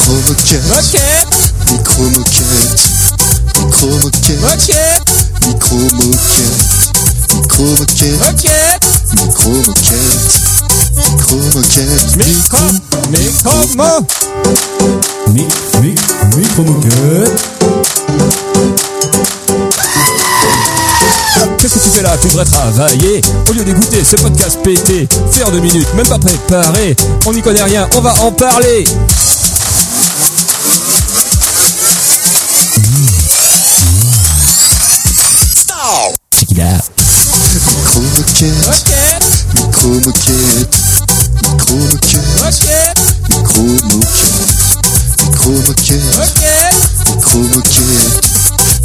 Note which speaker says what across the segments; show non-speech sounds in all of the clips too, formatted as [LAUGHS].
Speaker 1: Moquette,
Speaker 2: Moquette,
Speaker 1: micro moquette, micro moquette,
Speaker 2: moquette,
Speaker 1: micro moquette, micro moquette,
Speaker 2: moquette,
Speaker 1: micro moquette, micro moquette,
Speaker 2: micro, micro, mo,
Speaker 3: Mic, mic, micro moquette.
Speaker 4: Qu'est-ce que tu fais là Tu devrais travailler Au lieu d'écouter ce podcast pété Fait en deux minutes, même pas préparé On n'y connaît rien, on va en parler C'est qu'il a
Speaker 1: micro moquette,
Speaker 2: moquette,
Speaker 1: micro moquette, micro moquette,
Speaker 2: moquette,
Speaker 1: micro moquette, micro moquette,
Speaker 2: moquette,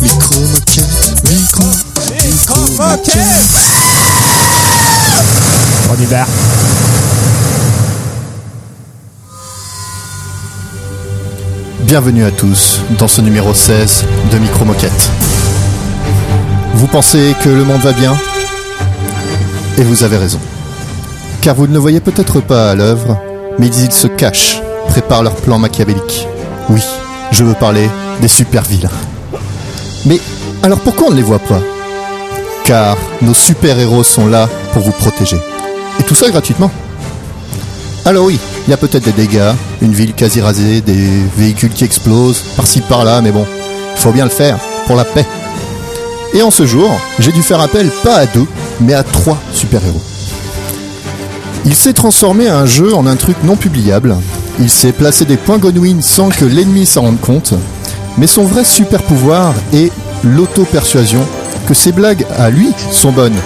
Speaker 1: micro moquette, micro moquette, micro,
Speaker 2: micro, moquette.
Speaker 4: On y va
Speaker 5: Bienvenue à tous dans ce numéro 16 de Micro Moquette. Vous pensez que le monde va bien Et vous avez raison. Car vous ne le voyez peut-être pas à l'œuvre, mais ils se cachent, préparent leur plan machiavélique. Oui, je veux parler des super vilains. Mais alors pourquoi on ne les voit pas Car nos super-héros sont là pour vous protéger. Et tout ça gratuitement. Alors oui, il y a peut-être des dégâts, une ville quasi rasée, des véhicules qui explosent, par-ci par-là, mais bon, il faut bien le faire, pour la paix. Et en ce jour, j'ai dû faire appel pas à deux, mais à trois super-héros. Il s'est transformé à un jeu en un truc non publiable, il s'est placé des points Godwin sans que l'ennemi s'en rende compte, mais son vrai super-pouvoir est l'auto-persuasion que ses blagues à lui sont bonnes.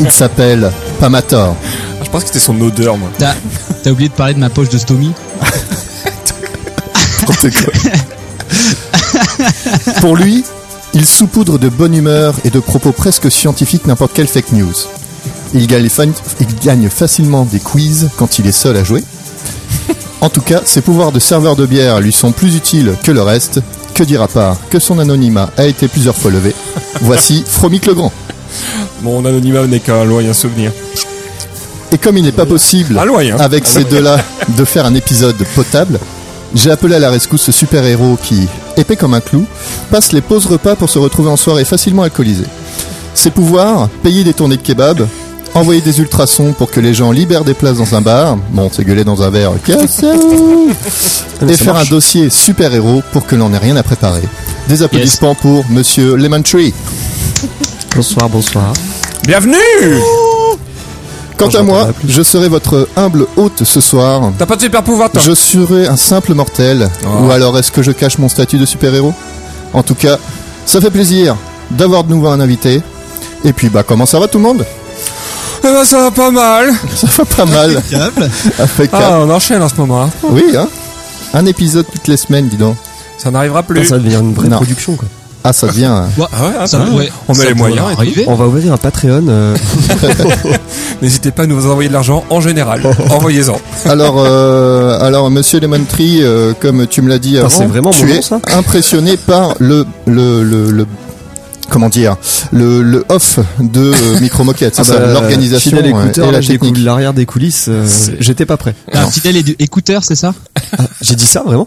Speaker 5: Il s'appelle Pamator.
Speaker 4: Je pense que c'était son odeur, moi.
Speaker 6: T'as t'as oublié de parler de ma poche de Stomy
Speaker 5: N'importe quoi. Pour lui, il saupoudre de bonne humeur et de propos presque scientifiques n'importe quelle fake news. Il gagne, fa- il gagne facilement des quiz quand il est seul à jouer. En tout cas, ses pouvoirs de serveur de bière lui sont plus utiles que le reste. Que dire à part que son anonymat a été plusieurs fois levé. Voici Fromic le Grand.
Speaker 4: Mon anonymat n'est qu'un loyen souvenir. hein.
Speaker 5: Et comme il n'est pas possible
Speaker 4: Un loyen
Speaker 2: hein.
Speaker 5: avec ces deux-là de faire un épisode potable, j'ai appelé à la rescousse ce super-héros qui, épais comme un clou, passe les pauses repas pour se retrouver en soirée facilement alcoolisé. Ses pouvoirs, payer des tournées de kebab, envoyer des ultrasons pour que les gens libèrent des places dans un bar, bon, c'est gueuler dans un verre, Cassou et faire un dossier super-héros pour que l'on n'ait rien à préparer. Des applaudissements pour Monsieur Lemon Tree.
Speaker 7: Bonsoir, bonsoir.
Speaker 4: Bienvenue
Speaker 5: Quant à moi, je serai votre humble hôte ce soir.
Speaker 4: T'as pas de super pouvoir, toi
Speaker 5: Je serai un simple mortel.
Speaker 4: Oh.
Speaker 5: Ou alors est-ce que je cache mon statut de super-héros En tout cas, ça fait plaisir d'avoir de nouveau un invité. Et puis bah comment ça va tout le monde [LAUGHS]
Speaker 4: Eh ben, ça va pas mal
Speaker 5: Ça va pas mal. [LAUGHS] Avec
Speaker 4: Ah, on enchaîne en ce moment. hein.
Speaker 7: Ah.
Speaker 5: oui hein. Un épisode toutes les semaines, dis donc.
Speaker 4: Ça n'arrivera plus.
Speaker 7: Ça va devenir une vraie
Speaker 5: Non.
Speaker 7: production quoi.
Speaker 5: Ah ça devient.
Speaker 7: [LAUGHS]
Speaker 5: hein.
Speaker 4: Ah ouais, ah,
Speaker 6: Ça
Speaker 4: bah,
Speaker 6: pourrait-
Speaker 4: On met
Speaker 6: ça
Speaker 4: les
Speaker 6: pourrait
Speaker 4: moyens.
Speaker 6: arriver.
Speaker 7: On va ouvrir un Patreon. euh,
Speaker 4: N'hésitez pas à nous envoyer de l'argent en général. Envoyez-en.
Speaker 5: Alors euh, alors Monsieur Lemon Tree, euh, comme tu me l'as dit avant,
Speaker 7: Ah, c'est vraiment
Speaker 5: tu
Speaker 7: mon
Speaker 5: es
Speaker 7: nom, ça
Speaker 5: impressionné par le le le, le- Comment dire le, le off de euh, Micro Moquette, c'est
Speaker 7: ah
Speaker 5: ça,
Speaker 7: bah,
Speaker 5: l'organisation
Speaker 7: fidèle
Speaker 5: euh,
Speaker 7: écouteur,
Speaker 5: et
Speaker 7: là,
Speaker 5: la
Speaker 7: je découvre
Speaker 5: technique.
Speaker 7: l'arrière des coulisses. euh, J'étais pas prêt.
Speaker 6: T'as un Ah, fidèle édu- écouteur, c'est ça
Speaker 7: J'ai dit ça vraiment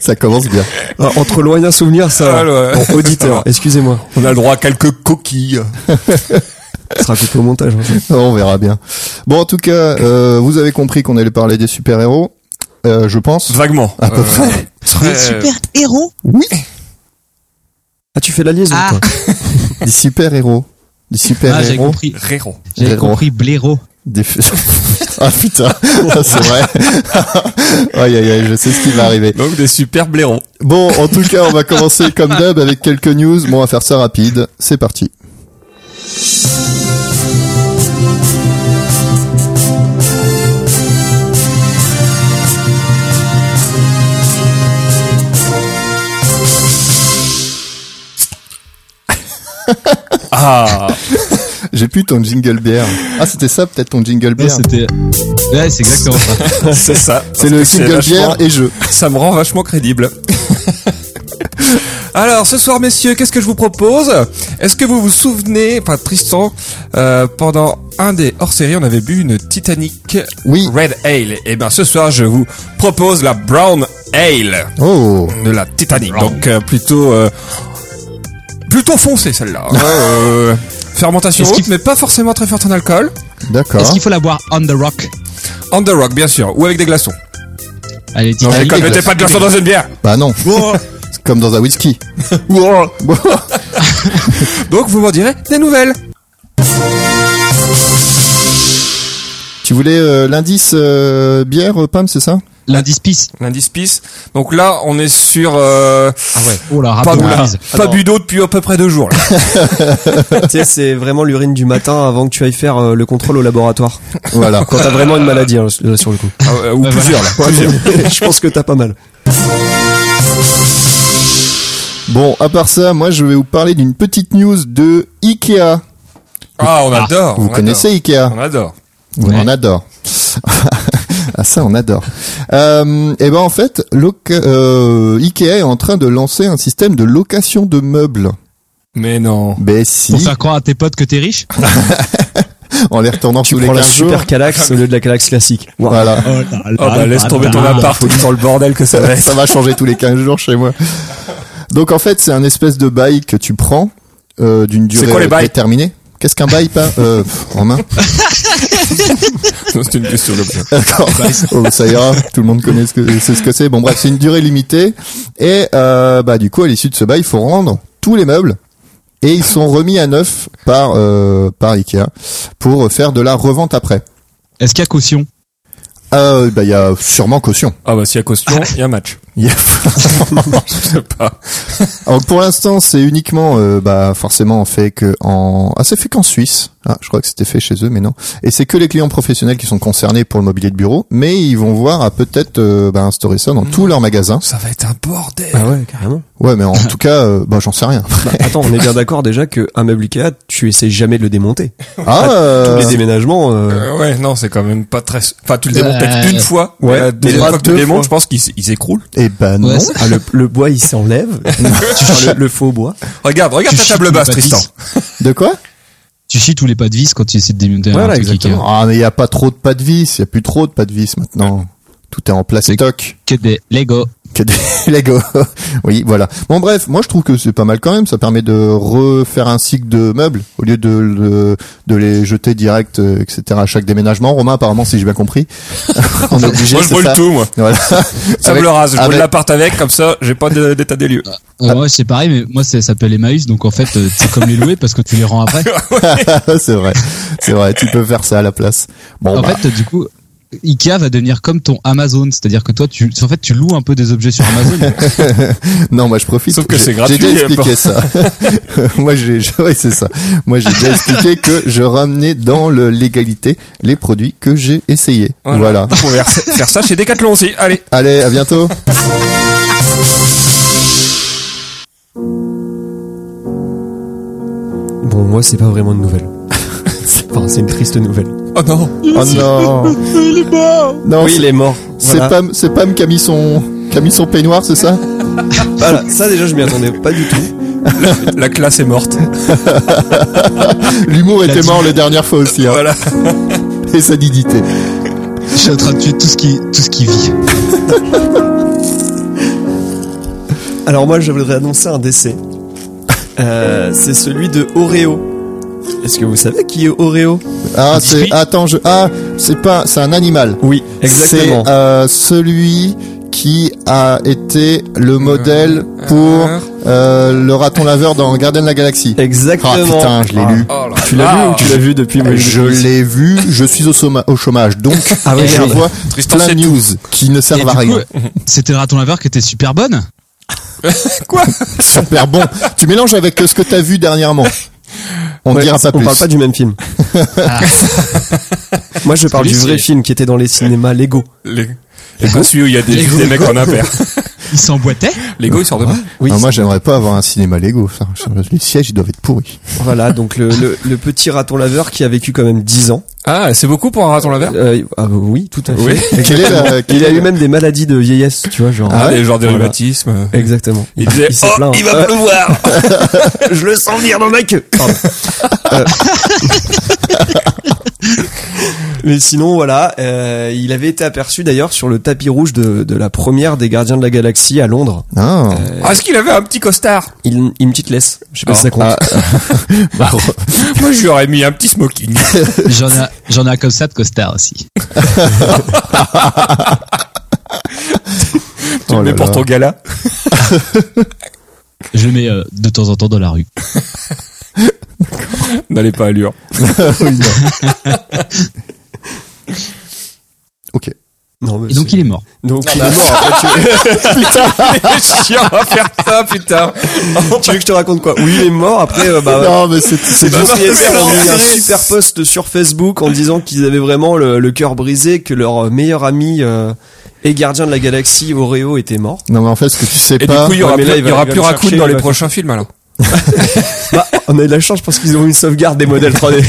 Speaker 5: Ça commence bien.
Speaker 7: Ah, Entre loin et un souvenir, ça. va.
Speaker 4: Ah, ouais.
Speaker 7: Bon, auditeur, excusez-moi.
Speaker 4: On a le droit à quelques coquilles.
Speaker 7: Ce sera coupé au montage. hein, ça.
Speaker 5: On verra bien. Bon, en tout cas, euh, vous avez compris qu'on allait parler des super-héros, euh, je
Speaker 6: [LAUGHS]
Speaker 5: pense.
Speaker 4: Vaguement.
Speaker 5: À peu
Speaker 4: Euh,
Speaker 5: près.
Speaker 4: très-
Speaker 6: héros
Speaker 5: Oui.
Speaker 7: Ah, tu fais la liaison
Speaker 6: Ah.
Speaker 7: toi.
Speaker 5: Des super-héros. Des
Speaker 6: Ah, j'ai
Speaker 5: super-héros.
Speaker 6: compris.
Speaker 4: Réro.
Speaker 6: J'ai
Speaker 5: Héros.
Speaker 6: compris blaireau.
Speaker 5: des... [LAUGHS] ah putain, Ah, c'est vrai. [LAUGHS] aïe aïe aïe, je sais ce qui va arriver.
Speaker 4: Donc des super blaireaux.
Speaker 5: Bon, en tout cas, on va commencer comme d'hab avec quelques news. Bon, on va faire ça rapide. C'est parti.
Speaker 4: Ah
Speaker 5: J'ai plus ton jingle bière. Ah, c'était ça peut-être ton jingle
Speaker 6: Ouais,
Speaker 5: bière.
Speaker 6: c'était. Ouais, c'est exactement ça.
Speaker 4: C'est ça.
Speaker 5: C'est le
Speaker 4: Parce que
Speaker 5: jingle
Speaker 4: vachement-
Speaker 5: bière et jeu.
Speaker 4: Ça me rend vachement
Speaker 2: [LAUGHS]
Speaker 4: crédible. Alors, ce soir, messieurs, qu'est-ce que je vous propose Est-ce que vous vous souvenez, enfin Tristan, euh, pendant
Speaker 2: un des hors-série, on avait bu une Titanic
Speaker 5: Oui.
Speaker 2: Red Ale. Et ben ce soir, je vous propose la Brown Ale
Speaker 5: Oh.
Speaker 2: de la Titanic. Donc euh, plutôt euh, plutôt foncée celle-là. hein. Euh, [LAUGHS] fermentation
Speaker 6: Est-ce qu'il
Speaker 2: haute, mais pas forcément très forte en alcool.
Speaker 5: D'accord.
Speaker 6: Est-ce qu'il faut la boire on the rock
Speaker 2: On the rock, bien sûr, ou avec des glaçons.
Speaker 6: Allez,
Speaker 2: Non, je
Speaker 6: Titanic.
Speaker 2: déconne, mettez pas de glaçons dans une bière.
Speaker 5: Bah non. C'est comme dans un whisky.
Speaker 2: [LAUGHS] Donc vous m'en direz des nouvelles.
Speaker 5: tu voulais euh, l'indice euh, bière, euh, Pam, c'est ça
Speaker 6: L'indice pisse.
Speaker 2: L'indice pisse. Donc là, on est sur euh,
Speaker 6: Oh la
Speaker 2: pas,
Speaker 6: rapport
Speaker 2: bu,
Speaker 6: à
Speaker 2: pas bu d'eau depuis à peu près deux jours. là.
Speaker 7: tu sais, c'est vraiment l'urine du matin avant que tu ailles faire euh, le contrôle au laboratoire.
Speaker 5: Voilà.
Speaker 7: Quand t'as vraiment une maladie, hein, là, sur le coup.
Speaker 2: Ah, euh, ou plusieurs là. Plusieurs.
Speaker 7: [LAUGHS] Je pense que t'as pas mal.
Speaker 5: Bon, à part ça, moi je vais vous parler d'une petite news de Ikea.
Speaker 2: Ah, on adore.
Speaker 5: Vous
Speaker 2: on
Speaker 5: connaissez hein. Ikea
Speaker 2: adore. On adore.
Speaker 6: Ouais.
Speaker 5: On adore. [LAUGHS] ah ça, on adore. Euh, et ben en fait, loca- euh, Ikea est en train de lancer un système de location de meubles.
Speaker 2: Mais non.
Speaker 5: Ben si,
Speaker 6: Pour faire croire à tes potes que t'es riche
Speaker 5: en les retournant
Speaker 7: Tu
Speaker 5: tous les
Speaker 7: prends la
Speaker 5: 15 jours.
Speaker 7: super Calax au lieu de la Calax classique. Wow.
Speaker 6: [LAUGHS]
Speaker 5: Voilà.
Speaker 6: Oh
Speaker 2: Oh bah laisse tomber ton appart, dans le bordel que ça va
Speaker 5: [LAUGHS]
Speaker 2: être.
Speaker 5: ça va changer tous les 15 jours chez moi. Donc en fait, c'est un espèce de bail que tu prends euh, d'une durée
Speaker 2: quoi les bails
Speaker 5: déterminée. Qu'est-ce qu'un bail pas euh, Romain
Speaker 2: C'est une question de
Speaker 5: D'accord. Oh, ça ira. Tout le monde connaît ce que c'est. Ce que c'est. Bon bref, c'est une durée limitée et euh, bah du coup à l'issue de ce bail, il faut rendre tous les meubles et ils sont remis à neuf par euh, par Ikea pour faire de la revente après.
Speaker 6: Est-ce qu'il y a caution
Speaker 5: Euh, bah il y a sûrement caution.
Speaker 2: Ah bah s'il y a caution, il y a match.
Speaker 5: Il y a-
Speaker 2: [LAUGHS] Je sais pas.
Speaker 5: Alors pour l'instant, c'est uniquement euh, bah forcément fait que en ah c'est fait qu'en Suisse. Ah, je crois que c'était fait chez eux mais non. Et c'est que les clients professionnels qui sont concernés pour le mobilier de bureau, mais ils vont voir à peut-être euh, bah, instaurer ça dans tous leurs magasins.
Speaker 2: Ça va être un bordel.
Speaker 7: Ah ouais, carrément.
Speaker 5: Ouais, mais en tout cas, euh, bah j'en sais rien.
Speaker 7: Bah, attends, on est bien d'accord déjà que un meuble Ikea, tu essaies jamais de le démonter.
Speaker 5: Ah, euh,
Speaker 7: Tous les déménagements, euh,
Speaker 2: Euh, ouais, non, c'est quand même pas très. Enfin, tu le démontes
Speaker 6: Euh,
Speaker 2: peut-être une fois.
Speaker 7: ouais.
Speaker 2: mais la deuxième
Speaker 7: Mais
Speaker 2: fois que tu
Speaker 7: deux
Speaker 2: le démontes,
Speaker 7: fois.
Speaker 2: je pense qu'ils s- ils s'écroulent.
Speaker 5: eh ben non.
Speaker 6: Ouais, c'est-
Speaker 7: ah, le, le bois il [LAUGHS] s'enlève. Enfin, le, le faux bois.
Speaker 2: Regarde, regarde
Speaker 6: Tu
Speaker 2: ta
Speaker 6: chies
Speaker 2: table
Speaker 6: tous les
Speaker 2: basse,
Speaker 6: pas de
Speaker 2: Tristan.
Speaker 6: vis.
Speaker 5: De quoi
Speaker 6: Tu chies tous les pas de vis quand tu essaies de démonter un
Speaker 7: Voilà,
Speaker 6: truc Ikea.
Speaker 7: exactement.
Speaker 5: Ah, mais il y a pas trop de pas de vis. Il y a plus trop de pas de vis maintenant. Tout est en plastoc.
Speaker 6: Que des Lego.
Speaker 5: Que des [LAUGHS] Lego. oui, voilà. Bon, bref, moi je trouve que c'est pas mal quand même. Ça permet de refaire un cycle de meubles au lieu de le- de les jeter direct, euh, etc. À chaque déménagement. Romain, apparemment, si j'ai bien compris, [LAUGHS] on est obligé.
Speaker 2: moi, je
Speaker 5: c'est
Speaker 2: brûle
Speaker 5: ça.
Speaker 2: tout, moi.
Speaker 5: Voilà. [LAUGHS]
Speaker 2: Ça me
Speaker 5: Avec-
Speaker 2: le rase. Je brûle
Speaker 5: avec-
Speaker 2: l'appart avec, comme ça, j'ai pas de- d'état des lieux.
Speaker 6: Euh, ouais, c'est pareil, mais moi, ça s'appelle Emmaüs, donc en fait, euh, c'est comme les louer parce que tu les rends après.
Speaker 5: [LAUGHS] c'est vrai. C'est vrai. Tu peux faire ça à la place. Bon,
Speaker 6: en
Speaker 5: bah,
Speaker 6: fait, du coup, Ikea va devenir comme ton Amazon, c'est-à-dire que toi, tu, en fait, tu loues un peu des objets sur Amazon.
Speaker 5: [LAUGHS] Non, moi je profite.
Speaker 2: Sauf que
Speaker 5: J'ai-
Speaker 2: c'est gratuit,
Speaker 5: J'ai déjà
Speaker 2: euh,
Speaker 5: expliqué ça. [LAUGHS] moi j'ai, je- ouais, c'est ça. Moi j'ai déjà expliqué que je ramenais dans le légalité les produits que j'ai essayés. Voilà.
Speaker 2: Vous pouvez faire ça chez Decathlon aussi. Allez.
Speaker 5: Allez, à bientôt.
Speaker 7: Bon, moi c'est pas vraiment une nouvelle. [LAUGHS] C'est pas- c'est une triste nouvelle.
Speaker 2: Oh non.
Speaker 5: Oh non. Non,
Speaker 7: oui,
Speaker 5: c'est-
Speaker 7: il est mort.
Speaker 5: c'est
Speaker 7: Voilà.
Speaker 5: Pam, c'est Pam qui a mis son, qui a mis son peignoir, c'est ça
Speaker 7: Voilà, ça déjà je m'y attendais pas du [LAUGHS] tout.
Speaker 2: La classe est morte.
Speaker 5: L'humour était
Speaker 6: dit-
Speaker 5: mort la dernière fois aussi. hein.
Speaker 2: Voilà.
Speaker 5: [LAUGHS] Et sa dignité.
Speaker 6: Je suis en train de tuer tout ce qui, tout ce qui vit.
Speaker 7: Alors moi je voudrais annoncer un décès. Euh, c'est celui de Oreo. Est-ce que vous savez qui est Oreo
Speaker 5: Ah, c'est,
Speaker 6: Biscuit
Speaker 5: attends, je, ah, c'est pas, c'est un animal.
Speaker 7: Oui,
Speaker 5: C'est euh, celui qui a été le modèle pour euh, le raton laveur dans Garden de la Galaxie. Ah
Speaker 7: Exactement. Ah,
Speaker 5: putain, je l'ai lu.
Speaker 2: Oh là
Speaker 7: Tu l'as
Speaker 2: là.
Speaker 7: lu ou tu l'as vu depuis
Speaker 5: Euh, Je l'ai vu, je suis au, soma- au chômage, donc
Speaker 7: Ah ouais,
Speaker 5: je
Speaker 7: merde.
Speaker 5: vois
Speaker 2: Tristan,
Speaker 5: plein
Speaker 2: c'est
Speaker 5: de news qui ne
Speaker 6: Et
Speaker 5: servent à
Speaker 6: du
Speaker 5: [LAUGHS] rien.
Speaker 6: coup, [LAUGHS] c'était le raton laveur qui était super bonne.
Speaker 5: Ça perd bon. Tu mélanges avec euh, ce que t'as vu dernièrement. On ne
Speaker 7: Ouais,
Speaker 5: dira pas
Speaker 7: on
Speaker 5: plus.
Speaker 7: parle pas du même film. Ah. [LAUGHS] Moi, je parle
Speaker 6: lui,
Speaker 7: du vrai
Speaker 6: c'est-
Speaker 7: film qui était dans les cinémas Lego.
Speaker 2: Les... Et pas celui où il y a des,
Speaker 6: Lego.
Speaker 2: des mecs en impair.
Speaker 5: [LAUGHS]
Speaker 6: Il s'emboîtait.
Speaker 2: Lego, il sort de
Speaker 7: Oui.
Speaker 5: Non, moi, j'aimerais pas avoir un cinéma Lego. ça. Les sièges, ils doivent être pourris.
Speaker 7: Voilà, donc le, le, le petit raton laveur qui a vécu quand même 10 ans.
Speaker 2: Ah, c'est beaucoup pour un raton laveur
Speaker 7: Euh, ah oui, tout à fait.
Speaker 2: Oui.
Speaker 5: Quelle est la- quelle
Speaker 7: Il a
Speaker 5: est
Speaker 7: eu
Speaker 5: la-
Speaker 7: même des maladies de vieillesse, tu vois, genre.
Speaker 5: Ah
Speaker 2: Ah,
Speaker 5: ouais
Speaker 2: des genres de
Speaker 7: Voilà.
Speaker 2: rhumatismes.
Speaker 7: Exactement.
Speaker 2: Il disait,
Speaker 7: s'est
Speaker 2: oh,
Speaker 7: plaint.
Speaker 2: il va pleuvoir.
Speaker 7: [LAUGHS] Je le sens venir dans ma queue. Pardon. Euh, Mais sinon, voilà, euh, il avait été aperçu d'ailleurs sur le tapis rouge de, de la première des Gardiens de la Galaxie à Londres.
Speaker 5: Ah.
Speaker 2: Ah, est-ce qu'il avait un petit costard
Speaker 7: Il, il me petite laisse. Je sais pas
Speaker 2: Ah.
Speaker 7: si ça compte.
Speaker 5: Bah, re-
Speaker 2: Moi, je lui aurais mis un petit smoking.
Speaker 6: J'en ai, un- j'en ai un comme ça de costard aussi.
Speaker 2: tu [LAUGHS]
Speaker 5: Oh
Speaker 2: le mets
Speaker 5: là
Speaker 2: pour
Speaker 5: là.
Speaker 2: ton gala.
Speaker 6: Je le mets euh, de temps en temps dans la rue.
Speaker 2: N'allez pas à [LAUGHS] Lure.
Speaker 5: ok.
Speaker 7: Non, mais
Speaker 6: Et donc
Speaker 7: c'est-
Speaker 6: il est mort.
Speaker 7: donc, il est mort. Après, tu...
Speaker 2: C'est chiant à faire ça, putain.
Speaker 7: [LAUGHS] tu veux que je te raconte quoi Oui, il est mort. Après, euh, bah,
Speaker 5: Non, mais c'est c'est
Speaker 7: Bah,
Speaker 5: juste.
Speaker 7: PS
Speaker 2: non,
Speaker 7: a mis un
Speaker 2: Andrés.
Speaker 7: super post sur Facebook en disant qu'ils avaient vraiment le, le cœur brisé, que leur meilleur ami euh, et gardien de la galaxie, Oreo, était mort.
Speaker 5: Non, mais en fait, ce que tu sais
Speaker 2: Et du
Speaker 5: pas.
Speaker 2: coup, il y aura,
Speaker 7: Ouais, mais là,
Speaker 2: plus-
Speaker 7: il
Speaker 2: il
Speaker 7: va-
Speaker 2: y aura
Speaker 7: il va
Speaker 2: plus
Speaker 7: le
Speaker 2: Raccoon
Speaker 7: chercher,
Speaker 2: dans
Speaker 7: il
Speaker 2: les
Speaker 7: va-
Speaker 2: prochains films, alors.
Speaker 7: [LAUGHS] Bah, on a eu de la chance parce qu'ils ont une sauvegarde des modèles [LAUGHS] 3D.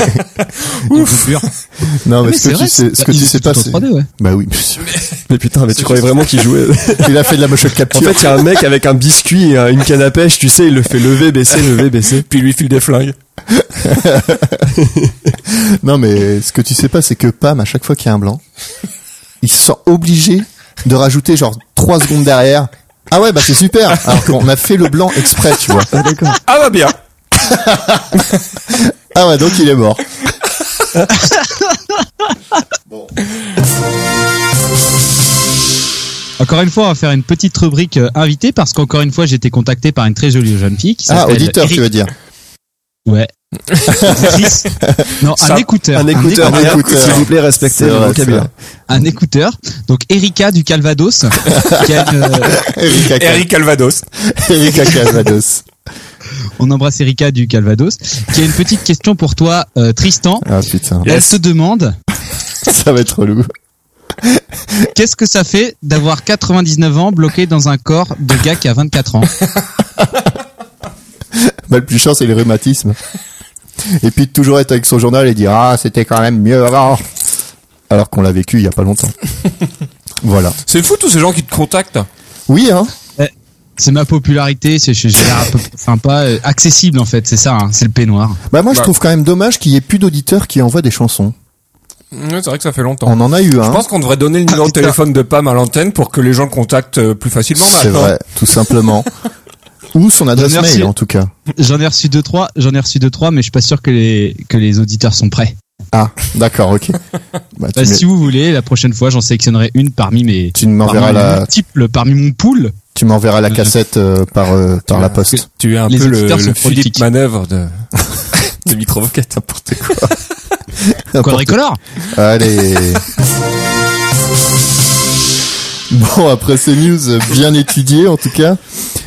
Speaker 6: Ouf.
Speaker 5: non, mais,
Speaker 6: Mais
Speaker 5: ce
Speaker 6: c'est
Speaker 5: que
Speaker 6: vrai.
Speaker 5: tu sais, ce
Speaker 6: bah,
Speaker 5: que
Speaker 6: ils
Speaker 5: tu
Speaker 6: étaient
Speaker 5: sais pas,
Speaker 6: tous en
Speaker 5: c'est.
Speaker 6: 3D, ouais.
Speaker 5: Bah oui, bien sûr.
Speaker 7: Mais putain, mais tu croyais vraiment qu'ils [LAUGHS] jouaient
Speaker 5: Il a fait de la motion
Speaker 7: En
Speaker 5: capture.
Speaker 7: fait, il y a un mec avec un biscuit et euh, une canne à pêche, tu sais, il le fait lever, baisser, lever, baisser.
Speaker 2: Puis il lui file des flingues.
Speaker 5: Non, mais ce que tu sais pas, c'est que Pam, à chaque fois qu'il y a un blanc, il se sent obligé de rajouter genre 3 secondes derrière. Ah ouais, bah c'est super. Alors qu'on a fait le blanc exprès, tu vois.
Speaker 2: Ah, bah bien.
Speaker 5: Ah ouais, donc il est mort.
Speaker 6: Encore une fois, on va faire une petite rubrique euh, invité parce qu'encore une fois, j'ai été contacté par une très jolie jeune fille qui
Speaker 5: Ah,
Speaker 6: s'appelle
Speaker 5: auditeur,
Speaker 6: Eric-
Speaker 5: tu veux dire. [LAUGHS]
Speaker 6: Ouais. Auditrice. non, un
Speaker 2: Ça-
Speaker 6: écouteur.
Speaker 7: Un écouteur,
Speaker 5: écouteur.
Speaker 7: d'ailleurs, s'il vous plaît, respectez
Speaker 5: C'est
Speaker 7: le
Speaker 5: vrai,
Speaker 7: vocabulaire.
Speaker 6: un écouteur. Donc Erika
Speaker 5: [LAUGHS]
Speaker 6: du Calvados, qui a une, euh,
Speaker 5: Eric Aca-
Speaker 2: Eric Calvados.
Speaker 5: Eric Acavados.
Speaker 6: on embrasse Erika du Calvados, qui a une petite question pour toi, euh, Tristan.
Speaker 5: Ah putain,
Speaker 6: Elle se demande
Speaker 5: ça va être relou.
Speaker 6: qu'est-ce que ça fait d'avoir 99 ans bloqué dans un corps de gars qui a 24 ans.
Speaker 5: Bah, le plus chiant, c'est les rhumatismes. Et puis de toujours être avec son journal et dire Ah, c'était quand même mieux avant. Alors qu'on l'a vécu il y a pas longtemps. Voilà.
Speaker 2: C'est fou tous ces gens qui te contactent.
Speaker 5: Oui, hein.
Speaker 6: C'est ma popularité, c'est j'ai l'air un peu sympa, euh, accessible en fait, c'est ça, hein, c'est le peignoir.
Speaker 5: Bah, moi, je
Speaker 2: Bah.
Speaker 5: trouve quand même dommage qu'il y ait plus d'auditeurs qui envoient des chansons.
Speaker 2: Ouais, C'est vrai que ça fait longtemps.
Speaker 5: On en a eu un.
Speaker 2: Je pense qu'on devrait donner le numéro de
Speaker 5: Hein putain.
Speaker 2: téléphone de Pam à l'antenne pour que les gens le contactent euh, plus facilement.
Speaker 5: C'est
Speaker 2: maintenant.
Speaker 5: vrai, tout simplement. Ou son adresse
Speaker 6: Merci.
Speaker 5: mail, en tout cas.
Speaker 6: J'en ai reçu deux trois, j'en ai reçu deux trois, mais je suis pas sûr que les que les auditeurs sont prêts.
Speaker 5: Ah, d'accord, ok. Bah, tu
Speaker 6: Bah,
Speaker 5: m'é-
Speaker 6: si vous voulez, la prochaine fois, j'en sélectionnerai une parmi mes
Speaker 5: tu m'enverras
Speaker 6: parmi mes
Speaker 5: la,
Speaker 6: multiples, parmi mon pool.
Speaker 5: tu m'enverras la cassette euh, par euh, par la poste.
Speaker 2: Tu es un
Speaker 6: Les
Speaker 2: peu le,
Speaker 6: auditeurs
Speaker 2: le
Speaker 6: sont
Speaker 2: Philippe
Speaker 6: politiques.
Speaker 2: Manœuvre de, de Microvoquette.
Speaker 5: N'importe
Speaker 6: Quadricolore.
Speaker 5: Allez. Bon, après ces news euh, bien étudiées, en tout cas,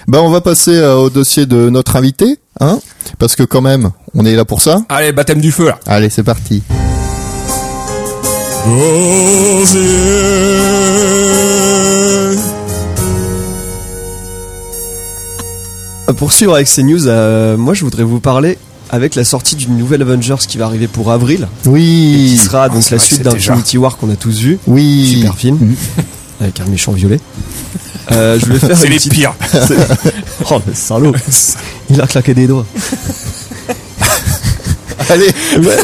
Speaker 5: bah on va passer euh, au dossier de notre invité, hein Parce que quand même, on est là pour ça.
Speaker 2: Allez, baptême du feu là.
Speaker 5: Allez, c'est parti.
Speaker 7: Euh, Pour suivre avec ces news, euh, moi je voudrais vous parler avec la sortie d'une nouvelle Avengers qui va arriver pour avril, qui
Speaker 5: Oui,
Speaker 7: sera donc
Speaker 2: vrai
Speaker 7: la
Speaker 2: que
Speaker 7: suite
Speaker 2: Ah, c'est déjà. Mhm.
Speaker 7: d'Infinity War qu'on a tous vu.
Speaker 5: oui.
Speaker 7: Super film, avec un méchant violet. Euh, je vais
Speaker 2: [LAUGHS]
Speaker 7: faire
Speaker 2: C'est
Speaker 7: une
Speaker 2: les
Speaker 7: petite-
Speaker 2: pires.
Speaker 7: [LAUGHS] Oh le salaud
Speaker 2: [LAUGHS]
Speaker 7: Il a claqué des doigts.
Speaker 5: Allez.
Speaker 7: [LAUGHS] Ouais.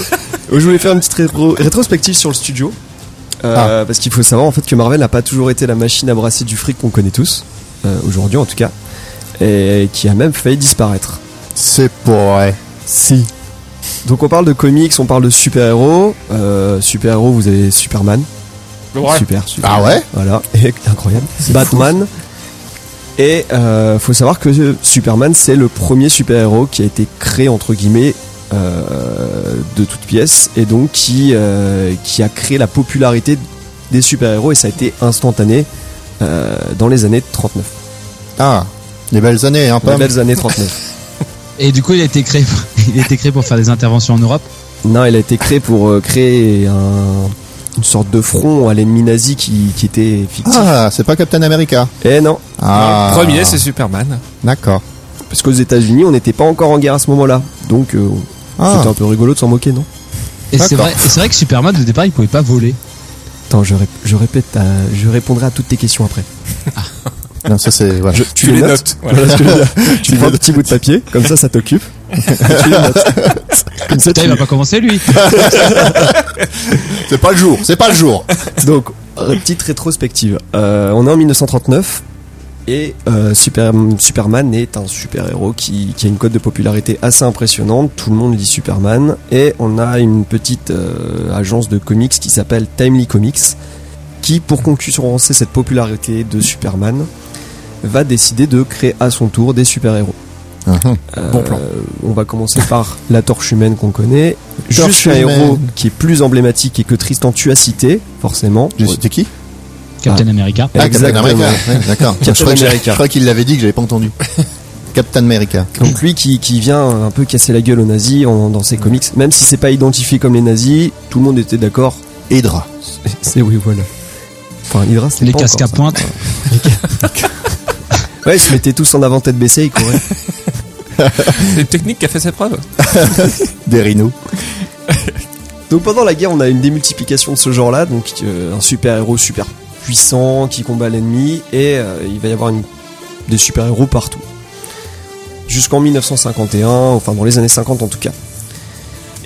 Speaker 7: Je voulais faire une petite rétro- rétrospective sur le studio. Euh,
Speaker 5: Ah.
Speaker 7: Parce qu'il faut savoir en fait que Marvel n'a pas toujours été la machine à brasser du fric qu'on connaît tous, euh, aujourd'hui en tout cas, et qui a même failli disparaître.
Speaker 5: C'est pour ouais.
Speaker 7: Si. Donc on parle de comics, on parle de super-héros. Euh, super-héros, vous avez Superman.
Speaker 2: Ouais.
Speaker 7: Super, super.
Speaker 5: Ah ouais
Speaker 7: Voilà, [LAUGHS] Et- incroyable. Batman. Et euh, faut savoir que euh, Superman, c'est le premier super-héros qui a été créé, entre guillemets, euh, de toutes pièces, et donc qui, euh, qui a créé la popularité des super-héros, et ça a été instantané euh, dans les années 39.
Speaker 5: Ah, les belles années, hein,
Speaker 7: Les
Speaker 5: Pam.
Speaker 7: belles années 39.
Speaker 6: Et du coup, il a été créé, pour- [LAUGHS] il a été créé pour faire des interventions en Europe.
Speaker 7: non, il a été créé pour euh, créer un- une sorte de front à l'ennemi nazi qui, qui était fictif.
Speaker 5: Ah, c'est pas Captain America.
Speaker 7: Eh non,
Speaker 5: Ah.
Speaker 2: Le Premier, c'est Superman.
Speaker 5: D'accord.
Speaker 7: Parce qu'aux États-Unis, on n'était pas encore en guerre à ce moment-là. Donc, euh,
Speaker 5: Ah,
Speaker 7: c'était un peu rigolo de s'en moquer, non
Speaker 6: Et c'est
Speaker 5: D'accord.
Speaker 6: vrai, et c'est vrai que Superman au départ, il pouvait pas voler.
Speaker 7: Attends, je, rép- je répète, ta- je répondrai à toutes tes questions après.
Speaker 5: Non, ça c'est. Voilà.
Speaker 7: Je-
Speaker 2: Tu les notes. voilà.
Speaker 7: [LAUGHS] Voilà ce que je veux dire. tu prends un petit bout de papier, comme ça, ça t'occupe. Et tu les notes. Comme ça,
Speaker 6: Putain,
Speaker 7: tu-
Speaker 6: il va pas commencer [LAUGHS] lui.
Speaker 5: C'est pas le jour. C'est pas le jour.
Speaker 7: [LAUGHS] Donc, euh, petite rétrospective. Euh, on est en 1939 et euh, Super- Superman est un super-héros qui, qui a une cote de popularité assez impressionnante. Tout le monde lit Superman et on a une petite euh, agence de comics qui s'appelle Timely Comics qui, pour concurrencer cette popularité de Superman, va décider de créer à son tour des super-héros.
Speaker 5: Mhm.
Speaker 2: Bon plan.
Speaker 7: Euh, on va commencer par la torche humaine qu'on connaît. Je
Speaker 5: Torche
Speaker 7: suis un héros
Speaker 5: humaine.
Speaker 7: qui est plus emblématique et que Tristan tu as cité, forcément.
Speaker 5: J'ai cité qui
Speaker 6: Captain America.
Speaker 5: Ah, Captain
Speaker 7: Exactement.
Speaker 5: America. Ouais, D'accord.
Speaker 7: Captain
Speaker 5: Je crois que j'ai-
Speaker 7: America.
Speaker 5: Je crois qu'il l'avait dit que j'avais pas entendu. Captain America.
Speaker 7: Donc lui qui, qui vient un peu casser la gueule aux nazis en- dans ses comics, même si c'est pas identifié comme les nazis, tout le monde était d'accord. [LAUGHS]
Speaker 5: Hydra.
Speaker 7: C'est oui voilà. Enfin Hydra c'est
Speaker 6: Les
Speaker 7: pas
Speaker 6: casques à
Speaker 7: encore ça.
Speaker 6: pointe.
Speaker 7: Ouais ils se mettaient tous en avant tête baissée ils couraient. [LAUGHS]
Speaker 2: C'est une technique qui a fait ses preuves.
Speaker 5: Des rhinos.
Speaker 7: Donc pendant la guerre on a une démultiplication de ce genre là, donc euh, un super héros super puissant qui combat l'ennemi et euh, il va y avoir une- des super héros partout. Jusqu'en 1951, enfin dans les années 50 en tout cas.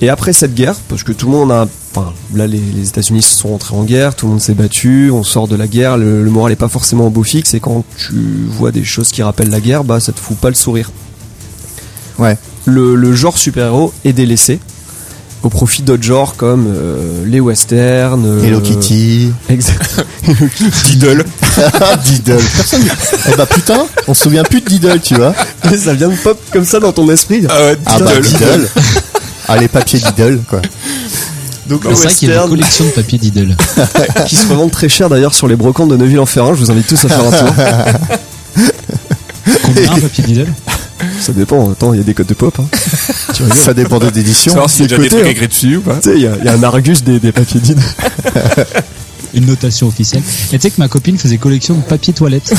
Speaker 7: Et après cette guerre, parce que tout le monde a. Enfin, là, les, les États-Unis se sont rentrés en guerre, tout le monde s'est battu, on sort de la guerre, le, le moral est pas forcément au beau fixe, et quand tu vois des choses qui rappellent la guerre, bah ça te fout pas le sourire.
Speaker 5: Ouais.
Speaker 7: Le, le genre super-héros est délaissé au profit d'autres genres comme euh, les westerns. euh,
Speaker 5: Hello Kitty.
Speaker 7: [LAUGHS] Exact.
Speaker 2: Diddle.
Speaker 5: Ah, [LAUGHS] Diddle. Personne. Eh bah putain, on se souvient plus de Diddle, tu vois.
Speaker 7: [LAUGHS] ça vient de pop comme ça dans ton esprit.
Speaker 2: Ah ouais,
Speaker 5: Ah bah
Speaker 2: Diddle.
Speaker 5: Diddle. Ah les papiers Diddle quoi.
Speaker 7: Donc le
Speaker 6: C'est vrai qu'il y a une
Speaker 7: western
Speaker 6: collection de papier d'idole.
Speaker 7: qui se revend très cher d'ailleurs sur les brocantes de Neuville-en-Ferrin, je vous invite tous à faire un tour.
Speaker 6: Combien un papier d'idole
Speaker 7: [LAUGHS] ça dépend, attends, il y a des codes de pop. Hein.
Speaker 5: Ça dépendait d'édition.
Speaker 2: Savoir s'il y a déjà des trucs écrits dessus ou pas.
Speaker 7: Tu sais, il y, a- il y a un Argus des, des papiers d'île.
Speaker 6: Une notation officielle. Et tu sais que ma copine faisait collection de papier [LAUGHS] toilette.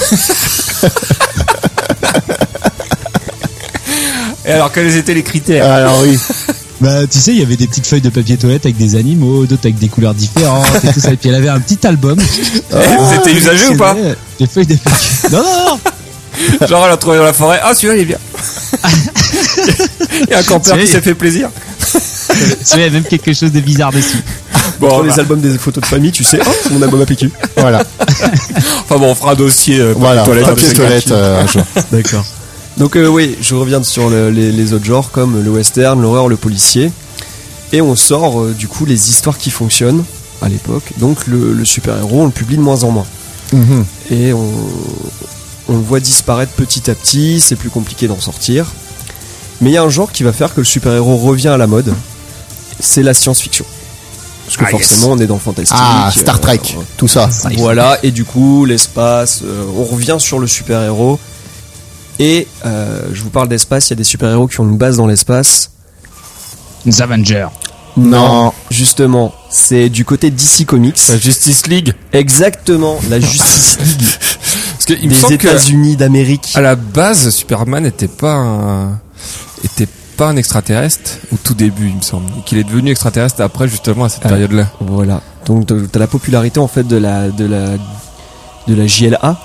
Speaker 2: Et alors, quels étaient les critères
Speaker 5: Alors oui.
Speaker 6: Bah, tu sais, il y avait des petites feuilles de papier toilette avec des animaux, d'autres avec des couleurs différentes et tout ça. Et puis elle avait un petit [LAUGHS] album. Ah.
Speaker 2: C'était usagé
Speaker 6: [LAUGHS]
Speaker 2: ou pas
Speaker 6: C'est vrai, Les feuilles de papier. [LAUGHS] Non, non, non
Speaker 2: Genre, elle a trouvé dans la forêt. Ah, celui-là, il est bien. [LAUGHS] Il y a un campeur
Speaker 6: C'est-
Speaker 2: qui s'est fait plaisir.
Speaker 6: Tu vois, il y a même quelque chose de bizarre dessus.
Speaker 2: Bon,
Speaker 7: les
Speaker 2: bah,
Speaker 7: albums des photos de famille, tu [LAUGHS] sais, oh, c'est mon album à PQ.
Speaker 5: Voilà.
Speaker 2: enfin bon, on fera un dossier. euh,
Speaker 5: Voilà.
Speaker 2: papier toilette,
Speaker 5: Papier
Speaker 2: c'est
Speaker 5: toilette.
Speaker 2: gratuit.
Speaker 5: euh, un jour.
Speaker 7: D'accord. Donc euh, oui, je reviens sur le- les, les autres genres comme le western, l'horreur, le policier. Et on sort euh, du coup les histoires qui fonctionnent à l'époque. Donc le, le super-héros, on le publie de moins en moins.
Speaker 5: Mhm.
Speaker 7: Et on, on le voit disparaître petit à petit, c'est plus compliqué d'en sortir. Mais il y a un genre qui va faire que le super-héros revient à la mode, c'est la science-fiction. Parce que
Speaker 2: Ah, yes.
Speaker 7: forcément on est dans le fantastique.
Speaker 5: Ah
Speaker 7: euh,
Speaker 5: Star Trek.
Speaker 7: on-
Speaker 5: Tout ça.
Speaker 7: voilà, et du coup, l'espace, euh, on revient sur le super-héros. Et euh, je vous parle d'espace, il y a des super-héros qui ont une base dans l'espace.
Speaker 6: Les Avengers.
Speaker 5: Non.
Speaker 7: Justement, c'est du côté DC Comics.
Speaker 2: La Justice League.
Speaker 7: Exactement, la justice
Speaker 2: Parce que [LAUGHS] il me
Speaker 7: des
Speaker 2: semble que,
Speaker 7: États-Unis d'Amérique.
Speaker 2: à la base, Superman n'était pas un, était pas un extraterrestre au tout début, il me semble. Et Qu'il est devenu extraterrestre après, justement, à cette
Speaker 7: Ah.
Speaker 2: période-là.
Speaker 7: Voilà. Donc t'as t'as la popularité en fait de la de la de la JLA,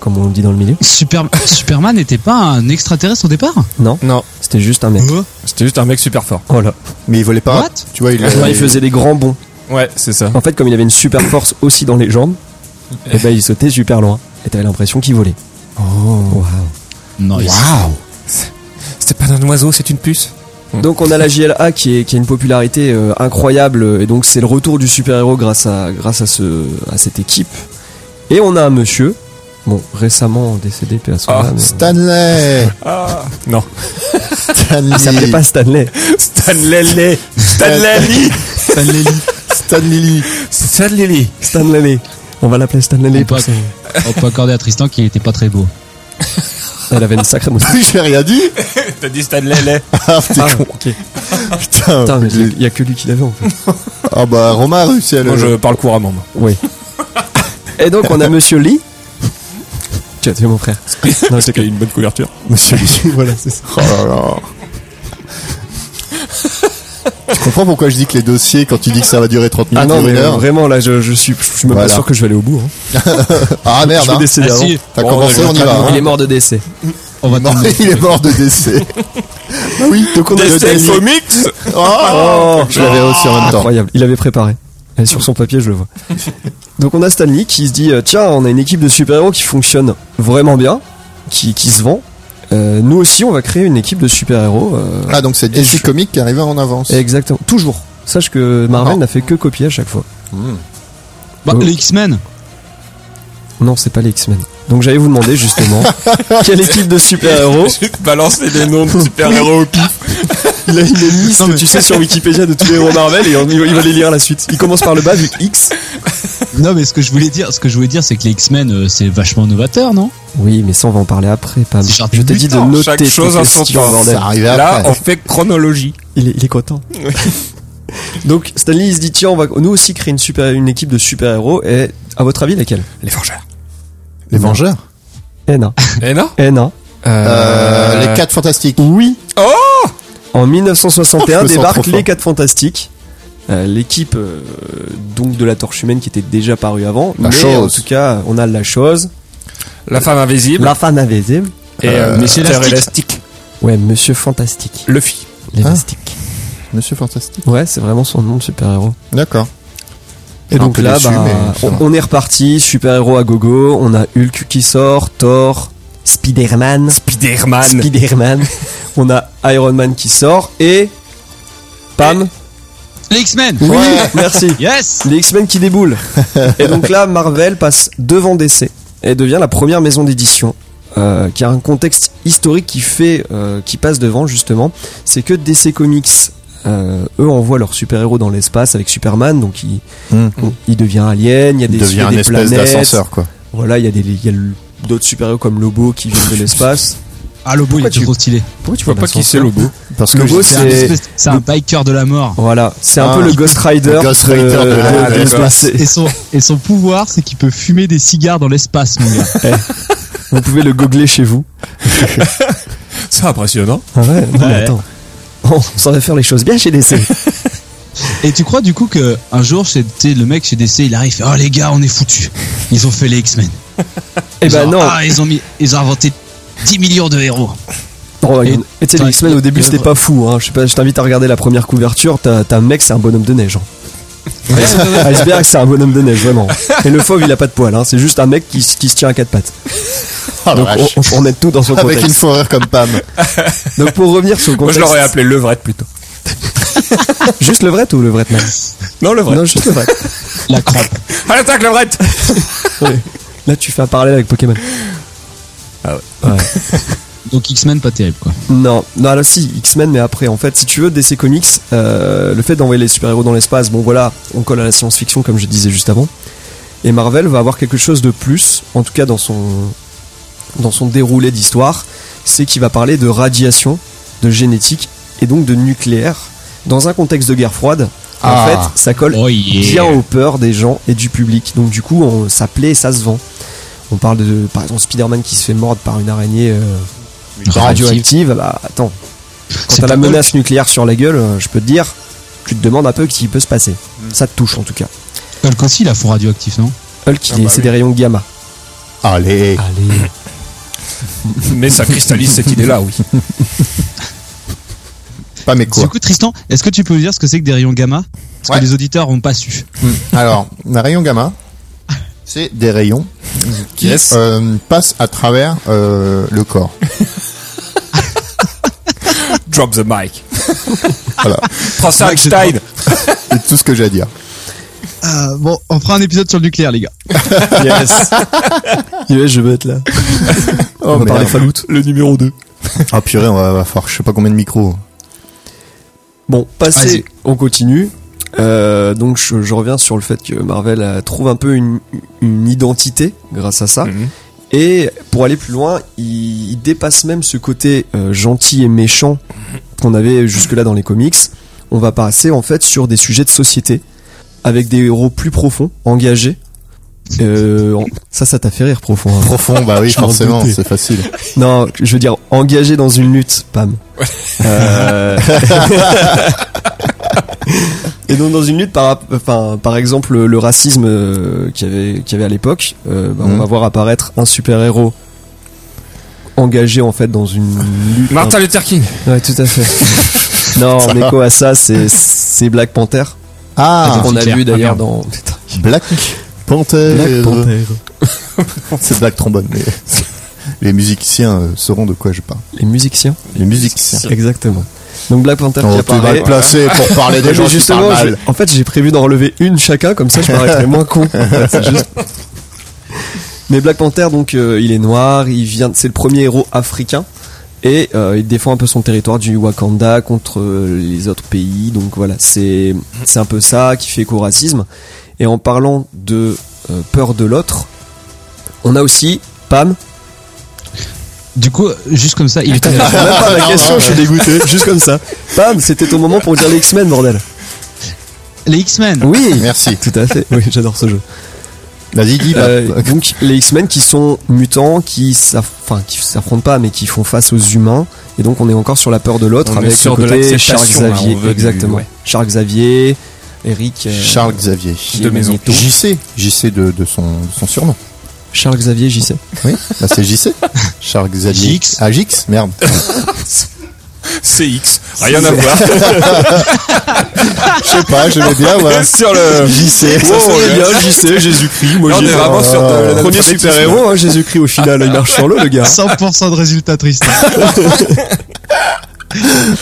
Speaker 7: comme on le dit dans le milieu.
Speaker 6: Super... Superman n'était pas un extraterrestre au départ
Speaker 7: Non,
Speaker 2: Non.
Speaker 7: c'était juste un mec.
Speaker 5: Hein
Speaker 2: C'était juste un mec super fort.
Speaker 7: Voilà.
Speaker 5: Mais il volait pas.
Speaker 6: What
Speaker 5: tu vois il.
Speaker 7: Ouais, Ah, il faisait des grands bonds.
Speaker 2: Ouais, c'est ça.
Speaker 7: En fait, comme il avait une super force aussi dans les jambes, et ben il sautait super loin. Et t'avais l'impression qu'il volait. Oh,
Speaker 6: Non, il-
Speaker 2: C'était pas un oiseau, c'est une [LAUGHS] puce.
Speaker 7: Donc on a la JLA qui, est, qui a une popularité euh, incroyable euh, et donc c'est le retour du super-héros grâce à grâce à ce à cette équipe. Et on a un monsieur, bon récemment décédé paix à son
Speaker 2: Ah,
Speaker 7: âme.
Speaker 5: Stanley.
Speaker 2: Ah. Non.
Speaker 5: Stanley.
Speaker 7: il s'appelait pas Stanley.
Speaker 2: Stanley Lee. Stanley Lee.
Speaker 5: Stanley. Stanley. Lee.
Speaker 2: Stanley Lee.
Speaker 7: Stanley. Lee. On va l'appeler Stanley. Lee
Speaker 6: On peut,
Speaker 7: parce que-
Speaker 6: on peut accorder à Tristan qu'il était pas très beau.
Speaker 7: Elle avait
Speaker 2: [LAUGHS]
Speaker 7: une sacrée moustache.
Speaker 5: J'ai rien dit.
Speaker 2: [LAUGHS] T'as dit Stanley Lee.
Speaker 5: Ah, t'es
Speaker 7: Ah,
Speaker 5: con.
Speaker 7: ok.
Speaker 5: Putain.
Speaker 2: Ah,
Speaker 7: Putain, mais
Speaker 5: j'ai-
Speaker 7: il y a que lui qui l'avait en fait.
Speaker 5: Ah bah Romain a réussi à le.
Speaker 2: Moi, je parle couramment. moi.
Speaker 7: Oui. Et donc on a Monsieur Lee. Tu as tué mon frère. Non, je
Speaker 2: C'est qu'il y a une bonne couverture.
Speaker 5: Monsieur Lee. voilà c'est ça. Oh là là. Tu comprends pourquoi je dis que les dossiers, quand tu dis que ça va durer 30 minutes
Speaker 7: Ah
Speaker 5: ou
Speaker 7: non, mais
Speaker 5: une heure.
Speaker 7: vraiment, là, je, je suis, je suis même
Speaker 5: Voilà.
Speaker 7: pas sûr que je vais aller au bout. hein.
Speaker 5: Ah merde,
Speaker 7: Je vais
Speaker 5: hein.
Speaker 7: décéder
Speaker 6: Ah,
Speaker 7: avant.
Speaker 6: si,
Speaker 5: T'as
Speaker 2: Bon,
Speaker 5: commencé,
Speaker 2: on
Speaker 5: on y va.
Speaker 7: Il
Speaker 5: hein.
Speaker 7: est mort de décès.
Speaker 6: on va tomber.
Speaker 5: [LAUGHS] Il est mort de
Speaker 7: [LAUGHS]
Speaker 5: décès. Bah oui, donc on a le dernier.
Speaker 2: comics
Speaker 5: Oh, je l'avais aussi en même temps.
Speaker 7: Incroyable. Il avait préparé. Et sur son papier, je le vois. [LAUGHS] Donc on a Stanley qui se dit euh, tiens, on a une équipe de super-héros qui fonctionne vraiment bien, qui, qui se vend. Euh, nous aussi, on va créer une équipe de super-héros. euh,
Speaker 5: Ah, donc c'est
Speaker 7: Et
Speaker 5: DC
Speaker 7: je-
Speaker 5: Comics qui arrivait en avance.
Speaker 7: Exactement. Toujours. Sache que Marvel
Speaker 5: Non.
Speaker 7: n'a fait que copier à chaque fois.
Speaker 6: Bah, les X-Men.
Speaker 7: Non, c'est pas les X-Men. Donc j'allais vous demander [LAUGHS] justement quelle équipe de super-héros.
Speaker 2: Je vais te balancer les noms de super-héros au pif.
Speaker 7: Il a une liste, tu sais, sur Wikipédia de tous les héros Marvel et on- il va- il va les lire à la suite. Il commence par le bas vu X.
Speaker 6: Non, mais ce que je voulais dire, ce que je voulais dire, c'est que les X-Men, euh, c'est vachement novateur, non
Speaker 7: Oui, mais ça, on va en parler après, Pam.
Speaker 6: C'est genre
Speaker 7: Je t'ai dit de
Speaker 2: Putain,
Speaker 7: noter
Speaker 2: chaque
Speaker 7: tes
Speaker 2: chose à son
Speaker 7: questions,
Speaker 2: temps.
Speaker 7: bordel.
Speaker 5: Ça arrivait
Speaker 2: Là,
Speaker 5: après.
Speaker 2: on fait chronologie.
Speaker 7: Il est, il est content. Donc, Stanley, il se dit, tiens, on va nous aussi créer une, super, une équipe de super-héros. Et à votre avis, laquelle
Speaker 2: Les forgeurs.
Speaker 5: Les Vengeurs
Speaker 7: Eh [LAUGHS] non.
Speaker 2: Eh non
Speaker 7: Eh non.
Speaker 5: Euh, Les 4 Fantastiques.
Speaker 7: Oui.
Speaker 2: Oh
Speaker 5: [LAUGHS]
Speaker 7: En
Speaker 5: Je
Speaker 7: 1961
Speaker 5: me sens trop
Speaker 7: débarquent
Speaker 5: fort.
Speaker 7: les 4 Fantastiques. Euh, L'équipe euh, donc de la Torche Humaine qui était déjà parue avant.
Speaker 5: La
Speaker 7: mais en
Speaker 5: Chose.
Speaker 7: tout cas, on a la chose.
Speaker 2: La femme invisible.
Speaker 7: La femme invisible.
Speaker 2: Et euh,
Speaker 6: Monsieur
Speaker 2: Mister
Speaker 6: Elastique.
Speaker 7: Ouais, Monsieur Fantastique.
Speaker 2: Luffy.
Speaker 5: Ah.
Speaker 7: L'élastique.
Speaker 5: Monsieur Fantastique.
Speaker 7: ouais, c'est vraiment son nom de super-héros.
Speaker 5: D'accord.
Speaker 7: Et donc
Speaker 5: Un peu
Speaker 7: là,
Speaker 5: déçu,
Speaker 7: bah,
Speaker 5: mais ça va.
Speaker 7: on, on est reparti, super-héros à gogo, on a Hulk qui sort, Thor, Spider-Man,
Speaker 2: Spider-Man.
Speaker 7: Spider-Man, [LAUGHS] on a Iron Man qui sort et... Pam
Speaker 6: Les X-Men
Speaker 7: Oui, merci.
Speaker 6: Yes
Speaker 7: Les X-Men qui déboulent. Et donc là, Marvel passe devant DC et devient la première maison d'édition. euh, qui a un contexte historique qui fait, euh, qui passe devant justement, c'est que DC Comics, euh, eux envoient leurs super-héros dans l'espace avec Superman, donc il,
Speaker 5: Hmm.
Speaker 7: on- il devient alien, il y a des,
Speaker 5: Il
Speaker 7: il y
Speaker 5: devient
Speaker 7: a
Speaker 5: un
Speaker 7: des
Speaker 5: espèce
Speaker 7: planètes.
Speaker 5: d'ascenseur, quoi.
Speaker 7: Voilà, il y a des, il y a le- d'autres super-héros comme Lobo qui
Speaker 5: [LAUGHS]
Speaker 7: viennent de l'espace.
Speaker 6: Ah, Lobo, il
Speaker 7: Pourquoi
Speaker 6: est
Speaker 7: tu-
Speaker 6: trop stylé.
Speaker 7: Pourquoi tu
Speaker 2: Je vois pas qui c'est Lobo.
Speaker 5: Parce que
Speaker 7: Lobo,
Speaker 5: je-
Speaker 6: C'est un,
Speaker 7: c'est
Speaker 6: espèce- Ah, c'est un biker de la mort.
Speaker 7: voilà, c'est un
Speaker 5: Ah.
Speaker 7: peu le Ghost Rider.
Speaker 5: Le Ghost Rider de-
Speaker 2: Ah,
Speaker 7: de l'espace.
Speaker 6: Et son, et son pouvoir, c'est qu'il peut fumer des cigares dans l'espace, mon gars.
Speaker 7: Vous pouvez le googler chez vous.
Speaker 2: C'est impressionnant.
Speaker 7: Ah ouais, non, mais
Speaker 6: Ouais.
Speaker 7: attends. On s'en va faire les choses bien chez DC.
Speaker 6: [LAUGHS] Et tu crois du coup que un jour, chez- tu sais, le mec chez DC, il arrive, il fait, oh les gars, on est foutus. Ils ont fait les X-Men.
Speaker 7: Eh
Speaker 6: Ils
Speaker 7: ben
Speaker 6: ont-
Speaker 7: non.
Speaker 6: Ah, ils ont mis, ils ont inventé 10 millions de héros.
Speaker 7: Oh,
Speaker 6: Et-
Speaker 7: et tu sais, les
Speaker 6: attends,
Speaker 7: X-Men au
Speaker 6: il-
Speaker 7: début
Speaker 6: il-
Speaker 7: c'était pas fou. Hein. Je sais pas, je t'invite à regarder la première couverture. T'as t'as un mec, c'est un bonhomme de neige. Hein. [LAUGHS] Iceberg, c'est un bonhomme de neige vraiment. Et le fauve, il a pas de poils. Hein. C'est juste un mec qui, s- qui se tient à quatre pattes.
Speaker 5: Ah, la
Speaker 7: Donc
Speaker 5: vache.
Speaker 7: on, on met tout dans
Speaker 5: [LAUGHS]
Speaker 7: son
Speaker 5: Avec
Speaker 7: contexte.
Speaker 5: une fourrure comme Pam.
Speaker 7: Donc pour revenir sur le
Speaker 2: Moi, je
Speaker 7: contexte,
Speaker 2: l'aurais appelé Levrette plutôt.
Speaker 7: juste le vrai ou le vrai man
Speaker 2: Non, Levrette.
Speaker 7: Non, juste le vrai.
Speaker 6: La crampe.
Speaker 2: À l'attaque, Levrette
Speaker 7: Là, tu fais un parallèle avec Pokémon.
Speaker 6: Donc X-Men, pas terrible, quoi.
Speaker 7: Non, non, là si, X-Men, mais après, en fait, si tu veux, DC Comics, euh, le fait d'envoyer les super-héros dans l'espace, bon voilà, on colle à la science-fiction comme je disais juste avant. Et Marvel va avoir quelque chose de plus, en tout cas dans son, dans son déroulé d'histoire, c'est qu'il va parler de radiation, de génétique et donc de nucléaire dans un contexte de guerre froide. Et
Speaker 5: Ah.
Speaker 7: En fait, ça colle
Speaker 6: Oh yeah.
Speaker 7: bien aux peurs des gens et du public. Donc du coup, on, ça plaît et ça se vend. On parle de, par exemple, Spider-Man qui se fait mordre par une araignée euh, radioactive. Bah attends, quand
Speaker 6: C'est
Speaker 7: t'as la
Speaker 6: pas mal.
Speaker 7: menace nucléaire sur la gueule, euh, je peux te dire, tu te demandes un peu ce qui peut se passer. Ça te touche en tout cas.
Speaker 6: Hulk aussi, il a fond radioactif, non
Speaker 7: Hulk, il
Speaker 2: Ah
Speaker 7: est-
Speaker 2: bah
Speaker 7: c'est
Speaker 2: oui.
Speaker 7: des rayons gamma.
Speaker 5: Allez.
Speaker 2: Mais ça cristallise cette idée-là, oui.
Speaker 5: Pas mes
Speaker 6: Du
Speaker 5: cours.
Speaker 6: coup, Tristan, est-ce que tu peux nous dire ce que c'est que des rayons gamma Parce
Speaker 5: Ouais.
Speaker 6: que les auditeurs ont pas su.
Speaker 5: Alors, un rayon gamma, c'est des rayons qui
Speaker 2: Yes.
Speaker 5: euh, passent à travers euh, le corps.
Speaker 2: Drop the mic.
Speaker 5: [LAUGHS] Voilà.
Speaker 2: Prends ça, Einstein
Speaker 5: C'est tout ce que j'ai à dire.
Speaker 6: Euh, bon, on fera un épisode sur le nucléaire, les gars.
Speaker 7: [LAUGHS] Yes. yes, je veux être là.
Speaker 5: Oh,
Speaker 7: On va parler
Speaker 5: merde.
Speaker 7: Fallout. Le numéro 2.
Speaker 5: Ah purée, on va, va falloir je sais pas combien de micros.
Speaker 7: Bon,
Speaker 6: Vas-y.
Speaker 7: passé, on continue. Euh, donc je, je reviens sur le fait que Marvel euh, trouve un peu une, une identité grâce à ça.
Speaker 2: Mhm.
Speaker 7: Et pour aller plus loin, il, il dépasse même ce côté euh, gentil et méchant qu'on avait jusque-là dans les comics. On va passer en fait sur des sujets de société avec des héros plus profonds, engagés. Euh, en- ça, ça t'a fait rire profond. hein.
Speaker 5: [LAUGHS] Profond, bah oui, forcément, c'est facile.
Speaker 7: Non, je veux dire engagé dans une lutte, Pam. Euh, [LAUGHS] Et donc dans une lutte par, enfin, par exemple le racisme euh, qu'il y avait, qu'il y avait à l'époque, euh, bah, on
Speaker 2: Mhm.
Speaker 7: va voir apparaître un super héros engagé en fait dans une lutte.
Speaker 2: Martin Luther King.
Speaker 7: Ouais, tout à fait. non, en écho à ça, c'est c'est Black Panther
Speaker 5: [LAUGHS] Ah,
Speaker 7: qu'on a
Speaker 6: Hitler.
Speaker 7: vu d'ailleurs
Speaker 6: Ah,
Speaker 7: dans.
Speaker 5: Black Panther.
Speaker 3: Black Panther.
Speaker 5: [LAUGHS] C'est Black Trombone. mais [LAUGHS] les musiciens euh, sauront de quoi je parle.
Speaker 7: Les musiciens.
Speaker 5: Les musiciens.
Speaker 7: Exactement. Donc Black Panther qui
Speaker 5: On t'es
Speaker 7: apparaît.
Speaker 5: mal placé pour parler [LAUGHS]
Speaker 7: Ouais,
Speaker 5: des gens
Speaker 7: mais
Speaker 5: qui parlent
Speaker 7: justement,
Speaker 5: mal.
Speaker 7: je- en fait, j'ai prévu d'en relever une chacun, comme ça je paraîtrais moins con. En fait, c'est juste- Mais Black Panther, donc, euh, il est noir, il vient, c'est le premier héros africain, et euh, il défend un peu son territoire du Wakanda contre euh, les autres pays. Donc voilà, c'est c'est un peu ça qui fait écho au racisme. Et en parlant de euh, peur de l'autre, on a aussi Pam.
Speaker 6: Du coup, juste comme ça, il était.
Speaker 7: [LAUGHS] Même pas la question, je suis
Speaker 5: Ah,
Speaker 7: dégoûté, juste comme ça. Pam, c'était ton moment pour dire les X-Men, bordel.
Speaker 6: Les X-Men.
Speaker 7: Oui,
Speaker 5: Merci.
Speaker 7: tout à fait. Oui, j'adore ce jeu.
Speaker 5: Vas-y, Guy. bah,
Speaker 2: [LAUGHS]
Speaker 7: Euh, donc les X-Men qui sont mutants, qui s'aff- enfin, qui s'affrontent pas, mais qui font face aux humains. Et donc on est encore sur la peur de l'autre
Speaker 2: On
Speaker 7: avec
Speaker 2: est sur
Speaker 7: le
Speaker 2: de
Speaker 7: côté Charles
Speaker 2: l'acceptation, là, on
Speaker 7: Xavier,
Speaker 2: veut du-
Speaker 7: exactement.
Speaker 2: ouais.
Speaker 7: Charles Xavier, Eric, euh,
Speaker 5: Charles Xavier.
Speaker 2: De maison.
Speaker 5: JC. JC de, de son, de son surnom.
Speaker 7: Charles Xavier, j'y sais.
Speaker 5: Oui, bah c'est [LAUGHS] JC. Charles Xavier.
Speaker 6: Jix.
Speaker 5: Ah, Jix Merde.
Speaker 2: CX. Rien à voir.
Speaker 5: Je sais pas, je vais bien,
Speaker 7: [LAUGHS]
Speaker 5: ouais.
Speaker 2: Ah, sur le.
Speaker 5: JC.
Speaker 2: Ça sonnait bien,
Speaker 7: JC, Jésus-Christ. Moi,
Speaker 2: Là, on est vraiment sur de- de- de-
Speaker 7: Premier super-héros, hein, Jésus-Christ au final, il marche sur l'eau, le gars.
Speaker 6: 100% de résultats tristes.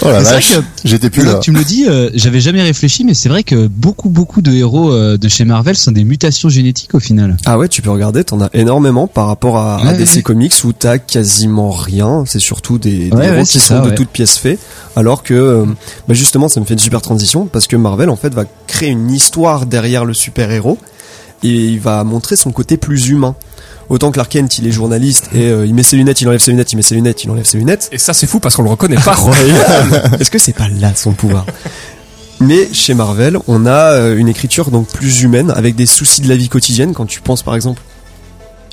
Speaker 5: Oh la
Speaker 6: C'est vrai
Speaker 5: vache.
Speaker 6: que-
Speaker 5: J'étais plus
Speaker 6: Maintenant
Speaker 5: là.
Speaker 6: que [LAUGHS] tu me le dis, euh, j'avais jamais réfléchi, mais c'est vrai que beaucoup, beaucoup de héros euh, de chez Marvel sont des mutations génétiques au final.
Speaker 7: Ah ouais, tu peux regarder, t'en as énormément par rapport à, à
Speaker 6: Ouais,
Speaker 7: DC
Speaker 6: ouais.
Speaker 7: Comics où t'as quasiment rien. C'est surtout des, des
Speaker 6: Ouais,
Speaker 7: héros
Speaker 6: ouais,
Speaker 7: qui
Speaker 6: c'est
Speaker 7: sont
Speaker 6: ça,
Speaker 7: de
Speaker 6: ouais.
Speaker 7: toutes pièces faits. Alors que, euh, bah justement, ça me fait une super transition parce que Marvel en fait va créer une histoire derrière le super héros et il va montrer son côté plus humain. Autant Clark Kent, il est journaliste et euh, il met ses lunettes, il enlève ses lunettes, il met ses lunettes, il enlève ses lunettes.
Speaker 2: Et ça, c'est fou parce qu'on le reconnaît pas.
Speaker 7: [LAUGHS] Est-ce que c'est pas là son pouvoir Mais chez Marvel, on a euh, une écriture donc plus humaine avec des soucis de la vie quotidienne. Quand tu penses par exemple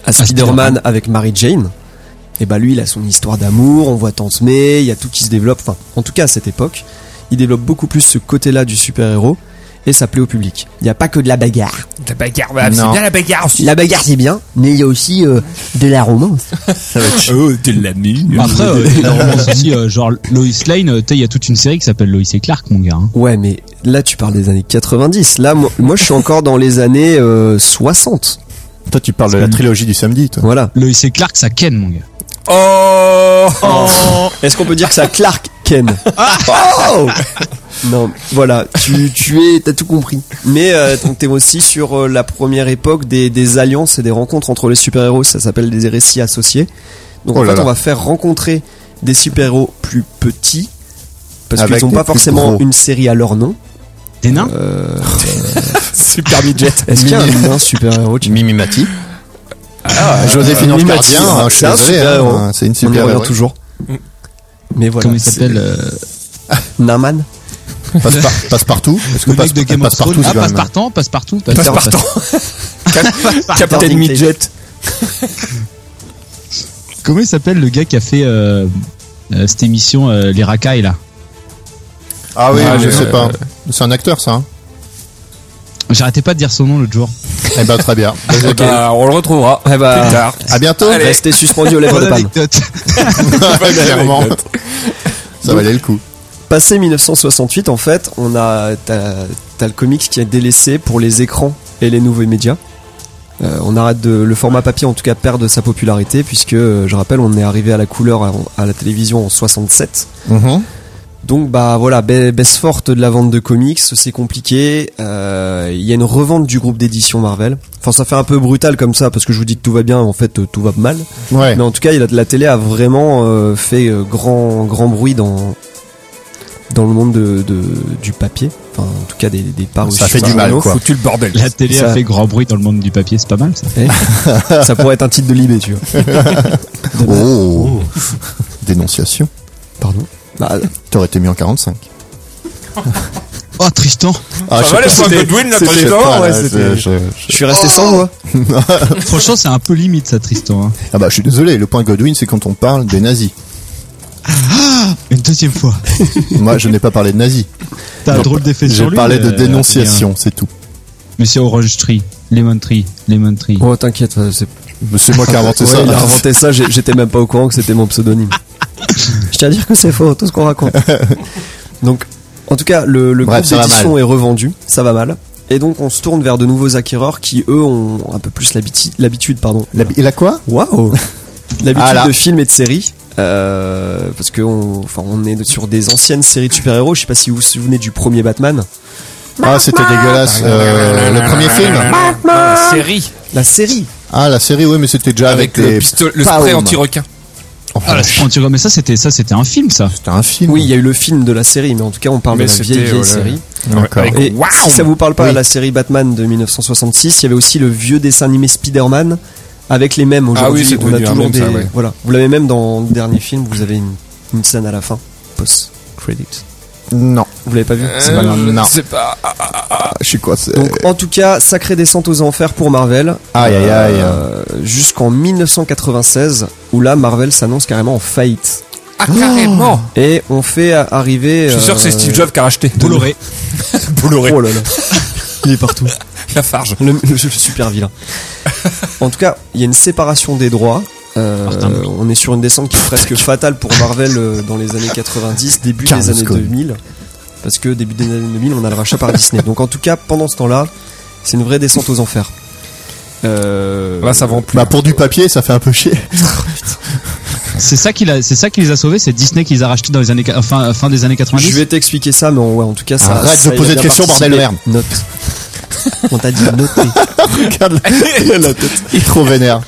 Speaker 7: à Ah, Spider-Man avec Mary Jane, et bah lui il a son histoire d'amour, on voit Tante May, il y a tout qui se développe. Enfin, en tout cas à cette époque, il développe beaucoup plus ce côté-là du super-héros et ça plaît au public. Il n'y a pas que de la bagarre.
Speaker 2: La bagarre, bah, c'est
Speaker 5: Non.
Speaker 2: bien la bagarre aussi.
Speaker 7: La bagarre c'est bien, mais il y a aussi euh, de la romance.
Speaker 2: Oh, t'es l'ami.
Speaker 6: Après, euh, il y
Speaker 7: [LAUGHS]
Speaker 6: a vraiment aussi, euh, genre Lois Lane, euh, tu sais, il y a toute une série qui s'appelle Lois et Clark, mon gars. hein.
Speaker 7: Ouais, mais là tu parles des années 90. Là, moi, moi, je suis encore dans les années euh, 60.
Speaker 5: Toi, tu parles de la trilogie du samedi, toi.
Speaker 7: Voilà.
Speaker 6: Lois et Clark, ça ken, mon gars.
Speaker 2: Oh,
Speaker 7: Est-ce qu'on peut dire que ça Clark Ken [LAUGHS] Oh [LAUGHS] Non, voilà, tu, tu es, t'as tout compris. Mais euh, donc, t'es aussi sur euh, la première époque des, des alliances et des rencontres entre les super-héros, ça s'appelle des récits associés. Donc
Speaker 5: Oh
Speaker 7: en
Speaker 5: là
Speaker 7: fait,
Speaker 5: là.
Speaker 7: on va faire rencontrer des super-héros plus petits, parce
Speaker 5: Avec
Speaker 7: qu'ils n'ont
Speaker 5: des
Speaker 7: pas
Speaker 5: plus
Speaker 7: forcément
Speaker 5: gros.
Speaker 7: une série à leur nom.
Speaker 6: Des nains
Speaker 7: Euh,
Speaker 2: super midget.
Speaker 7: [LAUGHS] Est-ce qu'il y a
Speaker 5: Mimi.
Speaker 7: un, un super-héros
Speaker 5: [LAUGHS]
Speaker 7: tu-
Speaker 5: Mimimati. Ah, Joséphine
Speaker 7: Mimimati,
Speaker 5: Ange-Gardien,
Speaker 7: hein,
Speaker 5: hein, je suis
Speaker 7: c'est un
Speaker 5: désolé,
Speaker 7: super-héros.
Speaker 5: hein, C'est une
Speaker 7: On y
Speaker 5: super
Speaker 7: revient toujours. Mais voilà.
Speaker 6: Comment il
Speaker 7: c'est-
Speaker 6: s'appelle euh,
Speaker 7: [LAUGHS] Naaman
Speaker 5: [LAUGHS] Passe, par, passe partout. Parce que
Speaker 6: Le
Speaker 5: passe,
Speaker 6: mec de Game of
Speaker 5: passe
Speaker 6: Thrones.
Speaker 5: partout,
Speaker 6: Ah,
Speaker 5: c'est quand
Speaker 6: passe
Speaker 5: même.
Speaker 6: partant, passe partout, passe
Speaker 2: Passe
Speaker 6: partout.
Speaker 2: partant. Captain
Speaker 7: Darling
Speaker 2: Midget.
Speaker 6: Comment il s'appelle le gars qui a fait euh, euh, cette émission euh, Les Racailles, là
Speaker 5: Ah oui,
Speaker 2: Ah,
Speaker 5: je
Speaker 2: je-
Speaker 5: sais pas. C'est un acteur, ça. hein.
Speaker 6: J'arrêtais pas de dire son nom l'autre jour.
Speaker 5: Eh ben, très bien.
Speaker 2: Eh ben, on le retrouvera.
Speaker 7: Eh ben,
Speaker 2: Plus tard.
Speaker 5: À bientôt.
Speaker 2: Allez.
Speaker 5: [LAUGHS]
Speaker 7: Restez suspendu aux
Speaker 6: [LAUGHS]
Speaker 7: lèvres de Pam.
Speaker 6: Anecdote.
Speaker 5: Clairement. Ça valait le coup.
Speaker 7: Passé 1968, en fait, on a t'as t'as le comics qui est délaissé pour les écrans et les nouveaux médias. Euh, on arrête de le format papier, en tout cas, perd de sa popularité puisque, euh, je rappelle, on est arrivé à la couleur à, à la télévision en 67.
Speaker 5: Mhm.
Speaker 7: Donc bah voilà, ba- baisse forte de la vente de comics, c'est compliqué. Euh, Il y a une revente du groupe d'édition Marvel. Enfin, ça fait un peu brutal comme ça parce que je vous dis que tout va bien, en fait, euh, tout va mal.
Speaker 5: Ouais.
Speaker 7: Mais en tout cas, il a- la télé a vraiment euh, fait euh, grand, grand bruit dans, dans le monde de, de- du papier. Enfin, en tout cas, des, des parutions.
Speaker 5: Ça fait du mal,
Speaker 7: journaux.
Speaker 5: quoi.
Speaker 2: Foutu le bordel. Ah,
Speaker 6: La télé
Speaker 7: Ça-
Speaker 6: a fait grand bruit dans le monde du papier, c'est pas mal
Speaker 7: [LAUGHS]
Speaker 6: ça.
Speaker 7: Ça pourrait être un titre de Libé, tu vois.
Speaker 5: [LAUGHS] Oh. [LAUGHS] Dénonciation.
Speaker 7: Pardon. Bah,
Speaker 5: T'aurais été mis en 45.
Speaker 6: Oh Tristan,
Speaker 5: Ah,
Speaker 2: Ça va, les points de Godwin, là,
Speaker 5: c'était-
Speaker 2: Tristan,
Speaker 5: je sais pas,
Speaker 2: ouais,
Speaker 5: là,
Speaker 2: c'était-
Speaker 5: je- je-
Speaker 7: je suis resté sans moi.
Speaker 6: franchement c'est un peu limite ça Tristan. hein.
Speaker 5: Ah bah, je suis désolé. Le point Godwin, c'est quand on parle des nazis.
Speaker 6: Une deuxième fois.
Speaker 5: Moi, je n'ai pas parlé de nazis.
Speaker 6: T'as un drôle d'effet sur
Speaker 5: J'ai
Speaker 6: lui.
Speaker 5: parlé de
Speaker 6: mais, euh,
Speaker 5: dénonciation, c'est tout.
Speaker 6: rien. Mais c'est Orange Tree, Lemon Tree, Lemon Tree.
Speaker 7: Oh, t'inquiète, euh, c'est
Speaker 5: Mais C'est moi qui ai inventé
Speaker 7: Ouais,
Speaker 5: ça.
Speaker 7: il a inventé ça, j'ai- j'étais même pas au courant que c'était
Speaker 5: [LAUGHS]
Speaker 7: mon pseudonyme. Je tiens à dire que c'est faux, tout ce qu'on raconte. Donc, en tout cas, le, le
Speaker 5: Bref,
Speaker 7: groupe
Speaker 5: ça va
Speaker 7: d'édition est revendu, ça va mal. Et donc, on se tourne vers de nouveaux acquéreurs qui, eux, ont un peu plus l'habiti- l'habitude, pardon.
Speaker 5: La- Il a quoi
Speaker 7: Waouh L'habitude
Speaker 5: Ah là.
Speaker 7: de films et de séries. euh, parce que on, enfin, on est sur des anciennes séries de super-héros. Je sais pas si vous vous souvenez du premier Batman.
Speaker 5: Ah, c'était dégueulasse. Euh, le premier film
Speaker 2: La série
Speaker 7: La série
Speaker 5: Ah, la série, oui, mais c'était déjà
Speaker 2: avec,
Speaker 5: avec,
Speaker 2: le,
Speaker 5: les
Speaker 2: pistolet- le
Speaker 5: palmes.
Speaker 2: spray anti-requin.
Speaker 5: Oh,
Speaker 6: Ah, là,
Speaker 5: vache,
Speaker 6: c'est- mais ça c'était ça c'était un film ça.
Speaker 5: C'était un film.
Speaker 7: Oui, il y a eu le film de la série, mais en tout cas, on parle
Speaker 2: Mais
Speaker 7: de la vieille,
Speaker 2: c'était,
Speaker 7: vieille
Speaker 2: ouais,
Speaker 7: série.
Speaker 5: D'accord.
Speaker 2: Avec-
Speaker 7: Et
Speaker 2: Waouh
Speaker 7: si ça vous parle pas,
Speaker 5: Oui.
Speaker 7: la série Batman de 1966, il y avait aussi le vieux dessin animé Spider-Man avec les mêmes
Speaker 2: Ah
Speaker 7: aujourd'hui.
Speaker 2: oui, c'est
Speaker 7: on a
Speaker 2: devenu un
Speaker 7: toujours
Speaker 2: mème,
Speaker 7: des.
Speaker 2: ça, ouais.
Speaker 7: Voilà. Vous l'avez même dans le dernier film, vous avez une, une scène à la fin, post-credit.
Speaker 5: Non.
Speaker 7: Vous l'avez pas vu C'est pas
Speaker 2: Euh,
Speaker 7: grave.
Speaker 2: je
Speaker 5: non.
Speaker 2: sais pas. Ah,
Speaker 5: Ah, je suis quoi c'est-
Speaker 7: Donc, en tout cas, sacrée descente aux enfers pour Marvel.
Speaker 5: Aïe, aïe, aïe.
Speaker 7: Euh, Jusqu'en 1996, où là, Marvel s'annonce carrément en faillite.
Speaker 2: ah, carrément
Speaker 7: Et on fait arriver.
Speaker 2: Je suis sûr que c'est
Speaker 7: euh,
Speaker 2: Steve Jobs qui a racheté.
Speaker 6: Bolloré.
Speaker 2: [LAUGHS] Bolloré.
Speaker 7: Oh là là. Il est partout.
Speaker 2: La farge.
Speaker 7: Le, le jeu super vilain. en tout cas, il y a une séparation des droits. Euh,
Speaker 6: Martin Brou-
Speaker 7: on est sur une descente qui est presque fatale pour Marvel euh, dans les années 90, début des
Speaker 5: Carlos
Speaker 7: années
Speaker 5: Ghosn.
Speaker 7: 2000. Parce que début des années 2000, on a le rachat par Disney. Donc en tout cas, pendant ce temps-là, c'est une vraie descente aux enfers. Euh,
Speaker 2: Là, ça vend plus.
Speaker 5: Bah, pour du papier, ça fait un peu chier. [LAUGHS]
Speaker 6: C'est ça qui l'a- c'est ça qui les a sauvés, c'est Disney qui les a rachetés dans les années qua- fin fin des années 90.
Speaker 7: je vais t'expliquer ça, mais en, ouais, en tout cas, ça.
Speaker 5: Arrête
Speaker 7: ça,
Speaker 5: de
Speaker 7: il
Speaker 5: poser
Speaker 7: a
Speaker 5: de
Speaker 7: bien
Speaker 5: questions,
Speaker 7: participé.
Speaker 5: bordel de
Speaker 7: Note. [LAUGHS] On t'a dit noter.
Speaker 2: [LAUGHS]
Speaker 5: Regarde la, la tête. Il est trop vénère.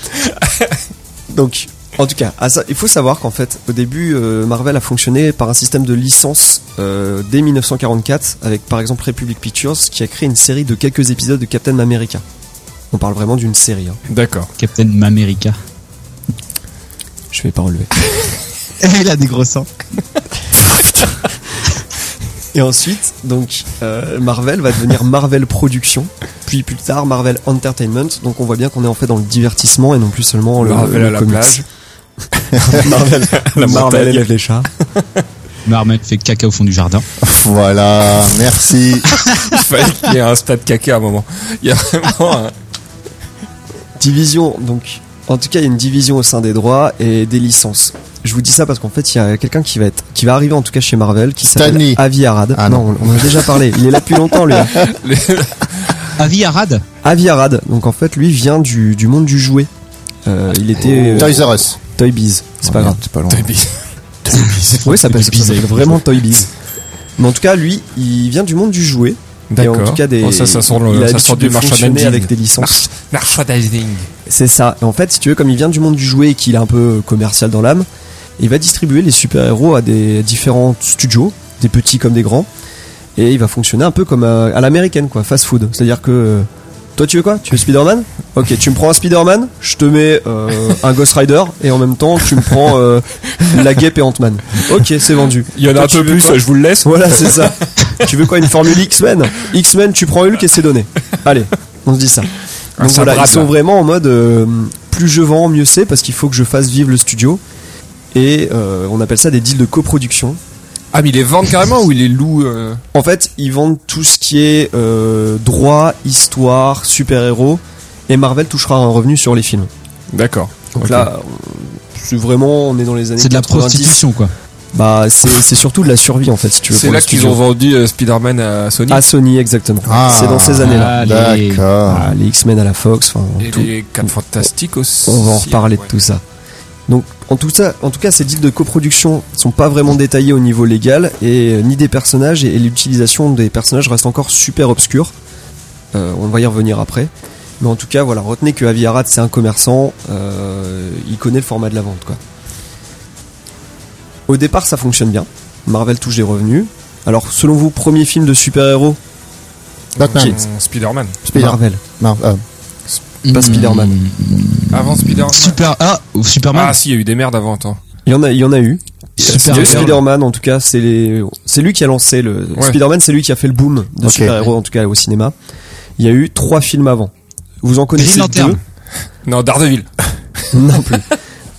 Speaker 7: Donc, en tout cas, à ça- il faut savoir qu'en fait, au début, euh, Marvel a fonctionné par un système de licence euh, dès 1944, avec par exemple Republic Pictures, qui a créé une série de quelques épisodes de Captain America. On parle vraiment d'une série. hein.
Speaker 2: D'accord.
Speaker 6: Captain America.
Speaker 7: Je vais pas relever.
Speaker 6: Il a des gros seins.
Speaker 7: Et ensuite, donc, euh, Marvel va devenir Marvel Productions, puis plus tard Marvel Entertainment. Donc, on voit bien qu'on est en fait dans le divertissement et non plus seulement le,
Speaker 2: Marvel
Speaker 7: le
Speaker 2: à la
Speaker 7: comics.
Speaker 2: plage.
Speaker 7: [LAUGHS] Marvel,
Speaker 2: [LAUGHS] La
Speaker 7: Marvel
Speaker 2: montagne.
Speaker 7: élève les chats.
Speaker 6: Marmel fait caca au fond du jardin.
Speaker 5: Voilà, merci.
Speaker 2: Il fallait qu'il y ait un stade caca à un moment. Il y a vraiment un...
Speaker 7: Division, donc, en tout cas, il y a une division au sein des droits et des licences. Je vous dis ça parce qu'en fait, il y a quelqu'un qui va être, qui va arriver en tout cas chez Marvel, qui s'appelle
Speaker 5: Stanley.
Speaker 7: Avi Arad.
Speaker 5: Ah
Speaker 7: non, on on en a déjà parlé. Il est là depuis longtemps, lui. hein.
Speaker 2: le-
Speaker 6: Avi
Speaker 2: [LAUGHS]
Speaker 6: Ah Arad.
Speaker 7: Avi Arad. Donc en fait, lui vient du, du monde du jouet. Euh, il était euh,
Speaker 5: Oh. Toys R Us.
Speaker 7: Toy Biz. C'est pas grave.
Speaker 5: C'est pas long.
Speaker 7: Oui, ça s'appelle
Speaker 6: Toy Biz
Speaker 7: ça s'appelle
Speaker 6: avec-
Speaker 7: vraiment Toy Biz. [LAUGHS] Mais en tout cas, lui, il vient du monde du jouet. Et en tout cas, des,
Speaker 2: Oh, ça, ça sent le-
Speaker 7: il a
Speaker 2: ça sent
Speaker 7: l'habitude
Speaker 2: du
Speaker 7: de fonctionner
Speaker 2: merchandising.
Speaker 7: avec des licences.
Speaker 2: March- merchandising.
Speaker 7: C'est ça. Et en fait, si tu veux, comme il vient du monde du jouet et qu'il est un peu commercial dans l'âme, il va distribuer les super-héros à des différents studios, des petits comme des grands. Et il va fonctionner un peu comme à, à l'américaine, quoi, fast food. C'est-à-dire que. euh, Toi, tu veux quoi Tu veux Spider-Man Ok, tu me prends un Spider-Man, je te mets euh, un Ghost Rider, et en même temps, tu me prends euh, la guêpe et Ant-Man. Ok, c'est vendu.
Speaker 2: Il y en a
Speaker 7: Toi,
Speaker 2: un
Speaker 7: tu
Speaker 2: peu
Speaker 7: veux
Speaker 2: plus,
Speaker 7: quoi
Speaker 2: je vous le laisse.
Speaker 7: Voilà,
Speaker 2: [LAUGHS]
Speaker 7: c'est ça. tu veux quoi Une formule X-Men X-Men, tu prends Hulk et c'est donné. Allez, on se dit ça.
Speaker 2: Ah,
Speaker 7: Donc
Speaker 2: ça
Speaker 7: voilà,
Speaker 2: brade,
Speaker 7: ils sont
Speaker 2: là.
Speaker 7: vraiment en mode euh, plus je vends, mieux c'est, parce qu'il faut que je fasse vivre le studio. Et euh, on appelle ça des deals de coproduction.
Speaker 2: Ah, mais il les vendent carrément ou il les loue euh,
Speaker 7: En fait, ils vendent tout ce qui est euh, droit, histoire, super-héros, et Marvel touchera un revenu sur les films.
Speaker 2: D'accord.
Speaker 7: Donc
Speaker 2: Ok.
Speaker 7: là, c'est vraiment, on est dans les années
Speaker 6: C'est de la
Speaker 7: 90.
Speaker 6: prostitution quoi.
Speaker 7: Bah, c'est c'est surtout de la survie en fait, si tu veux.
Speaker 2: C'est
Speaker 7: pour
Speaker 2: là
Speaker 7: le
Speaker 2: qu'ils
Speaker 7: studio.
Speaker 2: ont vendu euh, Spider-Man à Sony.
Speaker 7: À Sony, exactement.
Speaker 5: Ah.
Speaker 7: c'est dans ces années-là.
Speaker 6: Allez.
Speaker 5: D'accord.
Speaker 7: Ah, les X-Men à la Fox, enfin,
Speaker 2: et
Speaker 7: tout.
Speaker 2: les 4 Fantastiques aussi.
Speaker 7: on va en reparler
Speaker 2: Ouais.
Speaker 7: de tout ça. Donc, en tout, ça, en tout cas, ces deals de coproduction sont pas vraiment détaillés au niveau légal, et euh, ni des personnages, et, et l'utilisation des personnages reste encore super obscure. Euh, on va y revenir après. Mais en tout cas, voilà, retenez que Avi Arad, c'est un commerçant, euh, il connaît le format de la vente, quoi. Au départ, ça fonctionne bien. Marvel touche des revenus. Alors, selon vous, premier film de super-héros
Speaker 5: Batman.
Speaker 2: Hum, Spider-Man.
Speaker 5: Spider-Man.
Speaker 7: Marvel,
Speaker 5: Non, euh,
Speaker 7: pas Spider-Man.
Speaker 2: Avant Spider-Man.
Speaker 6: Hmm. Super ah Superman.
Speaker 2: Ah, si, il y a eu des merdes avant, attends.
Speaker 7: Il y en a, il y en a eu. Il
Speaker 6: Super-
Speaker 7: y a
Speaker 2: Spider-Man.
Speaker 7: eu Spider-Man en tout cas, c'est les- c'est lui qui a lancé le
Speaker 2: Ouais.
Speaker 7: Spider-Man, c'est lui qui a fait le boom de
Speaker 5: Ok.
Speaker 7: super-héros en tout cas au cinéma. Il y a eu trois films avant. Vous en connaissez
Speaker 6: Green Lantern.
Speaker 7: deux
Speaker 2: Non, Daredevil.
Speaker 7: Non plus.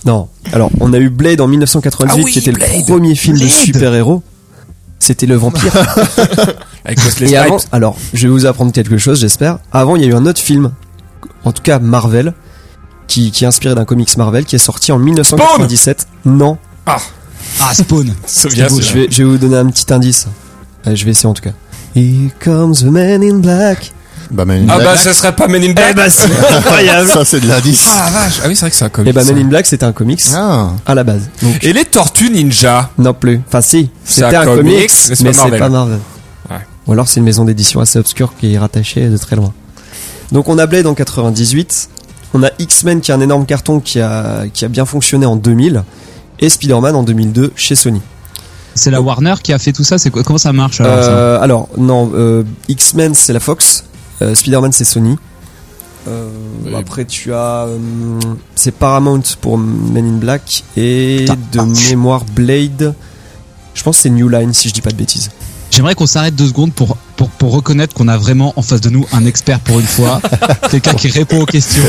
Speaker 7: non. Alors, on a eu Blade en 1998
Speaker 2: Ah oui,
Speaker 7: qui était
Speaker 2: Blade.
Speaker 7: le premier film de
Speaker 6: Blade.
Speaker 7: super-héros. c'était le vampire.
Speaker 2: Avec Wesley
Speaker 7: Et avant,
Speaker 2: Snipes.
Speaker 7: alors, je vais vous apprendre quelque chose, j'espère. Avant, il y a eu un autre film, en tout cas Marvel, qui, qui est inspiré d'un comics Marvel, qui est sorti en 1997. Non,
Speaker 6: Ah, Spawn.
Speaker 2: Souviens,
Speaker 7: Bon,
Speaker 2: c'est
Speaker 7: je vais, je vais vous donner un petit indice. Euh, je vais essayer en tout cas. Here comes the man in black.
Speaker 5: Bah, Men in
Speaker 2: Ah
Speaker 5: Black.
Speaker 2: bah, ça serait pas Men in Black. [LAUGHS]
Speaker 7: bah c'est incroyable.
Speaker 5: Ça, c'est de l'indice.
Speaker 2: Ah la vache. Ah oui, c'est vrai que c'est un comics.
Speaker 7: Et bah Man in Black c'était un comics
Speaker 5: Ah.
Speaker 7: à la base. Donc,
Speaker 2: Et les Tortues Ninja.
Speaker 7: non plus. Enfin si,
Speaker 2: C'est
Speaker 7: c'était
Speaker 2: un
Speaker 7: un
Speaker 2: comics,
Speaker 7: comics,
Speaker 2: mais c'est
Speaker 7: mais
Speaker 2: pas
Speaker 7: c'est
Speaker 2: Marvel.
Speaker 7: pas Marvel.
Speaker 2: Ouais.
Speaker 7: Ou alors c'est une maison d'édition assez obscure qui est rattachée de très loin. Donc on a Blade en 98, on a X-Men qui est un énorme carton qui a, qui a bien fonctionné en 2000 et Spider-Man en 2002 chez Sony.
Speaker 6: C'est la Warner qui a fait tout ça. C'est quoi Comment ça marche alors, ça
Speaker 7: Euh, alors, non, euh, X-Men c'est la Fox, euh, Spider-Man c'est Sony. Euh,
Speaker 2: Oui.
Speaker 7: Après tu as euh, c'est Paramount pour Men in Black et
Speaker 6: Putain,
Speaker 7: de mémoire Blade. Je pense que c'est New Line si je dis pas de [LAUGHS] bêtises.
Speaker 6: J'aimerais qu'on s'arrête deux secondes pour, pour, pour reconnaître qu'on a vraiment en face de nous un expert pour
Speaker 2: [LAUGHS]
Speaker 6: une fois. Quelqu'un qui répond aux questions.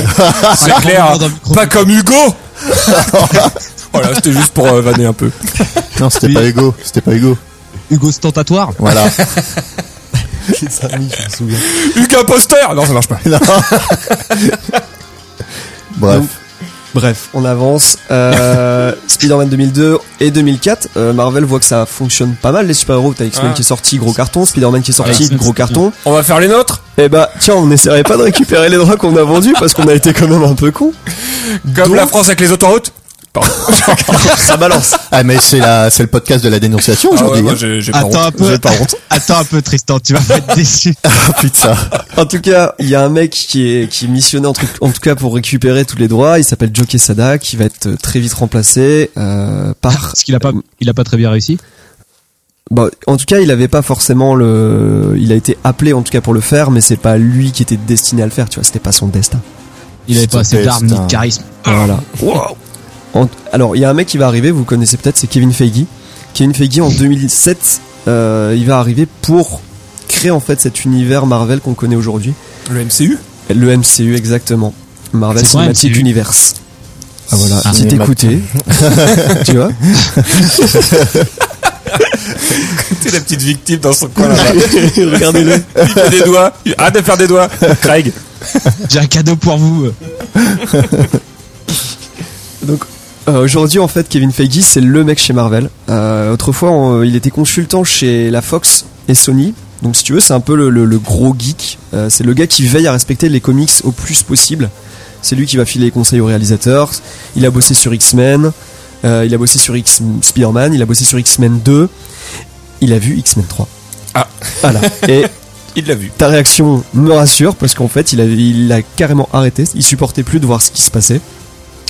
Speaker 2: C'est clair. Pas comme Hugo. [LAUGHS] voilà, c'était juste pour euh, vanner un peu.
Speaker 5: Non, c'était
Speaker 6: Oui.
Speaker 5: pas Hugo. C'était pas Hugo.
Speaker 6: Hugo Stentatoire.
Speaker 5: Voilà.
Speaker 2: Hugo imposteur. Non, ça marche pas.
Speaker 5: Bref.
Speaker 7: Bref, on avance. Euh, Spider-Man 2002 et 2004. euh, Marvel voit que ça fonctionne pas mal les super-héros. T'as X-Men
Speaker 2: Ah.
Speaker 7: qui est sorti gros carton, Spider-Man qui est sorti
Speaker 6: X-Men,
Speaker 7: gros
Speaker 6: c'est bien.
Speaker 7: carton.
Speaker 2: On va faire les nôtres.
Speaker 7: Et bah tiens, on n'essaierait pas de récupérer les droits qu'on a vendus parce qu'on a été quand même un peu con.
Speaker 2: Comme
Speaker 7: Donc-
Speaker 2: la France avec les autoroutes. Pardon.
Speaker 7: Ça balance.
Speaker 5: Ah, mais c'est la, c'est le podcast de la dénonciation
Speaker 2: Ah ouais,
Speaker 5: aujourd'hui.
Speaker 2: moi,
Speaker 5: hein.
Speaker 2: j'ai j'ai pas honte.
Speaker 6: Attends un peu. [LAUGHS] Attends un peu, Tristan. Tu vas pas
Speaker 2: [LAUGHS]
Speaker 6: être déçu.
Speaker 5: Ah, putain.
Speaker 7: En tout cas, il y a un mec qui est, qui est missionné en, truc- en tout cas pour récupérer tous les droits. Il s'appelle Joe Quesada qui va être euh, très vite remplacé euh, par.
Speaker 6: Parce qu'il a pas, il a pas très bien réussi.
Speaker 7: Bon, en tout cas, il avait pas forcément le. Il a été appelé en tout cas pour le faire, mais c'est pas lui qui était destiné à le faire. Tu vois, c'était pas son destin.
Speaker 6: Il avait
Speaker 5: C'était
Speaker 6: pas assez d'armes ni
Speaker 5: un-
Speaker 2: hein.
Speaker 6: de charisme.
Speaker 7: Voilà. En- alors, il y a un mec qui va arriver. Vous connaissez peut-être, c'est Kevin Feige. Kevin Feige en 2007, euh, il va arriver pour créer en fait cet univers Marvel qu'on connaît aujourd'hui.
Speaker 2: Le MCU.
Speaker 7: Le MCU exactement. Marvel
Speaker 6: C'est quoi,
Speaker 7: Cinematic
Speaker 6: MCU?
Speaker 7: Universe. Ah voilà,
Speaker 5: Ah,
Speaker 7: c'est
Speaker 5: cinéma-
Speaker 7: écouté. [LAUGHS] tu vois
Speaker 2: T'es la petite victime dans son coin là-bas.
Speaker 7: Regardez-le.
Speaker 2: Il fait des doigts. Il- Arrête de faire des doigts. Craig.
Speaker 6: J'ai un cadeau pour vous.
Speaker 7: Donc euh, aujourd'hui en fait Kevin Feige c'est le mec chez Marvel. Euh, autrefois on- il était consultant chez la Fox et Sony. Donc si tu veux c'est un peu le, le- le gros geek. Euh, c'est le gars qui veille à respecter les comics au plus possible. C'est lui qui va filer les conseils aux réalisateurs. Il a bossé sur X-Men. euh, il a bossé sur X Spider-Man. Il a bossé sur X-Men 2. Il a vu X-Men 3.
Speaker 2: Ah.
Speaker 7: Voilà. Et
Speaker 2: Il l'a vu.
Speaker 7: ta réaction me rassure parce qu'en fait il a, il a carrément arrêté, il supportait plus de voir ce qui se passait.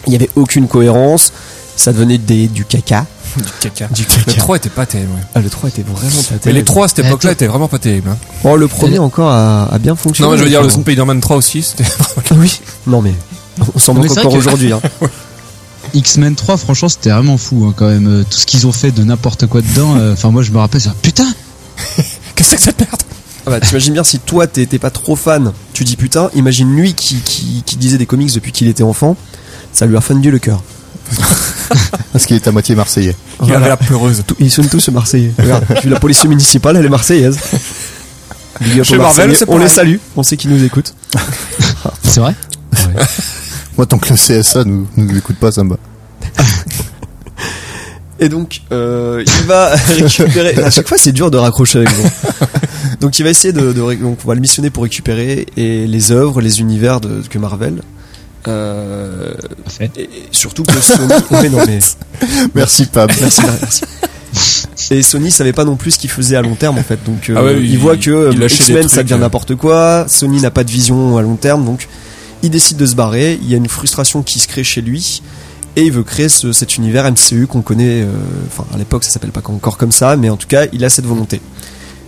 Speaker 7: Il n'y avait aucune cohérence, ça devenait des, du caca.
Speaker 2: Du caca.
Speaker 7: Du
Speaker 2: Le 3 était pas terrible. ouais.
Speaker 7: Ah, le 3 était vraiment pas
Speaker 2: Mais
Speaker 7: terrible.
Speaker 2: les 3 à cette
Speaker 6: Mais
Speaker 2: époque-là
Speaker 6: attends.
Speaker 2: étaient vraiment pas terribles. hein.
Speaker 7: Oh, le premier encore a, a bien fonctionné.
Speaker 2: Non, mais je veux dire, le
Speaker 7: Ah
Speaker 2: Spider-Man 3 aussi,
Speaker 7: [LAUGHS]
Speaker 2: c'était.
Speaker 7: Oui, non mais on s'en
Speaker 6: Non, mais
Speaker 7: manque
Speaker 6: c'est vrai
Speaker 7: encore
Speaker 6: que-
Speaker 2: [LAUGHS]
Speaker 7: aujourd'hui. hein.
Speaker 6: X-Men 3, franchement, c'était vraiment fou hein, quand même. Euh, Tout ce qu'ils ont fait de n'importe quoi dedans. euh, Enfin, moi, je me rappelle, ça. Putain,
Speaker 2: Qu'est-ce que c'est que cette merde
Speaker 7: Ah bah, T'imagines bien si toi t'es t'es pas trop fan, tu dis putain, imagine lui qui, qui, qui disait des comics depuis qu'il était enfant, ça lui a fendu le cœur.
Speaker 5: Parce qu'il est à moitié marseillais.
Speaker 2: Il avait la pleureuse.
Speaker 7: Tout- Ils sont tous [LAUGHS] Marseillais. Regarde, j'ai vu la police municipale, elle est marseillaise. Big up
Speaker 2: Chez Marvel,
Speaker 7: aux Marseillais.
Speaker 2: c'est
Speaker 7: on
Speaker 2: pareil.
Speaker 7: les salue, on sait qu'ils nous écoutent.
Speaker 6: c'est vrai.
Speaker 5: Moi, tant que le CSA nous, nous écoute pas, ça me va.
Speaker 7: Et donc, euh, il [LAUGHS] va récupérer. À chaque fois, c'est dur de raccrocher avec vous. [LAUGHS] Donc, il va essayer de. de ré- donc, on va le missionner pour récupérer et les œuvres, les univers de, que Marvel. Euh,
Speaker 6: Parfait.
Speaker 7: et, et surtout que Sony. [LAUGHS] Ouais, non, mais-
Speaker 5: Merci, Pab. [LAUGHS]
Speaker 7: merci, merci. Et Sony savait pas non plus ce qu'il faisait à long terme en fait. Donc euh,
Speaker 2: Ah ouais,
Speaker 7: il,
Speaker 2: il-
Speaker 7: voit que euh,
Speaker 2: il lâchait des
Speaker 7: X-Men ça
Speaker 2: trucs,
Speaker 7: devient
Speaker 2: euh.
Speaker 7: n'importe quoi, Sony n'a pas de vision à long terme donc il décide de se barrer, il y a une frustration qui se crée chez lui et il veut créer ce- cet univers MCU qu'on connaît euh, enfin à l'époque ça s'appelle pas encore comme ça mais en tout cas, il a cette volonté.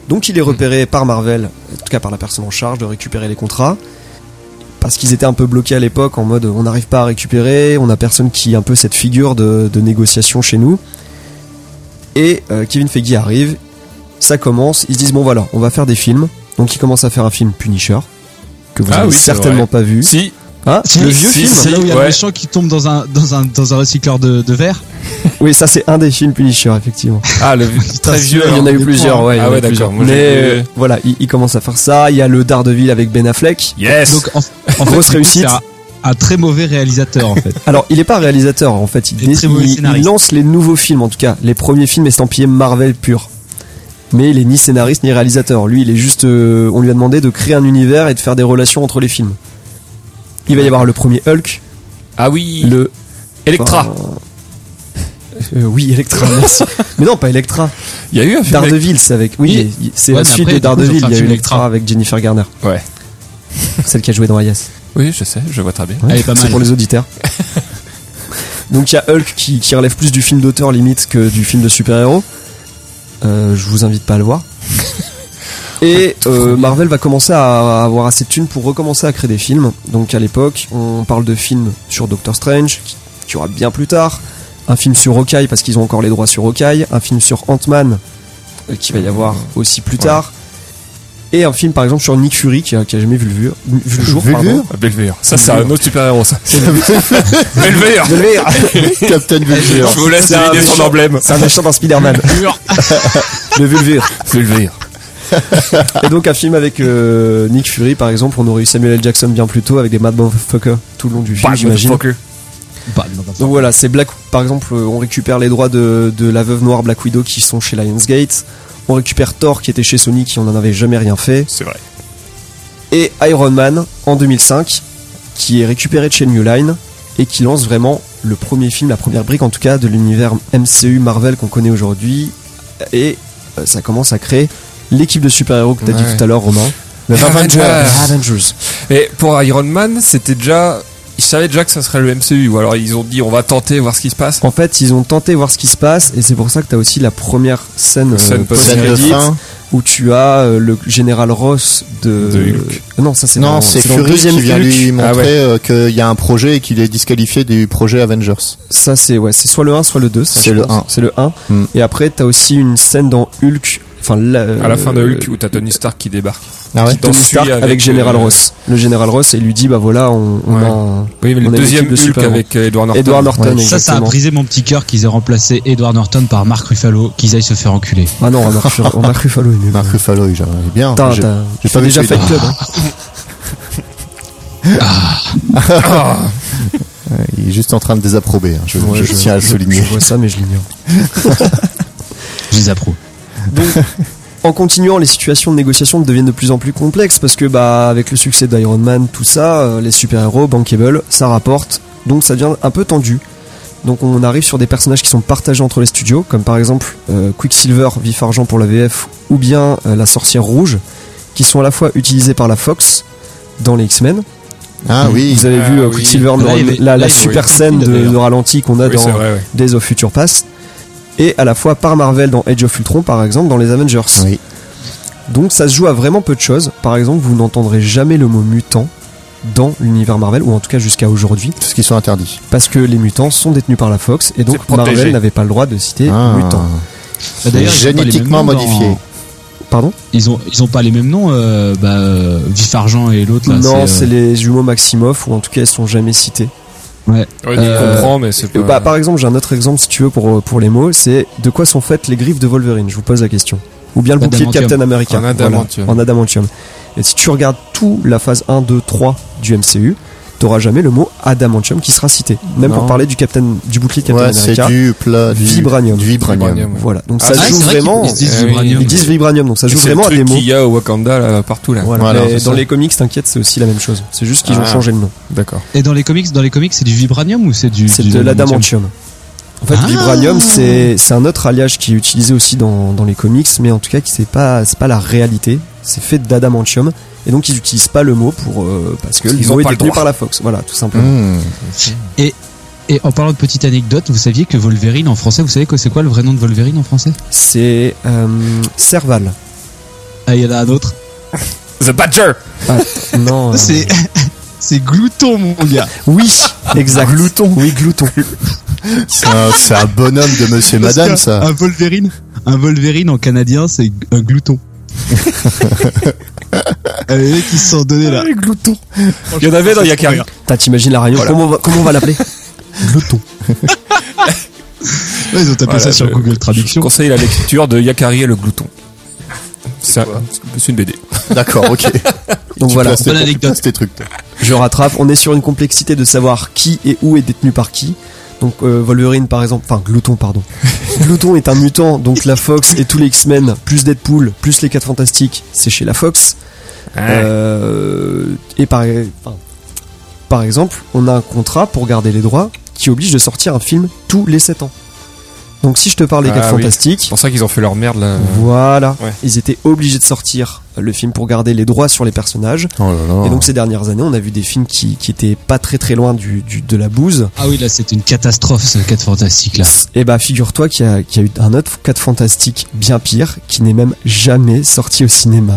Speaker 7: Donc il est repéré par Marvel, en tout cas par la personne en charge de récupérer les contrats parce qu'ils étaient un peu bloqués à l'époque en mode on n'arrive pas à récupérer, on a personne qui a un peu cette figure de, de négociation chez nous. Et euh, Kevin Feige arrive, ça commence, ils se disent bon voilà, on va faire des films. Donc ils commencent à faire un film Punisher que vous
Speaker 2: Ah
Speaker 7: avez
Speaker 2: oui, c'est
Speaker 7: certainement
Speaker 2: vrai.
Speaker 7: pas vu.
Speaker 2: Si,
Speaker 7: Ah,
Speaker 6: Si,
Speaker 7: le vieux
Speaker 2: si,
Speaker 7: film
Speaker 6: C'est là où il y a
Speaker 2: Ouais.
Speaker 6: le méchant qui tombe dans un, dans un, dans un recycleur de, de verre.
Speaker 7: Oui, ça c'est un des films Punisher, effectivement.
Speaker 2: Ah, le très vieux.
Speaker 7: Il y en a eu plusieurs, ouais. il y en
Speaker 2: Ah
Speaker 7: a
Speaker 2: ouais,
Speaker 7: eu plusieurs.
Speaker 2: d'accord. Moi, j'ai
Speaker 7: Mais
Speaker 2: vu-
Speaker 7: euh, voilà, il, il commence à faire ça. Il y a le Daredevil avec Ben Affleck.
Speaker 2: Yes.
Speaker 6: Donc, en, en fait,
Speaker 7: Grosse
Speaker 6: du coup,
Speaker 7: réussite.
Speaker 6: c'est Un, un très mauvais réalisateur, [LAUGHS] en fait.
Speaker 7: Alors, il est pas réalisateur, en fait. Il,
Speaker 6: Il est
Speaker 7: dé-
Speaker 6: très mauvais
Speaker 7: il- il
Speaker 6: scénariste.
Speaker 7: lance les nouveaux films, en tout cas. Les premiers films estampillés Marvel pur. Mais il est ni scénariste ni réalisateur. Lui, il est juste. euh, on lui a demandé de créer un univers et de faire des relations entre les films. Il va y avoir le premier Hulk,
Speaker 2: ah oui.
Speaker 7: le. Oh.
Speaker 2: Electra.
Speaker 7: Euh, oui, Electra,
Speaker 6: [LAUGHS]
Speaker 7: merci. Mais non, pas Electra.
Speaker 2: Il y a eu un film. avec-
Speaker 7: Daredevil, c'est avec. Oui,
Speaker 6: Oui.
Speaker 7: mais c'est
Speaker 6: Ouais,
Speaker 7: la
Speaker 6: mais
Speaker 7: suite de
Speaker 6: après, du coup, ils ont
Speaker 7: Daredevil.
Speaker 6: fait un
Speaker 7: Il y a eu
Speaker 6: film
Speaker 7: Electra
Speaker 6: Electra.
Speaker 7: avec Jennifer Garner,
Speaker 2: Ouais.
Speaker 7: celle qui a joué dans Alias.
Speaker 2: Oui, je sais, je vois très bien.
Speaker 6: Elle est pas
Speaker 7: C'est
Speaker 6: mal.
Speaker 7: pour les
Speaker 6: [LAUGHS]
Speaker 7: auditeurs. Donc il y a Hulk qui, qui relève plus du film d'auteur limite que du film de super-héros. Euh, je vous invite pas à
Speaker 6: [LAUGHS]
Speaker 7: le voir. Et euh, Marvel va commencer à avoir assez de thunes pour recommencer à créer des films. Donc à l'époque, on parle de films sur Doctor Strange, qui, qui aura bien plus tard. Un film sur Hawkeye, parce qu'ils ont encore les droits sur Hawkeye. Un film sur Ant-Man, euh, qui va y avoir aussi plus tard. Et un film par exemple sur Nick Fury, qui a, qui a jamais vu le, vu- vu le jour. pardon.
Speaker 5: Vulvure
Speaker 2: Ah, Belvedere. Ça, c'est un autre super héros,
Speaker 7: [LAUGHS]
Speaker 2: ça. Belvedere.
Speaker 5: Captain Vulvure.
Speaker 2: Je vous laisse
Speaker 7: C'est un
Speaker 2: deviner son
Speaker 7: méchant.
Speaker 2: emblème.
Speaker 7: C'est un méchant
Speaker 2: [LAUGHS]
Speaker 7: dans Spider-Man. le Vulvure.
Speaker 2: Belvedere.
Speaker 7: Et donc un film avec euh, Nick Fury par exemple, on aurait eu Samuel L. Jackson bien plus tôt avec des Mad Motherfucker tout le long du film
Speaker 2: Bad
Speaker 7: j'imagine.
Speaker 2: motherfucker.
Speaker 6: Bah, non, non,
Speaker 7: Donc voilà, c'est Black, par exemple, euh, on récupère les droits de, de la veuve noire Black Widow qui sont chez Lionsgate. On récupère Thor qui était chez Sony qui on n'en avait jamais rien fait.
Speaker 2: C'est vrai.
Speaker 7: Et Iron Man en 2005 qui est récupéré de chez New Line et qui lance vraiment le premier film, la première brique en tout cas de l'univers MCU Marvel qu'on connaît aujourd'hui. Et euh, ça commence à créer l'équipe de super-héros que t'as
Speaker 2: Ouais.
Speaker 7: dit tout à l'heure Romain.
Speaker 5: Les Avengers.
Speaker 7: Avengers.
Speaker 2: Mais pour Iron Man, c'était déjà. Ils savaient déjà que ça serait le MCU. Ou alors ils ont dit on va tenter, voir ce qui se passe.
Speaker 7: En fait, ils ont tenté voir ce qui se passe et c'est pour ça que t'as aussi la première scène euh,
Speaker 2: Scène
Speaker 5: Scène de
Speaker 7: post-credit,
Speaker 5: fin.
Speaker 7: où tu as euh, le général Ross de,
Speaker 2: De Hulk.
Speaker 7: Non, ça c'est
Speaker 5: Non,
Speaker 7: dans-
Speaker 5: c'est
Speaker 7: dans le
Speaker 5: Fury
Speaker 7: deuxième
Speaker 5: qui vient
Speaker 7: Hulk.
Speaker 5: lui montrer
Speaker 2: Ah ouais.
Speaker 5: euh, qu'il y a un projet et qu'il est disqualifié du projet Avengers.
Speaker 7: Ça c'est ouais, c'est soit le 1 soit le 2, ça,
Speaker 5: C'est
Speaker 7: je
Speaker 5: le
Speaker 7: pense.
Speaker 5: 1.
Speaker 7: C'est le 1.
Speaker 5: Hmm.
Speaker 7: Et après t'as aussi une scène dans Hulk enfin la,
Speaker 2: À la fin de Hulk,
Speaker 7: euh,
Speaker 2: où t'as Tony Stark qui débarque.
Speaker 5: Ah ouais
Speaker 2: Qui t'en
Speaker 7: Tony Stark
Speaker 2: suit
Speaker 7: avec, Général
Speaker 2: euh,
Speaker 7: Ross. Le Général Ross et il lui dit bah voilà, on, on
Speaker 2: Ouais.
Speaker 7: a un-
Speaker 2: Oui, mais
Speaker 7: On
Speaker 2: le
Speaker 7: a une
Speaker 2: deuxième
Speaker 7: équipe de
Speaker 2: Hulk
Speaker 7: super-héros.
Speaker 2: avec euh, Edward Norton.
Speaker 7: Edward Norton
Speaker 5: Ouais.
Speaker 6: Ça, ça a
Speaker 7: exactement.
Speaker 6: brisé mon petit cœur qu'ils aient remplacé Edward Norton par Mark Ruffalo, qu'ils aillent se faire enculer.
Speaker 7: Ah non, on
Speaker 2: [LAUGHS]
Speaker 7: a cru on a cru Fallo, il est
Speaker 5: Marc Ruffalo, il est bien.
Speaker 7: Putain,
Speaker 5: J'ai-
Speaker 7: t'as-
Speaker 5: j'ai
Speaker 7: t'as
Speaker 5: pas vu
Speaker 7: déjà fait
Speaker 5: celui-là.
Speaker 7: club. hein. Ah,
Speaker 5: Il est juste en train de désapprober. hein, Je,
Speaker 7: Ouais,
Speaker 5: je
Speaker 7: je-
Speaker 5: tiens à le
Speaker 7: Je
Speaker 5: souligner.
Speaker 7: vois ça mais je l'ignore.
Speaker 6: Je les approuve. Bah,
Speaker 7: en continuant, les situations de négociation deviennent de plus en plus complexes parce que, bah, avec le succès d'Iron Man, tout ça, euh, les super-héros, bankable, ça rapporte, donc ça devient un peu tendu. Donc on arrive sur des personnages qui sont partagés entre les studios, comme par exemple euh, Quicksilver, Vif Argent pour la VF, ou bien euh, la Sorcière Rouge, qui sont à la fois utilisés par la Fox dans les X-Men.
Speaker 5: Ah oui.
Speaker 7: Vous avez
Speaker 2: Ah
Speaker 7: vu euh,
Speaker 2: oui.
Speaker 7: Quicksilver,
Speaker 6: Là,
Speaker 7: le-
Speaker 6: il est-
Speaker 7: la, la
Speaker 6: là, il est-
Speaker 7: super
Speaker 6: oui.
Speaker 7: scène de,
Speaker 6: D'ailleurs.
Speaker 7: de ralenti qu'on a
Speaker 2: Oui, c'est
Speaker 7: dans
Speaker 2: vrai, ouais.
Speaker 7: Days of Future Past, et à la fois par Marvel dans Age of Ultron, par exemple, dans les Avengers.
Speaker 5: Oui.
Speaker 7: Donc ça se joue à vraiment peu de choses. Par exemple, vous n'entendrez jamais le mot mutant dans l'univers Marvel, ou en tout cas jusqu'à aujourd'hui,
Speaker 5: Tout ce qui sont interdits.
Speaker 7: parce que les mutants sont détenus par la Fox, et donc
Speaker 2: C'est protégé.
Speaker 7: Marvel n'avait pas le droit de citer
Speaker 5: Ah.
Speaker 7: mutant.
Speaker 6: Bah, d'ailleurs, ils ont pas les mêmes
Speaker 5: Génétiquement
Speaker 6: noms dans-
Speaker 5: modifié.
Speaker 7: Pardon
Speaker 6: Ils ont, ils ont pas les mêmes noms, euh, bah, euh, Vif Argent et l'autre là.
Speaker 7: Non, c'est
Speaker 6: c'est. euh,
Speaker 7: les jumeaux Maximoff, ou en tout cas elles sont jamais citées.
Speaker 2: Ouais,
Speaker 6: Euh,
Speaker 2: je comprends, mais c'est
Speaker 7: Euh,
Speaker 2: pas.
Speaker 7: bah, par exemple, j'ai un autre exemple, si tu veux, pour, euh, pour les mots, c'est de quoi sont faites les griffes de Wolverine Je vous pose la question. Ou bien le bouclier de
Speaker 6: Adamantium.
Speaker 7: Captain America.
Speaker 2: En adamantium.
Speaker 7: en adamantium. Et si tu regardes tout la phase 1, 2, 3 du MCU, t'auras jamais le mot adamantium qui sera cité. Même
Speaker 5: Non.
Speaker 7: pour parler du, Captain, du bouclier de Captain
Speaker 5: Ouais, c'est
Speaker 7: America.
Speaker 5: du plat. Du
Speaker 7: Vibranium.
Speaker 5: du vibranium.
Speaker 2: Vibranium. ouais.
Speaker 7: Voilà, donc
Speaker 2: Ah,
Speaker 7: ça
Speaker 2: ouais,
Speaker 7: se joue
Speaker 2: c'est vrai
Speaker 7: vraiment.
Speaker 6: qu'ils disent
Speaker 2: Euh, oui,
Speaker 6: vibranium.
Speaker 7: Ils disent vibranium, donc ça joue
Speaker 2: C'est le
Speaker 7: vraiment à des
Speaker 2: truc
Speaker 7: mots.
Speaker 2: qu'il y a au Wakanda là, partout là.
Speaker 7: Voilà,
Speaker 5: Voilà,
Speaker 7: mais
Speaker 5: c'est
Speaker 7: dans
Speaker 5: ça.
Speaker 7: les comics, t'inquiète, c'est aussi la même chose. C'est juste qu'ils ont
Speaker 5: Ah.
Speaker 7: changé le nom.
Speaker 2: D'accord.
Speaker 6: Et dans les comics, dans les comics, c'est du vibranium ou c'est du.
Speaker 7: C'est
Speaker 6: du
Speaker 7: de l'adamantium. En fait,
Speaker 6: Ah.
Speaker 7: vibranium, c'est c'est un autre alliage qui est utilisé aussi dans, dans les comics, mais en tout cas, qui c'est pas c'est pas la réalité. C'est fait d'adamantium, et donc ils n'utilisent pas le mot pour euh, parce que
Speaker 2: Parce
Speaker 7: le
Speaker 2: qu'ils ont
Speaker 7: mot est
Speaker 2: pas le
Speaker 7: détenu
Speaker 2: droit. Hmm.
Speaker 7: par la Fox. Voilà, tout simplement.
Speaker 5: Mmh.
Speaker 6: Et en parlant de petite anecdote, vous saviez que Wolverine en français, vous savez que c'est quoi le vrai nom de Wolverine en français
Speaker 7: C'est euh, Serval.
Speaker 6: Ah, il y en a un autre.
Speaker 2: The Badger
Speaker 6: [LAUGHS]
Speaker 7: Non. euh,
Speaker 6: Ah, C'est. C'est Glouton, mon gars.
Speaker 7: Oui, exact. Glouton. Oui, glouton.
Speaker 5: C'est un, c'est un bonhomme de monsieur et
Speaker 6: [LAUGHS] Parce
Speaker 5: madame,
Speaker 6: qu'un-
Speaker 5: ça.
Speaker 6: Un [LAUGHS] Wolverine, un Wolverine en canadien, c'est un glouton. Ah, les mecs, ils se sont donnés là.
Speaker 5: Glouton.
Speaker 2: Il y en avait dans Yakari.
Speaker 7: Putain, t'imagines la radio Comment on va, comment on va l'appeler
Speaker 5: Glouton.
Speaker 6: Ouais, ils ont tapé ça sur
Speaker 2: je-
Speaker 6: Google
Speaker 2: Je
Speaker 6: Traduction.
Speaker 2: conseille la lecture de Yakari et le glouton. C'est un- c'est une BD.
Speaker 5: D'accord, ok.
Speaker 7: Donc
Speaker 5: Tu
Speaker 7: voilà.
Speaker 5: places tes-
Speaker 6: Bonne
Speaker 5: tu
Speaker 6: anecdote.
Speaker 5: places tes trucs. toi.
Speaker 7: Je rattrape. On est sur une complexité de savoir qui et où est détenu par qui. Donc euh, Wolverine par exemple, enfin Glouton pardon. Glouton est un mutant, donc la Fox et tous les X-Men, plus Deadpool, plus les 4 Fantastiques, c'est chez la Fox.
Speaker 2: Ah
Speaker 7: Euh, et par, enfin, par exemple, on a un contrat pour garder les droits qui oblige de sortir un film tous les 7 ans. Donc si je te parle des
Speaker 2: Ah
Speaker 7: 4
Speaker 2: oui.
Speaker 7: Fantastiques,
Speaker 2: C'est pour ça qu'ils ont fait leur merde là.
Speaker 7: voilà,
Speaker 2: Ouais.
Speaker 7: ils étaient obligés de sortir le film pour garder les droits sur les personnages.
Speaker 5: Oh là là.
Speaker 2: Ah.
Speaker 7: Et donc ces dernières années, on a vu des films qui, qui étaient pas très très loin du, du- de la bouse.
Speaker 6: Ah oui, là, c'est une catastrophe, ce 4 fantastique là.
Speaker 7: Et bah figure-toi qu'il y, a- qu'il y a eu un autre 4 fantastique bien pire qui n'est même jamais sorti
Speaker 2: [LAUGHS]
Speaker 7: au cinéma.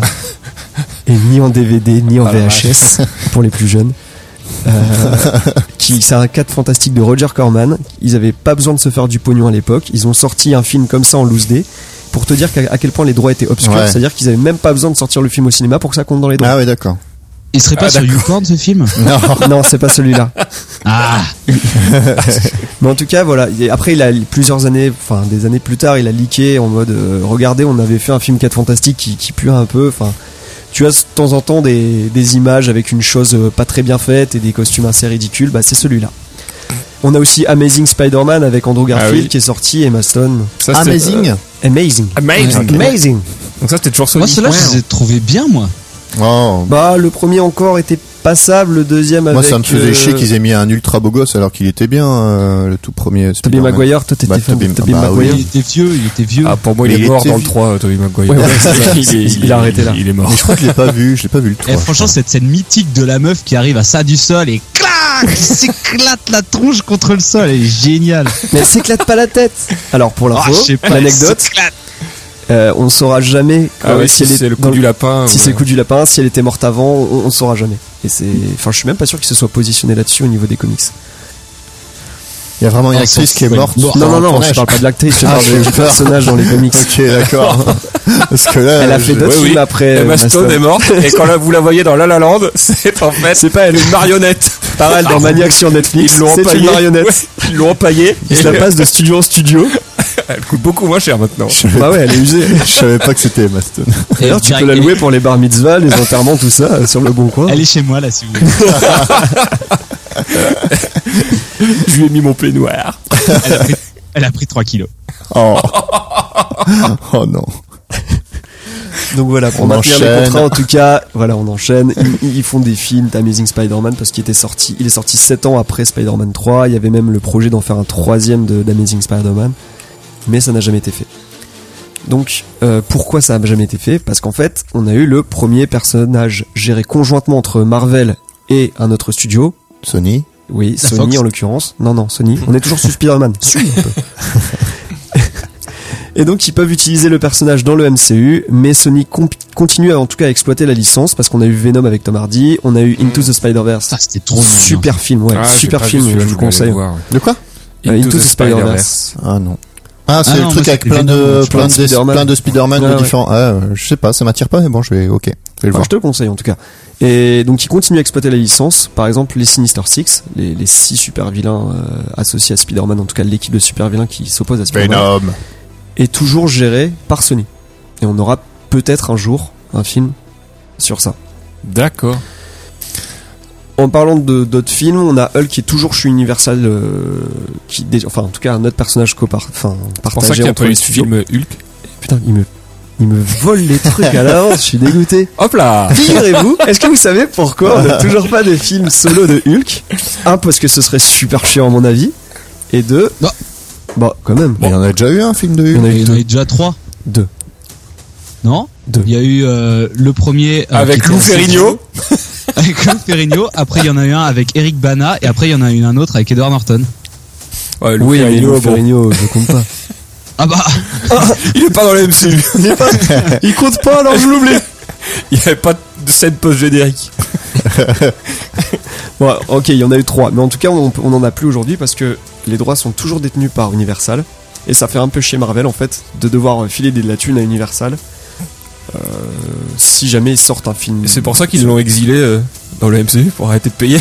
Speaker 7: Et ni en DVD, ni en
Speaker 2: Ah la
Speaker 7: VHS pour les plus jeunes. Euh, qui- c'est un 4 fantastique de Roger Corman. Ils avaient pas besoin de se faire du pognon à l'époque. Ils ont sorti un film comme ça en loose day pour te dire qu'à- à quel point les droits étaient obscurs.
Speaker 5: Ouais.
Speaker 7: C'est-à-dire qu'ils avaient même pas besoin de sortir le film au cinéma pour que ça compte dans les droits.
Speaker 5: Ah ouais, d'accord.
Speaker 6: Il serait pas sur YouPorn ce [LAUGHS] film
Speaker 5: Non.
Speaker 7: Non, c'est pas celui-là.
Speaker 6: Ah
Speaker 7: Mais en tout cas, voilà. Et Après, il a plusieurs années, enfin des années plus tard, il a leaké en mode euh, Regardez, on avait fait un film 4 fantastique qui, qui pue un peu. Enfin, tu as de temps en temps des, des images avec une chose euh, pas très bien faite et des costumes assez ridicules. Bah, c'est celui-là. On a aussi Amazing Spider-Man avec Andrew Garfield
Speaker 2: Ah oui.
Speaker 7: qui est sorti et Maston.
Speaker 2: Ça, c'était-
Speaker 5: Amazing.
Speaker 7: Amazing.
Speaker 2: Amazing.
Speaker 7: Amazing.
Speaker 2: Ah, Donc ça c'était toujours Sony.
Speaker 6: Moi, ceux-là, je les ai trouvés bien, moi.
Speaker 5: Oh.
Speaker 7: Bah, le premier encore était passable, le deuxième avec.
Speaker 5: Moi, ça me faisait
Speaker 7: euh,
Speaker 5: chier qu'ils aient mis un ultra beau gosse alors qu'il était bien euh, le tout premier.
Speaker 7: Tobey
Speaker 5: Spider-Man.
Speaker 7: Maguire, toi t'étais
Speaker 5: Bah,
Speaker 7: fan de
Speaker 5: Tobey-
Speaker 7: Tobey
Speaker 5: bah oui.
Speaker 7: Maguire.
Speaker 6: Il était vieux, il était vieux.
Speaker 2: Ah, pour moi, il,
Speaker 5: Mais
Speaker 2: est
Speaker 5: il
Speaker 2: mort
Speaker 5: était
Speaker 2: dans le
Speaker 5: vi-
Speaker 2: 3, Tobey Maguire. [LAUGHS]
Speaker 7: Ouais, ouais, c'est ça.
Speaker 2: il, est-
Speaker 7: Il a arrêté là.
Speaker 2: Il est mort.
Speaker 5: Mais je crois que je l'ai pas vu. Je l'ai pas vu le
Speaker 6: Eh,
Speaker 5: trois.
Speaker 6: franchement, cette scène mythique de la meuf qui arrive à ça du sol et
Speaker 7: [LAUGHS]
Speaker 6: clac, qui s'éclate la tronche contre le sol, elle est géniale.
Speaker 7: Mais elle s'éclate pas la tête. Alors pour
Speaker 6: Ah,
Speaker 7: l'info,
Speaker 6: je sais pas, elle
Speaker 7: l'anecdote,
Speaker 6: s'éclate.
Speaker 7: euh, on saura jamais
Speaker 2: Ah
Speaker 7: euh,
Speaker 2: ouais, si
Speaker 7: elle est
Speaker 2: c'est le coup
Speaker 7: dans
Speaker 2: du lapin.
Speaker 7: si
Speaker 2: ouais.
Speaker 7: c'est le coup du lapin, si elle était morte avant, on, on saura jamais. Et c'est, enfin, je suis même pas sûr qu'il se soit positionné là-dessus au niveau des comics.
Speaker 5: Il y a vraiment une
Speaker 6: Ah,
Speaker 5: actrice
Speaker 6: c'est-
Speaker 5: qui est
Speaker 6: ouais.
Speaker 5: morte.
Speaker 6: Non,
Speaker 7: non,
Speaker 5: pendant
Speaker 7: non,
Speaker 5: le
Speaker 7: non, je
Speaker 5: tournage.
Speaker 7: parle pas de l'actrice, je
Speaker 5: Ah,
Speaker 7: parle
Speaker 5: j'ai
Speaker 7: de-
Speaker 5: eu
Speaker 7: du
Speaker 5: peur.
Speaker 7: personnage dans les comics.
Speaker 5: Ok,
Speaker 7: [LAUGHS]
Speaker 5: d'accord. Parce que là,
Speaker 7: Elle a
Speaker 5: je-
Speaker 7: fait d'autres
Speaker 2: ouais,
Speaker 7: films
Speaker 2: oui.
Speaker 7: après. euh,
Speaker 2: Emma
Speaker 7: Maston.
Speaker 2: Stone est morte et quand là, vous la voyez dans La La [LAUGHS] Land, c'est en fait
Speaker 7: C'est pas elle.
Speaker 2: une marionnette.
Speaker 7: Pareil, dans
Speaker 2: Ah,
Speaker 7: Maniac sur Netflix,
Speaker 2: Ils l'ont
Speaker 7: c'est
Speaker 2: empaillée.
Speaker 7: une marionnette.
Speaker 2: Ils l'ont empaillée.
Speaker 7: Il se la passe de studio en studio.
Speaker 2: Elle coûte beaucoup moins cher maintenant.
Speaker 5: Je savais
Speaker 7: Bah ouais, elle est usée.
Speaker 5: pas- je savais pas que c'était Emma Stone.
Speaker 7: D'ailleurs, tu peux la louer pour les bar mitzvahs, les enterrements, tout ça, euh, sur le bon coin.
Speaker 6: Elle est chez moi là, si vous voulez.
Speaker 2: Je lui ai mis mon peignoir.
Speaker 7: [LAUGHS]
Speaker 6: Elle a pris, elle a pris 3 kilos.
Speaker 5: Oh. oh non.
Speaker 7: Donc voilà, pour
Speaker 5: On
Speaker 7: maintenir
Speaker 5: enchaîne.
Speaker 7: les contrats, en tout cas, voilà, on enchaîne. Ils, ils font des films d'Amazing Spider-Man parce qu'il était sorti, il est sorti 7 ans après Spider-Man 3. Il y avait même le projet d'en faire un troisième de- d'Amazing Spider-Man, mais ça n'a jamais été fait. Donc, euh, pourquoi ça n'a jamais été fait Parce qu'en fait, on a eu le premier personnage géré conjointement entre Marvel et un autre studio.
Speaker 5: Sony.
Speaker 7: Oui,
Speaker 6: La
Speaker 7: Sony
Speaker 6: Fox.
Speaker 7: en l'occurrence. Non, non, Sony. On est toujours sur [LAUGHS] Spider-Man. Suis un peu. Et donc ils peuvent utiliser le personnage dans le MCU, mais Sony comp- continue à, en tout cas à exploiter la licence parce qu'on a eu Venom avec Tom Hardy, on a eu Into the Spider-Verse.
Speaker 6: Ça, Ah, c'était trop bien.
Speaker 7: super film,
Speaker 2: Ah,
Speaker 7: ouais, super film, je vous conseille.
Speaker 5: De quoi
Speaker 7: Euh, Into the Spider-Verse.
Speaker 5: Ah non. Ah, c'est
Speaker 6: Ah
Speaker 5: le
Speaker 6: non, moi,
Speaker 5: truc avec
Speaker 6: c'était
Speaker 5: plein de,
Speaker 6: Venom,
Speaker 7: je
Speaker 5: plein
Speaker 7: parlais de
Speaker 5: de,
Speaker 7: Spider-Man.
Speaker 5: plein de Spider-Man
Speaker 7: Ouais,
Speaker 5: de
Speaker 7: ouais.
Speaker 5: différents. Ah, euh, je sais pas, ça m'attire pas, mais bon, je vais, ok, je vais le
Speaker 7: Enfin,
Speaker 5: voir.
Speaker 7: je te le conseille en tout cas. Et donc ils continuent à exploiter la licence, par exemple les Sinister Six, les, les six super vilains euh, associés à Spider-Man, en tout cas l'équipe de super vilains qui s'oppose à Spider-Man.
Speaker 5: Venom.
Speaker 7: est toujours géré par Sony. Et on aura peut-être un jour un film sur ça.
Speaker 2: D'accord.
Speaker 7: En parlant de d'autres films, on a Hulk qui est toujours chez Universal, euh, qui dé- enfin en tout cas un autre personnage copar, enfin
Speaker 2: C'est pour ça
Speaker 7: partagé
Speaker 2: qu'il y a
Speaker 7: entre
Speaker 2: pas
Speaker 7: les
Speaker 2: eu ce
Speaker 7: studios.
Speaker 2: film Hulk.
Speaker 7: Putain, il me il me vole les trucs à l'avance, je suis dégoûté.
Speaker 2: Hop là
Speaker 7: Figurez-vous, est-ce que vous savez pourquoi on
Speaker 2: [LAUGHS]
Speaker 7: n'a toujours pas de film solo de Hulk Un parce que ce serait super chiant à mon avis, et deux,
Speaker 6: Non.
Speaker 7: bah quand même.
Speaker 5: Mais il y en a déjà eu un film de
Speaker 7: Il y en
Speaker 5: Hulk.
Speaker 7: a eu
Speaker 6: Il y en
Speaker 7: deux.
Speaker 6: a déjà 3.
Speaker 7: Deux.
Speaker 6: Non
Speaker 7: Deux.
Speaker 6: Il y a eu euh, le premier.
Speaker 7: Ah,
Speaker 6: euh,
Speaker 2: Avec
Speaker 6: qui était
Speaker 2: Lou
Speaker 6: assez
Speaker 2: Ferrigno.
Speaker 6: vieux. Avec Lou Ferrigno. Après, il y en a eu un avec Eric Bana. Et après, il y en a eu un autre avec Edward Norton.
Speaker 2: Ouais, Lou
Speaker 7: Oui, mais
Speaker 2: Ferrigno,
Speaker 7: Lou
Speaker 2: bon,
Speaker 7: Ferrigno, je compte pas.
Speaker 6: Ah bah
Speaker 2: il est pas dans le MCU.
Speaker 7: [LAUGHS] Il compte pas alors je l'oublie.
Speaker 2: [LAUGHS] Il n'y avait pas de scène post-générique.
Speaker 7: Bon, ok, il y en a eu trois, mais en tout cas, on, on en a plus aujourd'hui parce que les droits sont toujours détenus par Universal. Et ça fait un peu chez Marvel en fait de devoir filer de la thune à Universal euh, si jamais ils sortent un film.
Speaker 2: Et c'est pour ça qu'ils l'ont exilé euh, dans le MCU pour arrêter de payer.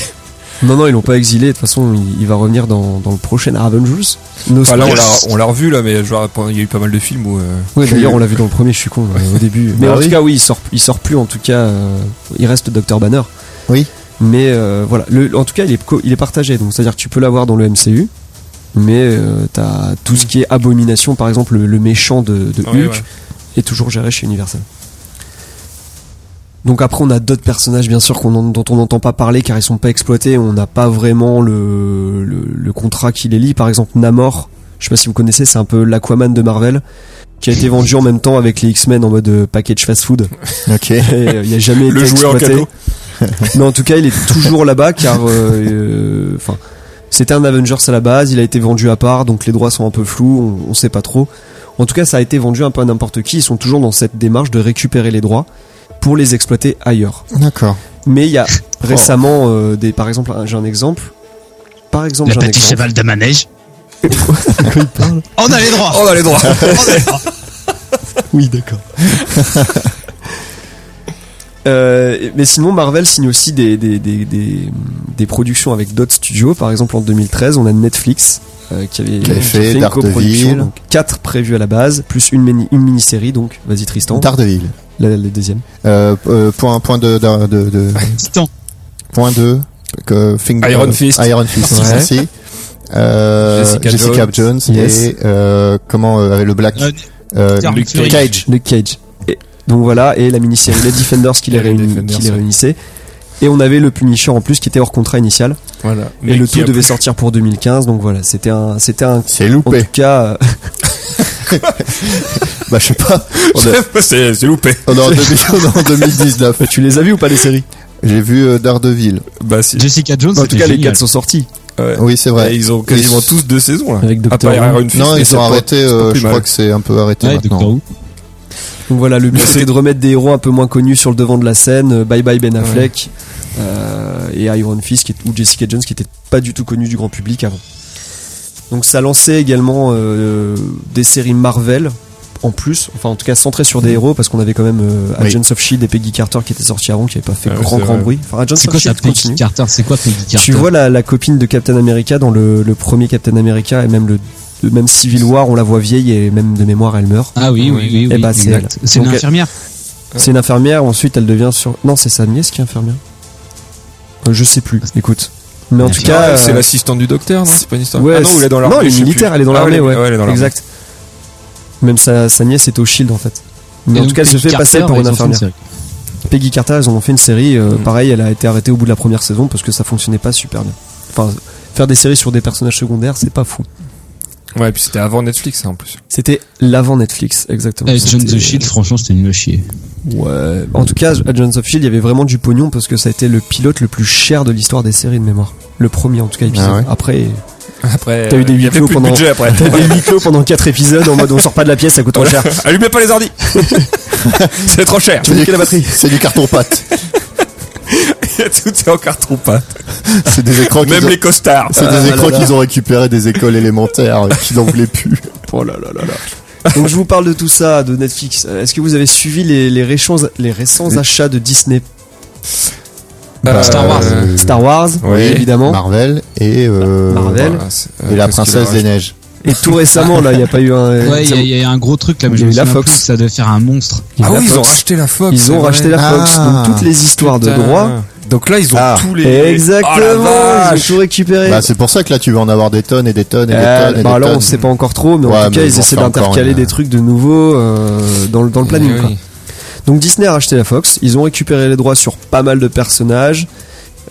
Speaker 7: Non, non, ils l'ont pas exilé. De toute façon, il, il va revenir dans, dans le prochain Ah, Avengers. No
Speaker 2: Enfin, là, on
Speaker 7: spoilers.
Speaker 2: l'a, on l'a revu, là, mais genre, il y a eu pas mal de films où. euh,
Speaker 7: Ouais, d'ailleurs, on l'a vu dans le premier, je suis con, euh, au début. Mais
Speaker 5: Bah
Speaker 7: en
Speaker 5: oui.
Speaker 7: tout cas, oui, il sort, il sort plus, en tout cas, euh, il reste Dr. Banner.
Speaker 5: Oui.
Speaker 7: Mais euh, voilà, le, en tout cas, il est, co- il est partagé, donc c'est-à-dire que tu peux l'avoir dans le MCU, mais euh, t'as tout ce qui est abomination, par exemple, le, le méchant de, de Hulk,
Speaker 2: ouais, ouais.
Speaker 7: est toujours géré chez Universal. Donc après, on a d'autres personnages, bien sûr, qu'on en- dont on n'entend pas parler car ils sont pas exploités. On n'a pas vraiment le, le, le contrat qui les lie. Par exemple, Namor, je sais pas si vous connaissez, c'est un peu l'Aquaman de Marvel, qui a été vendu en même temps avec les X-Men en mode euh, package
Speaker 2: [LAUGHS]
Speaker 7: fast-food.
Speaker 5: Ok.
Speaker 7: Et, euh, Il a jamais
Speaker 2: Le
Speaker 7: été
Speaker 2: jouet en
Speaker 7: exploité.
Speaker 2: cadeau.
Speaker 7: [LAUGHS] Mais en tout cas, il est toujours là-bas car, euh, euh, enfin, c'était un Avengers à la base. Il a été vendu à part, donc les droits sont un peu flous. On, on sait pas trop. En tout cas, ça a été vendu un peu à n'importe qui. Ils sont toujours dans cette démarche de récupérer les droits pour les exploiter ailleurs.
Speaker 5: D'accord.
Speaker 7: Mais
Speaker 2: [LAUGHS]
Speaker 7: il y a récemment euh, des, par exemple, un- j'ai un exemple. Par exemple,
Speaker 6: Le
Speaker 7: j'ai un
Speaker 6: petit
Speaker 7: exemple.
Speaker 6: cheval
Speaker 7: [LAUGHS]
Speaker 6: de manège. On a les droits.
Speaker 2: Oh, on a les droits.
Speaker 5: Oui, d'accord.
Speaker 7: Euh, mais sinon, Marvel signe aussi des, des, des, des, des productions avec d'autres studios. Par exemple, en 2013, on a Netflix euh, qui avait,
Speaker 5: Qui avait fait
Speaker 7: une
Speaker 5: Daredevil.
Speaker 7: coproduction, donc quatre prévues à la base, plus une, mini, une mini-série. Donc, vas-y Tristan,
Speaker 5: Daredevil.
Speaker 7: la, la deuxième.
Speaker 5: Euh, euh, point, point de, de, de- de-
Speaker 6: Titan.
Speaker 5: point de, que- Finger- euh,
Speaker 2: Iron Fist.
Speaker 5: Iron Fist.
Speaker 2: Ouais.
Speaker 5: Merci. Euh,
Speaker 2: Jessica
Speaker 5: Jessica, Jones,
Speaker 7: Yes.
Speaker 5: et euh, comment euh, avec le Black
Speaker 6: Euh,
Speaker 5: euh,
Speaker 6: Dark
Speaker 2: Luke
Speaker 6: Fury.
Speaker 5: Cage.
Speaker 7: Luke Cage. Et, donc voilà, et la mini-série Les Defenders qui les,
Speaker 2: Et les
Speaker 7: réuni-
Speaker 2: Defenders,
Speaker 7: qui les
Speaker 2: ouais.
Speaker 7: réunissait. Et on avait le Punisher en plus qui était hors contrat initial.
Speaker 2: Voilà.
Speaker 7: Et le
Speaker 2: qui
Speaker 7: tout
Speaker 2: a- [LAUGHS]
Speaker 7: devait sortir pour 2015, donc voilà, c'était un, c'était un,
Speaker 5: C'est
Speaker 7: en
Speaker 5: loupé.
Speaker 7: tout cas,
Speaker 5: Bah je sais pas. On est-
Speaker 2: c'est, c'est loupé.
Speaker 5: on est en 2000 on est en 2019.
Speaker 7: euh, [LAUGHS] tu les as vus ou pas les séries
Speaker 5: J'ai vu euh, Daredevil.
Speaker 2: Bah, si.
Speaker 6: Jessica Jones,
Speaker 7: En tout cas, les
Speaker 6: génial.
Speaker 7: quatre sont sortis
Speaker 5: Oui, c'est vrai.
Speaker 2: Et ils ont quasiment
Speaker 5: Ils-
Speaker 2: tous deux saisons, là.
Speaker 7: avec
Speaker 2: À
Speaker 7: Doctor
Speaker 2: part
Speaker 7: Who.
Speaker 2: Iron Fist.
Speaker 5: Non,
Speaker 2: mais
Speaker 5: ils
Speaker 2: c'est
Speaker 5: ont
Speaker 2: pas-
Speaker 5: arrêté.
Speaker 2: c'est pas
Speaker 5: euh,
Speaker 2: plus
Speaker 5: je crois
Speaker 2: mal.
Speaker 5: que c'est un peu arrêté
Speaker 6: Ouais,
Speaker 5: maintenant.
Speaker 6: Doctor Who.
Speaker 7: Donc voilà, le but
Speaker 2: Mais c'est-
Speaker 7: c'était de remettre des héros un peu moins connus sur le devant de la scène. euh, Bye bye Ben Affleck euh, et Iron Fist qui est- ou Jessica Jones qui n'étaient pas du tout connus du grand public avant. Donc ça lançait également euh, des séries Marvel en plus, enfin en tout cas centrées sur
Speaker 2: Mm.
Speaker 7: des héros parce qu'on avait quand même euh,
Speaker 5: Oui.
Speaker 7: Agents of Shield et Peggy Carter qui étaient sortis avant, qui n'avaient pas fait
Speaker 2: Ah ouais,
Speaker 7: grand
Speaker 2: c'est
Speaker 7: grand
Speaker 2: vrai.
Speaker 7: bruit. Enfin Agents
Speaker 6: C'est
Speaker 7: of
Speaker 6: quoi ta
Speaker 7: Shield continue.
Speaker 6: Peggy Carter C'est quoi Peggy Carter
Speaker 7: Tu vois la, la copine de Captain America dans le, le premier Captain America et même le le même Civil War, on la voit vieille et même de mémoire elle meurt.
Speaker 6: Ah oui, oui, oui.
Speaker 7: Eh
Speaker 6: oui,
Speaker 7: bah, c'est
Speaker 6: exact.
Speaker 7: elle.
Speaker 6: C'est une
Speaker 7: Donc,
Speaker 6: infirmière.
Speaker 7: C'est une infirmière, ensuite elle devient sur. Non, c'est sa nièce qui est infirmière. Euh, Je sais plus, écoute. Mais en tout
Speaker 2: Ah,
Speaker 7: cas.
Speaker 2: c'est
Speaker 7: euh,
Speaker 2: l'assistante du docteur, non C'est pas une histoire.
Speaker 7: ouais,
Speaker 2: ah non, ou elle est dans l'armée.
Speaker 7: non, elle est
Speaker 2: je sais plus.
Speaker 7: militaire, elle est dans
Speaker 2: Ah,
Speaker 7: l'armée, ouais.
Speaker 2: elle est dans l'armée.
Speaker 7: Exact. Même sa, sa nièce était au shield en fait. Mais
Speaker 6: Et
Speaker 7: en tout
Speaker 6: donc,
Speaker 7: cas, elle se
Speaker 6: Peggy
Speaker 7: fait passer
Speaker 6: Carter,
Speaker 7: pour une
Speaker 6: ils en font
Speaker 7: infirmière.
Speaker 6: série.
Speaker 7: Peggy Carter, elles en ont fait une série. euh,
Speaker 2: Mm.
Speaker 7: Pareil, elle a été arrêtée au bout de la première saison parce que ça fonctionnait pas super bien. Enfin, faire des séries sur des personnages secondaires, c'est pas fou.
Speaker 2: Ouais, et puis c'était avant Netflix, hein, en plus.
Speaker 7: C'était l'avant Netflix, exactement.
Speaker 6: Avec Eh, John the
Speaker 7: C'était-
Speaker 6: Shield, franchement, c'était nul à chier.
Speaker 7: Ouais. En tout cas, Agents of Shield, E il y avait vraiment du pognon parce que ça a été le pilote le plus cher de l'histoire des séries de mémoire. Le premier, en tout cas, épisode.
Speaker 5: Ah ouais.
Speaker 7: Après,
Speaker 2: Après, euh,
Speaker 7: T'as eu des
Speaker 2: il y
Speaker 7: huis
Speaker 2: avait
Speaker 7: clos
Speaker 2: plus de
Speaker 7: pendant-
Speaker 2: budget après.
Speaker 7: t'as des huis clos pendant 4 épisodes en mode on sort pas de la pièce, ça coûte trop cher.
Speaker 2: [LAUGHS] Allumez pas les [LAUGHS] ordi C'est trop cher
Speaker 7: Tu veux niquer la batterie
Speaker 5: [LAUGHS] C'est du carton pâte.
Speaker 2: Tout est en carton pâte.
Speaker 5: C'est des écrans qu'ils
Speaker 2: Même
Speaker 5: ont...
Speaker 2: les costards
Speaker 5: C'est des écrans qu'ils ont récupérés des écoles élémentaires qui n'en voulaient plus.
Speaker 7: Oh là là là là. Donc je vous parle de tout ça, de Netflix. Euh, Est-ce que vous avez suivi les, les, récents, les récents achats de Disney
Speaker 5: Bah,
Speaker 2: Euh,
Speaker 6: Star Wars.
Speaker 2: euh,
Speaker 7: Star Wars,
Speaker 2: Oui,
Speaker 7: évidemment.
Speaker 5: Marvel et, euh,
Speaker 7: Marvel.
Speaker 2: voilà, c'est- euh,
Speaker 5: et la
Speaker 2: qu'est-ce qu'il
Speaker 5: princesse
Speaker 2: a
Speaker 5: des neiges.
Speaker 7: Et tout récemment, là, il n'y a pas eu un...
Speaker 6: Ouais, il y a- il y, a un gros truc là, mais
Speaker 7: Il y
Speaker 6: je
Speaker 7: a
Speaker 6: me
Speaker 7: eu la
Speaker 6: souviens
Speaker 7: Fox.
Speaker 6: plus, ça devait faire un monstre.
Speaker 2: Ah
Speaker 7: la
Speaker 2: oui, ils ont
Speaker 7: Fox.
Speaker 2: racheté la Fox.
Speaker 7: Ils ont racheté la Fox.
Speaker 5: Ah.
Speaker 7: Donc toutes les histoires de droit...
Speaker 2: Donc là, ils ont
Speaker 5: Ah.
Speaker 2: tous les. Oh la
Speaker 7: Exactement,
Speaker 2: vache.
Speaker 7: ils ont tout récupéré.
Speaker 5: Bah, c'est pour ça que là tu vas en avoir des tonnes et des tonnes et des
Speaker 7: Euh,
Speaker 5: tonnes et
Speaker 7: bah
Speaker 5: des
Speaker 7: là on
Speaker 5: tonnes.
Speaker 7: sait pas encore trop mais en
Speaker 5: Ouais,
Speaker 7: tout cas
Speaker 5: mais
Speaker 7: ils
Speaker 5: ils vont
Speaker 7: essaient
Speaker 5: faire encore
Speaker 7: d'intercaler
Speaker 5: une-
Speaker 7: des trucs de nouveau euh, dans, le- dans le planning
Speaker 2: Eh
Speaker 7: quoi.
Speaker 2: oui.
Speaker 7: donc Disney a racheté la Fox ils ont récupéré les droits sur pas mal de personnages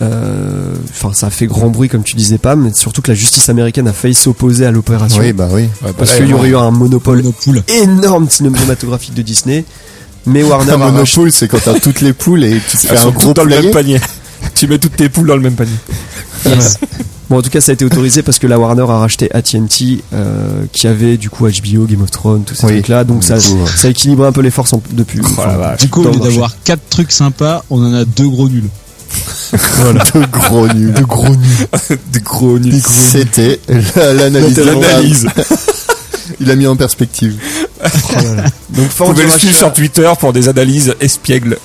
Speaker 7: Euh, enfin ça a fait grand bruit comme tu disais Pam mais surtout que la justice américaine a failli s'opposer à l'opération
Speaker 5: Oui, bah oui.
Speaker 2: Ouais,
Speaker 7: parce
Speaker 2: bah,
Speaker 7: qu'il y aurait eu un monopole
Speaker 6: Monopole.
Speaker 7: énorme cinématographique de Disney
Speaker 5: [LAUGHS]
Speaker 7: mais Warner
Speaker 5: Un
Speaker 7: a racheté
Speaker 5: monopole, c'est quand t'as toutes les poules et tu te fais
Speaker 2: Elles
Speaker 5: un
Speaker 2: sont
Speaker 5: gros
Speaker 2: toutes Ah, dans le même
Speaker 5: panier.
Speaker 2: panier. [LAUGHS] Tu mets toutes tes poules dans le même panier.
Speaker 6: Yes.
Speaker 7: bon en tout cas ça a été autorisé parce que la Warner a racheté AT&T euh, qui avait du coup HBO Game of Thrones tous ces
Speaker 5: Oui.
Speaker 7: trucs là donc
Speaker 5: Du
Speaker 7: ça
Speaker 5: coup, ouais. Oh
Speaker 7: ça équilibre un peu les forces en- depuis enfin,
Speaker 6: Du coup,
Speaker 7: dans
Speaker 6: au
Speaker 7: le
Speaker 6: lieu
Speaker 7: marché.
Speaker 6: d'avoir quatre trucs sympas, on en a deux gros nuls.
Speaker 5: De gros nuls. De gros nuls.
Speaker 2: Des gros nuls.
Speaker 5: C'était la- l'analyse.
Speaker 2: L'analyse.
Speaker 5: Il a mis en perspective.
Speaker 7: Donc,
Speaker 2: Vous
Speaker 7: fort du
Speaker 2: pouvez le
Speaker 7: rachat-
Speaker 2: suivre sur Twitter pour des analyses espiègles.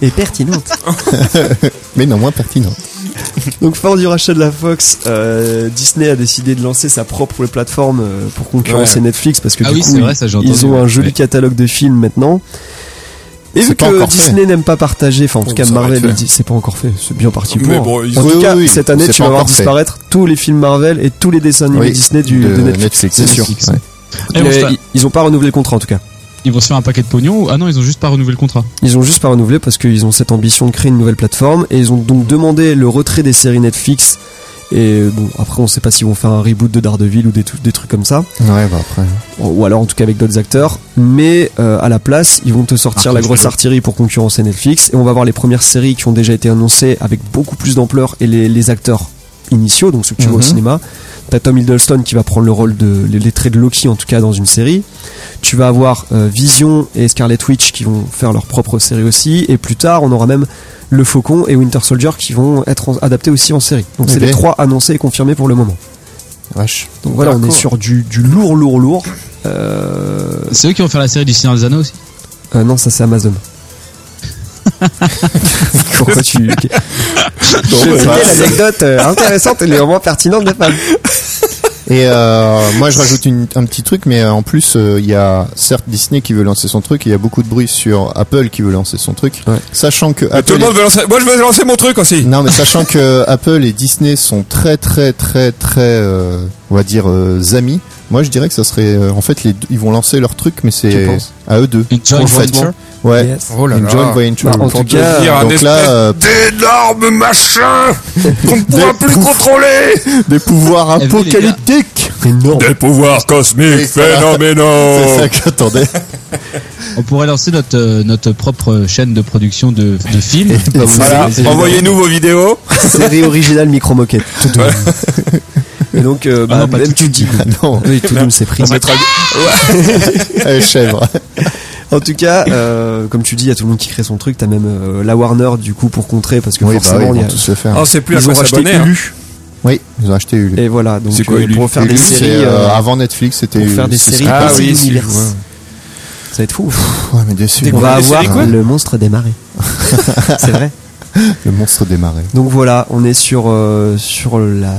Speaker 7: Et pertinente.
Speaker 5: [LAUGHS] Mais non, moins pertinent.
Speaker 7: Donc fort du rachat de la Fox, euh, Disney a décidé de lancer sa propre plateforme euh, pour concurrencer
Speaker 2: Ouais.
Speaker 7: Netflix parce que
Speaker 6: Ah
Speaker 7: du
Speaker 6: oui,
Speaker 7: coup,
Speaker 6: c'est
Speaker 7: ils-
Speaker 6: vrai, ça, j'ai entendu,
Speaker 7: ils ont un
Speaker 6: ouais.
Speaker 7: joli
Speaker 6: Ouais.
Speaker 7: catalogue de films maintenant. Et
Speaker 5: C'est
Speaker 7: vu
Speaker 5: pas
Speaker 7: que
Speaker 5: encore fait.
Speaker 7: Disney n'aime pas partager, enfin en tout
Speaker 2: Oh,
Speaker 7: cas
Speaker 2: ça va
Speaker 7: Marvel
Speaker 2: être fait.
Speaker 7: dit c'est pas encore fait, c'est bien parti pour.
Speaker 2: Mais bon, ils
Speaker 7: en
Speaker 5: ont-
Speaker 7: tout
Speaker 5: Oui,
Speaker 7: cas,
Speaker 5: oui, oui,
Speaker 7: cette année
Speaker 5: c'est
Speaker 7: tu
Speaker 5: pas
Speaker 7: vas voir
Speaker 5: encore fait.
Speaker 7: disparaître tous les films Marvel et tous les dessins animés
Speaker 5: Oui,
Speaker 7: Disney du,
Speaker 5: de
Speaker 7: de Netflix.
Speaker 5: Netflix,
Speaker 7: c'est
Speaker 5: c'est
Speaker 7: sûr.
Speaker 6: Netflix,
Speaker 7: ouais.
Speaker 6: Et eh, on
Speaker 7: Mais
Speaker 6: se-
Speaker 7: ils, ils ont pas renouvelé le contrat en tout cas.
Speaker 6: Ils vont se faire un paquet de pognon ou- Ah non, ils ont juste pas renouvelé le contrat.
Speaker 7: Ils ont juste pas renouvelé parce qu'ils ont cette ambition de créer une nouvelle plateforme et ils ont donc demandé le retrait des séries Netflix. Et bon, après, on sait pas s'ils vont faire un reboot de Daredevil ou des, tou- des trucs comme ça,
Speaker 5: Ouais, bah après.
Speaker 7: ou alors en tout cas avec d'autres acteurs. Mais euh, à la place, ils vont te sortir
Speaker 6: Arthur
Speaker 7: la grosse
Speaker 6: Fleurot.
Speaker 7: artillerie pour concurrencer Netflix et on va voir les premières séries qui ont déjà été annoncées avec beaucoup plus d'ampleur et les, les acteurs initiaux, donc ceux que tu vois au
Speaker 5: Mhm.
Speaker 7: cinéma. T'as Tom Hiddleston qui va prendre le rôle de les, les traits de Loki en tout cas dans une série. Tu vas avoir euh, Vision et Scarlet Witch qui vont faire leur propre série aussi. Et plus tard, on aura même Le Faucon et Winter Soldier qui vont être en- adaptés aussi en série. Donc c'est
Speaker 5: Ok.
Speaker 7: les trois annoncés et confirmés pour le moment.
Speaker 5: Vache.
Speaker 7: Donc voilà, on est
Speaker 2: D'accord.
Speaker 7: sur du, du lourd, lourd, lourd. Euh,
Speaker 6: C'est eux qui vont faire la série du Seigneur des Anneaux aussi.
Speaker 7: euh, non, ça
Speaker 5: [LAUGHS]
Speaker 7: c'est Amazon. Pourquoi tu.
Speaker 5: sais pas.
Speaker 7: l'anecdote euh, intéressante et néanmoins pertinente des femmes.
Speaker 5: Et euh, moi, je rajoute une- un petit truc, mais euh, en plus, euh, il y a certes Disney qui veut lancer son truc, et il y a beaucoup de bruit sur Apple qui veut lancer son truc,
Speaker 7: Ouais.
Speaker 5: sachant que
Speaker 2: Tout
Speaker 5: Apple
Speaker 2: le monde veut lancer. Moi, je veux lancer mon truc aussi.
Speaker 5: Non, mais sachant que euh, Apple et Disney sont très, très, très, très, euh, on va dire, euh, amis, moi je dirais que ça serait. euh, en fait, les deux- ils vont lancer leur truc, mais
Speaker 7: Tu
Speaker 5: c'est
Speaker 7: penses
Speaker 5: à eux deux.
Speaker 6: Une joint
Speaker 5: en fait.
Speaker 6: venture
Speaker 5: Ouais.
Speaker 2: Oh
Speaker 5: Une joint venture.
Speaker 7: Bah, en
Speaker 5: Pour
Speaker 7: tout cas,
Speaker 5: devenir
Speaker 2: un
Speaker 5: donc
Speaker 2: espèce
Speaker 5: là, euh,
Speaker 7: [LAUGHS]
Speaker 2: d'énormes machins qu'on ne pourra plus contrôler.
Speaker 5: des pouvoirs
Speaker 6: Eh, vous, les gars.
Speaker 5: apocalyptiques.
Speaker 2: Des pouvoirs cosmiques
Speaker 5: voilà. C'est
Speaker 2: phénoménaux.
Speaker 5: ça que j'attendais. [LAUGHS]
Speaker 6: On pourrait lancer notre, euh, notre propre chaîne de production de, de films.
Speaker 5: Bah, vous
Speaker 2: Voilà.
Speaker 5: avez-
Speaker 2: Envoyez-nous vos vidéos.
Speaker 7: Série originale micro-moquette. Tout doux. Et donc, euh, bah,
Speaker 6: Ah non, pas
Speaker 7: même
Speaker 6: tout
Speaker 7: tu dis.
Speaker 5: Ah non,
Speaker 7: Oui, tout doux, c'est pris.
Speaker 2: On mettra-
Speaker 5: euh,
Speaker 7: [LAUGHS]
Speaker 5: chèvre.
Speaker 7: En tout cas, euh, comme tu dis, il y a tout le monde qui crée son truc. T'as même euh, la Warner du coup pour contrer parce que
Speaker 5: Oui, bah oui,
Speaker 7: forcément,
Speaker 5: ils
Speaker 7: il y
Speaker 5: vont
Speaker 7: a-
Speaker 5: tous le faire.
Speaker 2: Oh, c'est plus à
Speaker 7: ils ont
Speaker 2: quoi
Speaker 7: racheté
Speaker 2: s'abonner. hein.
Speaker 7: Hulu.
Speaker 5: Oui, ils ont acheté Hulu.
Speaker 7: Et voilà, donc
Speaker 2: C'est quoi,
Speaker 7: euh,
Speaker 2: Hulu
Speaker 7: pour faire
Speaker 5: Hulu,
Speaker 7: des
Speaker 5: c'est,
Speaker 7: séries,
Speaker 5: euh,
Speaker 7: euh,
Speaker 5: avant Netflix, c'était
Speaker 7: pour
Speaker 5: Hulu,
Speaker 7: faire des
Speaker 5: c'est ce
Speaker 7: séries
Speaker 5: qui
Speaker 2: Ah
Speaker 5: passe.
Speaker 2: oui, si,
Speaker 7: Univers.
Speaker 2: je vois.
Speaker 7: ça va être fou.
Speaker 5: Pff, ouais, mais déçu.
Speaker 7: On
Speaker 5: moi.
Speaker 7: va
Speaker 2: des séries,
Speaker 7: avoir
Speaker 2: quoi
Speaker 7: le monstre des marées. c'est vrai.
Speaker 5: Le monstre démarré.
Speaker 7: Donc voilà, on est sur euh, sur la, la,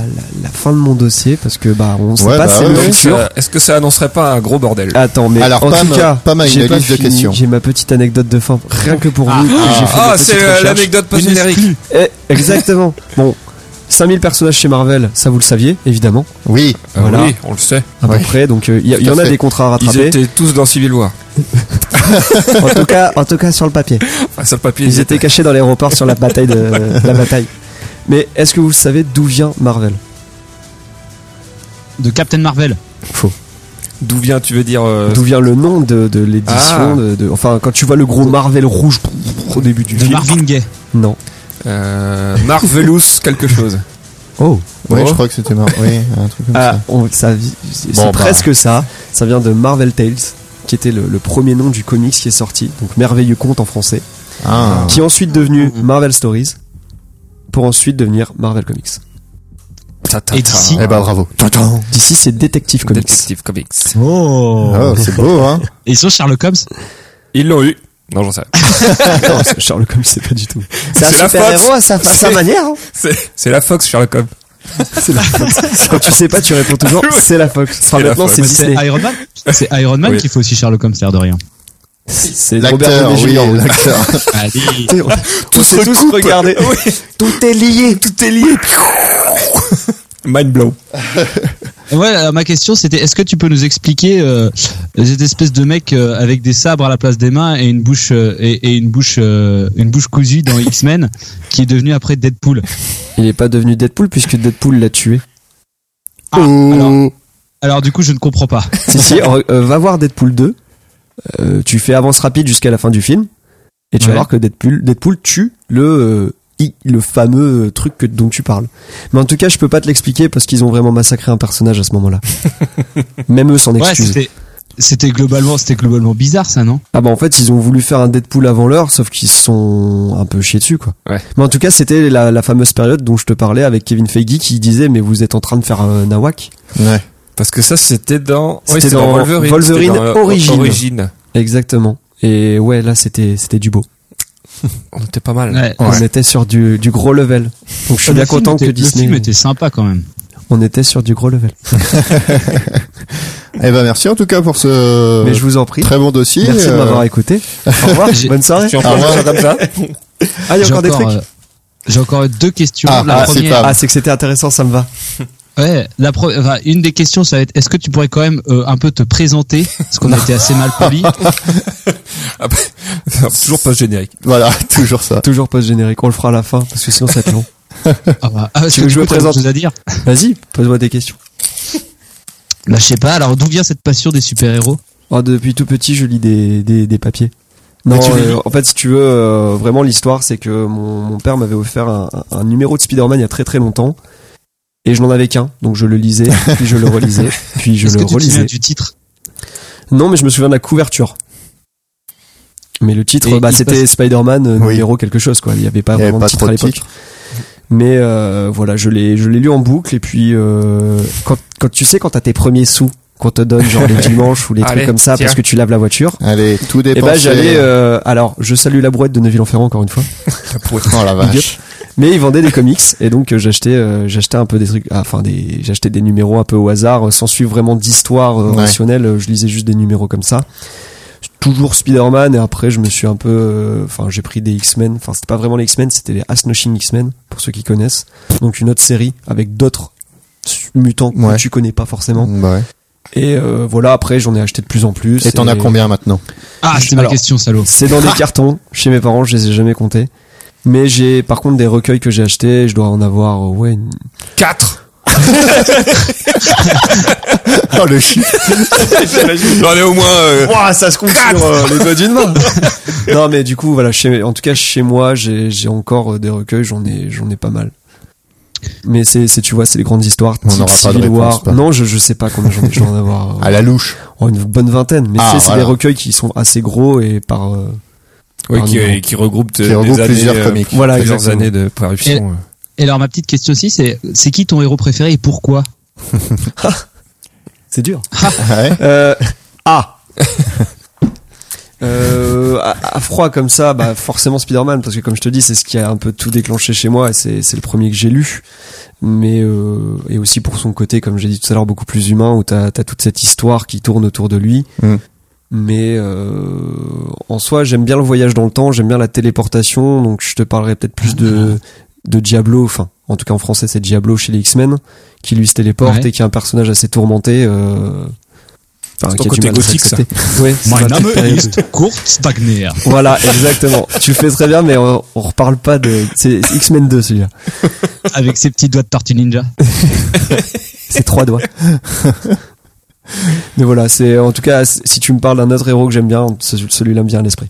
Speaker 7: la fin de mon dossier parce que bah on sait
Speaker 5: Ouais,
Speaker 7: pas
Speaker 5: bah
Speaker 7: c'est
Speaker 5: ouais,
Speaker 7: le
Speaker 5: ouais.
Speaker 2: Donc,
Speaker 7: futur.
Speaker 2: euh, Est-ce que ça annoncerait pas un gros bordel
Speaker 7: Attends, mais
Speaker 5: Alors,
Speaker 7: en
Speaker 5: Pam-
Speaker 7: tout cas,
Speaker 5: Pam a une
Speaker 7: j'ai pas
Speaker 5: liste de
Speaker 7: fini,
Speaker 5: questions.
Speaker 7: J'ai ma petite anecdote de fin, rien que pour vous. que j'ai fait
Speaker 2: Ah,
Speaker 7: des
Speaker 2: c'est
Speaker 7: petites
Speaker 2: euh,
Speaker 7: recherches.
Speaker 2: l'anecdote post-générique.
Speaker 7: Eh,
Speaker 2: [LAUGHS]
Speaker 7: exactement. bon, 5000 personnages chez Marvel, ça vous le saviez, évidemment,
Speaker 5: Oui,
Speaker 2: Ah
Speaker 7: Voilà.
Speaker 2: Oui, on le sait.
Speaker 7: à
Speaker 5: Ouais.
Speaker 7: peu près. Donc euh, il y, a- il y
Speaker 5: Tout à
Speaker 7: en a
Speaker 5: fait.
Speaker 7: des contrats à
Speaker 2: Ils
Speaker 7: rattraper.
Speaker 2: étaient tous dans Civil War.
Speaker 7: en tout cas, en tout cas sur le papier.
Speaker 2: Ah, ça, le papier.
Speaker 7: Ils étaient cachés dans l'aéroport sur la bataille de
Speaker 2: [LAUGHS]
Speaker 7: la bataille. Mais est-ce que vous savez d'où vient Marvel
Speaker 6: de Captain Marvel.
Speaker 2: D'où vient, tu veux dire euh,
Speaker 7: D'où vient le nom de, de l'édition
Speaker 2: Ah.
Speaker 7: de, de- Enfin, quand tu vois le gros Marvel rouge au début du
Speaker 6: De
Speaker 7: film.
Speaker 6: Marvin Gaye.
Speaker 7: Non.
Speaker 2: euh, Marvelous quelque chose
Speaker 7: Oh.
Speaker 5: ouais,
Speaker 2: Oh.
Speaker 5: je crois que c'était marrant. Oui, un truc comme
Speaker 7: Ah,
Speaker 5: ça.
Speaker 7: on- ça vi-
Speaker 5: Bon,
Speaker 7: c'est c'est
Speaker 5: bah.
Speaker 7: presque ça. Ça vient de Marvel Tales, qui était le, le premier nom du comics qui est sorti, donc merveilleux conte en français,
Speaker 5: Ah.
Speaker 7: qui est ensuite devenu Marvel Stories, pour ensuite devenir Marvel Comics.
Speaker 2: Ta, ta,
Speaker 6: Et
Speaker 2: ta.
Speaker 6: d'ici-
Speaker 5: Eh ben bravo.
Speaker 7: D'ici, c'est Detective Comics.
Speaker 2: Detective Comics.
Speaker 6: Oh.
Speaker 5: Oh, c'est beau, hein
Speaker 6: Et ils sont Sherlock Holmes.
Speaker 2: Ils l'ont eu. Non, j'en sais rien.
Speaker 7: Non, c'est- Sherlock Holmes, c'est pas du tout. C'est un
Speaker 2: C'est la
Speaker 7: super
Speaker 2: Fox.
Speaker 7: héros à sa, à sa
Speaker 2: C'est-
Speaker 7: manière. hein.
Speaker 2: [LAUGHS] C'est- C'est la Fox Sherlock Holmes.
Speaker 7: C'est la Fox. [LAUGHS] Quand tu sais pas, tu réponds toujours. C'est la Fox. Enfin,
Speaker 2: C'est la
Speaker 7: maintenant,
Speaker 2: Fox.
Speaker 7: c'est
Speaker 2: Mais
Speaker 6: C'est
Speaker 7: Disney.
Speaker 6: Iron Man. C'est Iron Man
Speaker 2: Oui.
Speaker 6: qui fait aussi Sherlock Holmes, l'air de rien.
Speaker 7: C'est Robert
Speaker 5: L'acteur,
Speaker 7: Downey
Speaker 5: oui, [LAUGHS]
Speaker 7: Jr.
Speaker 5: l'acteur.
Speaker 6: [LAUGHS] Allez.
Speaker 7: On s'est tous regardés. Tout est lié. Tout est lié.
Speaker 2: Mind blow.
Speaker 6: Ouais, alors ma question c'était est-ce que tu peux nous expliquer euh, cette espèce de mec euh, avec des sabres à la place des mains et une bouche euh, et, et une bouche euh, une bouche cousue dans X-Men [LAUGHS] qui est devenu après Deadpool.
Speaker 7: Il n'est pas devenu Deadpool puisque Deadpool l'a tué.
Speaker 6: Ah, alors, alors du coup je ne comprends pas.
Speaker 7: [LAUGHS] si, si, re- euh, va voir Deadpool 2. Euh, tu fais avance rapide jusqu'à la fin du film. Et tu vas
Speaker 6: Ouais.
Speaker 7: voir que Deadpool, Deadpool tue le, euh, i- le fameux euh, truc que, dont tu parles. Mais en tout cas, je peux pas te l'expliquer parce qu'ils ont vraiment massacré un personnage à ce
Speaker 6: [LAUGHS]
Speaker 7: moment-là. Même eux s'en
Speaker 6: Ouais,
Speaker 7: excusent.
Speaker 6: c'était c'était globalement c'était globalement bizarre ça non
Speaker 7: Ah bah en fait ils ont voulu faire un Deadpool avant l'heure sauf qu'ils se sont un peu chiés dessus quoi.
Speaker 2: Ouais.
Speaker 7: Mais en tout cas c'était la, la fameuse période dont je te parlais avec Kevin Feige qui disait mais vous êtes en train de faire un Nawak.
Speaker 5: Ouais.
Speaker 2: Parce que ça, c'était dans,
Speaker 7: C'était dans Wolverine
Speaker 2: c'était dans, euh,
Speaker 7: Origine.
Speaker 2: Origine.
Speaker 7: Exactement. Et ouais, là, c'était c'était du beau.
Speaker 2: On était pas mal.
Speaker 6: Ouais. Ah,
Speaker 7: On était sur du, du gros level. Donc, je suis
Speaker 6: Le
Speaker 7: bien
Speaker 6: film
Speaker 7: content
Speaker 6: était-
Speaker 7: que Disney.
Speaker 6: Le film était Euh, sympa quand même.
Speaker 7: On était sur du gros level.
Speaker 5: Eh ben merci en tout cas pour ce
Speaker 7: Mais je vous en prie.
Speaker 5: très bon dossier.
Speaker 7: Merci de
Speaker 5: Euh,
Speaker 7: m'avoir écouté.
Speaker 6: [LAUGHS]
Speaker 7: Au revoir.
Speaker 6: J'ai-
Speaker 7: Bonne soirée.
Speaker 2: Je suis en train
Speaker 5: Ah
Speaker 2: de
Speaker 5: ouais.
Speaker 2: faire comme [LAUGHS] ça.
Speaker 7: Ah, il y a encore des trucs.
Speaker 6: euh, J'ai encore deux questions.
Speaker 5: Ah,
Speaker 6: la
Speaker 5: ah, c'est
Speaker 6: première,
Speaker 5: pas-
Speaker 7: Ah, c'est que c'était intéressant, ça me va.
Speaker 6: ouais, la pro- enfin, une des questions, ça va être est-ce que tu pourrais quand même euh, un peu te présenter Parce qu'on a été assez mal poli.
Speaker 7: [LAUGHS]
Speaker 2: Toujours pas générique.
Speaker 5: Voilà, [LAUGHS] toujours ça.
Speaker 7: Toujours post générique. On le fera à la fin parce que sinon ça va être long.
Speaker 6: Ah, bah, ah, parce
Speaker 7: Tu veux que je
Speaker 6: du
Speaker 7: me
Speaker 6: coup, t'as autre
Speaker 7: présente
Speaker 6: chose à dire
Speaker 7: Vas-y, pose-moi des questions.
Speaker 6: Bah, je sais pas. Alors, d'où vient cette passion des super-héros
Speaker 7: Oh, depuis tout petit, je lis des, des, des papiers. Non,
Speaker 5: tu les
Speaker 7: euh, en fait, si tu veux, euh, vraiment l'histoire, c'est que mon, mon père m'avait offert un, un numéro de Spider-Man il y a très très longtemps. Et je n'en avais qu'un, donc je le lisais, puis je le relisais, puis je
Speaker 6: Est-ce
Speaker 7: le
Speaker 6: que tu te souviens
Speaker 7: relisais.
Speaker 6: du titre
Speaker 7: Non, mais je me souviens de la couverture. Mais le titre,
Speaker 6: Et
Speaker 7: bah,
Speaker 6: il se
Speaker 7: c'était Spider-Man euh,
Speaker 5: Oui.
Speaker 7: numéro quelque chose, quoi. Il n'y avait pas
Speaker 5: Il y avait
Speaker 7: vraiment
Speaker 5: pas
Speaker 7: de titre
Speaker 5: trop
Speaker 7: à
Speaker 5: de
Speaker 7: l'époque.
Speaker 5: titre.
Speaker 7: Mais euh, voilà, je l'ai, je l'ai lu en boucle. Et puis, euh, quand, quand tu sais, quand t'as tes premiers sous, qu'on te donne genre les dimanches ou les
Speaker 2: Allez,
Speaker 7: trucs comme ça,
Speaker 2: tiens.
Speaker 7: parce que tu laves la voiture.
Speaker 5: Allez, tout
Speaker 7: Et
Speaker 5: dépend.
Speaker 7: bah j'allais euh, alors je salue la brouette de Neuville-en-Ferrand encore une fois
Speaker 5: [LAUGHS] Oh la vache.
Speaker 7: mais ils vendaient des comics et donc euh, j'achetais euh, j'achetais un peu des trucs ah, enfin des j'achetais des numéros un peu au hasard euh, sans suivre vraiment d'histoire euh,
Speaker 5: Ouais.
Speaker 7: rationnelle euh, je lisais juste des numéros comme ça toujours Spider-Man et après je me suis un peu euh, enfin j'ai pris des X-Men enfin c'était pas vraiment les X-Men c'était les Astonishing X-Men pour ceux qui connaissent donc une autre série avec d'autres su- mutants
Speaker 5: Ouais.
Speaker 7: que tu connais pas forcément
Speaker 5: Bah ouais.
Speaker 7: et euh, voilà après j'en ai acheté de plus en plus
Speaker 5: Et t'en as combien maintenant
Speaker 6: Ah, c'est ma
Speaker 7: Alors,
Speaker 6: question, salaud.
Speaker 5: [LAUGHS]
Speaker 7: c'est dans des cartons. Chez mes parents, je les ai jamais comptés. Mais j'ai, par contre, des recueils que j'ai achetés. Je dois en avoir, euh, ouais,
Speaker 5: [LAUGHS]
Speaker 7: une-
Speaker 2: [LAUGHS] 4
Speaker 5: Oh le chien.
Speaker 2: J'en ai au moins euh,
Speaker 5: ça se compte
Speaker 7: les doigts d'une main. non, mais du coup, voilà. Chez, en tout cas, chez moi, j'ai, j'ai encore euh, des recueils. J'en ai, j'en ai pas mal. Mais c'est, c'est, tu vois, c'est les grandes histoires.
Speaker 5: On
Speaker 7: type
Speaker 5: n'aura pas de
Speaker 7: Civil War.
Speaker 5: réponse, pas.
Speaker 7: Non, je, je sais pas combien j'en ai. Je dois
Speaker 5: [LAUGHS]
Speaker 7: en avoir euh,
Speaker 5: À la louche.
Speaker 7: oh, une bonne vingtaine. Mais
Speaker 5: Ah,
Speaker 7: tu sais, c'est
Speaker 5: voilà.
Speaker 7: des recueils qui sont assez gros et par. euh,
Speaker 2: ouais,
Speaker 7: par
Speaker 2: qui,
Speaker 7: niveau.
Speaker 2: Ah, euh, qui regroupe, de-
Speaker 5: Qui regroupe
Speaker 2: des années,
Speaker 5: plusieurs
Speaker 2: euh,
Speaker 5: comics.
Speaker 7: Voilà,
Speaker 2: plusieurs
Speaker 7: exactement.
Speaker 2: années de parution. euh.
Speaker 6: Et alors, ma petite question aussi, c'est c'est qui ton héros préféré et pourquoi
Speaker 7: C'est dur.
Speaker 5: Ouais.
Speaker 7: Euh, ah Euh, à, à froid comme ça, bah forcément Spider-Man parce que comme je te dis, c'est ce qui a un peu tout déclenché chez moi et c'est c'est le premier que j'ai lu. Mais euh, et aussi pour son côté, comme j'ai dit tout à l'heure, beaucoup plus humain où t'as as toute cette histoire qui tourne autour de lui.
Speaker 5: Mm.
Speaker 7: Mais euh, en soi, j'aime bien le voyage dans le temps, j'aime bien la téléportation, donc je te parlerai peut-être plus de de Diablo. Enfin, en tout cas en français, c'est Diablo chez les X-Men qui lui se téléporte
Speaker 6: Ouais.
Speaker 7: et qui est un personnage assez tourmenté. Euh,
Speaker 2: C'est ton
Speaker 7: qui a du
Speaker 2: côté
Speaker 7: mal à
Speaker 2: gothique, ça.
Speaker 7: s'accepter. Ouais, c'est
Speaker 6: My
Speaker 7: ça,
Speaker 6: name
Speaker 7: toute période.
Speaker 6: is Kurt Wagner.
Speaker 7: Voilà, exactement. tu le fais très bien, mais on, on reparle pas de. C'est c'est X-Men 2 celui-là.
Speaker 6: Avec ses petits doigts de tortue ninja.
Speaker 7: C'est trois doigts. [LAUGHS] mais voilà, c'est en tout cas si tu me parles d'un autre héros que j'aime bien, ce- celui-là me vient à l'esprit.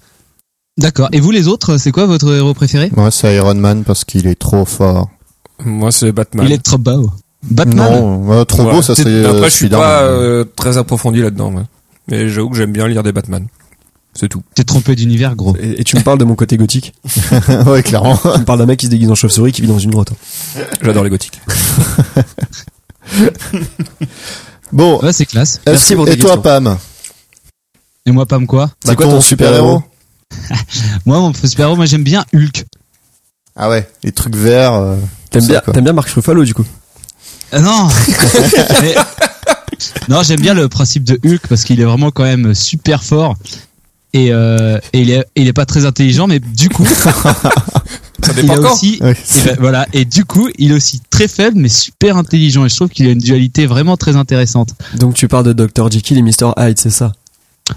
Speaker 6: D'accord. Et vous, les autres, c'est quoi votre héros préféré
Speaker 5: [LAUGHS] Moi c'est Iron Man parce qu'il est trop fort.
Speaker 2: Moi, c'est Batman.
Speaker 6: Il est trop beau. Batman
Speaker 5: Non, euh, trop
Speaker 2: Voilà.
Speaker 5: beau ça c'est.
Speaker 2: C'est-
Speaker 5: euh,
Speaker 2: Après, je suis
Speaker 5: Spider-Man.
Speaker 2: pas euh, très approfondi là-dedans. moi. Mais j'avoue que j'aime bien lire des Batman. C'est tout.
Speaker 6: T'es trompé d'univers, gros.
Speaker 7: Et, et tu me parles de mon côté gothique.
Speaker 5: [LAUGHS] ouais clairement. [LAUGHS]
Speaker 7: Tu me parles d'un mec qui se déguise en chauve-souris qui vit dans une grotte.
Speaker 2: J'adore les gothiques.
Speaker 5: Bon.
Speaker 6: Ouais, c'est classe.
Speaker 5: est-ce
Speaker 7: merci
Speaker 5: que-
Speaker 7: pour tes
Speaker 5: et toi
Speaker 7: questions.
Speaker 5: Pam
Speaker 6: Et moi, Pam, quoi
Speaker 5: C'est quoi ton super héros
Speaker 6: Moi, mon super-héros, moi, j'aime bien Hulk.
Speaker 5: Ah ouais, les trucs verts. euh,
Speaker 7: T'aimes
Speaker 5: tout ça,
Speaker 7: bien,
Speaker 5: quoi.
Speaker 7: t'aimes bien Marc Ruffalo du coup.
Speaker 5: [LAUGHS]
Speaker 6: Ah non Mais- Non, j'aime bien le principe de Hulk parce qu'il est vraiment quand même super fort. Et, euh, et il, est, il est pas très intelligent, mais
Speaker 5: [LAUGHS]
Speaker 6: du coup,
Speaker 2: Ça
Speaker 6: il
Speaker 2: dépend
Speaker 6: a
Speaker 2: quand.
Speaker 6: aussi.
Speaker 5: Ouais,
Speaker 6: Et
Speaker 5: [LAUGHS] c'est-
Speaker 6: ben, voilà. Et du coup, il est aussi très faible, mais super intelligent. Et je trouve qu'il a une dualité vraiment très intéressante.
Speaker 7: Donc tu parles de Dr Jekyll et Mr Hyde, c'est ça.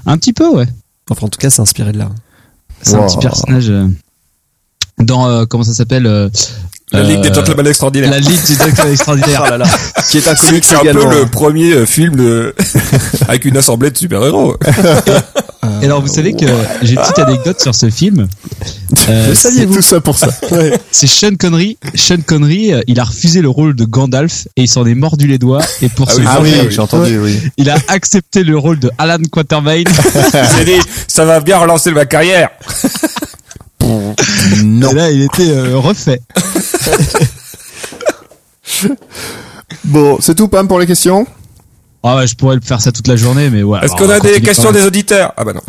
Speaker 6: Un petit peu, ouais.
Speaker 7: Enfin en tout cas, c'est inspiré de là.
Speaker 6: C'est un
Speaker 5: Wow.
Speaker 6: petit personnage euh, dans euh, comment ça s'appelle euh,
Speaker 2: La Ligue des
Speaker 6: euh,
Speaker 2: Gentlemen Extraordinaires. Oh
Speaker 6: La Ligue des
Speaker 2: [LAUGHS]
Speaker 6: Docteurs Extraordinaires.
Speaker 7: Qui est un comics
Speaker 2: C'est un
Speaker 7: également,
Speaker 2: peu le
Speaker 7: hein.
Speaker 2: premier euh, film de... [LAUGHS] avec une assemblée de super-héros.
Speaker 6: Et alors vous savez que euh, j'ai une petite anecdote sur ce film. Euh,
Speaker 5: c'est tout ça pour ça.
Speaker 6: c'est Sean Connery. Sean Connery, euh, il a refusé le rôle de Gandalf et il s'en est mordu les doigts. Et pour
Speaker 2: Ah
Speaker 6: ce
Speaker 2: oui,
Speaker 5: Ah
Speaker 6: faire,
Speaker 5: oui,
Speaker 2: oui,
Speaker 5: j'ai entendu, oui.
Speaker 6: il a accepté le rôle de Alan Quatermain.
Speaker 2: J'ai dit, ça va bien relancer ma carrière.
Speaker 5: Non.
Speaker 6: Et là, il était euh, refait.
Speaker 5: Bon, c'est tout Pam pour les questions
Speaker 6: Ah ouais, je pourrais le faire ça toute la journée, mais ouais.
Speaker 2: Est-ce
Speaker 6: alors,
Speaker 2: qu'on
Speaker 6: on va
Speaker 2: a des
Speaker 6: continuer
Speaker 2: questions
Speaker 6: quand même.
Speaker 2: des auditeurs Ah bah non.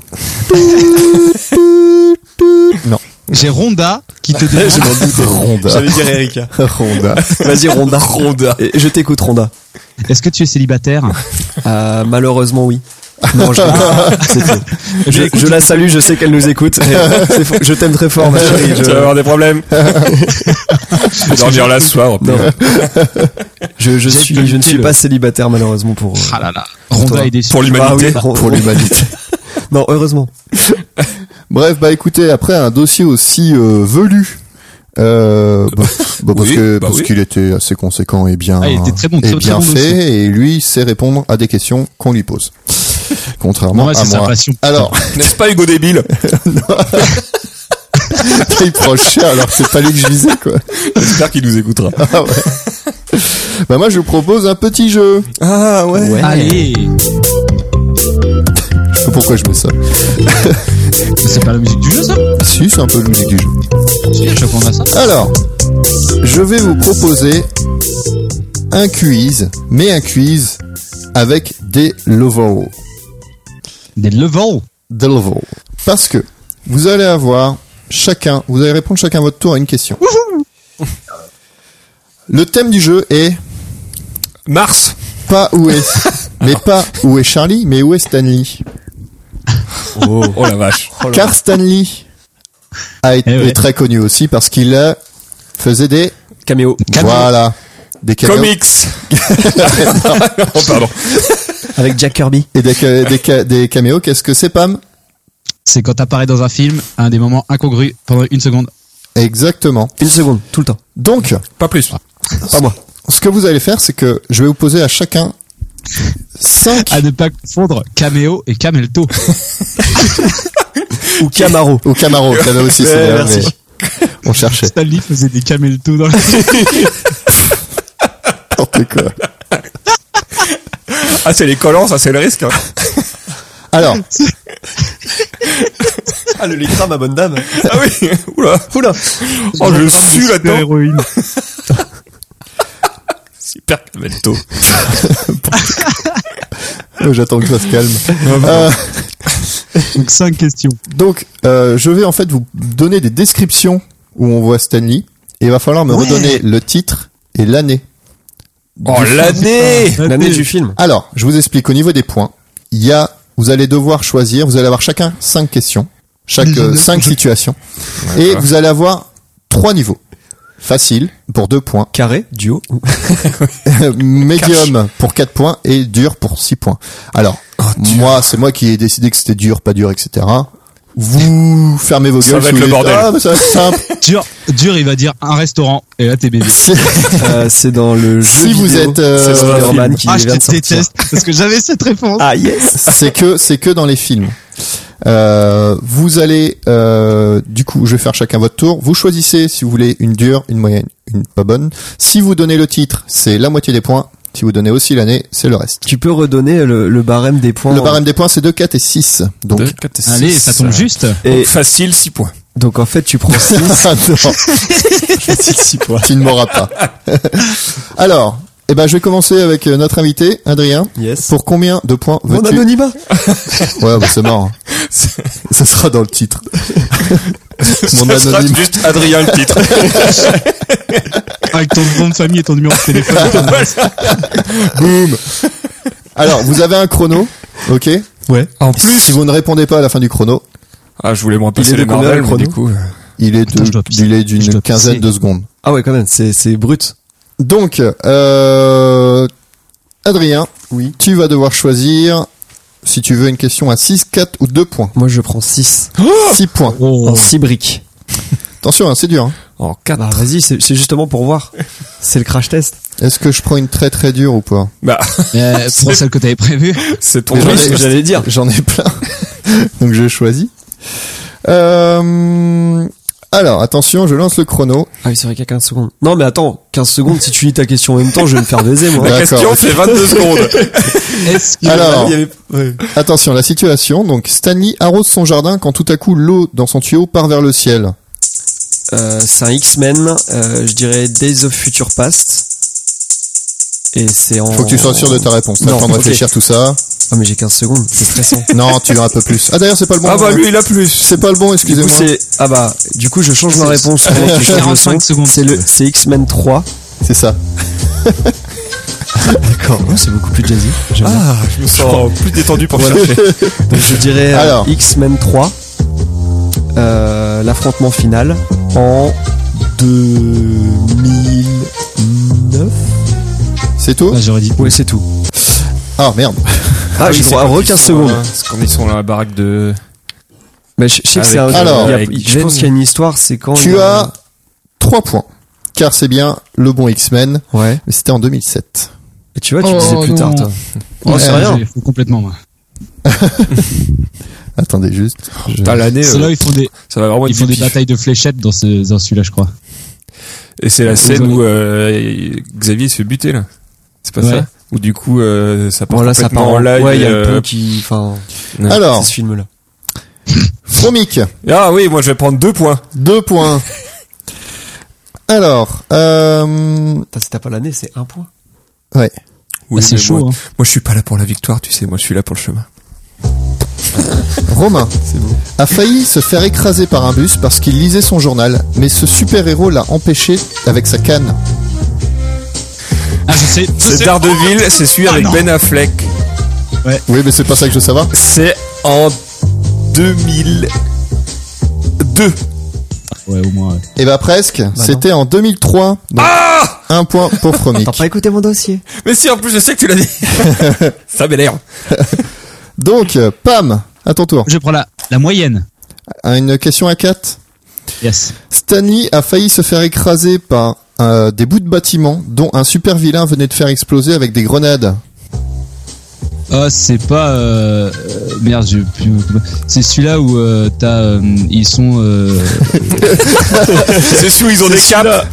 Speaker 6: J'ai Ronda
Speaker 7: [LAUGHS]
Speaker 6: qui te demande.
Speaker 5: Je m'en doute. Ronda.
Speaker 7: J'allais
Speaker 2: [LAUGHS]
Speaker 7: dire Erika.
Speaker 5: [LAUGHS] Ronda.
Speaker 7: Vas-y, Ronda. Ronda. Et je t'écoute, Ronda.
Speaker 6: Est-ce que tu es célibataire
Speaker 7: Euh, malheureusement, oui. Non, je, [LAUGHS] C'est faux. je, je la salue, je sais qu'elle nous écoute. Et [LAUGHS] c'est faux. Je t'aime très fort, ma chérie.
Speaker 2: Tu vas
Speaker 7: Je,
Speaker 2: avoir des problèmes. euh, [LAUGHS] je vais dormir là ce soir. en plus.
Speaker 7: non. je, je
Speaker 6: J'ai
Speaker 7: suis, je ne suis
Speaker 6: le-
Speaker 7: pas célibataire, malheureusement, pour. euh,
Speaker 6: Ah là là. Ronda
Speaker 7: Toi.
Speaker 6: est déçue.
Speaker 2: Pour l'humanité.
Speaker 7: Ah oui,
Speaker 5: Pour l'humanité.
Speaker 7: Non, heureusement.
Speaker 5: Bref, bah écoutez, après un dossier aussi euh, velu, euh, bah, bah, parce
Speaker 2: Oui,
Speaker 5: que
Speaker 2: bah
Speaker 5: parce
Speaker 2: oui.
Speaker 5: qu'il était assez conséquent et bien
Speaker 6: Ah, il était très bon,
Speaker 5: et
Speaker 6: très, très
Speaker 5: bien
Speaker 6: bon
Speaker 5: fait,
Speaker 6: dossier.
Speaker 5: et lui il sait répondre à des questions qu'on lui pose. Contrairement
Speaker 6: Ouais,
Speaker 5: à
Speaker 6: c'est sa
Speaker 5: moi.
Speaker 6: passion.
Speaker 5: Alors, [LAUGHS]
Speaker 2: N'est-ce pas Hugo Débile
Speaker 5: il prend cher alors que c'est pas lui que je visais quoi.
Speaker 2: J'espère qu'il nous écoutera.
Speaker 5: Ah ouais. bah moi je vous propose un petit jeu.
Speaker 7: Ah ouais.
Speaker 6: Allez.
Speaker 5: Je sais pas pourquoi je mets ça.
Speaker 6: C'est pas la musique du jeu, ça
Speaker 5: Si, c'est un peu la musique du jeu.
Speaker 6: Si, à chaque fois, on a ça.
Speaker 5: Alors, je vais vous proposer un quiz, mais un quiz avec des levels.
Speaker 6: Des levels.
Speaker 5: Des levels. Parce que vous allez avoir chacun, vous allez répondre chacun à votre tour à une question. Le thème du jeu est
Speaker 2: Mars
Speaker 5: pas où
Speaker 6: [LAUGHS]
Speaker 5: est, mais pas où est Charlie, mais où est Stanley.
Speaker 2: oh. la vache.
Speaker 5: Car Stanley a été
Speaker 6: Eh ouais.
Speaker 5: est très connu aussi parce qu'il euh, faisait des
Speaker 7: Caméo.
Speaker 5: voilà des caméos
Speaker 2: Comics Oh pardon.
Speaker 7: Avec Jack Kirby.
Speaker 5: et des, ca- des, ca- des caméos. Qu'est-ce que c'est, Pam
Speaker 6: C'est quand t'apparais dans un film à un des moments incongrus pendant une seconde.
Speaker 5: Exactement.
Speaker 7: Une seconde, tout le temps.
Speaker 5: Donc,
Speaker 2: Pas plus.
Speaker 7: À moi.
Speaker 5: ce que vous allez faire, c'est que je vais vous poser à chacun 5
Speaker 6: À ne pas confondre caméo et camelto.
Speaker 7: Ou Camaro.
Speaker 5: au Camaro. Il y en a aussi,
Speaker 7: Ouais,
Speaker 5: celui-là,
Speaker 7: merci.
Speaker 5: mais On cherchait.
Speaker 6: Stanley faisait des camelto dans la...
Speaker 5: N'importe quoi.
Speaker 2: Ah c'est les collants, ça c'est le risque. [LAUGHS] hein.
Speaker 5: Alors,
Speaker 7: Ah, le Lectra, ma bonne dame.
Speaker 2: Ah oui Oula Oula Oh je suis là-dedans
Speaker 6: héroïne.
Speaker 2: Super camelto.
Speaker 5: euh, j'attends que ça se calme. Euh,
Speaker 6: Donc cinq questions.
Speaker 5: donc, euh, je vais en fait vous donner des descriptions où on voit Stanley. Et il va falloir me redonner le titre et l'année.
Speaker 2: Oh
Speaker 6: ah,
Speaker 2: l'année
Speaker 7: L'année du film.
Speaker 5: Alors, je vous explique au niveau des points. Il y a, vous allez devoir choisir, vous allez avoir chacun 5 questions, chaque 5 situations. Et vous allez avoir trois niveaux. Facile pour 2 points,
Speaker 7: Carré, duo.
Speaker 5: [LAUGHS] médium pour 4 points et dur pour 6 points. Alors,
Speaker 2: Oh,
Speaker 5: moi, c'est moi qui ai décidé que c'était dur, pas dur, etc. Vous fermez vos
Speaker 2: Ça
Speaker 5: gueules.
Speaker 2: va être
Speaker 5: si vous
Speaker 2: le
Speaker 5: dites,
Speaker 2: bordel.
Speaker 5: Ah, mais ça va être
Speaker 2: [LAUGHS]
Speaker 5: simple.
Speaker 6: Dur, dur, il va dire un restaurant. Et là, t'es baisé.
Speaker 5: C'est-
Speaker 7: [LAUGHS] Euh, c'est dans le jeu
Speaker 5: Si vous
Speaker 7: vidéo.
Speaker 5: êtes, euh,
Speaker 7: C'est Spider-Man qui
Speaker 6: Ah, je
Speaker 7: vient de
Speaker 6: te
Speaker 7: sortir.
Speaker 6: déteste. Parce que j'avais cette réponse.
Speaker 7: Ah, yes.
Speaker 5: c'est que c'est que dans les films. Euh, vous allez euh, du coup, je vais faire chacun votre tour. Vous choisissez si vous voulez une dure, une moyenne, une pas bonne. Si vous donnez le titre, c'est la moitié des points. Si vous donnez aussi l'année, c'est le reste.
Speaker 7: Tu peux redonner le, le barème des
Speaker 2: Oh.
Speaker 7: points.
Speaker 5: Le barème des points, c'est 2, 4 et 6. Donc,
Speaker 2: 2, 4 et 6.
Speaker 6: Allez, ça tombe juste.
Speaker 7: Et
Speaker 2: Facile, 6 [LAUGHS] points.
Speaker 7: donc en fait,
Speaker 5: [LAUGHS]
Speaker 7: tu [LAUGHS] prends six.
Speaker 5: Ah, non,
Speaker 6: [LAUGHS]
Speaker 5: tu ne m'auras pas. [LAUGHS] Alors, eh ben, je vais commencer avec euh, notre invité, Adrien.
Speaker 7: Yes.
Speaker 5: Pour combien de points
Speaker 7: Mon
Speaker 5: veux-tu
Speaker 7: anonymat.
Speaker 5: Ouais, bah, c'est
Speaker 6: [LAUGHS]
Speaker 5: mort. Ça sera dans le titre. Mon
Speaker 2: Ça sera
Speaker 5: anonyme.
Speaker 2: juste Adrien le titre.
Speaker 6: Avec ton nom de famille et ton numéro de téléphone.
Speaker 5: Boum Alors, vous avez un chrono, ok
Speaker 2: [LAUGHS] En
Speaker 5: Si vous ne répondez pas à la fin du chrono,
Speaker 2: Ah je voulais m'en passer
Speaker 7: est de
Speaker 2: les
Speaker 7: combien,
Speaker 2: Marvel,
Speaker 7: le
Speaker 2: mais du
Speaker 7: chrono
Speaker 2: coup... euh,
Speaker 5: il est
Speaker 6: Attends,
Speaker 5: de-
Speaker 6: je dois pisser.
Speaker 5: il est
Speaker 6: Je
Speaker 5: d'une
Speaker 6: dois
Speaker 5: quinzaine
Speaker 6: pisser.
Speaker 5: de secondes.
Speaker 7: Ah ouais, quand même, c'est c'est brut.
Speaker 5: Donc, euh, Adrien, oui. tu vas devoir choisir, si tu veux, une question à 6, 4 ou 2 points.
Speaker 7: Moi, je prends 6
Speaker 6: Oh
Speaker 5: 6 points.
Speaker 7: en 6 briques.
Speaker 5: Attention, hein, c'est dur. hein.
Speaker 2: En 4.
Speaker 7: Bah vas-y, c'est c'est justement pour voir. C'est le crash test.
Speaker 5: Est-ce que je prends une très très dure ou pas
Speaker 2: Bah,
Speaker 6: Euh, pour celle que t'avais prévue.
Speaker 2: [LAUGHS] c'est ton
Speaker 5: Mais
Speaker 7: Oui,
Speaker 5: j'en ai-
Speaker 7: c'est ce que j'allais dire.
Speaker 5: J'en ai plein. [LAUGHS] Donc, je choisis. Euh, alors, attention, je lance le chrono.
Speaker 7: Ah oui, c'est vrai qu'il y a 15 secondes. Non, mais attends, 15 secondes, si tu lis ta question en même temps, je vais me faire
Speaker 5: [LAUGHS]
Speaker 7: baiser, moi.
Speaker 5: Ouais.
Speaker 2: La question
Speaker 5: D'accord.
Speaker 2: fait 22 secondes. [LAUGHS]
Speaker 6: Est-ce que...
Speaker 5: Alors,
Speaker 7: Il y avait- ouais.
Speaker 5: Attention, la situation. Donc, Stanley arrose son jardin quand tout à coup l'eau dans son tuyau part vers le ciel.
Speaker 7: Euh, c'est un X-Men, euh, je dirais Days of Future Past. Et c'est en.
Speaker 5: Faut que tu sois sûr de ta réponse. T'as le
Speaker 7: Non,
Speaker 5: temps de
Speaker 7: ok.
Speaker 5: réfléchir tout ça.
Speaker 7: Ah, mais j'ai 15 secondes, c'est stressant.
Speaker 5: Non, [LAUGHS] tu as un peu plus. Ah d'ailleurs, c'est pas le bon.
Speaker 7: ah, bah lui, il a plus.
Speaker 5: C'est pas le bon,
Speaker 7: Du coup,
Speaker 5: excusez-moi.
Speaker 7: c'est. Ah, bah, du coup, je change ma réponse. pendant que tu changes le
Speaker 6: 45
Speaker 7: son.
Speaker 6: secondes.
Speaker 7: C'est le... c'est X-Men 3.
Speaker 5: C'est ça.
Speaker 7: D'accord. c'est beaucoup plus jazzy. J'aime bien.
Speaker 2: Ah, je me sens plus détendu pour chercher.
Speaker 7: Donc, je dirais euh,
Speaker 5: Alors.
Speaker 7: X-Men 3. euh, L'affrontement final en 2009.
Speaker 5: [LAUGHS] C'est tout
Speaker 6: Ouais, J'aurais dit. oh,
Speaker 7: Ouais, c'est tout.
Speaker 5: Ah merde.
Speaker 7: Ah, j'ai
Speaker 2: Ah oui, c'est
Speaker 7: droit à
Speaker 2: quand
Speaker 7: re
Speaker 2: ils
Speaker 7: 15
Speaker 2: sont,
Speaker 7: secondes.
Speaker 2: euh, C'est quand ils sont dans la baraque de.
Speaker 7: Mais je, je sais que c'est un.
Speaker 2: Avec-
Speaker 5: Alors.
Speaker 7: il y a-
Speaker 2: avec
Speaker 7: je
Speaker 2: Gwen.
Speaker 7: pense qu'il y a une histoire, c'est quand. il
Speaker 5: Tu
Speaker 7: y a-
Speaker 5: as 3 points. Car c'est bien le bon X-Men,
Speaker 7: euh, Ouais.
Speaker 5: mais c'était en 2007.
Speaker 7: Et tu vois, tu
Speaker 6: Oh,
Speaker 7: disais plus tard,
Speaker 6: non.
Speaker 7: toi.
Speaker 5: Oh, c'est rien.
Speaker 6: j'ai- faut complètement. moi.
Speaker 5: Attendez juste.
Speaker 7: Oh,
Speaker 5: je-
Speaker 2: Pas l'année. euh,
Speaker 6: Ceux-là, ils font des,
Speaker 2: ça va vraiment
Speaker 6: ils
Speaker 2: être
Speaker 6: font des
Speaker 2: pif.
Speaker 6: batailles de fléchettes dans, ce, dans celui-là, je crois.
Speaker 2: Et c'est la scène
Speaker 6: Désolé.
Speaker 2: où euh, Xavier se fait buter là. C'est pas
Speaker 6: Ouais.
Speaker 2: ça Ou du coup euh, ça part
Speaker 7: Bon, là, ça
Speaker 2: complètement
Speaker 7: part en
Speaker 2: en live.
Speaker 7: Ouais, il y a
Speaker 2: euh,
Speaker 7: le peu qui. Enfin,
Speaker 2: Ouais.
Speaker 5: Alors,
Speaker 7: c'est ce film-là.
Speaker 5: Fromic,
Speaker 2: Ah oui, moi je vais prendre deux points.
Speaker 5: 2 points. Alors, euh,
Speaker 7: Putain, si t'as pas l'année, c'est un point.
Speaker 5: ouais.
Speaker 2: Oui,
Speaker 7: Bah,
Speaker 6: Ah, c'est
Speaker 2: mais
Speaker 6: chaud.
Speaker 2: Moi,
Speaker 6: hein.
Speaker 2: moi, je suis pas là pour la victoire, tu sais. Moi je suis là pour le
Speaker 6: [LAUGHS]
Speaker 2: chemin.
Speaker 5: Romain a failli se faire écraser par un bus parce qu'il lisait son journal, mais ce super-héros l'a empêché avec sa canne.
Speaker 6: Ah, je sais. je
Speaker 2: C'est
Speaker 6: sais.
Speaker 2: Daredevil, c'est celui
Speaker 6: Ah,
Speaker 2: avec
Speaker 6: non.
Speaker 2: Ben Affleck.
Speaker 5: Oui, mais c'est pas ça que je veux savoir.
Speaker 2: C'est en 2002.
Speaker 6: Ouais, au moins. ouais.
Speaker 5: Eh bah presque, c'était en 2003. Donc
Speaker 2: Ah
Speaker 5: un point pour Fromic.
Speaker 7: T'as pas écouté mon dossier
Speaker 2: Mais si, en plus je sais que tu l'as dit.
Speaker 7: [LAUGHS]
Speaker 2: ça m'énerve.
Speaker 5: Donc, euh, Pam, à ton tour.
Speaker 6: Je prends la, la moyenne.
Speaker 5: Une question à 4.
Speaker 6: Yes.
Speaker 5: Stanley a failli se faire écraser par euh, des bouts de bâtiment dont un super vilain venait de faire exploser avec des grenades.
Speaker 6: Ah, c'est pas. Euh, euh, merde, j'ai plus. C'est celui-là où euh, t'as. euh, ils sont. euh,
Speaker 2: C'est celui où ils ont des capes.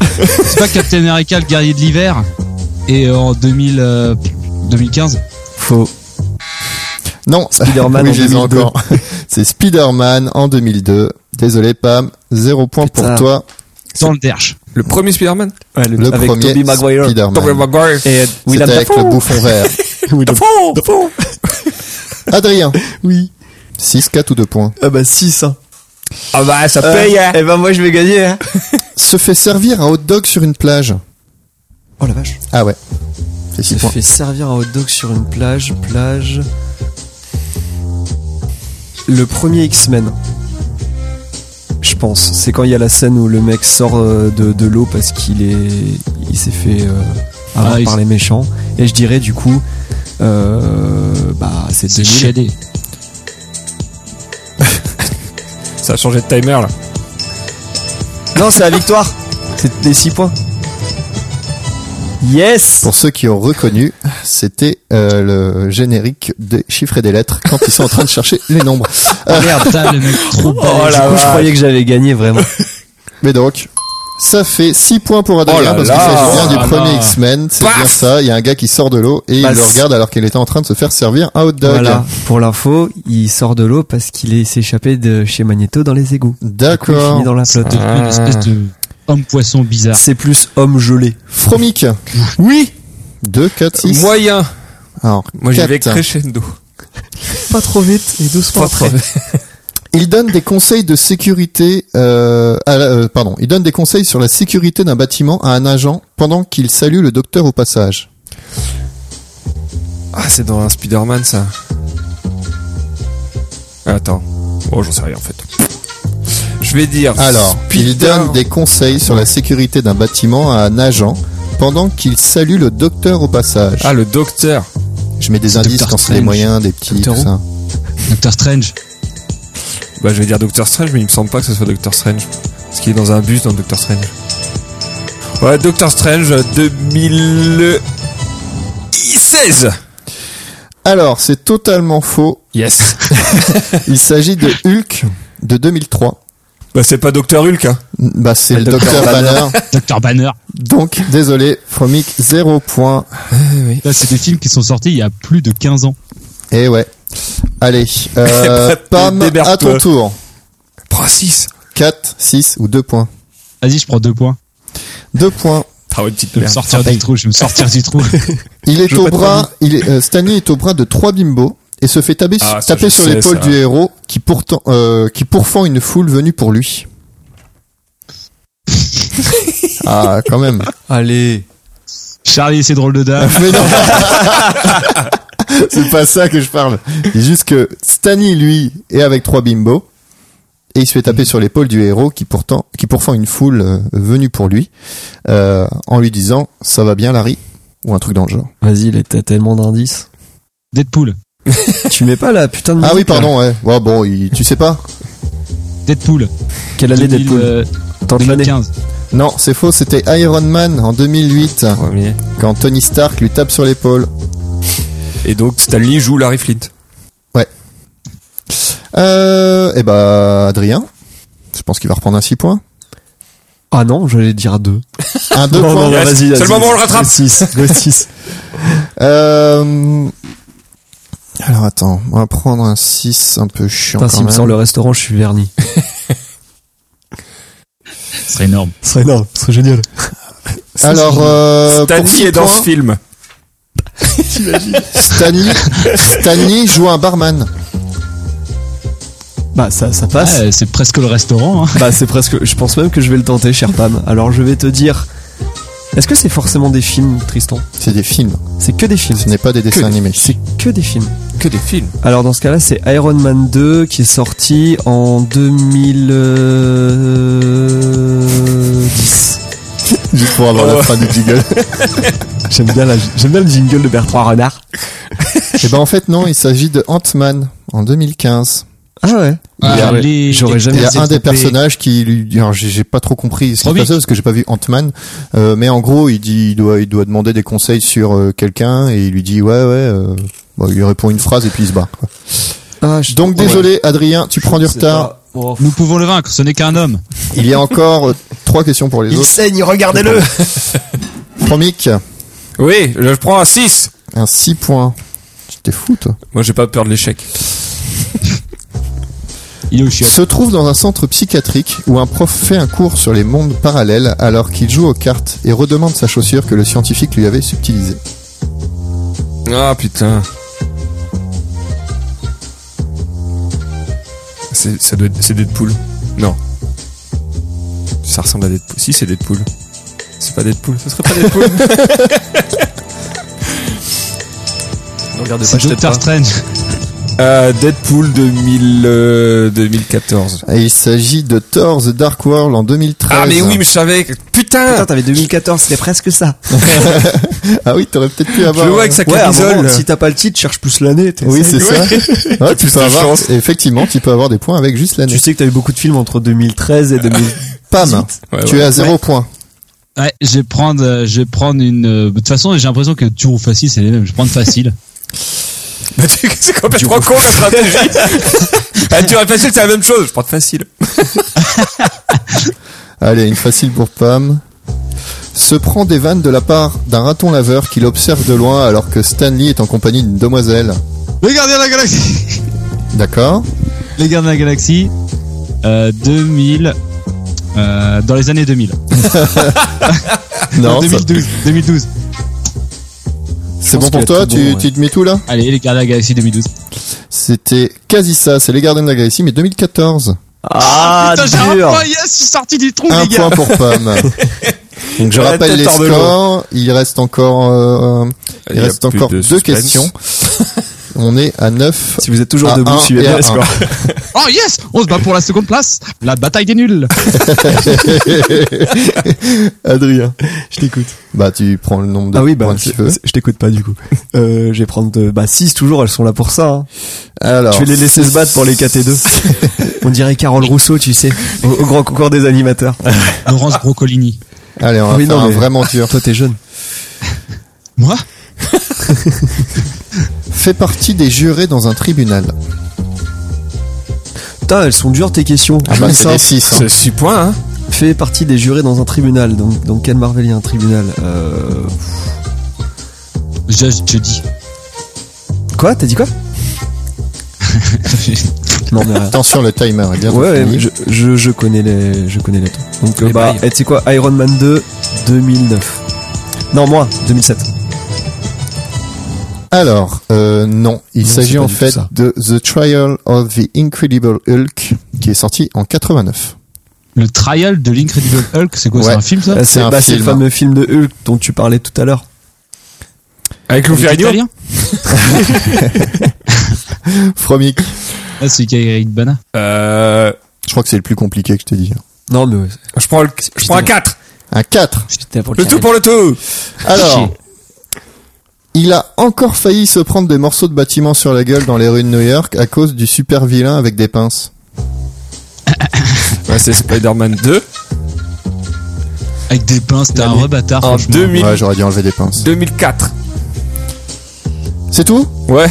Speaker 6: c'est pas Captain America, le guerrier de l'hiver. Et en 2000, euh, 2015.
Speaker 7: Faux.
Speaker 5: Non, [LAUGHS]
Speaker 7: Spider-Man
Speaker 5: Oui,
Speaker 7: en
Speaker 5: je les ai
Speaker 7: 2002.
Speaker 5: encore. C'est Spider-Man en 2002. Désolé Pam, zéro point
Speaker 7: Putain.
Speaker 5: pour toi.
Speaker 6: Dans le derche.
Speaker 2: Le premier Spider-Man.
Speaker 7: Ouais,
Speaker 5: Le
Speaker 7: avec
Speaker 5: premier
Speaker 7: Tobey Maguire.
Speaker 2: Tobey
Speaker 5: Spider-Man.
Speaker 2: Maguire.
Speaker 7: Et
Speaker 5: C'était
Speaker 7: Willem
Speaker 5: avec le
Speaker 7: [LAUGHS]
Speaker 5: bouffon vert.
Speaker 2: Dafoe.
Speaker 5: Adrien. Oui. 6, 4 ou 2 points.
Speaker 7: Ah bah 6. Hein.
Speaker 2: Ah bah ça paye. hein.
Speaker 7: Eh ben moi je vais gagner. Hein.
Speaker 5: Se fait servir un hot dog sur une plage.
Speaker 7: Oh la vache.
Speaker 5: Ah ouais. C'est 6
Speaker 7: Il
Speaker 5: points.
Speaker 7: fait servir un hot dog sur une plage. Plage. Le premier X-Men. Je pense. C'est quand il y a la scène où le mec sort euh, de, de l'eau parce qu'il est, il s'est fait euh, avoir
Speaker 6: Ah, il
Speaker 7: par les méchants. Et je dirais du coup, euh, bah c'est
Speaker 6: C'est
Speaker 7: 2000.
Speaker 6: chiadé.
Speaker 2: Ça a changé de timer là.
Speaker 7: Non, c'est la victoire. C'est des 6 points. Yes.
Speaker 5: Pour ceux qui ont reconnu, c'était euh, le générique des chiffres et des lettres quand ils sont en train de chercher les nombres.
Speaker 6: Ah, Merde, Ah. putain, le mec trop
Speaker 2: Oh
Speaker 6: balèze.
Speaker 7: du coup, je croyais que j'avais gagné vraiment.
Speaker 5: Mais donc, ça fait 6 points pour
Speaker 2: Oh
Speaker 5: Adrien
Speaker 2: là
Speaker 5: parce
Speaker 2: là.
Speaker 5: qu'il s'agit bien du
Speaker 6: Ah
Speaker 5: premier
Speaker 6: là.
Speaker 5: X-Men. C'est
Speaker 2: Paf.
Speaker 5: bien ça. Il y a un gars qui sort de l'eau et
Speaker 7: Bah,
Speaker 5: il le
Speaker 7: c'est-
Speaker 5: regarde alors qu'il était en train de se faire servir un hot dog.
Speaker 7: Voilà, pour l'info, il sort de l'eau parce qu'il est- s'est échappé de chez Magneto dans les égouts. Du coup, il
Speaker 5: D'accord.
Speaker 7: finit dans la flotte.
Speaker 6: T'es devenu une espèce de homme poisson bizarre.
Speaker 7: C'est plus homme gelé.
Speaker 5: Fromic.
Speaker 7: Oui
Speaker 5: 2, 4, 6.
Speaker 2: Moyen.
Speaker 5: Alors,
Speaker 2: Moi j'y vais
Speaker 5: quatre.
Speaker 2: crescendo.
Speaker 7: Pas trop vite et doucement
Speaker 2: Pas trop
Speaker 7: après.
Speaker 5: Il donne des conseils de sécurité, euh, à la- euh, pardon. Il donne des conseils sur la sécurité d'un bâtiment à un agent pendant qu'il salue le docteur au passage.
Speaker 2: Ah, c'est dans un Spider-Man ça. Attends. Oh, j'en sais rien en fait. Je vais dire.
Speaker 5: Alors, il
Speaker 2: Spider-
Speaker 5: donne des conseils sur la sécurité d'un bâtiment à un agent pendant qu'il salue le docteur au passage.
Speaker 2: Ah, le docteur.
Speaker 5: Je mets des indices
Speaker 6: Doctor
Speaker 5: quand c'est des
Speaker 6: Strange.
Speaker 5: moyens, des petits,
Speaker 6: Doctor
Speaker 5: tout ça.
Speaker 6: Doctor Strange.
Speaker 2: Bah, je vais dire Doctor Strange, mais il me semble pas que ce soit Doctor Strange. Parce qu'il est dans un bus dans Doctor Strange. Ouais, Doctor Strange 2016.
Speaker 5: Alors, c'est totalement faux.
Speaker 2: Yes.
Speaker 5: Il s'agit de Hulk de 2003.
Speaker 2: bah, c'est pas Docteur Hulk, hein.
Speaker 5: Mm, Bah, c'est le docteur Banner.
Speaker 6: Doctor Banner.
Speaker 5: Donc, désolé, Fromic, zéro point.
Speaker 6: Là, c'est des films qui sont sortis il y a plus de 15 ans.
Speaker 5: Et Eh ouais. Allez, euh, Pam,
Speaker 2: Démerde-toi.
Speaker 5: à ton tour.
Speaker 2: Prends 6.
Speaker 5: 4, 6 ou 2 points.
Speaker 6: Vas-y, je prends deux points.
Speaker 5: 2 points
Speaker 2: Ah ouais, petite
Speaker 6: Je vais me
Speaker 2: merde.
Speaker 6: sortir du trou, je vais me sortir du [LAUGHS] trou.
Speaker 5: Il est
Speaker 7: Je veux
Speaker 5: au
Speaker 7: pas de
Speaker 5: bras, il est, euh, Stanley est au bras de trois bimbos et se fait taper,
Speaker 2: Ah, ça,
Speaker 5: taper
Speaker 2: je
Speaker 5: sur
Speaker 2: sais,
Speaker 5: l'épaule
Speaker 2: ça.
Speaker 5: du héros qui pourtant euh, qui pourfend une foule venue pour lui. ah, quand même. [LAUGHS]
Speaker 7: Allez.
Speaker 6: Charlie, c'est drôle de dame.
Speaker 5: Mais non. C'est pas ça que je parle. C'est juste que Stanley lui est avec trois bimbos et il se fait taper sur l'épaule du héros qui pourtant qui pourfend une foule euh, venue pour lui euh, en lui disant ça va bien Larry ou un truc dans le genre.
Speaker 7: Vas-y, là, t'as tellement d'indices.
Speaker 6: Deadpool.
Speaker 7: tu mets pas la putain de
Speaker 5: Ah oui,
Speaker 7: musique, hein.
Speaker 5: pardon, ouais. Ouais, bon, il- tu sais pas
Speaker 6: Deadpool.
Speaker 7: là. Quelle année
Speaker 6: 2000,
Speaker 7: Deadpool
Speaker 6: euh,
Speaker 7: Tente l'année.
Speaker 6: 2015.
Speaker 5: Non, c'est faux, c'était Iron Man en 2008,
Speaker 2: Premier.
Speaker 5: quand Tony Stark lui tape sur l'épaule.
Speaker 2: Et donc Stanley joue Larry Flint.
Speaker 5: Euh, eh bah, Adrien, je pense qu'il va reprendre un 6 points.
Speaker 7: Ah non, j'allais dire 2.
Speaker 5: Un
Speaker 7: [LAUGHS]
Speaker 5: 2 points.
Speaker 2: non. Yes,
Speaker 7: vas-y,
Speaker 2: c'est
Speaker 7: vas-y.
Speaker 2: le moment où on le rattrape.
Speaker 7: Le 6, le 6.
Speaker 5: Euh, alors attends, on va prendre un 6 un peu chiant
Speaker 7: Putain,
Speaker 5: quand
Speaker 7: s'il me
Speaker 5: même.
Speaker 7: sort le restaurant, je suis verni.
Speaker 6: Ce serait énorme.
Speaker 7: Ce serait énorme, ce serait génial.
Speaker 5: Alors, euh, pour
Speaker 2: Stanley
Speaker 5: six
Speaker 2: est dans
Speaker 5: points,
Speaker 2: ce film.
Speaker 5: Stanley,
Speaker 2: [LAUGHS]
Speaker 5: Stanley joue un barman.
Speaker 7: Bah, ça, ça passe.
Speaker 6: Ah, c'est presque le restaurant. hein.
Speaker 7: Bah, c'est presque. Je pense même que je vais le tenter, cher Pam. Alors, je vais te dire. Est-ce que c'est forcément des films, Tristan
Speaker 5: C'est des films,
Speaker 7: C'est que des films.
Speaker 5: ce n'est pas des
Speaker 7: que
Speaker 5: dessins
Speaker 7: des-
Speaker 5: animés.
Speaker 7: C'est que des films.
Speaker 2: Que des films.
Speaker 7: Alors dans ce cas-là, c'est Iron Man 2 qui est sorti en euh, 2010.
Speaker 5: Juste pour avoir la fin du jingle.
Speaker 7: J'aime bien, la- j'aime bien le jingle de Bertrand Renard.
Speaker 5: Et ben en fait non, il s'agit de Ant-Man en 2015.
Speaker 7: Ah ouais.
Speaker 5: Il y a-
Speaker 6: Charlie,
Speaker 7: J'aurais
Speaker 5: Il
Speaker 7: jamais.
Speaker 5: y a
Speaker 6: Vous
Speaker 5: un
Speaker 6: êtes
Speaker 5: des
Speaker 6: coupé.
Speaker 5: personnages qui lui, alors j'ai j'ai pas trop compris ce qui
Speaker 6: Trop
Speaker 5: se passait
Speaker 6: vite.
Speaker 5: parce que j'ai pas vu Ant-Man, Euh, mais en gros il dit, il doit, il doit demander des conseils sur euh, quelqu'un et il lui dit ouais ouais, euh, bon, il lui répond une phrase et puis il se bat. quoi.
Speaker 7: Ah, je-
Speaker 5: Donc
Speaker 7: ouais.
Speaker 5: désolé Adrien, tu prends du
Speaker 7: C'est
Speaker 5: retard.
Speaker 7: pas- oh,
Speaker 6: Nous pouvons le vaincre, ce n'est qu'un homme.
Speaker 5: Il y a encore euh, trois questions pour les
Speaker 7: Il
Speaker 5: autres.
Speaker 7: saigne, regardez-le.
Speaker 5: Promic,
Speaker 2: Oui, je prends un 6.
Speaker 5: un 6 points. Tu t'es fou toi.
Speaker 2: Moi, j'ai pas peur de l'échec.
Speaker 6: Il est au chiot.
Speaker 5: Se trouve dans un centre psychiatrique où un prof fait un cours sur les mondes parallèles alors qu'il joue aux cartes et redemande sa chaussure que le scientifique lui avait subtilisée.
Speaker 2: Ah putain. C'est ça doit être- c'est Deadpool. Non. Ça ressemble à Deadpool. Si c'est Deadpool. C'est pas Deadpool. Ça serait
Speaker 5: [LAUGHS]
Speaker 2: pas Deadpool. Ne Regardez
Speaker 6: C'est
Speaker 2: je t'aide
Speaker 6: Doctor Strange.
Speaker 2: Euh, Deadpool 2000, euh, 2014.
Speaker 5: Et il s'agit de Thor The Dark World en 2013.
Speaker 2: Ah mais oui, mais je savais. que- Putain.
Speaker 7: Putain, t'avais 2014, c'était presque ça.
Speaker 5: Ah oui, t'aurais peut-être pu avoir.
Speaker 2: Je
Speaker 5: euh,
Speaker 2: le vois avec sa
Speaker 7: Ouais, à un
Speaker 2: camisole.
Speaker 7: moment, si t'as pas le titre, cherche plus l'année. t'essayes.
Speaker 5: Oui, c'est ça. Ouais, tu
Speaker 2: [LAUGHS] plus
Speaker 5: peux
Speaker 2: de
Speaker 5: avoir.
Speaker 2: chance.
Speaker 5: Effectivement, tu peux avoir des points avec juste
Speaker 7: Tu
Speaker 5: l'année.
Speaker 7: sais que t'as eu beaucoup de films entre 2013
Speaker 5: [LAUGHS]
Speaker 7: et 2000.
Speaker 5: Pam,
Speaker 2: Ouais,
Speaker 5: tu
Speaker 2: euh, ouais. [LAUGHS]
Speaker 5: es à zéro point.
Speaker 6: [LAUGHS] Ouais, je vais prendre, euh, je vais prendre une. euh, De toute façon, j'ai l'impression que dur ou facile, c'est les mêmes. Je vais prendre facile.
Speaker 2: Bah, c'est complètement con la
Speaker 5: [LAUGHS]
Speaker 2: stratégie. [LAUGHS] ah, tu aurais facile, c'est la même chose. Je prends de facile.
Speaker 5: Allez, une facile pour Pam. Se prend des vannes de la part d'un raton laveur qui l'observe de loin alors que Stanley est en compagnie d'une demoiselle.
Speaker 6: Les Gardiens de la Galaxie.
Speaker 2: [LAUGHS]
Speaker 5: D'accord
Speaker 6: Les Gardiens de la Galaxie. Euh, 2000. Euh, dans les années 2000.
Speaker 5: Non, ça-
Speaker 6: 2012. 2012.
Speaker 5: c'est bon pour toi, tu, tu te mets tout là
Speaker 6: Allez, les Gardiens de la Galaxie 2012.
Speaker 5: C'était quasi ça, c'est les Gardiens de la Galaxie,
Speaker 2: [LAUGHS]
Speaker 5: mais 2014.
Speaker 7: Ah,
Speaker 6: Putain, j'ai un
Speaker 7: dur.
Speaker 6: point, yes, je suis sorti du trou,
Speaker 5: Un
Speaker 6: les
Speaker 5: point
Speaker 6: gars.
Speaker 5: pour
Speaker 2: [LAUGHS]
Speaker 5: Pam. Donc je
Speaker 2: La
Speaker 5: rappelle
Speaker 2: tête
Speaker 5: les
Speaker 2: hors de l'eau.
Speaker 5: scores, il reste encore euh, il,
Speaker 2: y a
Speaker 5: reste
Speaker 2: plus
Speaker 5: encore
Speaker 2: de
Speaker 5: deux
Speaker 2: suspense.
Speaker 5: questions. [LAUGHS] On est à 9
Speaker 7: Si vous êtes toujours
Speaker 5: À un
Speaker 7: debout, suivez
Speaker 5: et à
Speaker 7: bien les
Speaker 5: un.
Speaker 7: scores.
Speaker 6: Oh yes, on se bat pour la seconde place. La bataille des nuls.
Speaker 5: Adrien.
Speaker 7: Je t'écoute.
Speaker 5: Bah, tu prends le nombre de
Speaker 7: Ah oui,
Speaker 5: points
Speaker 7: bah,
Speaker 5: que
Speaker 7: je,
Speaker 5: tu veux.
Speaker 7: je t'écoute pas du coup. Euh, je vais prendre de, bah 6 toujours, elles sont là pour ça. hein.
Speaker 5: Alors,
Speaker 7: je vais les laisser se battre pour les KT2. On dirait Carole Rousseau, tu sais, au, au grand concours des animateurs.
Speaker 6: Laurence Brocolini.
Speaker 5: allez, on va
Speaker 7: Oui,
Speaker 5: faire
Speaker 7: non,
Speaker 5: un
Speaker 7: mais-
Speaker 5: vraiment dur.
Speaker 7: Toi, t'es jeune.
Speaker 6: Moi
Speaker 5: Fait partie des jurés dans un tribunal.
Speaker 7: Putain, elles sont dures tes questions.
Speaker 5: Ah
Speaker 7: Je
Speaker 5: bah,
Speaker 7: lis
Speaker 5: c'est
Speaker 7: ça.
Speaker 5: des 6.
Speaker 2: C'est 6 points. Hein.
Speaker 7: Fait partie des jurés dans un tribunal. Donc, dans quel Marvel il y a un tribunal euh...
Speaker 6: Je, je te dis.
Speaker 7: Quoi T'as dit quoi Non mais rien.
Speaker 5: Attention, le timer est bien
Speaker 7: Ouais,
Speaker 5: fini.
Speaker 7: ouais, je, je, je connais les, je connais les temps. Donc, euh,
Speaker 2: Les
Speaker 7: bah,
Speaker 2: bails.
Speaker 7: et tu sais quoi Iron Man 2, 2009. Non, moi, 2007.
Speaker 5: Alors, euh, non, il
Speaker 7: Non,
Speaker 5: s'agit
Speaker 7: c'est pas
Speaker 5: en
Speaker 7: du tout
Speaker 5: fait
Speaker 7: ça.
Speaker 5: de The Trial of the Incredible Hulk, qui est sorti en 89.
Speaker 6: [LAUGHS] Le trial de l'Incredible Hulk, c'est quoi
Speaker 5: Ouais.
Speaker 6: C'est un film ça
Speaker 7: Euh,
Speaker 5: un
Speaker 7: C'est bah, c'est le
Speaker 5: film.
Speaker 7: fameux film de Hulk dont tu parlais tout à l'heure.
Speaker 2: Avec Lou
Speaker 6: C'est
Speaker 2: Ferrigno
Speaker 6: italien
Speaker 5: Fromic,
Speaker 6: Ah, c'est Eric Bana.
Speaker 2: Euh,
Speaker 5: je crois que c'est le plus compliqué que je t'ai dit.
Speaker 7: Non, mais.
Speaker 2: je prends le, je prends un 4.
Speaker 5: Un 4.
Speaker 7: Putain, pour le,
Speaker 2: Le tout pour le tout.
Speaker 5: Alors, il a encore failli se prendre des morceaux de bâtiments sur la gueule dans les rues de New York à cause du super vilain avec des pinces.
Speaker 2: Ouais, c'est Spider-Man 2.
Speaker 6: Avec des pinces, t'es un rebatard,
Speaker 2: En
Speaker 6: franchement.
Speaker 2: 2000,
Speaker 5: Ouais, j'aurais dû enlever des pinces.
Speaker 2: 2004.
Speaker 5: C'est tout
Speaker 2: Ouais.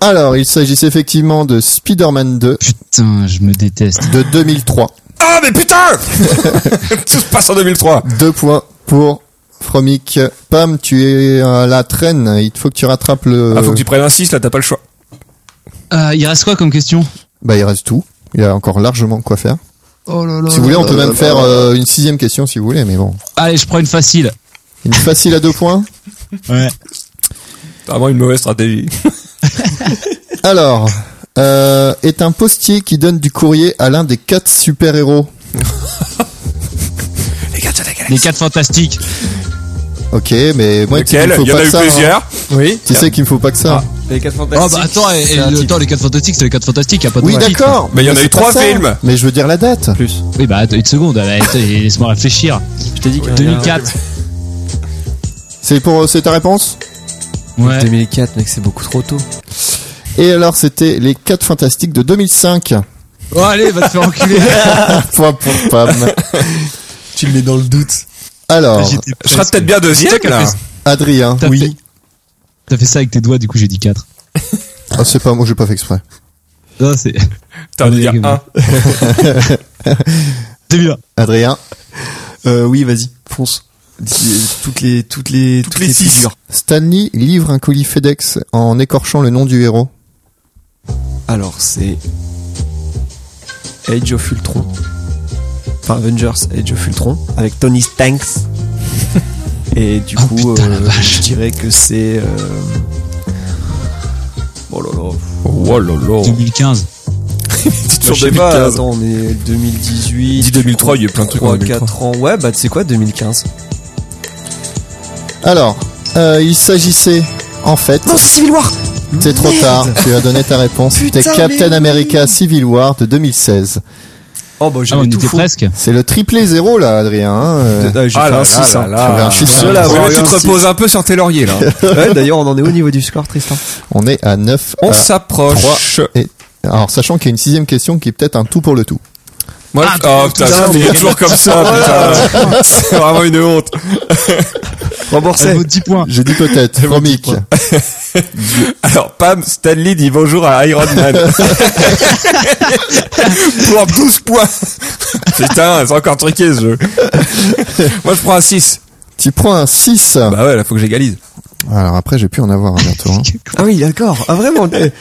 Speaker 5: Alors, il s'agissait effectivement de Spider-Man 2
Speaker 6: Putain, je me déteste.
Speaker 5: de 2003.
Speaker 2: Ah, mais putain! [LAUGHS] tout se passe en 2003.
Speaker 5: Deux points pour Fromic. Pam, tu es à la traîne. Il faut que tu rattrapes le...
Speaker 2: Ah, faut que tu prennes un 6, là, t'as pas le choix.
Speaker 6: Euh, il reste quoi comme question
Speaker 5: Bah, il reste tout. Il y a encore largement quoi faire. si vous voulez, on peut même faire euh, une sixième question si vous voulez, mais bon.
Speaker 6: Allez, je prends une facile.
Speaker 5: Une facile à deux points.
Speaker 6: Ouais.
Speaker 2: T'as vraiment une mauvaise stratégie.
Speaker 5: Alors, euh, est un postier qui donne du courrier à l'un des quatre super-héros.
Speaker 2: Les gars, t'as la galère.
Speaker 6: Les 4 fantastiques.
Speaker 5: Ok, mais moi, tu sais
Speaker 2: Lequel
Speaker 5: qu'il me faut
Speaker 2: Il y en
Speaker 5: pas
Speaker 2: a
Speaker 5: que
Speaker 2: eu
Speaker 5: ça. hein.
Speaker 2: plusieurs. Ah,
Speaker 7: Oui. Ah,
Speaker 5: Tu sais qu'il me faut pas que ça.
Speaker 7: Les 4
Speaker 6: Oh
Speaker 7: fantastiques.
Speaker 6: bah attends, et- et
Speaker 7: C'est un
Speaker 6: le-
Speaker 7: titre.
Speaker 6: attends, les 4 fantastiques, c'est les 4 fantastiques, y a pas de
Speaker 5: Oui,
Speaker 6: droit à titre.
Speaker 5: d'accord.
Speaker 2: Mais il y en a
Speaker 5: c'est
Speaker 2: eu trois
Speaker 5: pas ça.
Speaker 2: films.
Speaker 5: Mais je veux dire la date.
Speaker 7: Plus.
Speaker 6: Oui, bah attends, une seconde, allez, attends, laisse-moi réfléchir.
Speaker 7: Je t'ai dit que.
Speaker 6: 2004.
Speaker 5: C'est pour, c'est ta réponse?
Speaker 6: Ouais.
Speaker 7: 2004, mec, c'est beaucoup trop tôt.
Speaker 5: Et alors, c'était les 4 fantastiques de 2005.
Speaker 6: Oh, allez, va te faire enculer.
Speaker 5: [LAUGHS] Point pour Pam.
Speaker 7: Tu me mets dans le doute.
Speaker 5: Alors,
Speaker 6: J'étais
Speaker 2: Je serais
Speaker 6: presque.
Speaker 2: peut-être bien deuxième,
Speaker 6: C'est toi qui as
Speaker 2: là.
Speaker 6: fait
Speaker 5: Adrien.
Speaker 6: T'as fait- T'as fait ça avec tes doigts, du coup j'ai dit 4.
Speaker 5: Ah, c'est pas moi, j'ai pas fait exprès.
Speaker 6: Non, c'est.
Speaker 2: T'as dû dire
Speaker 6: Oui, oui.
Speaker 2: 1.
Speaker 6: 2001.
Speaker 5: Adrien.
Speaker 7: Euh, oui, vas-y, fonce. Dis- Toutes les, toutes les, toutes,
Speaker 2: les
Speaker 7: les
Speaker 2: six.
Speaker 7: figures.
Speaker 5: Stanley livre un colis FedEx en écorchant le nom du héros.
Speaker 7: Alors, c'est. Age of Ultron. Enfin, Avengers Age of Ultron. Avec Tony Stanks. Et du
Speaker 6: Oh,
Speaker 7: coup,
Speaker 6: putain, la
Speaker 7: euh,
Speaker 6: vache.
Speaker 7: je dirais que c'est. Euh... Oh là là.
Speaker 2: Oh lolo.
Speaker 6: 2015.
Speaker 2: C'est
Speaker 7: Bah,
Speaker 2: toujours
Speaker 7: je sais pas,
Speaker 2: 2015.
Speaker 7: attends, on est 2018.
Speaker 2: Dis 2003, il y a eu plein de trucs en
Speaker 7: 3,
Speaker 2: 2003.
Speaker 7: 4 ans. Ouais, bah tu sais quoi, 2015.
Speaker 5: Alors, euh, il s'agissait, en fait,
Speaker 7: Non, c'est Civil War
Speaker 5: Oh, c'est trop tard, tu as donné ta réponse.
Speaker 7: Putain,
Speaker 5: C'était Captain
Speaker 7: mais
Speaker 5: America Civil War de 2016.
Speaker 7: Oh bah
Speaker 6: Ah, on
Speaker 7: j'avais tout
Speaker 6: était
Speaker 7: faux.
Speaker 6: presque.
Speaker 5: C'est le triplé zéro, là, Adrien. hein, euh.
Speaker 7: Ah, j'ai fait
Speaker 2: Ah
Speaker 7: un
Speaker 2: là
Speaker 7: six,
Speaker 2: là
Speaker 7: hein.
Speaker 2: là
Speaker 5: J'avais un
Speaker 2: là.
Speaker 5: chiffre.
Speaker 7: Seul à
Speaker 5: Ouais,
Speaker 7: avoir
Speaker 2: Ouais,
Speaker 7: eu
Speaker 2: tu
Speaker 7: un
Speaker 2: te
Speaker 7: six.
Speaker 2: reposes un peu sur tes lauriers, là.
Speaker 7: Ouais, D'ailleurs, on en est au niveau du score, Tristan.
Speaker 5: On est à 9
Speaker 2: On
Speaker 5: à-
Speaker 2: s'approche.
Speaker 5: Alors, sachant qu'il y a une sixième question qui est peut-être un tout pour le tout.
Speaker 2: Moi,
Speaker 6: Ah,
Speaker 2: je- oh putain,
Speaker 7: putain,
Speaker 2: je
Speaker 7: mais-
Speaker 2: fais toujours comme [LAUGHS] ça, putain. C'est vraiment une honte.
Speaker 6: Elle
Speaker 7: Remboursé.
Speaker 6: vaut 10 points.
Speaker 5: J'ai dit [LAUGHS] peut-être, Romic.
Speaker 2: Alors, Pam, Stanley dit bonjour à Iron [LAUGHS] Man. Pour 12 points. Putain, c'est encore truqué ce jeu. Moi, je prends un 6.
Speaker 5: Tu prends un 6.
Speaker 2: Bah ouais, là, faut que j'égalise.
Speaker 5: Alors après, j'ai pu en avoir un bientôt. [LAUGHS] hein.
Speaker 7: Ah oui, d'accord. Ah vraiment eh,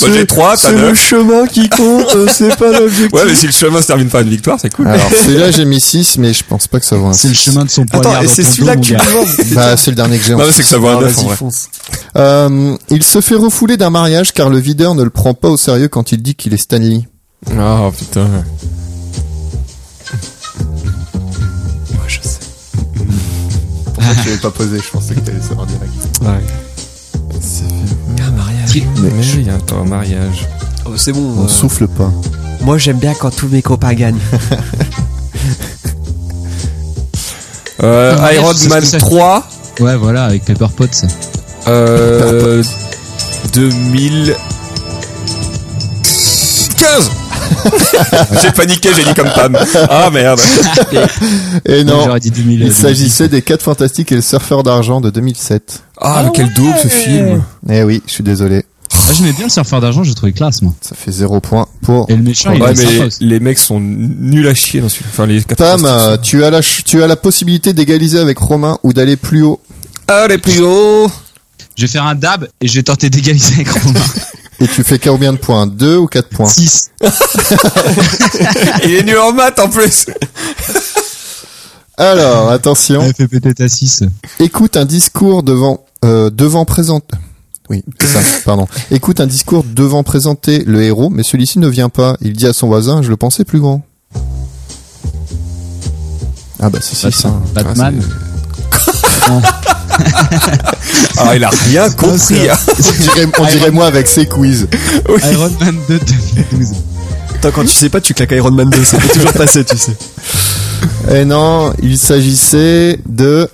Speaker 2: Moi, j'ai 3, t'as
Speaker 7: C'est le
Speaker 2: 9.
Speaker 7: chemin qui compte, euh, c'est pas l'objectif.
Speaker 2: Ouais, mais si le chemin se termine par une victoire, c'est cool.
Speaker 5: Alors celui-là, j'ai mis 6, mais je pense pas que ça vaut un
Speaker 6: C'est le
Speaker 5: six.
Speaker 6: chemin de son poignard.
Speaker 7: Attends, et
Speaker 6: dans
Speaker 7: c'est
Speaker 6: ton
Speaker 7: celui-là
Speaker 6: dos,
Speaker 7: que tu
Speaker 6: mon gars.
Speaker 7: me
Speaker 5: [LAUGHS]
Speaker 7: demandes.
Speaker 5: Bah, c'est le dernier que j'ai. en
Speaker 2: Non,
Speaker 5: fait.
Speaker 2: c'est que ça vaut un
Speaker 7: Ah,
Speaker 2: 9 en
Speaker 7: vas-y,
Speaker 2: vrai.
Speaker 7: fonce.
Speaker 5: Euh, il se fait refouler d'un mariage car le videur ne le prend pas au sérieux quand il dit qu'il est Stanley.
Speaker 2: Oh putain.
Speaker 7: Ouais, je sais.
Speaker 5: Pourquoi Ah, tu l'avais pas posé Je pensais que t'allais savoir direct.
Speaker 7: Ouais. Un mariage.
Speaker 2: Mais il y a un temps, un mariage.
Speaker 7: Oh, c'est
Speaker 5: On
Speaker 7: bon. euh,
Speaker 5: souffle pas.
Speaker 7: Moi, j'aime bien quand tous mes copains gagnent.
Speaker 2: Euh,
Speaker 6: Un mariage,
Speaker 2: Iron
Speaker 6: c'est ce que
Speaker 2: Man
Speaker 6: c'est.
Speaker 2: 3.
Speaker 6: Ouais, voilà, avec Pepper Potts.
Speaker 2: Euh, 2015 [LAUGHS] J'ai paniqué, j'ai dit comme Pam. Ah merde.
Speaker 5: Et non,
Speaker 6: J'aurais dit euh, 2000.
Speaker 5: il s'agissait des 4 fantastiques et le surfeur d'argent de 2007.
Speaker 2: Ah, mais quel double ce film.
Speaker 5: Eh oui, je suis désolé.
Speaker 6: Ah, J'aimais bien le surfeur d'argent, j'ai trouvé classe, moi.
Speaker 5: Ça fait 0 point pour
Speaker 6: Et le méchant, il
Speaker 2: ouais,
Speaker 6: est sympa
Speaker 2: mais
Speaker 6: aussi.
Speaker 2: les mecs sont nuls à chier dans celui-là. Enfin, les quatre
Speaker 5: Pam.
Speaker 2: fantastiques
Speaker 5: euh, Tu as la ch- tu as la possibilité d'égaliser avec Romain ou d'aller plus haut.
Speaker 2: sont- Ah, les plus hauts.
Speaker 6: Je vais faire un dab et je vais tenter d'égaliser avec Romain.
Speaker 5: Et tu fais combien de points 2 ou 4 points
Speaker 6: 6.
Speaker 2: Il est nul en maths en plus.
Speaker 5: Alors,
Speaker 6: [LAUGHS]
Speaker 5: attention.
Speaker 6: Elle fait peut-être à 6.
Speaker 5: Écoute un discours devant euh, devant présenté. Oui, c'est
Speaker 6: [LAUGHS]
Speaker 5: ça, pardon. Écoute un discours devant présenter le héros, mais celui-ci ne vient pas. Il dit à son voisin, je le pensais plus grand. Ah bah si si ça.
Speaker 6: Batman.
Speaker 2: Ah, il a rien compris. hein.
Speaker 5: On dirait, on dirait moi avec ses quiz.
Speaker 6: Iron Man 2 2012.
Speaker 7: Attends, quand tu sais pas, tu claques Iron Man 2, ça peut toujours passer, tu sais.
Speaker 5: Eh non, il s'agissait de.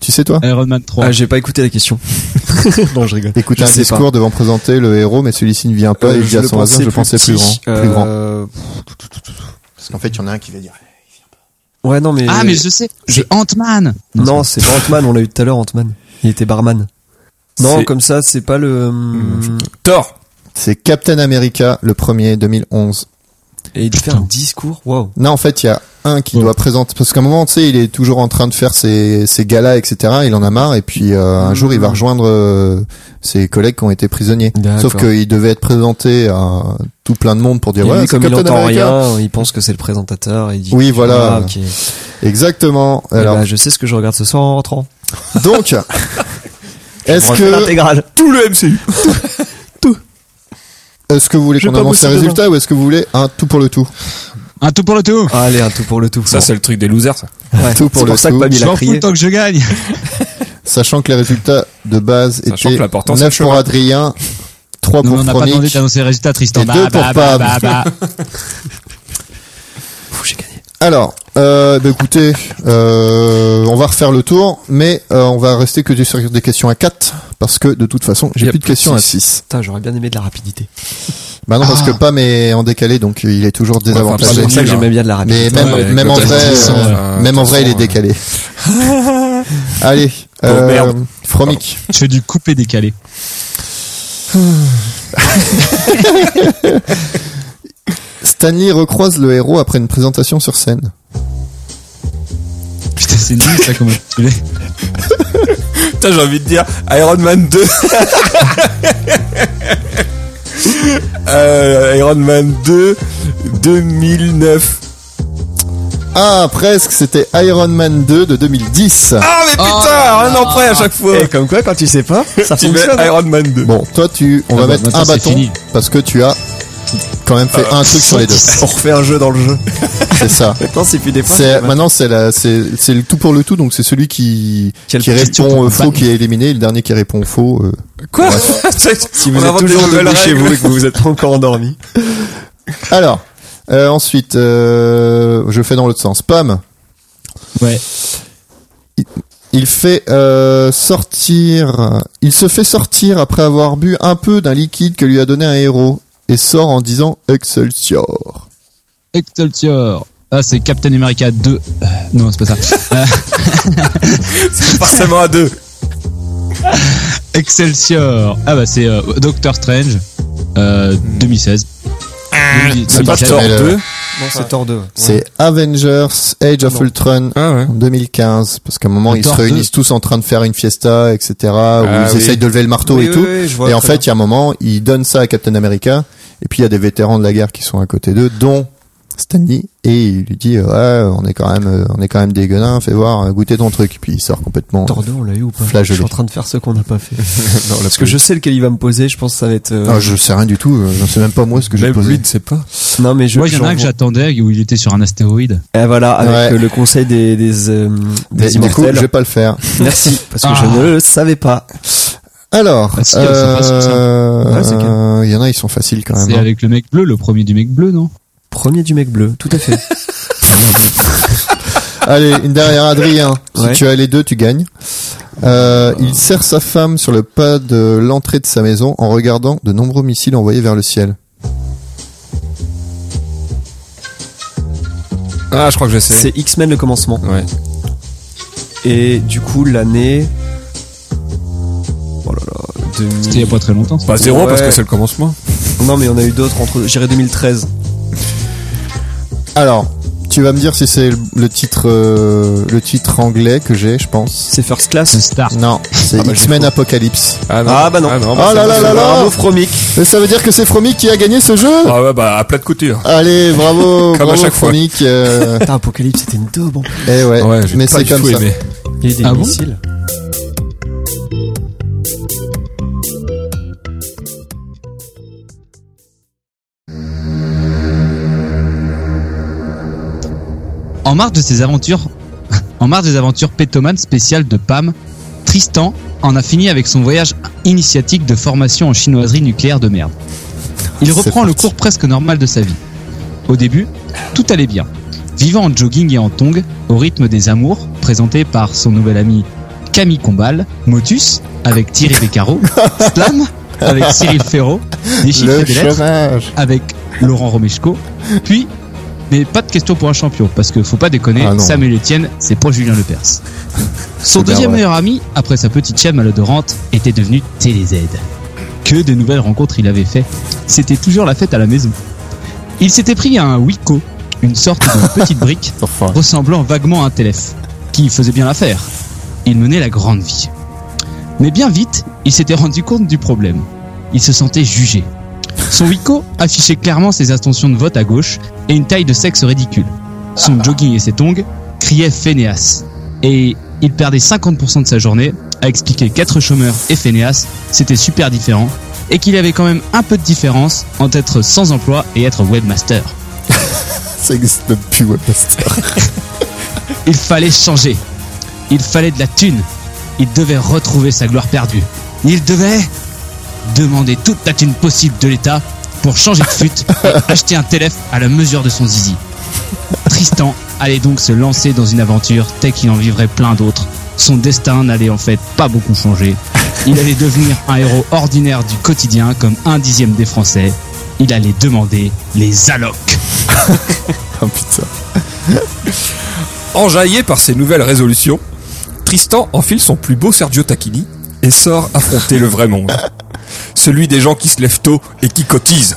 Speaker 5: Tu sais toi
Speaker 6: Iron Man 3.
Speaker 7: Ah, j'ai pas écouté la question. [LAUGHS] non, je rigole.
Speaker 5: Écoute
Speaker 7: Euh, je
Speaker 5: un
Speaker 7: sais
Speaker 5: discours devant présenter le héros, mais celui-ci ne vient pas.
Speaker 7: Euh,
Speaker 5: il dit à
Speaker 7: le
Speaker 5: son voisin, je le pensais plus grand.
Speaker 7: petit,
Speaker 5: Plus grand.
Speaker 7: euh,
Speaker 5: Parce qu'en fait, il y en a un qui va dire.
Speaker 7: Ouais, non, mais.
Speaker 6: Ah, mais je sais, c'est Ant-Man.
Speaker 7: Non, c'est pas Ant-Man, on l'a eu tout à l'heure, Ant-Man. Il était barman. Non,
Speaker 2: C'est-
Speaker 7: comme ça, c'est pas le. hum,
Speaker 2: Thor.
Speaker 5: C'est Captain America, le premier, 2011.
Speaker 7: Et il fait un discours, waouh.
Speaker 5: Non, en fait, il y a un qui doit présenter parce qu'à un moment, tu sais, il est toujours en train de faire ses, ses galas, etc. Il en a marre et puis euh, un jour, il va rejoindre euh, ses collègues qui ont été prisonniers.
Speaker 7: Mmh. D'accord.
Speaker 5: Sauf qu'il devait être présenté à tout plein de monde pour dire
Speaker 7: Et
Speaker 5: ouais,
Speaker 7: lui,
Speaker 5: c'est
Speaker 7: comme il
Speaker 5: Captain
Speaker 7: entend
Speaker 5: America.
Speaker 7: rien, il pense que c'est le présentateur. Il dit,
Speaker 5: Oui, voilà.
Speaker 7: Ah, ok. Eh
Speaker 5: Exactement. Alors
Speaker 7: ben, je sais ce que je regarde ce soir en rentrant.
Speaker 2: [LAUGHS]
Speaker 5: donc, est-ce
Speaker 7: On refait
Speaker 5: que
Speaker 7: l'intégrale
Speaker 2: Tout le MCU.
Speaker 5: est-ce que vous voulez
Speaker 7: J'ai
Speaker 5: qu'on
Speaker 7: pas
Speaker 5: avance les
Speaker 7: bossé dedans.
Speaker 5: résultats ou est-ce que vous voulez un tout pour le tout
Speaker 6: Un tout pour le tout.
Speaker 7: Ah, Allez, un tout pour le tout.
Speaker 2: Ça, c'est le truc des losers, ça.
Speaker 7: Ouais,
Speaker 5: tout pour
Speaker 7: c'est
Speaker 5: le
Speaker 7: pour ça que
Speaker 5: tout.
Speaker 7: Pam, il
Speaker 6: Je
Speaker 7: a
Speaker 6: m'en fous
Speaker 7: crié.
Speaker 6: le temps que je gagne.
Speaker 5: Sachant que les résultats de base
Speaker 2: Sachant
Speaker 5: étaient
Speaker 2: que l'important, c'est
Speaker 5: 9
Speaker 2: le
Speaker 5: pour Adrien, 3
Speaker 6: Non, mais
Speaker 5: pour
Speaker 6: on n'a pas demandé
Speaker 5: Fronic.
Speaker 6: d'annoncer les résultats, Tristan. Bah,
Speaker 5: Et deux pour Pam.
Speaker 7: Pff, J'ai gagné.
Speaker 5: Alors, euh, bah écoutez, euh, on va refaire le tour, mais euh, on va rester que sur des questions à 4, parce que de toute façon,
Speaker 2: Y
Speaker 5: j'ai
Speaker 2: a
Speaker 5: plus de
Speaker 2: plus de
Speaker 5: questions à
Speaker 2: six.
Speaker 5: 6.
Speaker 7: Putain, j'aurais bien aimé de la rapidité.
Speaker 5: Bah non, parce
Speaker 6: Ah.
Speaker 5: que Pam est en décalé, donc euh, il est toujours
Speaker 2: Ah,
Speaker 5: désavantagé.
Speaker 7: c'est pour ça que
Speaker 2: nul,
Speaker 7: j'aimais bien de la
Speaker 5: mais
Speaker 7: rapidité.
Speaker 5: même,
Speaker 2: ouais,
Speaker 5: même en
Speaker 2: quand t'as
Speaker 5: vrai,
Speaker 2: six ans,
Speaker 5: euh,
Speaker 2: ouais.
Speaker 5: même en vrai, il est
Speaker 2: Attention, hein.
Speaker 5: décalé. [LAUGHS] Allez, euh,
Speaker 2: merde.
Speaker 5: Fromic,
Speaker 6: Je fais du coupé décalé.
Speaker 5: Stanley recroise le héros après une présentation sur scène.
Speaker 6: Putain, c'est nul ça comme intitulé.
Speaker 2: Putain, j'ai envie de dire Iron Man [LAUGHS] 2. Euh, Iron Man 2 2009.
Speaker 5: Ah, presque, c'était Iron Man 2 de 2010.
Speaker 2: Ah mais
Speaker 5: Oh.
Speaker 2: putain, rien en prêt à chaque fois.
Speaker 7: Et Eh, comme quoi, quand tu sais pas, ça
Speaker 2: Tu mets
Speaker 7: fonctionne.
Speaker 2: Iron Man 2.
Speaker 5: Bon, toi, tu, on
Speaker 6: Ah
Speaker 5: va
Speaker 6: bah,
Speaker 5: mettre
Speaker 6: maintenant,
Speaker 5: un
Speaker 6: c'est
Speaker 5: bâton
Speaker 6: fini. Ah.
Speaker 5: parce que tu as quand même fait un truc
Speaker 6: [LAUGHS]
Speaker 5: sur les deux.
Speaker 7: On refait un jeu dans le jeu.
Speaker 5: C'est ça.
Speaker 7: Maintenant, c'est plus des fois.
Speaker 5: C'est maintenant c'est la c'est c'est le tout pour le tout donc c'est celui qui
Speaker 7: Quelle
Speaker 5: qui
Speaker 7: question
Speaker 5: répond euh,
Speaker 7: pour
Speaker 5: faux qui est éliminé et le dernier qui répond faux. euh.
Speaker 2: Quoi
Speaker 7: [LAUGHS] Si vous êtes toujours debout chez vous et que vous vous êtes pas encore endormi.
Speaker 5: Alors euh, ensuite euh, je fais dans l'autre sens. Pam,
Speaker 6: Ouais.
Speaker 5: il fait euh, sortir il se fait sortir après avoir bu un peu d'un liquide que lui a donné un héros et sort en disant Excelsior.
Speaker 6: Excelsior. Ah, c'est Captain America 2. Euh, non, c'est pas ça.
Speaker 2: [LAUGHS] forcément à deux.
Speaker 6: Excelsior. Ah, bah, c'est euh, Doctor Strange. Euh,
Speaker 5: Hmm.
Speaker 6: 2016.
Speaker 2: C'est pas
Speaker 6: 2016.
Speaker 2: Thor
Speaker 5: mais le-
Speaker 2: 2.
Speaker 7: Non, c'est Thor 2.
Speaker 5: C'est Avengers Age of Ultron.
Speaker 2: Ah ouais.
Speaker 5: En 2015, parce qu'à un moment
Speaker 6: Le
Speaker 5: ils se
Speaker 6: Thor
Speaker 5: réunissent tous en train de faire une fiesta, etc. Où ils
Speaker 2: Ah oui.
Speaker 5: essayent de lever le marteau et tout. et en fait, il y a un moment, ils donnent ça à Captain America. Et puis il y a des vétérans de la guerre qui sont à côté d'eux, dont Stanley. Et il lui dit euh, ouais, on est quand même, euh, on est quand même des guenins. Fais voir, euh, goûtez ton truc. Et puis il sort complètement.
Speaker 7: Thor 2, on l'a eu ou pas
Speaker 5: Flageolet.
Speaker 7: Je suis en train de faire ce qu'on n'a pas fait. Parce que je sais lequel il va me poser, je pense que ça va être. euh,
Speaker 5: Ah, je sais rien du tout. euh, Je sais même pas moi ce que j'ai
Speaker 2: Même
Speaker 5: posé.
Speaker 2: lui ne sait pas.
Speaker 7: Non, mais je.
Speaker 6: Moi, il y en a
Speaker 7: j'en
Speaker 6: un que
Speaker 7: vois.
Speaker 6: j'attendais où il était sur un astéroïde.
Speaker 7: Eh, voilà, avec
Speaker 5: Ouais.
Speaker 7: euh, le conseil des, des, euh, des
Speaker 5: Mais du coup,
Speaker 7: immortels.
Speaker 5: je vais pas le faire.
Speaker 7: Merci, parce que
Speaker 6: Ah.
Speaker 7: je ne le savais pas.
Speaker 5: Alors,
Speaker 6: Ah, si, c'est pas sur ça.
Speaker 5: euh,
Speaker 7: Ouais, c'est
Speaker 5: euh, il y en a, ils sont faciles quand
Speaker 6: C'est
Speaker 5: même. hein.
Speaker 6: avec le mec bleu, le premier du mec bleu,
Speaker 5: Hmm.
Speaker 6: non
Speaker 7: Premier du mec bleu, tout à fait.
Speaker 5: Allez, une dernière,
Speaker 6: [LAUGHS]
Speaker 5: Adrien.
Speaker 7: Ouais.
Speaker 5: Si tu as les deux, tu gagnes. Euh, il serre sa femme sur le pas de l'entrée de sa maison en regardant de nombreux missiles envoyés vers le ciel.
Speaker 2: Ah, je crois que je sais.
Speaker 7: C'est X-Men le commencement.
Speaker 2: Ouais.
Speaker 7: Et du coup, l'année. Oh là là, 2000.
Speaker 6: C'était il y a pas très longtemps.
Speaker 2: Pas Bah, zéro
Speaker 7: Ouais.
Speaker 2: parce que c'est le commencement.
Speaker 7: Non, mais on a eu d'autres entre. J'irai 2013.
Speaker 5: Alors, tu tu vas me dire si c'est le- le titre, euh, le titre anglais que j'ai, je pense.
Speaker 7: C'est First Class.
Speaker 6: The Star.
Speaker 5: Non, c'est
Speaker 2: Ah bah, j'ai
Speaker 5: X-Men
Speaker 2: faux.
Speaker 5: Apocalypse.
Speaker 2: Ah,
Speaker 7: Ah bah non.
Speaker 2: Ah,
Speaker 5: Oh là
Speaker 2: ça-
Speaker 5: là là là
Speaker 7: Bravo Fromic.
Speaker 5: Mais ça veut dire que c'est Fromic qui a gagné ce jeu
Speaker 2: Ah ouais, bah à plat de couture.
Speaker 5: Allez,
Speaker 2: [LAUGHS]
Speaker 5: bravo,
Speaker 2: Comme à
Speaker 5: bravo
Speaker 2: chaque fois.
Speaker 5: Fromic. euh,
Speaker 7: Putain, Apocalypse, c'était une daube. en plus.
Speaker 5: eh
Speaker 2: [LAUGHS]
Speaker 5: ouais,
Speaker 2: Ouais, j'ai
Speaker 5: mais
Speaker 2: pas
Speaker 5: c'est
Speaker 2: du
Speaker 5: comme
Speaker 2: tout
Speaker 5: ça.
Speaker 2: aimé.
Speaker 7: Il y a des
Speaker 6: Ah bon
Speaker 7: missiles.
Speaker 6: En marge de ses aventures, [LAUGHS] en marge des aventures pétomanes spéciales de Pam, Tristan en a fini avec son voyage initiatique de formation en chinoiserie nucléaire de merde. Il
Speaker 5: C'est
Speaker 6: reprend le
Speaker 5: parti.
Speaker 6: cours presque normal de sa vie. Au début, tout allait bien. Vivant en jogging et en tongs, au rythme des amours, présenté par son nouvel ami Camille Combal, Motus
Speaker 5: [LAUGHS]
Speaker 6: avec Thierry Beccaro, Slam avec Cyril Ferraud, déchiffré
Speaker 5: Le
Speaker 6: des lettres
Speaker 5: chômage.
Speaker 6: avec Laurent Romeshko. Puis, mais pas de question pour un champion, parce que faut pas déconner,
Speaker 5: Ah non.
Speaker 6: Sam et Etienne, c'est pas Julien Lepers. Son
Speaker 5: C'est bien
Speaker 6: deuxième
Speaker 5: vrai.
Speaker 6: meilleur ami, après sa petite chaîne malodorante, était devenu TéléZ. Que de nouvelles rencontres il avait fait. C'était toujours la fête à la maison. Il s'était pris à un Wico, une
Speaker 5: [LAUGHS]
Speaker 6: sorte de petite brique
Speaker 5: Enfin,
Speaker 6: ressemblant vaguement à un téléf, qui faisait bien l'affaire. Il menait la grande vie. Mais bien vite, il s'était rendu compte du problème. Il se sentait jugé. Son Wico affichait clairement ses intentions de vote à gauche et une taille de sexe ridicule. Son jogging et ses tongs criaient fainéas. Et il perdait 50% de sa journée à expliquer qu'être chômeur et fainéas, c'était super différent et qu'il y avait quand même un peu de différence entre être sans emploi et être webmaster.
Speaker 5: ça existe même
Speaker 2: [LAUGHS]
Speaker 5: plus, Webmaster.
Speaker 6: Il fallait changer. Il fallait de la thune. Il devait retrouver sa gloire perdue. Il devait demander toute la thune possible de l'État pour changer de fuite et acheter un téléf à la mesure de son zizi. Tristan allait donc se lancer dans une aventure telle qu'il en vivrait plein d'autres. Son destin n'allait en fait pas beaucoup changer. Il allait devenir un héros ordinaire du quotidien comme un dixième des Français. Il allait demander les allocs.
Speaker 5: Ah, putain.
Speaker 2: Enjaillé par ses nouvelles résolutions, Tristan enfile son plus beau Sergio Tacchini et sort affronter le vrai monde. Celui des gens qui se lèvent tôt et qui cotisent.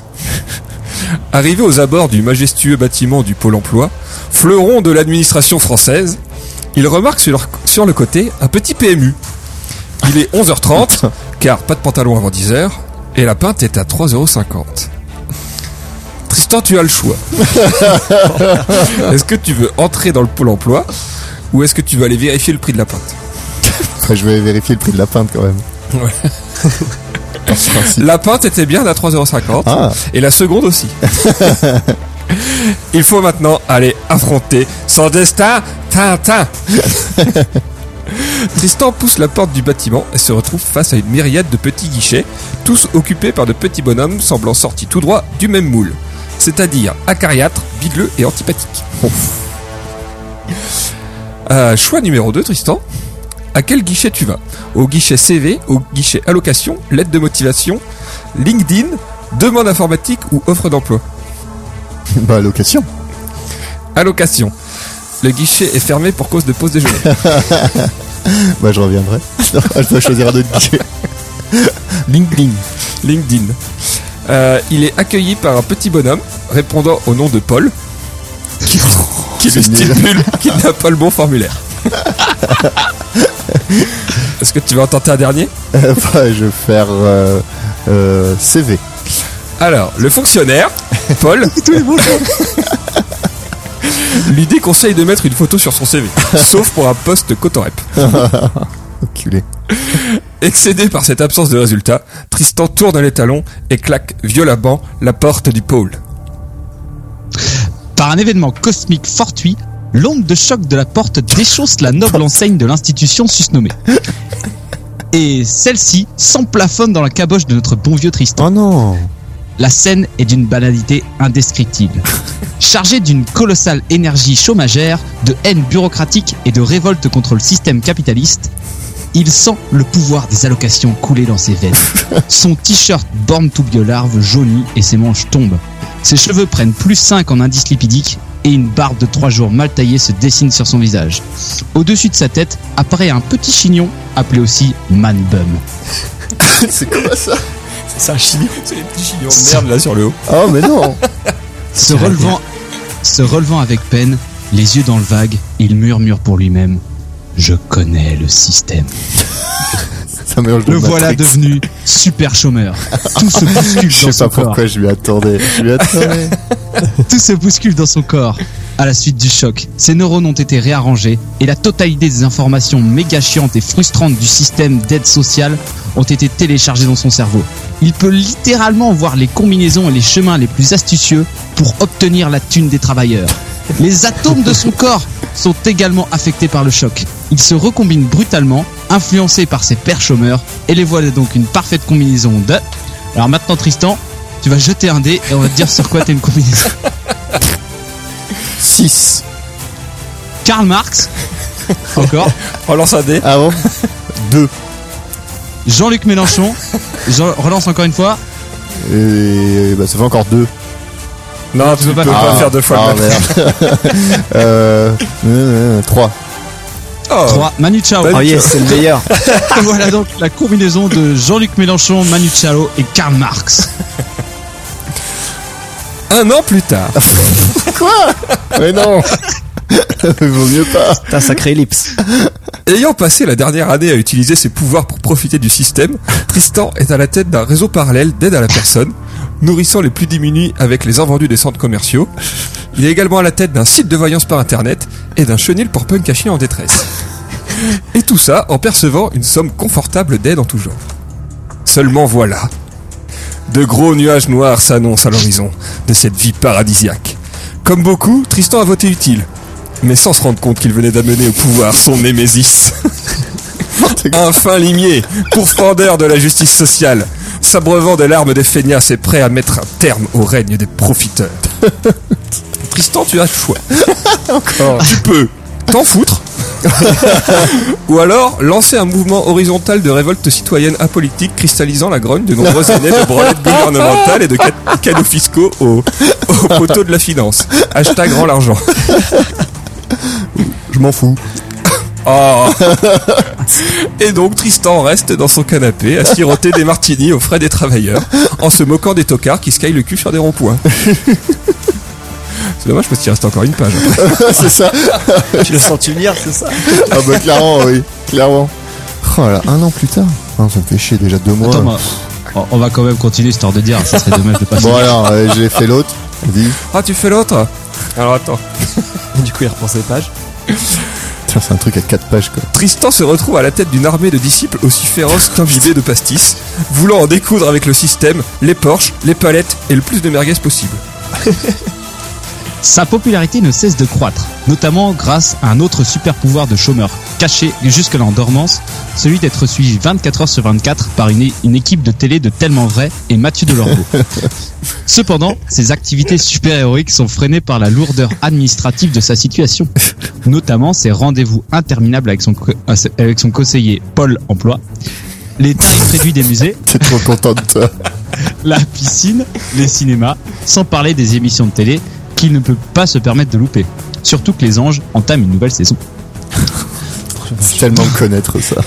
Speaker 2: Arrivé aux abords du majestueux bâtiment du Pôle emploi, fleuron de l'administration française, il remarque sur, leur- sur le côté un petit PMU. Il est 11h30, car pas de pantalon avant 10h, et la pinte est à 3,50€. Tristan, tu as le choix. Est-ce que tu veux entrer dans le pôle emploi ou est-ce que tu veux aller vérifier le prix de la pinte
Speaker 5: Après, je vais vérifier le prix de la pinte quand même. [LAUGHS]
Speaker 2: Ouais.
Speaker 5: Par ce principe.
Speaker 2: La pinte était bien à 3,50€
Speaker 5: Ah,
Speaker 2: et la seconde aussi. Il faut maintenant aller affronter son destin, Tintin. Tristan pousse la porte du bâtiment et se retrouve face à une myriade de petits guichets, tous occupés par de petits bonhommes semblant sortis tout droit du même moule, c'est-à-dire acariâtres, bigleux et antipathiques. Euh, choix numéro 2, Tristan. À quel guichet tu vas Au guichet CV, au guichet allocation, lettre de motivation, LinkedIn, demande informatique ou offre d'emploi
Speaker 5: bah, location.
Speaker 2: Allocation. Le guichet est fermé pour cause de pause déjeuner.
Speaker 5: Bah, je reviendrai. [LAUGHS] je dois choisir un autre
Speaker 2: [LAUGHS]
Speaker 5: guichet. LinkedIn.
Speaker 2: LinkedIn. Euh, il est accueilli par un petit bonhomme répondant au nom de Paul qui, qui lui
Speaker 5: C'est nul. [LAUGHS]
Speaker 2: stipule qu'il n'a pas le bon formulaire. Est-ce que tu vas en tenter un dernier
Speaker 5: Euh, bah, je vais faire euh, euh, CV.
Speaker 2: Alors, le fonctionnaire, Paul, lui déconseille de mettre une photo sur son CV, sauf pour un poste cotorep.
Speaker 5: Enculé.
Speaker 2: Excédé par cette absence de résultat, Tristan tourne les talons et claque violemment la porte du pôle.
Speaker 6: Par un événement cosmique fortuit, l'onde de choc de la porte déchausse la noble enseigne de l'institution susnommée. Et celle-ci s'emplafonne dans la caboche de notre bon vieux Tristan.
Speaker 5: Oh non
Speaker 6: La scène est d'une banalité indescriptible. Chargée d'une colossale énergie chômagère, de haine bureaucratique et de révolte contre le système capitaliste, il sent le pouvoir des allocations couler dans ses veines. Son t-shirt borne to be larve jaunit et ses manches tombent. Ses cheveux prennent plus 5 en indice lipidique et une barbe de 3 jours mal taillée se dessine sur son visage. Au-dessus de sa tête apparaît un petit chignon appelé aussi man bum.
Speaker 5: C'est quoi ça
Speaker 2: C'est un chignon. C'est les petits chignons de merde là sur le haut.
Speaker 5: Oh mais non
Speaker 6: Se relevant, se relevant avec peine, Les yeux dans le vague, il murmure pour lui-même Je connais le système.
Speaker 5: Ça mélange de
Speaker 6: Le voilà
Speaker 5: Matrix.
Speaker 6: devenu super chômeur. Tout se
Speaker 5: [LAUGHS]
Speaker 6: bouscule
Speaker 5: Je sais
Speaker 6: dans
Speaker 5: pas
Speaker 6: son corps.
Speaker 5: pourquoi je lui attendais. Je lui attendais.
Speaker 6: Tout se bouscule dans son corps. À la suite du choc, ses neurones ont été réarrangés et la totalité des informations méga chiantes et frustrantes du système d'aide sociale ont été téléchargées dans son cerveau. Il peut littéralement voir les combinaisons et les chemins les plus astucieux pour obtenir la thune des travailleurs. Les atomes de son corps sont également affectés par le choc. Il se recombine brutalement, influencé par ses pères chômeurs, et les voilà donc une parfaite combinaison de... Alors maintenant Tristan, tu vas jeter un dé et on va te dire sur quoi t'es une combinaison.
Speaker 5: 6.
Speaker 6: Karl Marx, encore,
Speaker 2: Relance Oh, un dé.
Speaker 5: Ah bon 2.
Speaker 6: Jean-Luc Mélenchon, Jean- relance encore une fois,
Speaker 5: Et bah, ça fait encore 2.
Speaker 2: Non, tu peux pas, faire deux fois
Speaker 5: ah,
Speaker 2: le même.
Speaker 5: merde. [LAUGHS] euh, euh, 3.
Speaker 2: Oh.
Speaker 6: 3, Manu Chao.
Speaker 2: Manu
Speaker 7: Oh yes, c'est le meilleur.
Speaker 6: voilà donc la combinaison de Jean-Luc Mélenchon, Manu Chao et Karl Marx.
Speaker 2: Un an plus tard, [LAUGHS]
Speaker 5: Mais non Il vaut mieux pas.
Speaker 7: Putain, sacré ellipse.
Speaker 2: ayant passé la dernière année à utiliser ses pouvoirs pour profiter du système, Tristan est à la tête d'un réseau parallèle d'aide à la personne, nourrissant les plus démunis avec les invendus des centres commerciaux. Il est également à la tête d'un site de voyance par internet et d'un chenil pour punk caché en détresse. Et tout ça en percevant une somme confortable d'aide en tout genre. Seulement voilà. De gros nuages noirs s'annoncent à l'horizon de cette vie paradisiaque. Comme beaucoup, Tristan a voté utile, mais sans se rendre compte qu'il venait d'amener au pouvoir son [LAUGHS] Némésis. Un fin limier, pourfendeur de la justice sociale, s'abreuvant de l'arme des feignasses et prêt à mettre un terme au règne des profiteurs. [LAUGHS] Tristan, tu as le [LAUGHS] choix. Tu peux t'en [LAUGHS] foutre, ou alors lancer un mouvement horizontal de révolte citoyenne apolitique cristallisant la grogne de nombreuses années de branlettes gouvernementales et de ca- cadeaux fiscaux au, au poteau de la finance. Hashtag grand l'argent.
Speaker 5: Je m'en fous.
Speaker 2: Oh. Et donc Tristan reste dans son canapé à siroter des martinis aux frais des travailleurs en se moquant des tocards qui skyent le cul sur des ronds-points. C'est dommage parce qu'il reste encore une page.
Speaker 5: c'est ça
Speaker 7: tu l'as senti venir, c'est ça
Speaker 5: Ah bah clairement, oui. Clairement. Oh là, un an plus tard. Ah, ça me fait chier déjà deux mois.
Speaker 6: Attends, moi, Oh, on- on va quand même continuer histoire de dire, ça serait dommage de passer.
Speaker 5: Bon alors, euh, j'ai fait l'autre. Dis.
Speaker 2: Ah tu fais l'autre Alors attends.
Speaker 7: Du coup, il reprend ses pages.
Speaker 5: Putain, c'est un truc à 4 pages quoi.
Speaker 2: Tristan se retrouve à la tête d'une armée de disciples aussi féroces qu'imbibés de pastis, voulant en découdre avec le système, les Porsches, les palettes et le plus de merguez possible.
Speaker 6: Sa popularité ne cesse de croître, notamment grâce à un autre super pouvoir de chômeur caché jusque-là en dormance, celui d'être suivi 24 heures sur 24 par une, é- une équipe de télé de Tellement Vrai et Mathieu Delormeau. Cependant, ses activités super-héroïques sont freinées par la lourdeur administrative de sa situation, notamment ses rendez-vous interminables avec son, co- euh, avec son conseiller Paul Emploi, les tarifs réduits des musées,
Speaker 5: T'es trop content de toi.
Speaker 6: la piscine, les cinémas, sans parler des émissions de télé qu'il ne peut pas se permettre de louper. Surtout que les anges entament une nouvelle saison.
Speaker 5: C'est tellement me connaître ça.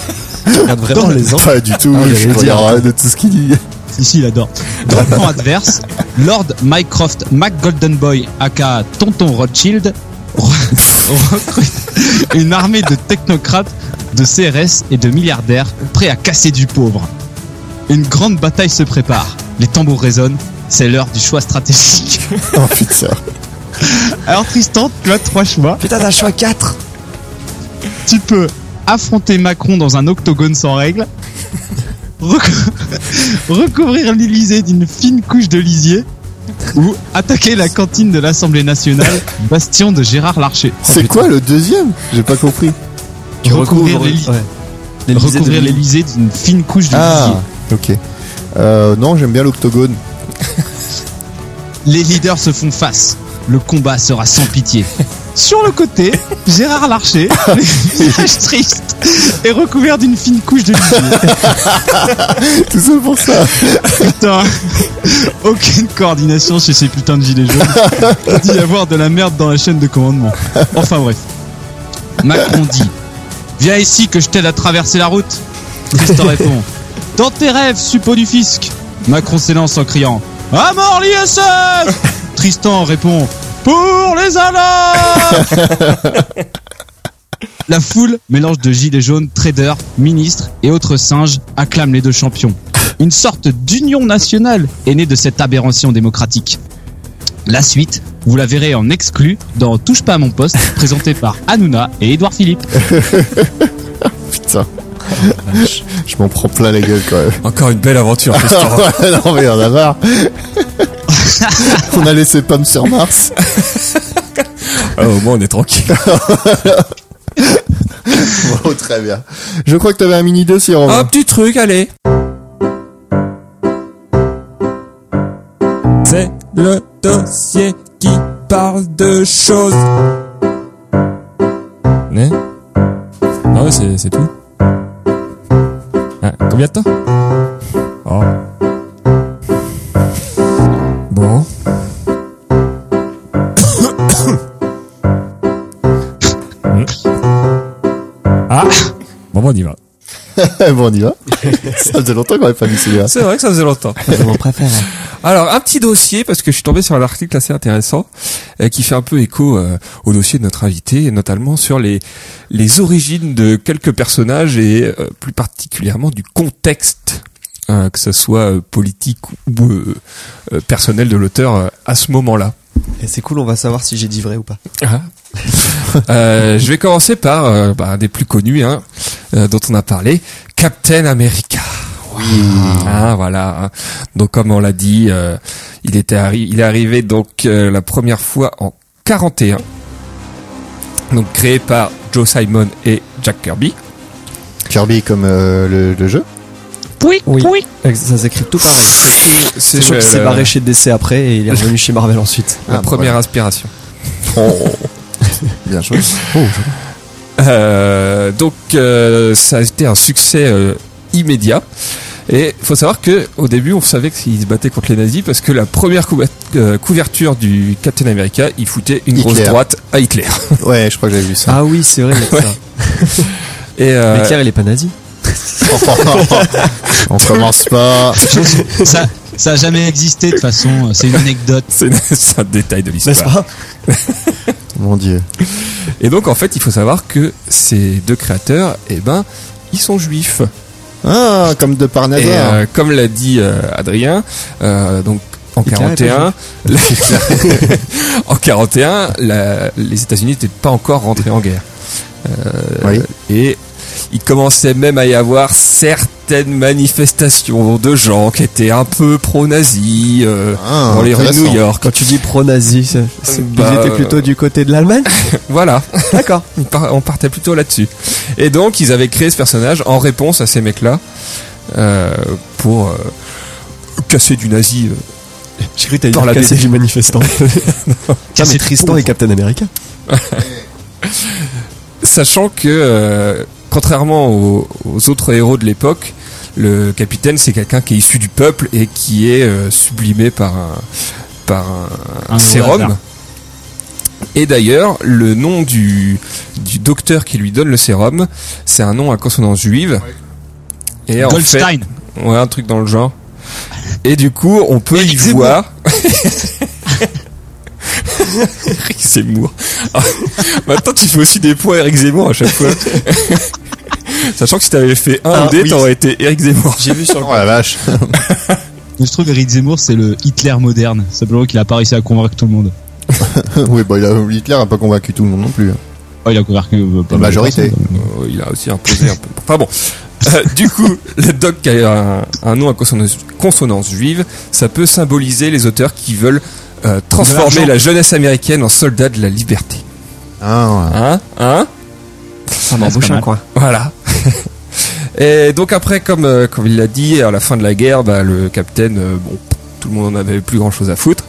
Speaker 6: Ah,
Speaker 7: Regarde vraiment les
Speaker 6: [LAUGHS]
Speaker 7: anges.
Speaker 5: Pas du tout,
Speaker 7: Ah,
Speaker 5: je
Speaker 7: j'allais
Speaker 5: peux
Speaker 7: dire.
Speaker 5: dire rien de tout ce qu'il dit.
Speaker 6: Ici, il adore. Dans le camp adverse, Lord Mycroft McGoldenboy, aka Tonton Rothschild, re- recrute une armée de technocrates, de CRS et de milliardaires prêts à casser du pauvre. Une grande bataille se prépare. Les tambours résonnent. C'est l'heure du choix stratégique.
Speaker 5: Oh putain.
Speaker 6: Alors Tristan, tu as trois choix.
Speaker 7: Putain, t'as le choix 4.
Speaker 6: tu peux affronter Macron dans un octogone sans règles, recou- [LAUGHS] recouvrir l'Élysée d'une fine couche de lisier, ou attaquer la cantine de l'Assemblée nationale, bastion de Gérard Larcher.
Speaker 5: C'est quoi le deuxième J'ai pas compris.
Speaker 6: recouvrir l'Ély-
Speaker 7: ouais. L'Élysée
Speaker 6: recouvrir
Speaker 7: de-
Speaker 6: l'Élysée d'une fine couche de
Speaker 5: Ah, ok. Euh, non, j'aime bien l'octogone.
Speaker 6: lisier. Les leaders se font face. Le combat sera sans pitié. Sur le côté, Gérard Larcher, [LAUGHS] le visage triste, est recouvert d'une fine couche de lisier.
Speaker 5: Tout seul pour ça.
Speaker 6: Putain, aucune coordination chez ces putains de gilets jaunes. Il dit y avoir de la merde dans la chaîne de commandement. Enfin bref. Macron dit Viens ici que je t'aide à traverser la route. Tristan répond Dans tes rêves, suppôt du fisc. Macron s'élance en criant À mort l'ISF Tristan répond pour les Arabes La foule, mélange de gilets jaunes, traders, ministres et autres singes, acclame les deux champions. Une sorte d'union nationale est née de cette aberration démocratique. La suite, vous la verrez en exclu dans Touche pas à mon poste, [LAUGHS] présenté par Hanouna et Édouard Philippe.
Speaker 5: [LAUGHS] Putain. Je m'en prends plein la gueule quand [LAUGHS] même.
Speaker 2: Encore une belle aventure.
Speaker 5: Ah
Speaker 7: [LAUGHS]
Speaker 2: Christophe.
Speaker 5: ouais, [LAUGHS] non mais on a marre. on a laissé Pomme sur Mars. [LAUGHS]
Speaker 2: Ah, au moins on est tranquille.
Speaker 5: Bon, Oh, très bien. Je crois que t'avais un mini dossier Romain.
Speaker 4: bah.
Speaker 2: Un petit truc, allez.
Speaker 4: C'est le dossier qui parle de choses. Né Ah ouais, c'est, c'est tout. Ah, combien de temps Oh. Bon. [COUGHS] Hmm. ah Bon, bon, on y va.
Speaker 5: [LAUGHS] bon, on y va. Ça faisait longtemps qu'on avait pas mis celui-là.
Speaker 2: C'est vrai que ça
Speaker 8: [LAUGHS]
Speaker 2: faisait longtemps.
Speaker 8: mon préféré.
Speaker 2: Alors, un petit dossier, parce que je suis tombé sur un article assez intéressant, euh, qui fait un peu écho euh, au dossier de notre invité, et notamment sur les, les origines de quelques personnages, et euh, plus particulièrement du contexte, hein, que ce soit euh, politique ou euh, euh, personnel de l'auteur euh, à ce moment-là.
Speaker 7: Et Eh, c'est cool, on va savoir si j'ai dit vrai ou pas.
Speaker 2: Euh, je vais commencer par euh, bah, un des plus connus, hein, euh, dont on a parlé, Captain America. Ah, voilà. hein. Donc comme on l'a dit, euh, il était arri- il est arrivé donc euh, la première fois en 41. Donc créé par Joe Simon et Jack Kirby.
Speaker 5: Kirby comme euh, le, le jeu.
Speaker 7: Oui. Ça s'écrit tout pareil. C'est sûr
Speaker 2: le-
Speaker 7: qu'il s'est
Speaker 2: le-
Speaker 7: barré chez DC après et il est revenu chez Marvel ensuite.
Speaker 2: la
Speaker 5: Ah,
Speaker 2: première inspiration.
Speaker 5: Oh. bien joué.
Speaker 2: Euh, donc euh, ça a été un succès euh, immédiat. Et faut savoir que au début, on savait qu'ils se battaient contre les nazis parce que la première couver- euh, couverture du Captain America, il foutait une grosse
Speaker 5: Hitler.
Speaker 2: droite à Hitler.
Speaker 5: [LAUGHS] Ouais, je crois que j'avais vu ça.
Speaker 7: Ah oui, c'est vrai.
Speaker 2: Ouais. Et euh,
Speaker 7: Mais Claire, il est pas nazi.
Speaker 5: [LAUGHS] on commence pas.
Speaker 6: [LAUGHS] Ça, ça a jamais existé de toute façon, euh, c'est une anecdote.
Speaker 2: c'est [LAUGHS] c'est un détail de l'histoire.
Speaker 5: Mon dieu.
Speaker 2: Et donc en fait, il faut savoir que ces deux créateurs, eh ben, ils sont juifs.
Speaker 5: Ah, comme de par
Speaker 2: Et
Speaker 5: hasard.
Speaker 2: euh, comme l'a dit euh, Adrien, euh, donc en
Speaker 7: Hitler était
Speaker 2: 41, [LAUGHS] en 41, la- les États-Unis n'étaient pas encore rentrés en guerre. Euh,
Speaker 5: Oui.
Speaker 2: Et il commençait même à y avoir certaines manifestations de gens qui étaient un peu pro-nazis euh,
Speaker 5: Ah,
Speaker 2: dans les rues de
Speaker 5: intéressant.
Speaker 2: New York.
Speaker 7: Quand tu dis pro-nazi, c'est- c'est-
Speaker 2: Bah,
Speaker 7: ils étaient plutôt du côté de l'Allemagne.
Speaker 2: Voilà.
Speaker 5: [LAUGHS]
Speaker 7: D'accord.
Speaker 2: On par- on partait plutôt là-dessus. Et donc, ils avaient créé ce personnage en réponse à ces mecs-là euh, pour euh, casser du nazi. euh.
Speaker 7: [LAUGHS] J'ai cru que t'allais
Speaker 2: Par
Speaker 7: dire
Speaker 2: la
Speaker 7: casser
Speaker 2: BD.
Speaker 7: du [LAUGHS] manifestant. Bah, Tiens, mais
Speaker 6: Casser
Speaker 7: Tristan
Speaker 6: le
Speaker 7: et Captain America.
Speaker 2: Sachant que, euh, contrairement aux, aux autres héros de l'époque, le capitaine, c'est quelqu'un qui est issu du peuple et qui est euh, sublimé par un, par un,
Speaker 6: Un gros
Speaker 2: sérum.
Speaker 6: hasard.
Speaker 2: Et d'ailleurs, le nom du, du docteur qui lui donne le sérum, c'est un nom à consonance juive. Et en fait-
Speaker 6: Goldstein.
Speaker 2: Ouais, un truc dans le genre. Et du coup, on peut y [LAUGHS] voir. Eric Zemmour. Ah, Maintenant, tu fais aussi des points à Eric Zemmour à chaque [LAUGHS] fois. Sachant que si t'avais fait un
Speaker 7: Ah,
Speaker 2: ou deux,
Speaker 7: oui.
Speaker 2: t'aurais été Eric Zemmour.
Speaker 7: J'ai vu sur
Speaker 5: Oh la vache.
Speaker 6: Je trouve que Eric Zemmour, c'est le Hitler moderne. Simplement qu'il a pas réussi à convaincre tout le monde.
Speaker 5: [LAUGHS] oui, bah, il a, Hitler a pas convaincu tout le monde non plus.
Speaker 6: Oh, il a convaincu euh, pas
Speaker 5: La
Speaker 6: mal de
Speaker 5: majorité.
Speaker 6: personnes.
Speaker 2: Euh, il a aussi imposé un peu. Enfin bon. Euh, du coup, le doc qui a un, un nom à consonance, consonance juive, ça peut symboliser les auteurs qui veulent euh, transformer
Speaker 6: l'argent.
Speaker 2: la jeunesse américaine en soldats de la liberté.
Speaker 5: Ah, ouais.
Speaker 2: Hein Hein
Speaker 7: Ça m'embauche un coin.
Speaker 2: Voilà. [LAUGHS] Et donc après, comme, euh, comme il l'a dit, à la fin de la guerre, bah, le capitaine, euh, bon, tout le monde en avait plus grand chose à foutre.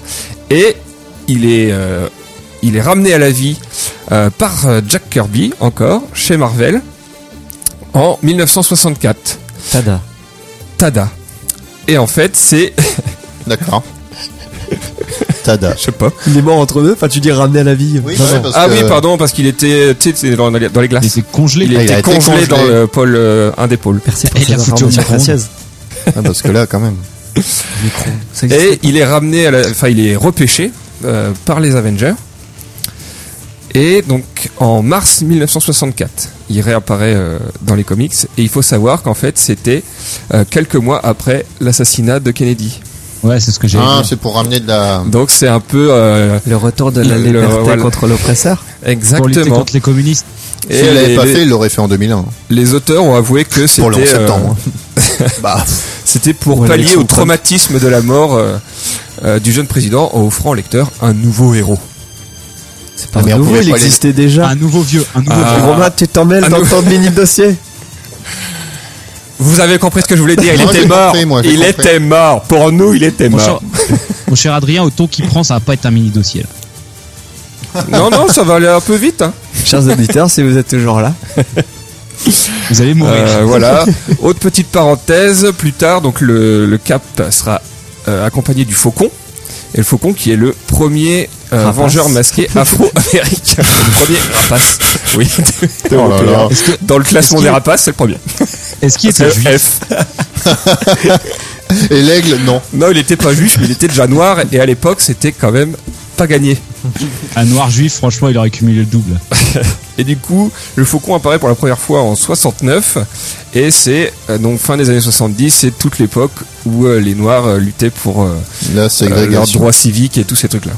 Speaker 2: Et il est, euh, il est ramené à la vie euh, par euh, Jack Kirby, encore, chez Marvel, en 1964.
Speaker 7: Tada.
Speaker 2: Tada. Et en fait, c'est, [LAUGHS]
Speaker 5: d'accord. [LAUGHS] Tada.
Speaker 2: je sais pas.
Speaker 7: Il est mort entre deux. Enfin, tu dis ramener à la vie. Non, non.
Speaker 2: Ah oui, pardon, parce qu'il était, tu sais, c'est dans, les- dans les
Speaker 6: Il
Speaker 2: glaces.
Speaker 6: était congelé.
Speaker 2: Il,
Speaker 5: Ah, il
Speaker 2: était
Speaker 5: a été
Speaker 2: congelé,
Speaker 5: congelé.
Speaker 2: dans le pôle, euh, un des pôles.
Speaker 7: Merci pour
Speaker 6: Et il
Speaker 7: ces
Speaker 6: a foutu au
Speaker 7: informations
Speaker 6: micro-ondes.
Speaker 7: précieuses.
Speaker 5: Ah, parce que là, quand même.
Speaker 7: Micro. Ça existe.
Speaker 2: Et il est ramené à la, enfin, il est repêché euh, par les Avengers. Et donc en mars 1964, il réapparaît euh, dans les comics. Et il faut savoir qu'en fait, c'était euh, quelques mois après l'assassinat de Kennedy.
Speaker 6: Ouais, c'est ce que j'ai
Speaker 5: Ah,
Speaker 6: dit.
Speaker 5: c'est pour ramener de la.
Speaker 2: Donc c'est un peu euh,
Speaker 8: Le retour de la
Speaker 2: Le-
Speaker 8: liberté
Speaker 2: voilà.
Speaker 8: contre l'oppresseur.
Speaker 6: Pour lutter
Speaker 2: exactement.
Speaker 6: contre les communistes.
Speaker 2: Et
Speaker 5: S'il l'avait
Speaker 2: les,
Speaker 5: pas
Speaker 2: les-
Speaker 5: fait, il l'aurait fait en 2001.
Speaker 2: les auteurs ont avoué que c'était
Speaker 5: hein. Pour le 11
Speaker 2: euh, [LAUGHS]
Speaker 5: septembre. hein. bah, pff,
Speaker 2: c'était pour
Speaker 8: Ouais,
Speaker 2: pallier
Speaker 8: l'élection
Speaker 2: au
Speaker 8: Trump.
Speaker 2: traumatisme de la mort euh, euh, du jeune président en offrant au lecteur un nouveau héros.
Speaker 8: C'est
Speaker 5: Ah,
Speaker 8: pas
Speaker 5: mais on
Speaker 8: nouveau.
Speaker 5: pouvait
Speaker 7: il
Speaker 5: pas
Speaker 7: existait déjà.
Speaker 6: Un nouveau vieux, un nouveau
Speaker 2: Ah.
Speaker 6: vieux.
Speaker 7: Romain, tu t'emmêles
Speaker 2: Ah,
Speaker 7: dans
Speaker 2: nous-
Speaker 7: ton mini dossier.
Speaker 2: Vous avez compris ce que je voulais dire, il
Speaker 5: Moi,
Speaker 2: était
Speaker 5: j'ai
Speaker 2: mort.
Speaker 5: compris, moi, j'ai
Speaker 2: il
Speaker 5: compris.
Speaker 2: était mort. Pour nous, il était
Speaker 6: Mon
Speaker 2: mort.
Speaker 6: cher, [LAUGHS] mon cher Adrien, au ton qu'il prend, ça va pas être un mini dossier. Là.
Speaker 2: Non, non, ça va aller un peu vite. hein.
Speaker 7: [LAUGHS] Chers auditeurs, si vous êtes toujours là.
Speaker 6: Vous allez mourir.
Speaker 2: Euh, voilà. Autre petite parenthèse, plus tard, donc le, le cap sera euh, accompagné du faucon. Et le faucon qui est le premier euh,
Speaker 7: Rapace.
Speaker 2: vengeur masqué afro-américain. le premier rapace. Oui.
Speaker 5: oh là là.
Speaker 6: Est-ce que-
Speaker 2: Dans le classement
Speaker 6: Est-ce
Speaker 2: des
Speaker 6: qu'il-
Speaker 2: rapaces, c'est le premier.
Speaker 6: Est-ce qu'il était
Speaker 2: Le
Speaker 6: juif
Speaker 2: F.
Speaker 5: Et l'aigle, non.
Speaker 2: Non, il était pas juif, mais il était déjà noir. Et à l'époque, c'était quand même pas gagné.
Speaker 6: Un noir juif, franchement, il aurait cumulé le double.
Speaker 2: Et du coup, le faucon apparaît pour la première fois en 69, et c'est euh, donc fin des années 70, c'est toute l'époque où euh, les Noirs euh, luttaient pour euh,
Speaker 5: Là, c'est
Speaker 2: euh, leurs
Speaker 5: agrégation.
Speaker 2: droits civiques et tous ces trucs-là.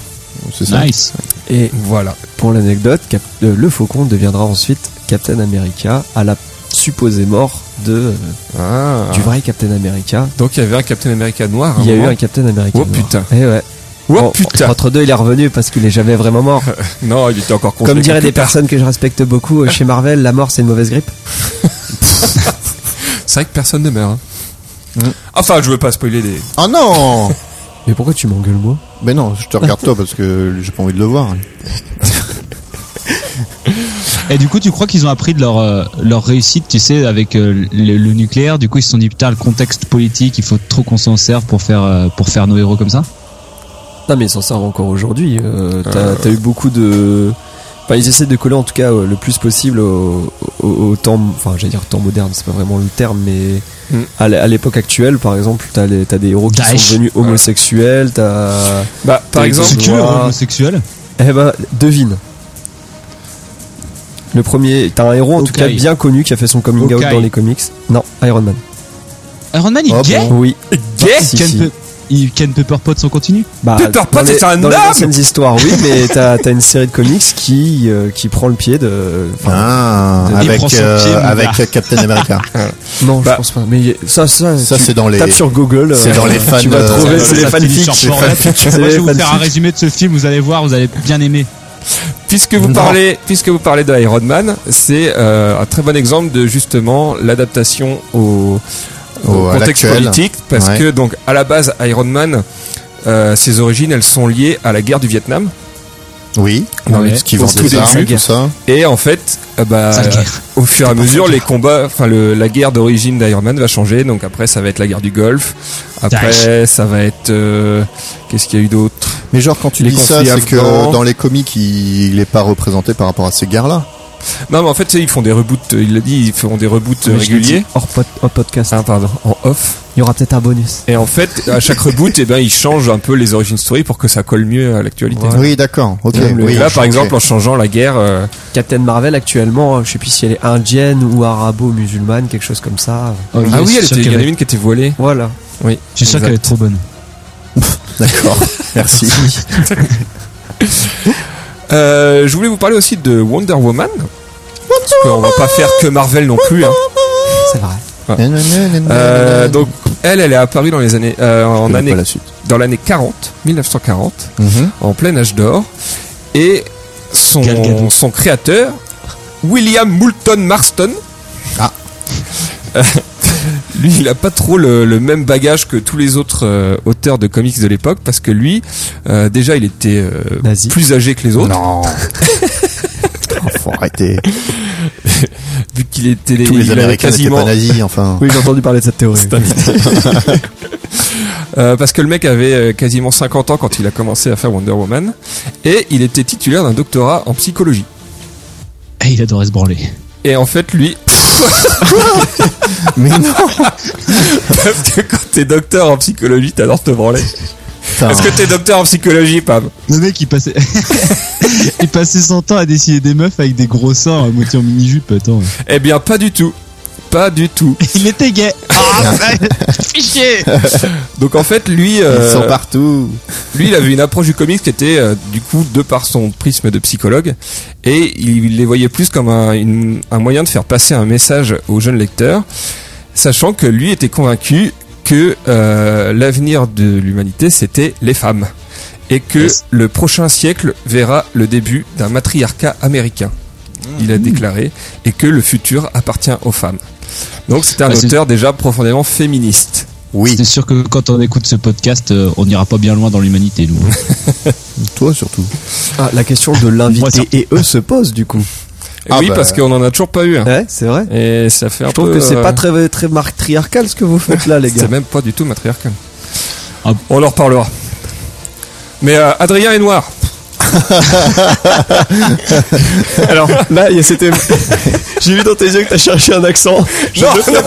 Speaker 5: C'est
Speaker 2: Ah,
Speaker 5: ça.
Speaker 6: Nice.
Speaker 7: Et
Speaker 2: Voilà.
Speaker 7: pour l'anecdote, Cap- euh, le faucon deviendra ensuite Captain America à la supposée mort de,
Speaker 5: Ah.
Speaker 7: euh, du vrai Captain America.
Speaker 2: Donc il y avait un Captain America noir. à Ah. un
Speaker 7: Il y a eu
Speaker 2: moment.
Speaker 7: un Captain America.
Speaker 2: Oh,
Speaker 7: noir.
Speaker 2: putain.
Speaker 7: Eh ouais.
Speaker 2: Oh
Speaker 7: En-
Speaker 2: putain
Speaker 7: Entre deux, il est revenu parce qu'il est jamais vraiment mort.
Speaker 2: Non, il était encore contre
Speaker 7: Comme diraient des personnes que je respecte beaucoup euh, chez Marvel, la mort c'est une mauvaise grippe.
Speaker 2: C'est vrai que personne ne meurt. hein.
Speaker 5: Mm.
Speaker 2: Enfin, je veux pas spoiler des.
Speaker 5: Ah non
Speaker 7: Mais pourquoi tu m'engueules moi
Speaker 5: Mais non, je te regarde toi parce que j'ai pas envie de le voir.
Speaker 6: Et du coup, tu crois qu'ils ont appris de leur, euh, leur réussite, tu sais, avec euh, le, le nucléaire. Du coup, ils se sont dit, putain, le contexte politique, il faut trop qu'on s'en serve pour faire, euh, pour faire nos héros comme ça.
Speaker 7: Non mais ils s'en servent encore aujourd'hui. Euh, T'as t'as eu beaucoup de... Enfin ils essaient de coller en tout cas euh, le plus possible au, au- au temps... Enfin j'allais dire temps moderne, c'est pas vraiment le terme, mais
Speaker 2: Mm.
Speaker 7: à l'é- à l'époque actuelle par exemple, t'as les- t'as des héros qui
Speaker 6: Daesh.
Speaker 7: sont devenus homosexuels, t'as...
Speaker 2: Bah, par
Speaker 7: Et
Speaker 2: exemple,
Speaker 7: c'est qui le héros
Speaker 6: homosexuel
Speaker 7: Eh ben devine. Le premier, t'as un héros en tout cas
Speaker 6: Hawkeye.
Speaker 7: bien connu qui a fait son coming out
Speaker 6: Hawkeye.
Speaker 7: dans les comics. Non, Iron Man.
Speaker 6: Iron Man, il est
Speaker 5: Oh,
Speaker 6: gay
Speaker 5: bon.
Speaker 7: Oui.
Speaker 6: Eh,
Speaker 7: Ah,
Speaker 2: Gay
Speaker 7: Si,
Speaker 6: Ken
Speaker 7: si.
Speaker 6: Pe- il Ken Pepperpot s'en continue
Speaker 7: Bah,
Speaker 2: Peter Pan,
Speaker 7: dans les-
Speaker 2: c'est un
Speaker 7: dans
Speaker 2: homme
Speaker 7: les anciennes histoires, oui, mais t'as t'as une série de comics qui euh, qui prend le pied de. enfin,
Speaker 5: Ah,
Speaker 6: Il
Speaker 5: avec,
Speaker 6: prend son
Speaker 5: euh,
Speaker 6: pied, mon gars.
Speaker 5: avec Captain America.
Speaker 7: non,
Speaker 2: bah,
Speaker 7: je pense pas. Mais y- ça, ça,
Speaker 5: ça,
Speaker 7: tu
Speaker 5: c'est dans les.
Speaker 7: tapes sur Google.
Speaker 5: c'est
Speaker 7: euh,
Speaker 5: dans les fans,
Speaker 7: Tu vas
Speaker 5: euh,
Speaker 7: trouver, c'est les
Speaker 6: Ça,
Speaker 7: fanfics.
Speaker 6: Richard
Speaker 7: c'est les
Speaker 6: Format.
Speaker 7: fanfics, c'est
Speaker 6: Moi,
Speaker 7: les
Speaker 6: je vais vous faire un
Speaker 7: fanfics.
Speaker 6: résumé de ce film, vous allez voir, vous allez bien aimer.
Speaker 2: Puisque vous
Speaker 5: Non.
Speaker 2: parlez, puisque vous parlez de Iron Man, c'est euh, un très bon exemple de justement l'adaptation au, au
Speaker 5: Au- à
Speaker 2: contexte
Speaker 5: l'actuel.
Speaker 2: politique, parce
Speaker 5: Ouais.
Speaker 2: que donc à la base Iron Man, euh, ses origines elles sont liées à la guerre du Vietnam,
Speaker 5: Oui,
Speaker 2: Dans les-
Speaker 5: ce qui
Speaker 2: au
Speaker 5: vend
Speaker 2: tout
Speaker 5: des armes,
Speaker 2: début.
Speaker 5: tout ça.
Speaker 2: et en fait, euh, bah,
Speaker 6: Sale guerre.
Speaker 2: au fur et à mesure les combats, enfin le- la guerre d'origine d'Iron Man va changer, donc après ça va être la guerre du Golfe, après ça va être euh, qu'est-ce qu'il y a eu d'autre
Speaker 5: Mais genre, quand tu
Speaker 2: Les
Speaker 5: dis ça,
Speaker 2: conflits
Speaker 5: c'est que
Speaker 2: afghans.
Speaker 5: dans les comics, il, il est pas représenté par rapport à ces guerres-là.
Speaker 2: Non mais en fait tu sais, ils font des reboots, euh, il l'a dit, ils font des reboots
Speaker 7: Mais je l'ai
Speaker 2: réguliers.
Speaker 7: dit Hors pod- hors podcast.
Speaker 5: Hein
Speaker 2: Ah pardon, en off.
Speaker 7: Il y aura peut-être un bonus.
Speaker 2: Et en fait, à chaque reboot, eh ben, ils changent un peu les origin story pour que ça colle mieux à l'actualité.
Speaker 5: Oui, d'accord. Ok.
Speaker 2: Et
Speaker 5: oui,
Speaker 2: là,
Speaker 5: ok.
Speaker 2: par exemple, en changeant la guerre, euh,
Speaker 7: Captain Marvel actuellement, je sais plus si elle est indienne ou arabo-musulmane, quelque chose comme ça.
Speaker 6: Oh, yes,
Speaker 2: ah oui, elle
Speaker 6: je suis
Speaker 2: était, il
Speaker 6: sûr
Speaker 2: y en
Speaker 6: qu'elle
Speaker 2: avait
Speaker 6: est-
Speaker 2: une qui était voilée.
Speaker 7: Voilà.
Speaker 6: je suis sûr qu'elle est trop bonne.
Speaker 5: [LAUGHS] D'accord. Merci.
Speaker 2: Euh, je voulais vous parler aussi de Wonder Woman. Parce qu'on va pas faire que Marvel non plus. Hein.
Speaker 7: C'est vrai.
Speaker 2: Euh, donc, elle, elle est apparue dans les années, euh, en
Speaker 5: Je connais
Speaker 2: année,
Speaker 5: pas la suite.
Speaker 2: dans l'année 40, 1940,
Speaker 5: Mhm.
Speaker 2: en plein âge d'or, et
Speaker 6: Gal
Speaker 2: son,
Speaker 6: Gadot.
Speaker 2: son créateur, William Moulton Marston.
Speaker 5: Ah.
Speaker 2: Euh, [LAUGHS] lui, il a pas trop le, le même bagage que tous les autres euh, auteurs de comics de l'époque parce que lui, euh, déjà, il était euh,
Speaker 7: Nazi.
Speaker 2: plus âgé que les autres
Speaker 5: Non. Oh, Faut arrêter.
Speaker 2: vu qu'il était
Speaker 5: Tous les
Speaker 2: il avait
Speaker 5: Américains n'étaient
Speaker 2: quasiment
Speaker 5: pas nazis,
Speaker 7: [LAUGHS]
Speaker 5: enfin.
Speaker 7: Oui, j'ai entendu parler de cette théorie.
Speaker 2: Euh, parce que le mec avait euh, quasiment 50 ans quand il a commencé à faire Wonder Woman et il était titulaire d'un doctorat en psychologie.
Speaker 6: Eh, il adorait se branler.
Speaker 2: Et en fait, lui, [LAUGHS]
Speaker 5: Mais non.
Speaker 2: Parce que quand t'es docteur en psychologie, t'adores te branler.
Speaker 5: Putain.
Speaker 2: Est-ce que t'es docteur en psychologie, Pam
Speaker 6: Le mec, il passait, [LAUGHS] il passait son temps à dessiner des meufs avec des gros seins à moitié en mini-jupe. Attends.
Speaker 2: Eh bien, pas du tout. Pas du tout.
Speaker 6: [LAUGHS] Il était gay. Ah, fichier.
Speaker 2: Donc en fait, lui,
Speaker 5: Ils
Speaker 2: euh,
Speaker 5: sont partout.
Speaker 2: lui, il avait une approche du comics qui était euh, du coup de par son prisme de psychologue, et il, il les voyait plus comme un, une- un moyen de faire passer un message aux jeunes lecteurs, sachant que lui était convaincu que euh, l'avenir de l'humanité c'était les femmes, et que
Speaker 6: Yes.
Speaker 2: le prochain siècle verra le début d'un matriarcat américain. Il
Speaker 5: Mmh.
Speaker 2: a déclaré et que le futur appartient aux femmes. Donc c'était un
Speaker 6: Bah, c'est-
Speaker 2: auteur déjà profondément féministe.
Speaker 5: Ah, Oui.
Speaker 6: C'est sûr que quand on écoute ce podcast, euh, on n'ira pas bien loin dans l'humanité, nous.
Speaker 5: Toi surtout.
Speaker 7: Ah, la question de
Speaker 6: Moi, ça-
Speaker 7: l'invité et eux se pose du coup.
Speaker 5: Ah
Speaker 2: oui,
Speaker 5: bah.
Speaker 2: parce qu'on en a toujours pas eu. hein. un.
Speaker 7: Ouais, c'est vrai.
Speaker 2: Et ça fait un
Speaker 7: Je trouve
Speaker 2: peu,
Speaker 7: que c'est
Speaker 2: euh,
Speaker 7: pas très très matriarcal ce que vous faites là, les gars.
Speaker 2: C'est même pas du tout matriarcal.
Speaker 6: Ah.
Speaker 2: On leur parlera. Mais euh, Adrien est noir. Alors,
Speaker 7: [LAUGHS] Là, il y a- c'était. J'ai vu dans tes yeux que t'as cherché un accent.
Speaker 2: non,
Speaker 7: [LAUGHS]
Speaker 2: non, non, non, non,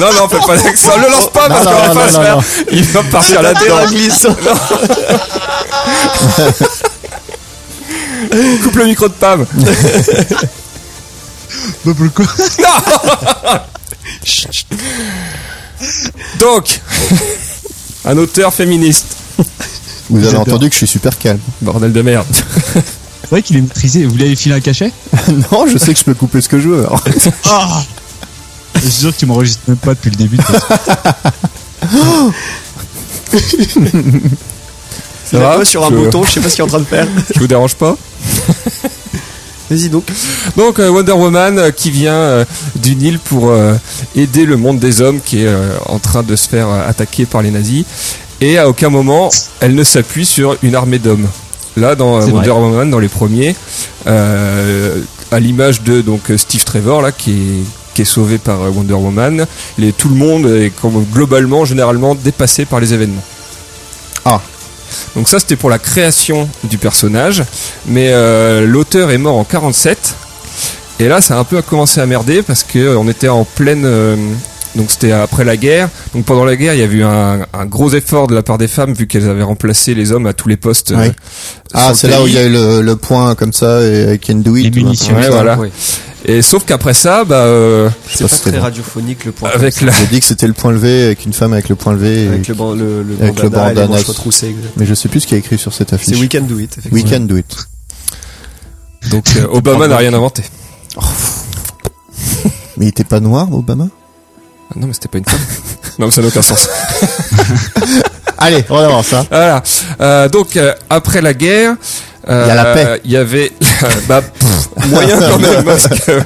Speaker 2: non, non, on fait pas d'accent. Le lance pas
Speaker 5: Non,
Speaker 2: parce
Speaker 5: non,
Speaker 2: qu'on va
Speaker 5: non,
Speaker 2: pas
Speaker 5: non,
Speaker 2: se faire.
Speaker 5: non.
Speaker 2: Il va partir la tête.
Speaker 7: [LAUGHS] glissant.
Speaker 2: Coupe le micro de Pam.
Speaker 7: [LAUGHS]
Speaker 2: Chut, chut. [LAUGHS] Donc, [LAUGHS] un auteur féministe.
Speaker 5: Vous avez
Speaker 6: J'adore.
Speaker 5: entendu que je suis super calme.
Speaker 2: Bordel de merde.
Speaker 6: C'est vrai qu'il est maîtrisé. Vous voulez aller filer un cachet
Speaker 5: non, je sais que je peux couper ce que je veux. alors.
Speaker 6: Ah Je suis sûr que tu m'enregistres même pas depuis le début. de toute façon.
Speaker 2: Ça va
Speaker 7: sur un
Speaker 2: je,
Speaker 7: bouton, je sais pas ce qu'il est en train de faire.
Speaker 2: Je vous dérange pas
Speaker 7: Vas-y donc.
Speaker 2: Donc euh, Wonder Woman euh, qui vient euh, d'une île pour euh, aider le monde des hommes qui est euh, en train de se faire euh, attaquer par les nazis. Et à aucun moment, elle ne s'appuie sur une armée d'hommes. Là, dans euh,
Speaker 6: C'est
Speaker 2: Wonder Woman, dans les premiers, euh, à l'image de donc euh, Steve Trevor là qui est qui est sauvé par euh, Wonder Woman, les, tout le monde est comme globalement, généralement dépassé par les événements.
Speaker 5: Ah.
Speaker 2: Donc ça, c'était pour la création du personnage, mais euh, l'auteur est mort en 47. Et là, ça a un peu commencé à merder parce que euh, on était en pleine. euh, donc c'était après la guerre. Donc pendant la guerre, il y avait eu un, un gros effort de la part des femmes vu qu'elles avaient remplacé les hommes à tous les postes. euh,
Speaker 5: Ouais.
Speaker 2: sur
Speaker 5: Ah,
Speaker 2: le
Speaker 5: c'est là où
Speaker 2: pays.
Speaker 5: il y a eu le, le point comme ça et I can do it.
Speaker 6: Les
Speaker 5: ou un
Speaker 6: munitions.
Speaker 5: truc
Speaker 2: Ouais,
Speaker 5: comme ça.
Speaker 2: voilà. Et sauf qu'après ça, bah, euh,
Speaker 5: Je sais pas si c'était bon.
Speaker 7: radiophonique le point.
Speaker 2: avec la,
Speaker 5: J'ai dit que c'était le point levé avec une femme avec le point levé. et-
Speaker 7: Avec le, ban- le, le
Speaker 5: Avec le
Speaker 7: bandana, et les
Speaker 5: bandana.
Speaker 7: manches retroussées, exact.
Speaker 5: Mais je sais plus ce qu'il y a écrit sur cette
Speaker 7: C'est
Speaker 5: affiche.
Speaker 7: We Can Do It.
Speaker 5: We can do it.
Speaker 2: donc
Speaker 5: [LAUGHS]
Speaker 2: euh, Obama n'a rien inventé.
Speaker 5: Mais il était pas noir, Obama
Speaker 2: Ah non, mais c'était pas une femme. [LAUGHS] non, mais ça n'a aucun sens.
Speaker 5: Allez, on hein. va voir ça.
Speaker 2: Voilà. Euh, donc euh, après la guerre, euh,
Speaker 5: Il y a la paix.
Speaker 2: Il y avait [LAUGHS] bah, pff,
Speaker 5: [LAUGHS]
Speaker 2: moyen quand même parce que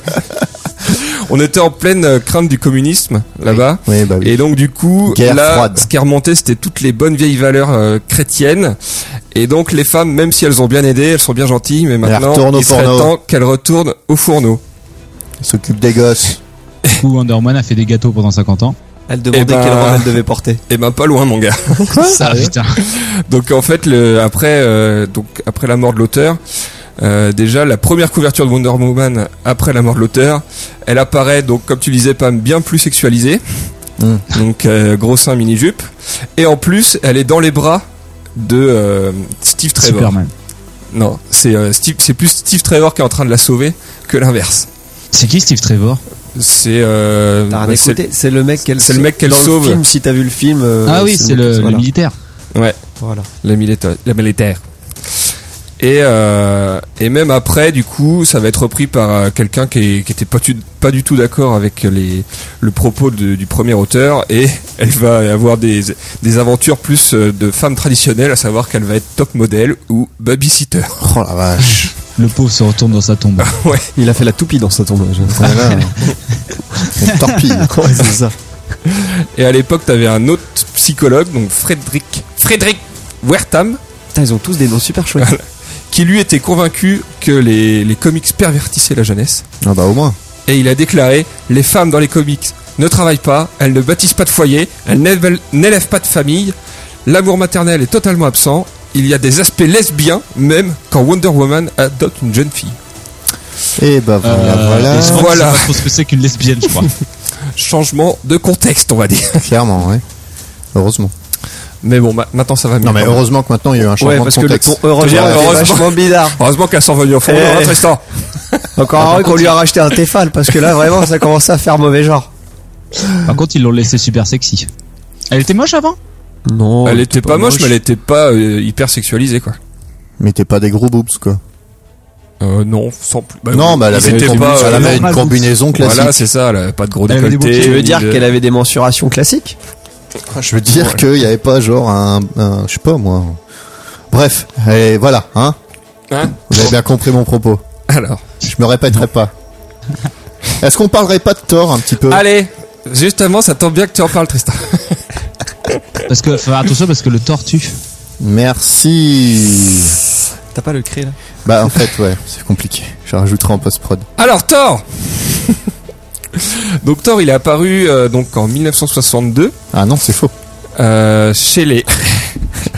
Speaker 2: [LAUGHS] on était en pleine euh, crainte du communisme là-bas.
Speaker 5: Oui, bah oui.
Speaker 2: Et donc du coup,
Speaker 5: Guerre
Speaker 2: là,
Speaker 5: froide.
Speaker 2: ce qui remontait, c'était toutes les bonnes vieilles valeurs euh, chrétiennes. Et donc les femmes, même si elles ont bien aidé, elles sont bien gentilles, mais maintenant
Speaker 5: retournent au
Speaker 2: il serait
Speaker 5: porno.
Speaker 2: temps qu'elles retournent au fourneau.
Speaker 5: Il s'occupe des gosses.
Speaker 6: Du coup, Wonder Woman a fait des gâteaux pendant 50 ans.
Speaker 7: Elle demandait
Speaker 2: Eh ben-
Speaker 7: quelle robe elle devait porter.
Speaker 2: Et ben pas loin, mon gars. [LAUGHS]
Speaker 6: Ça, putain.
Speaker 2: Donc en fait, le, après, euh, donc après la mort de l'auteur, euh, déjà la première couverture de Wonder Woman après la mort de l'auteur, elle apparaît donc comme tu disais Pam bien plus sexualisée,
Speaker 5: Mm.
Speaker 2: donc euh, gros sein mini jupe, et en plus elle est dans les bras de euh, Steve Trevor.
Speaker 6: Superman.
Speaker 2: Non, c'est euh, Steve, c'est plus Steve Trevor qui est en train de la sauver que l'inverse.
Speaker 6: C'est qui Steve Trevor
Speaker 2: C'est euh,
Speaker 7: T'as rien
Speaker 2: bah, c'est-
Speaker 7: écouté C'est le mec qu'elle
Speaker 2: c'est le mec qu'elle
Speaker 7: dans
Speaker 2: sauve.
Speaker 7: Le film, si t'as vu le film. euh,
Speaker 6: Ah oui, c'est le,
Speaker 7: voilà.
Speaker 6: le militaire.
Speaker 7: Voilà.
Speaker 2: la militaire. La militaire. Et, euh, et même après, du coup, ça va être repris par euh, quelqu'un qui, est- qui était pas, tu- pas du tout d'accord avec les, le propos de- du premier auteur, et [LAUGHS] elle va avoir des, des aventures plus euh, de femmes traditionnelles, à savoir qu'elle va être top modèle ou babysitter.
Speaker 5: Oh la vache.
Speaker 6: Le pauvre se retourne dans sa tombe.
Speaker 7: Il a fait la toupie dans sa tombe. je- [LAUGHS]
Speaker 5: Oh là là. Une torpille.
Speaker 7: Ouais, c'est ça.
Speaker 2: Et à l'époque, t'avais un autre psychologue, donc Frédéric, Frédéric Wertham,
Speaker 7: Putain, ils ont tous des noms super chouettes.
Speaker 2: qui lui était convaincu que les, les comics pervertissaient la jeunesse.
Speaker 5: Ah bah au moins.
Speaker 2: et il a déclaré Les femmes dans les comics ne travaillent pas, elles ne bâtissent pas de foyer, elles n'élèvent n'élèvent pas de famille, l'amour maternel est totalement absent, il y a des aspects lesbiens, même quand Wonder Woman adopte une jeune fille.
Speaker 5: Et bah voilà,
Speaker 6: Euh,
Speaker 5: voilà.
Speaker 6: et je pense
Speaker 2: Voilà.
Speaker 6: que c'est pas trop ce que c'est qu'une lesbienne, je crois.
Speaker 2: Changement de contexte, on va dire.
Speaker 5: Clairement, ouais. Heureusement.
Speaker 2: Mais bon, ma- maintenant ça va mieux.
Speaker 5: Non, mais
Speaker 2: quand même.
Speaker 5: heureusement que maintenant il y a eu un changement
Speaker 7: Ouais, parce
Speaker 5: de
Speaker 7: que le
Speaker 5: contexte.
Speaker 7: ton heureusement,
Speaker 2: Ouais,
Speaker 7: est
Speaker 2: heureusement.
Speaker 7: vachement bizarre.
Speaker 2: Heureusement qu'elle s'en va venir au fond.
Speaker 7: Eh,
Speaker 2: hein,
Speaker 7: eh.
Speaker 2: Tristan.
Speaker 8: Encore un qu'on lui a racheté un Tefal parce que là vraiment ça commençait à faire mauvais genre.
Speaker 6: Par contre, ils l'ont laissé super sexy. Elle était moche avant
Speaker 7: Non,
Speaker 2: elle était pas moche, mais elle était pas euh, hyper sexualisée, quoi.
Speaker 5: Mais t'es pas des gros boobs, quoi.
Speaker 2: Euh, non, sans plus. bah,
Speaker 5: non, bah, elle
Speaker 2: ils
Speaker 5: avait,
Speaker 2: étaient
Speaker 5: une,
Speaker 2: pas,
Speaker 5: elle
Speaker 2: euh,
Speaker 5: avait une
Speaker 6: normal boobs.
Speaker 5: combinaison classique.
Speaker 2: Voilà, c'est ça, elle avait pas de gros euh,
Speaker 6: Elle avait des
Speaker 2: décolleté.
Speaker 6: boucles.
Speaker 7: Tu veux
Speaker 2: ni
Speaker 7: dire
Speaker 2: de-
Speaker 7: qu'elle avait des mensurations classiques
Speaker 5: Je veux dire qu'il n'y avait pas genre un, un- je sais pas moi. Bref, allez, voilà, hein.
Speaker 2: Hein
Speaker 5: Vous avez bien compris mon propos.
Speaker 2: Alors.
Speaker 5: Je me répéterai pas. Est-ce qu'on parlerait pas de Thor un petit peu
Speaker 2: Allez, justement, ça tombe bien que tu en parles, Tristan.
Speaker 6: Parce que, faut faire attention parce que le tortue.
Speaker 5: Merci.
Speaker 7: T'as pas le cri là
Speaker 5: Bah en fait ouais, c'est compliqué. Je rajouterai en post prod.
Speaker 2: Alors Thor [LAUGHS] Donc Thor, il est apparu euh, donc en 1962
Speaker 5: Ah non, c'est faux.
Speaker 2: euh, chez les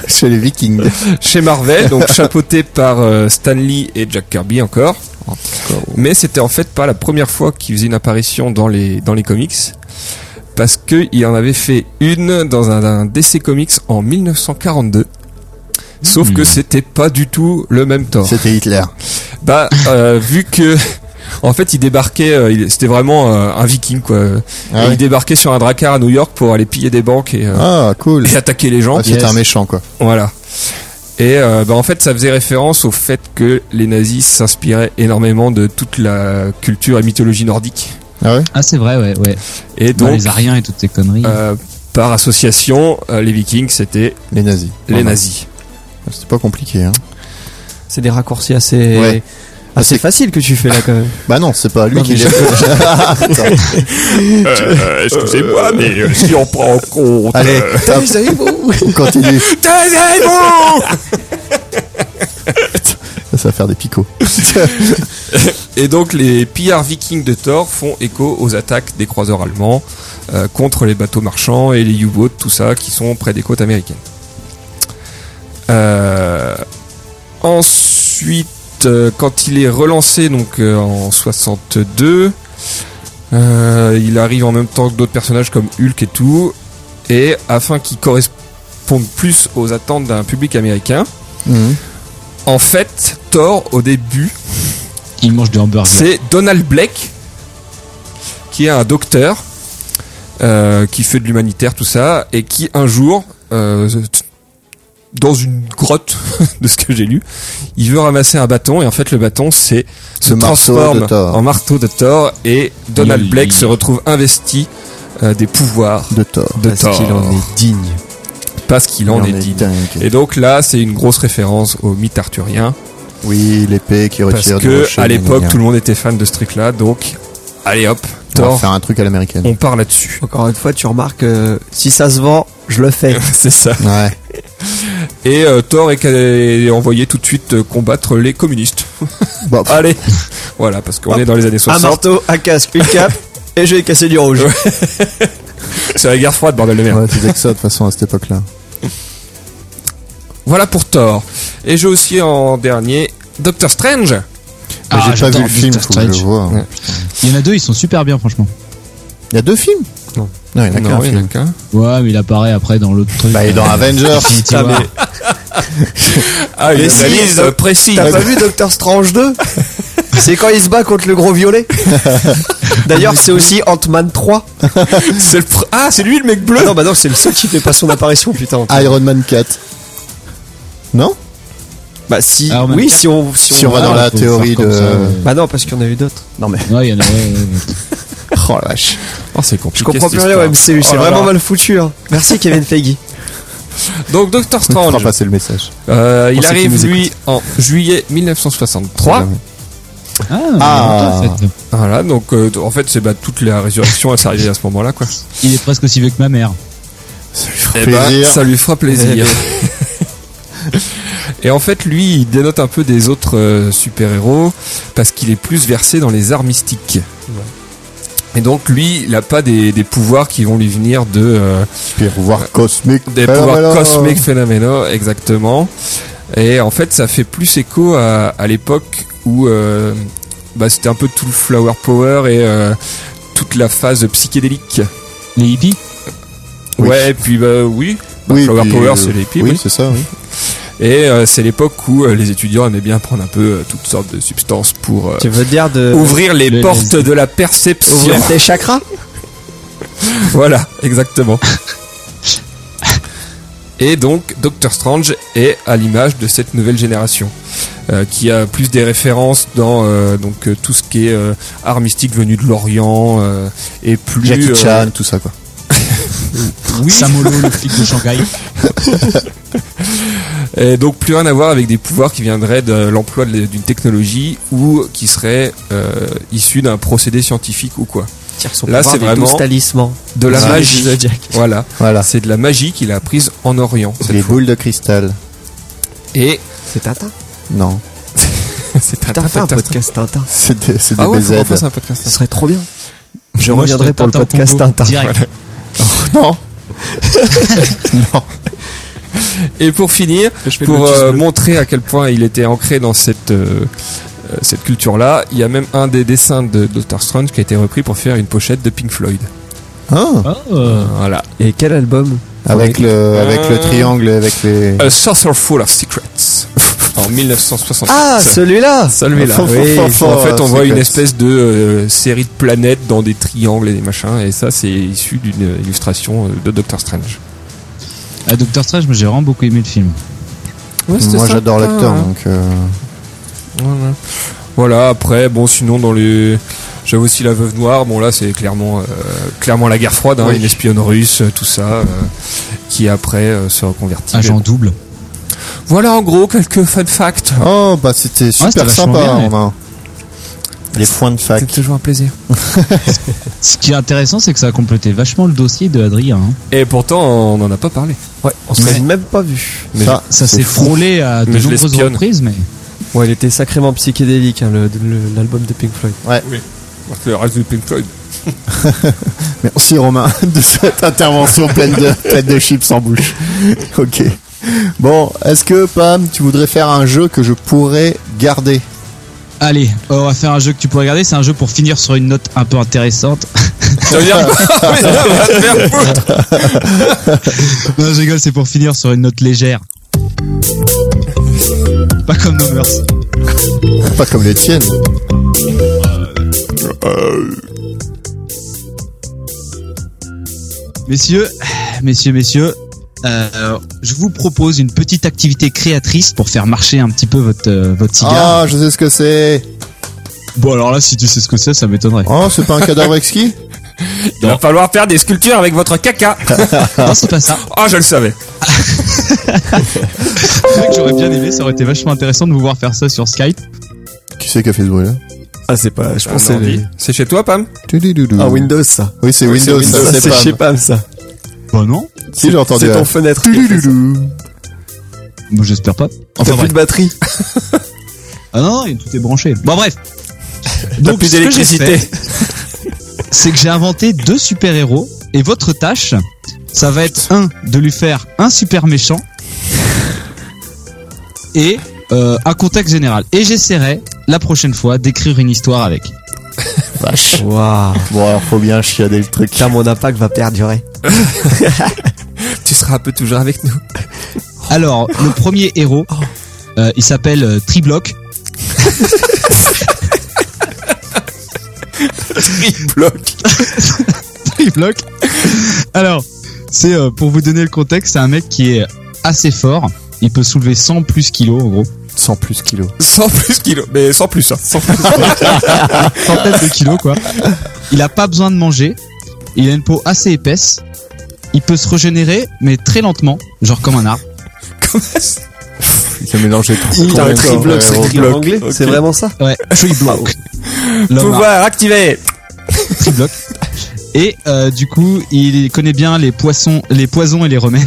Speaker 5: Chez les Vikings.
Speaker 2: chez Marvel,
Speaker 5: [LAUGHS]
Speaker 2: donc chapeauté par euh, Stan Lee et Jack Kirby encore. Mais c'était en fait pas la première fois qu'il faisait une apparition dans les dans les comics parce que il en avait fait une dans un, un DC Comics en 1942. Sauf
Speaker 5: Hmm.
Speaker 2: que c'était pas du tout le même Thor.
Speaker 5: C'était Hitler.
Speaker 2: Bah, euh, vu que [LAUGHS] en fait, il débarquait, euh, il- c'était vraiment euh, un viking quoi.
Speaker 5: Ah
Speaker 2: Et
Speaker 5: ouais.
Speaker 2: Il débarquait sur un dracard à New York pour aller piller des banques et, euh,
Speaker 5: Ah cool.
Speaker 2: et attaquer les gens.
Speaker 5: Ah, c'était un méchant quoi.
Speaker 2: Voilà. Et euh, bah, en fait, ça faisait référence au fait que les nazis s'inspiraient énormément de toute la culture et mythologie nordique.
Speaker 5: Ah ouais.
Speaker 6: Ah, c'est vrai, ouais, ouais.
Speaker 2: Et
Speaker 6: Dans
Speaker 2: donc,
Speaker 6: les Ariens et toutes ces conneries.
Speaker 2: euh, par association, euh, les vikings, c'était
Speaker 5: Les nazis.
Speaker 2: les
Speaker 5: Voilà.
Speaker 2: nazis.
Speaker 5: C'était pas compliqué hein.
Speaker 7: C'est des raccourcis assez.
Speaker 5: Ouais.
Speaker 7: Assez facile que tu fais là quand même.
Speaker 5: Bah non, c'est pas lui
Speaker 7: Non,
Speaker 5: qui
Speaker 7: mais
Speaker 5: les fait.
Speaker 2: Euh, Excusez-moi, mais Euh, si on prend en compte...
Speaker 5: Allez, hop, on continue. Ça va faire des picots.
Speaker 2: Et donc les pillards vikings de Thor font écho aux attaques des croiseurs allemands euh, contre les bateaux marchands et les U-boats, tout ça, qui sont près des côtes américaines. Euh, ensuite, euh, quand il est relancé donc euh, en 62, euh, il arrive en même temps que d'autres personnages comme Hulk et tout, et afin qu'il corresponde plus aux attentes d'un public américain,
Speaker 5: Mhm.
Speaker 2: en fait, Thor au début
Speaker 6: Ils mangent du hamburger.
Speaker 2: c'est Donald Blake, qui est un docteur, euh, qui fait de l'humanitaire, tout ça, et qui un jour, euh, dans une grotte, [LAUGHS] de ce que j'ai lu, il veut ramasser un bâton, et en fait le bâton c'est se
Speaker 5: marteau de
Speaker 2: transforme
Speaker 5: Thor.
Speaker 2: en marteau de Thor, et Donald
Speaker 6: Il-
Speaker 2: Blake
Speaker 6: il-
Speaker 2: se retrouve investi euh, des pouvoirs
Speaker 5: De Thor.
Speaker 2: de
Speaker 7: Parce qu'il en
Speaker 2: Thor,
Speaker 7: est digne.
Speaker 2: parce qu'il en,
Speaker 5: Il
Speaker 2: est digne.
Speaker 5: dingue.
Speaker 2: Et donc là, c'est une grosse référence au mythe arthurien.
Speaker 5: Oui, l'épée qui retire
Speaker 2: Parce
Speaker 5: du
Speaker 2: que
Speaker 5: rocher,
Speaker 2: à l'époque
Speaker 5: gna
Speaker 2: tout le monde était fan de ce truc là, donc allez hop,
Speaker 5: gna. On va
Speaker 2: Thor,
Speaker 5: faire un truc à l'américaine.
Speaker 2: on part là-dessus.
Speaker 7: [LAUGHS] Encore une fois, tu remarques, euh, si ça se vend, je le fais.
Speaker 2: [LAUGHS] C'est ça.
Speaker 5: Ouais.
Speaker 2: Et euh, Thor est, est envoyé tout de suite euh, combattre les communistes.
Speaker 5: Bon,
Speaker 2: Allez, voilà parce qu'on est dans les années
Speaker 7: [LAUGHS] Un
Speaker 2: 60.
Speaker 7: marteau, un casque, une [LAUGHS] cape, et je vais casser du rouge.
Speaker 2: C'est la guerre froide, bordel de merde.
Speaker 5: ouais, c'était que ça de toute façon à cette époque-là.
Speaker 2: Voilà pour Thor. Et j'ai aussi en dernier Doctor Strange.
Speaker 5: Mais
Speaker 6: Ah,
Speaker 5: j'ai pas
Speaker 6: j'adore
Speaker 5: vu le film,
Speaker 6: Doctor
Speaker 5: faut que je le
Speaker 6: Strange.
Speaker 5: vois.
Speaker 2: Ouais.
Speaker 6: Il y en a deux, ils sont super bien, franchement.
Speaker 5: Il y a deux films
Speaker 7: Non.
Speaker 5: Non, il y en a qu'un
Speaker 2: Ah, il y en a
Speaker 5: film.
Speaker 2: qu'un.
Speaker 6: Ouais, mais il apparaît après dans l'autre truc.
Speaker 5: Bah, il est dans Avengers.
Speaker 6: Tu vois.
Speaker 2: Ah, il y
Speaker 7: Mais
Speaker 2: a
Speaker 7: si,
Speaker 2: la liste
Speaker 7: euh,
Speaker 2: précise.
Speaker 7: T'as pas vu Doctor Strange [LAUGHS] 2 C'est quand il se bat contre le gros [LAUGHS] violet. D'ailleurs, c'est aussi Ant-Man 3.
Speaker 2: [LAUGHS] C'est le pr- Ah, c'est lui le mec bleu.
Speaker 7: Ah non, bah non, c'est le seul qui fait pas son apparition, putain.
Speaker 5: Iron Man 4. Non
Speaker 7: Bah si,
Speaker 6: Iron Man.
Speaker 7: oui, si on, si on,
Speaker 5: Si on va
Speaker 6: Ah,
Speaker 5: dans la
Speaker 6: faut
Speaker 5: théorie
Speaker 6: faire comme
Speaker 5: de.
Speaker 6: ça, ouais.
Speaker 7: Bah non, parce qu'il y en a eu d'autres.
Speaker 5: Non mais.
Speaker 6: Ouais, il y en a. ouais, ouais, ouais.
Speaker 5: Oh la vache.
Speaker 2: Oh, c'est
Speaker 7: Je
Speaker 2: compliqué.
Speaker 7: comprends
Speaker 2: cette
Speaker 7: plus rien au
Speaker 2: histoire.
Speaker 7: MCU,
Speaker 2: Oh
Speaker 7: c'est
Speaker 2: là
Speaker 7: vraiment
Speaker 2: là.
Speaker 7: mal foutu. hein. Merci Kevin Feige.
Speaker 2: Donc Doctor
Speaker 5: On fera
Speaker 2: Strange.
Speaker 5: passer le message.
Speaker 2: Euh,
Speaker 5: Pour
Speaker 2: il
Speaker 5: ceux qui
Speaker 2: arrive
Speaker 5: nous
Speaker 2: lui en juillet 1963.
Speaker 6: Ah,
Speaker 5: Ah.
Speaker 6: en fait.
Speaker 2: Voilà, donc euh, en fait c'est bah, toute la résurrection, elle s'est arrivée à ce moment-là quoi.
Speaker 6: Il est presque aussi vieux que ma mère.
Speaker 2: Eh ben,
Speaker 5: Plaisir.
Speaker 2: ça lui fera
Speaker 6: Eh
Speaker 2: plaisir. [LAUGHS] Et en fait, lui, il dénote un peu des autres euh, super-héros parce qu'il est plus versé dans les arts mystiques. Et donc, lui, il n'a pas des, des pouvoirs qui vont lui venir de euh,
Speaker 5: Puis revoir Cosmic.
Speaker 2: des pouvoirs
Speaker 5: Phenomena.
Speaker 2: cosmiques phénoménaux, exactement. Et en fait, ça fait plus écho à, à l'époque où euh, bah, c'était un peu tout le flower power et euh, toute la phase psychédélique.
Speaker 6: Les hippies
Speaker 5: Oui.
Speaker 2: Ouais, et puis bah oui,
Speaker 5: oui,
Speaker 2: Flower
Speaker 5: puis,
Speaker 2: Power,
Speaker 5: euh,
Speaker 2: c'est les hein. pubs.
Speaker 5: Oui, c'est ça, oui.
Speaker 2: Et euh, c'est l'époque où euh, les étudiants aimaient bien prendre un peu euh, toutes sortes de substances pour euh,
Speaker 8: Tu veux dire de
Speaker 2: ouvrir les
Speaker 6: les-
Speaker 2: portes de la perception.
Speaker 8: ouvrir tes chakras
Speaker 2: [LAUGHS] Voilà, exactement. Et donc, Doctor Strange est à l'image de cette nouvelle génération, euh, qui a plus des références dans euh, donc euh, tout ce qui est euh, art mystique venu de l'Orient euh, et plus
Speaker 5: Jackie
Speaker 2: euh,
Speaker 5: Chan, tout ça, quoi.
Speaker 6: Samolo, le flic de Shanghai.
Speaker 2: Et donc plus rien à voir avec des pouvoirs qui viendraient de l'emploi de- d'une technologie ou qui seraient euh, issus d'un procédé scientifique ou quoi. Là, c'est vraiment-
Speaker 8: talisman.
Speaker 2: De la
Speaker 5: Ah,
Speaker 2: magie.
Speaker 8: de Jack.
Speaker 2: Voilà,
Speaker 5: Voilà.
Speaker 2: c'est de la magie qu'il a apprise en Orient. cette
Speaker 5: Les
Speaker 2: fois.
Speaker 5: boules de cristal.
Speaker 2: Et [LAUGHS]
Speaker 8: C'est Tintin.
Speaker 5: Non. [LAUGHS]
Speaker 2: c'est un
Speaker 8: T'as fait un
Speaker 2: Tintin.
Speaker 8: podcast Tintin.
Speaker 5: C'est des, c'est des
Speaker 2: Ah ouais, faut qu'on
Speaker 5: BZ.
Speaker 2: fasse un podcast.
Speaker 8: Ce
Speaker 7: [LAUGHS]
Speaker 8: serait trop bien. Je
Speaker 6: Moi,
Speaker 8: reviendrai
Speaker 6: serais
Speaker 8: pour le
Speaker 6: Tintin
Speaker 8: podcast
Speaker 6: Congo,
Speaker 8: Tintin.
Speaker 6: Direct.
Speaker 5: Non. non.
Speaker 2: Et pour finir, pour euh, montrer à quel point il était ancré dans cette euh, euh, cette culture-là, il y a même un des dessins de Doctor Strange qui a été repris pour faire une pochette de Pink Floyd.
Speaker 5: Hein
Speaker 6: Oh.
Speaker 2: Voilà.
Speaker 8: Et quel album
Speaker 7: Ah,
Speaker 5: avec le, avec le
Speaker 2: Euh.
Speaker 5: triangle, et avec les.
Speaker 2: A Saucer Full of Secrets [LAUGHS] en 1960.
Speaker 8: Ah, celui-là
Speaker 2: Celui-là.
Speaker 5: Fort, fort,
Speaker 8: oui,
Speaker 5: fort, fort,
Speaker 2: en fait, on
Speaker 5: euh,
Speaker 2: voit une
Speaker 5: séquence.
Speaker 2: espèce de euh, série de planètes dans des triangles et des machins, et ça, c'est issu d'une euh, illustration euh, de Doctor Strange.
Speaker 6: Ah, Doctor Strange, moi, j'ai vraiment beaucoup aimé le film.
Speaker 5: Moi, j'adore l'acteur, donc. euh,
Speaker 2: Voilà. Voilà, après, bon, sinon, dans les. J'avais aussi la veuve noire. Bon, là, c'est clairement, euh, clairement la guerre froide, hein,
Speaker 5: Oui.
Speaker 2: une espionne russe, euh, tout ça, euh, qui après euh, se reconvertit.
Speaker 6: Agent Ah, double.
Speaker 2: Voilà, en gros, quelques fun facts.
Speaker 5: Oh, bah c'était super
Speaker 6: c'était vachement
Speaker 5: sympa,
Speaker 6: bien,
Speaker 5: Romain. Les points de fac.
Speaker 2: toujours un plaisir.
Speaker 6: Ce qui est intéressant, c'est que ça a complété vachement le dossier de Adrien. hein.
Speaker 2: Et pourtant, on n'en a pas parlé.
Speaker 8: Ouais, on s'est même pas vu.
Speaker 2: Mais
Speaker 5: Ça,
Speaker 6: Ça s'est frôlé à de
Speaker 2: Mais je
Speaker 6: nombreuses
Speaker 2: l'espionne.
Speaker 6: reprises, mais
Speaker 8: Ouais, il était sacrément psychédélique, hein, le- le- l'album de Pink Floyd.
Speaker 2: Le reste du Pink Floyd.
Speaker 5: Merci Romain [LAUGHS] de cette intervention pleine de, pleine de chips en bouche. [LAUGHS] Ok. Bon, est-ce que Pam, tu voudrais faire un jeu que je pourrais garder
Speaker 6: Allez, euh, on va faire un jeu que tu peux regarder. C'est un jeu pour finir sur une note un peu intéressante.
Speaker 2: [LAUGHS] Ça veut dire
Speaker 6: [LAUGHS]
Speaker 2: quoi Mais ça va te faire foutre.
Speaker 6: non, je rigole, c'est pour finir sur une note légère. Pas comme nos mœurs.
Speaker 5: Pas comme les tiennes.
Speaker 6: Messieurs, messieurs, messieurs, euh, je vous propose une petite activité créatrice pour faire marcher un petit peu votre, euh, votre cigare.
Speaker 5: Ah, je sais ce que c'est.
Speaker 6: Bon, alors là, si tu sais ce que c'est, ça m'étonnerait.
Speaker 5: Oh, c'est pas un cadavre exquis
Speaker 2: Il va falloir faire des sculptures avec votre caca.
Speaker 6: Non, c'est
Speaker 2: [LAUGHS]
Speaker 6: pas ça.
Speaker 2: Oh, je le savais.
Speaker 6: C'est vrai que j'aurais bien aimé, ça aurait été vachement intéressant de vous voir faire ça sur Skype.
Speaker 5: Qui c'est qui a fait ce bruit là
Speaker 7: Ah, c'est pas. Je
Speaker 2: On
Speaker 7: pensais.
Speaker 2: s'en dit. C'est chez toi, Pam
Speaker 5: Tudududu.
Speaker 7: Ah, Windows, ça.
Speaker 5: Oui, c'est Windows,
Speaker 7: Ça,
Speaker 5: ça, c'est
Speaker 7: c'est chez
Speaker 5: Pam.
Speaker 7: Pam, ça.
Speaker 6: Bah non.
Speaker 5: Si, j'ai entendu.
Speaker 7: C'est
Speaker 5: là.
Speaker 7: ton fenêtre.
Speaker 5: Tudududu.
Speaker 6: Bon, bah, j'espère pas.
Speaker 7: T'as
Speaker 6: Enfin
Speaker 7: plus
Speaker 6: bref.
Speaker 7: de batterie.
Speaker 6: Ah non, non, tout est branché. Bon bref. Donc
Speaker 2: plus
Speaker 6: ce que j'ai
Speaker 2: d'électricité.
Speaker 6: fait, c'est que j'ai inventé deux super héros et votre tâche, ça va être un de lui faire un super méchant et euh, un contexte général. Et j'essaierai la prochaine fois d'écrire une histoire avec.
Speaker 7: [LAUGHS]
Speaker 5: Vache.
Speaker 8: Waouh.
Speaker 5: Bon, alors faut bien chiader le truc.
Speaker 8: Car mon impact va perdurer.
Speaker 2: Tu seras un peu toujours avec nous.
Speaker 6: Alors le premier héros, euh, il s'appelle euh, Triblock.
Speaker 2: Bloc.
Speaker 6: [LAUGHS] Triblock. Alors c'est euh, pour vous donner le contexte, c'est un mec qui est assez fort. Il peut soulever 100 plus kilos en gros.
Speaker 5: Sans plus kilo.
Speaker 2: Sans plus kilo. Mais sans plus, hein. Sans [LAUGHS] plus.
Speaker 6: centaines de kilos quoi. Il a pas besoin de manger. Il a une peau assez épaisse. Il peut se régénérer, mais très lentement, genre comme un arbre.
Speaker 5: Il a mélangé tout.
Speaker 8: Putain, le
Speaker 5: Combien de temps,
Speaker 8: triplock, c'est
Speaker 5: euh,
Speaker 8: écrit en anglais. C'est vraiment ça
Speaker 6: Ouais, tree block. L'homme arbre,
Speaker 2: Pouvoir activé.
Speaker 6: tree block. Et euh, du coup, il connaît bien les poissons, les poisons et
Speaker 5: [LAUGHS]
Speaker 6: les remèdes.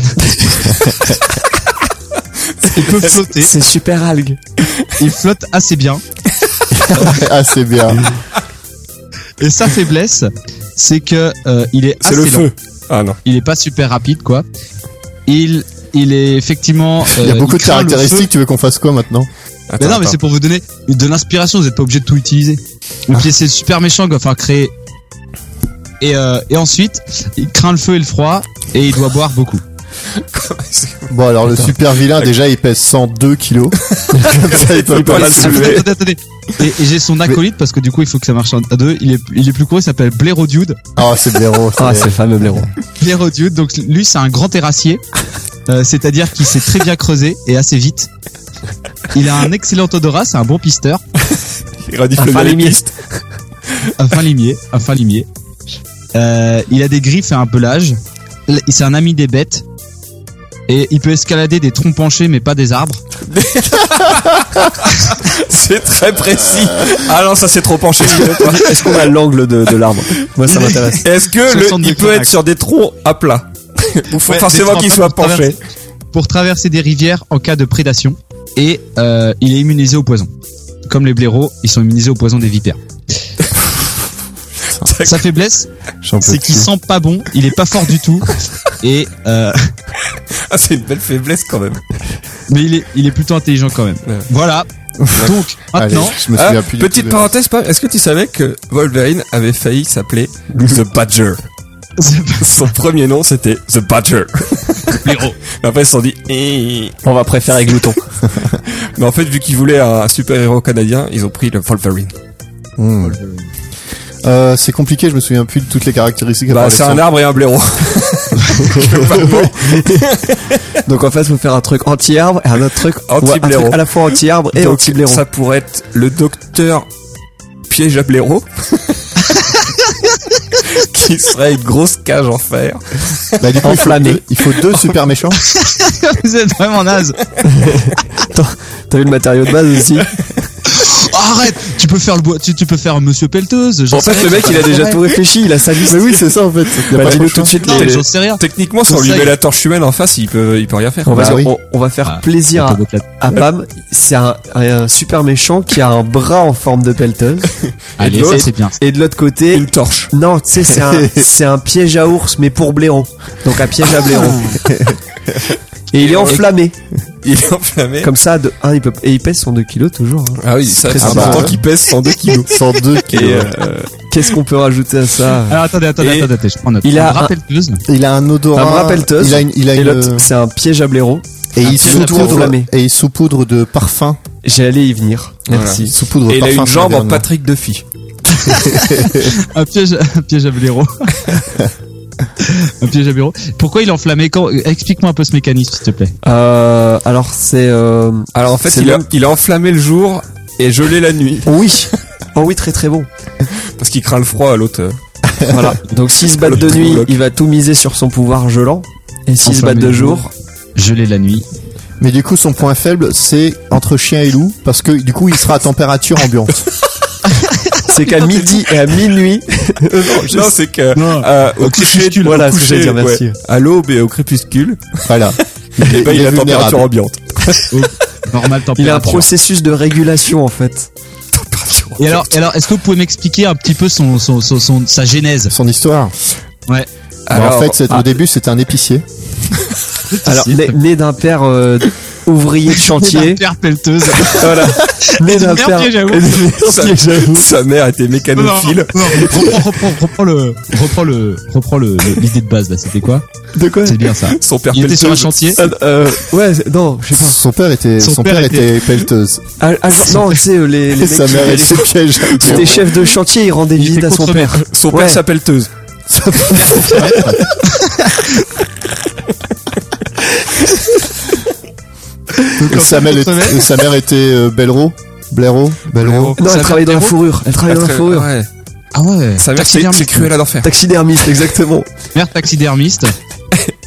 Speaker 6: il peut flotter.
Speaker 8: C'est super algue.
Speaker 6: Il flotte assez bien.
Speaker 5: [LAUGHS] Ah, c'est bien.
Speaker 6: Et sa faiblesse, c'est que euh, il est
Speaker 2: C'est
Speaker 6: assez
Speaker 2: le
Speaker 6: lent.
Speaker 2: feu. Ah non.
Speaker 6: Il est pas super rapide quoi. Il il est effectivement.
Speaker 5: Il y a
Speaker 6: euh,
Speaker 5: beaucoup de
Speaker 6: craint le feu.
Speaker 5: caractéristiques. Tu veux qu'on fasse quoi maintenant
Speaker 2: Attends,
Speaker 6: Mais non, mais
Speaker 2: attends.
Speaker 6: c'est pour vous donner de l'inspiration, vous n'êtes pas obligé de tout utiliser.
Speaker 5: Ah.
Speaker 6: Donc c'est le super méchant qu'il va falloir créer. Et, euh, et ensuite, il craint le feu et le froid, et il doit boire beaucoup.
Speaker 5: Bon, alors le super vilain, déjà, il pèse 102 [LAUGHS] kilos. Comme ça, il peut pas le
Speaker 2: Ah,
Speaker 5: soulever.
Speaker 6: Attendez, attendez. Et, et j'ai son acolyte parce que du coup il faut que ça marche en- à deux. Il est, il est plus court, il s'appelle Blaireau Dude.
Speaker 5: Ah, c'est blaireau.
Speaker 7: Ah,
Speaker 5: c'est-
Speaker 7: c'est le fameux blaireau.
Speaker 6: Blaireau Dude, donc lui c'est un grand terrassier, Euh, c'est-à-dire qu'il s'est très bien creusé et assez vite. Il a un excellent odorat, c'est un bon pisteur,
Speaker 2: Il renifle bien les pistes.
Speaker 6: un fin limier, un fin limier. Euh, il a des griffes et un pelage. Il- C'est un ami des bêtes. Et il peut escalader des troncs penchés mais pas des arbres.
Speaker 2: [LAUGHS] C'est très précis. Ah non, ça c'est trop penché.
Speaker 6: [LAUGHS]
Speaker 7: Est-ce qu'on a l'angle de, de l'arbre Moi, ça m'intéresse.
Speaker 2: Est-ce que le,
Speaker 6: 62
Speaker 2: il peut être
Speaker 6: km.
Speaker 2: sur des troncs à plat [LAUGHS] Ou faut forcément
Speaker 6: des
Speaker 2: qu'il
Speaker 6: troncs
Speaker 2: soit
Speaker 6: à plat.
Speaker 2: penché
Speaker 6: pour traverser des rivières en cas de prédation et euh, il est immunisé au poison. Comme les blaireaux, ils sont immunisés au poison des vipères. Sa faiblesse,
Speaker 5: J'en peux
Speaker 6: c'est qu'il
Speaker 5: plus.
Speaker 6: sent pas bon, il est pas fort du tout, et euh,
Speaker 2: Ah, c'est une belle faiblesse quand même.
Speaker 6: mais il est, il est plutôt intelligent quand même.
Speaker 2: Ouais.
Speaker 6: Voilà. Donc
Speaker 5: Allez,
Speaker 6: [LAUGHS] maintenant,
Speaker 5: je me
Speaker 2: Ah,
Speaker 5: souviens plus du
Speaker 2: petite
Speaker 5: tout de-
Speaker 2: parenthèse, Pam, est-ce que tu savais que Wolverine avait failli s'appeler The Badger Son premier nom c'était The Badger.
Speaker 6: blaireau.
Speaker 2: [LAUGHS] Après ils se sont dit. Eh.
Speaker 7: On va préférer avec Glouton.
Speaker 2: Mais en fait vu qu'ils voulaient un super héros canadien, ils ont pris le Wolverine.
Speaker 5: Hmm. Euh, c'est compliqué, je me souviens plus de toutes les caractéristiques. à part
Speaker 2: Bah
Speaker 5: les
Speaker 2: c'est un
Speaker 5: sons.
Speaker 2: arbre et un blaireau.
Speaker 7: Donc, en fait, faut faire un truc anti-arbre et un autre truc
Speaker 2: Anti-blaireau.
Speaker 7: ouais, un truc à la fois anti-arbre et
Speaker 2: Donc,
Speaker 7: anti-blaireau.
Speaker 2: ça pourrait être le docteur piège à blaireau. [LAUGHS] qui serait une grosse cage en fer.
Speaker 5: Bah, du coup, il faut
Speaker 7: enflammé.
Speaker 5: deux- Il faut
Speaker 2: [LAUGHS]
Speaker 5: deux super méchants.
Speaker 6: Vous êtes vraiment naze.
Speaker 7: T'as vu le matériau de base aussi
Speaker 6: Oh, arrête, tu peux faire le bois, tu, tu peux faire Monsieur Pelteuse. j'en
Speaker 7: En
Speaker 6: sais
Speaker 7: fait, le mec, il a déjà tout réfléchi, il a sa liste.
Speaker 5: Mais oui, c'est ça en fait. Il y a
Speaker 7: Bah,
Speaker 5: pas
Speaker 7: dis-nous
Speaker 5: trop
Speaker 7: tout de
Speaker 5: de
Speaker 7: suite
Speaker 6: rien. Non, mais
Speaker 7: les.
Speaker 6: j'en sais rien.
Speaker 2: Techniquement, si on lui
Speaker 6: Ça y
Speaker 2: met
Speaker 6: est.
Speaker 2: la torche humaine en face, il peut, il peut rien faire.
Speaker 7: On va,
Speaker 5: Bah oui.
Speaker 7: on, on va faire
Speaker 6: Ah,
Speaker 7: plaisir à, à Pam. C'est un, un super méchant qui a un bras en forme de pelleteuse.
Speaker 6: Allez, ça c'est bien.
Speaker 7: Et de l'autre côté,
Speaker 2: Une torche.
Speaker 7: Non, tu sais, c'est un, c'est un piège à ours, mais pour blaireau. Donc un piège à blaireau. Et il est enflammé.
Speaker 2: Il est enflammé.
Speaker 7: Comme ça, de, hein, il peut, et il pèse son 2 kilos toujours. hein.
Speaker 2: Ah oui, ça,
Speaker 7: Très
Speaker 2: c'est
Speaker 7: sympa,
Speaker 2: important
Speaker 5: ouais.
Speaker 2: qu'il pèse 102 kilos.
Speaker 5: [LAUGHS] 102 kilos.
Speaker 2: Et, euh,
Speaker 7: Qu'est-ce qu'on peut rajouter à ça
Speaker 6: Alors attendez, attendez,
Speaker 2: Et-
Speaker 6: attendez, attendez, je prends note.
Speaker 7: Il a
Speaker 6: Un
Speaker 7: un-
Speaker 6: bras pelleteuse.
Speaker 5: Il a un odorat.
Speaker 7: Un bras pelleteuse.
Speaker 5: Ah, Il a une, il a
Speaker 7: Et
Speaker 5: une- euh,
Speaker 7: l'autre, c'est un piège à blaireau.
Speaker 5: et il
Speaker 7: piège à
Speaker 5: saupoudre,
Speaker 7: enflammé.
Speaker 5: et il saupoudre de parfum.
Speaker 7: J'allais y venir.
Speaker 5: Il
Speaker 7: Merci.
Speaker 5: saupoudre
Speaker 2: Et il
Speaker 5: parfum.
Speaker 2: a une
Speaker 5: c'est
Speaker 2: jambe en
Speaker 5: moderne.
Speaker 2: Patrick Duffy.
Speaker 6: un piège, un piège
Speaker 7: [LAUGHS]
Speaker 6: à blaireau. un piège à blaireau. Pourquoi il est enflammé quand... Explique-moi un peu ce mécanisme, s'il te plaît.
Speaker 7: Euh, alors c'est. euh,
Speaker 2: Alors en fait,
Speaker 7: C'est
Speaker 2: il a,
Speaker 7: bon.
Speaker 2: il a enflammé le jour et gelé la nuit.
Speaker 7: Oui. Oh oui, très très bon.
Speaker 2: Parce qu'il craint le froid à l'autre. euh.
Speaker 7: Voilà. Donc s'il se bat de
Speaker 2: Le
Speaker 7: nuit,
Speaker 2: bloc.
Speaker 7: il va tout miser sur son pouvoir gelant. Et s'il se bat
Speaker 6: Enflammé
Speaker 7: de
Speaker 6: le
Speaker 7: jour,
Speaker 6: Gelé la nuit.
Speaker 5: Mais du coup, son point faible, c'est entre chien et loup, parce que du coup, il sera à température ambiante.
Speaker 2: [LAUGHS]
Speaker 7: c'est qu'à midi et à minuit. Euh, non, je-
Speaker 2: Non, c'est que euh, au, coucher,
Speaker 7: crépuscule, voilà
Speaker 2: au
Speaker 7: ce que j'allais
Speaker 2: coucher,
Speaker 7: dire, merci.
Speaker 2: à l'aube et au crépuscule,
Speaker 5: Voilà.
Speaker 2: et ben,
Speaker 5: il
Speaker 2: il,
Speaker 5: est
Speaker 2: a température
Speaker 5: vulnérable.
Speaker 2: ambiante.
Speaker 6: Normal
Speaker 7: Il a
Speaker 6: température.
Speaker 7: un processus de régulation en fait.
Speaker 6: Et alors, et alors est-ce que vous pouvez m'expliquer un petit peu son, son, son, son- sa genèse
Speaker 5: Son histoire.
Speaker 6: Ouais.
Speaker 5: Bah, en
Speaker 2: Alors, ah.
Speaker 5: fait, c'est- au début, c'était un épicier.
Speaker 7: Alors, né, né d'un père euh, ouvrier de chantier. [LAUGHS]
Speaker 6: Pierre pelleteuse.
Speaker 7: voilà. Né d'un
Speaker 6: merde,
Speaker 7: père.
Speaker 6: piège à
Speaker 7: [LAUGHS]
Speaker 6: ours.
Speaker 7: Merde,
Speaker 2: Sa-
Speaker 7: piège à ours.
Speaker 2: Sa mère était
Speaker 6: Non, non,
Speaker 2: mécanophile.
Speaker 6: non, reprends, reprends, reprends le, reprends le, reprends le, le- l'idée de base là. C'était quoi
Speaker 7: De quoi
Speaker 6: C'est bien ça.
Speaker 2: Son père
Speaker 6: Il était sur un
Speaker 2: pelleteuse.
Speaker 6: chantier.
Speaker 7: Euh, euh, Ouais, c'est- non, je sais pas.
Speaker 5: Son père était, son, père, était pelleteuse.
Speaker 7: Ah, ah, je- non, tu sais, euh, les, les
Speaker 5: [LAUGHS]
Speaker 7: mecs
Speaker 5: Sa
Speaker 7: qui-
Speaker 5: mère
Speaker 7: les-
Speaker 5: était piège.
Speaker 7: qui étaient chefs de chantier, ils rendaient visite
Speaker 6: était
Speaker 7: à son
Speaker 6: contre-
Speaker 7: père.
Speaker 2: Son père
Speaker 7: Ouais.
Speaker 2: sa pelleteuse.
Speaker 5: Et sa mère était, et sa mère était euh, Belro. Blaireau. Belro.
Speaker 7: [LAUGHS] Non,
Speaker 2: Sa
Speaker 7: elle
Speaker 2: mère
Speaker 7: travaillait dans la
Speaker 2: était-
Speaker 7: fourrure. Elle travaillait dans la
Speaker 2: Très-
Speaker 7: fourrure.
Speaker 2: ouais.
Speaker 6: Ah ouais.
Speaker 2: Sa mère, c'est c'est cruel à l'enfer.
Speaker 7: Taxidermiste, exactement.
Speaker 6: Mère taxidermiste.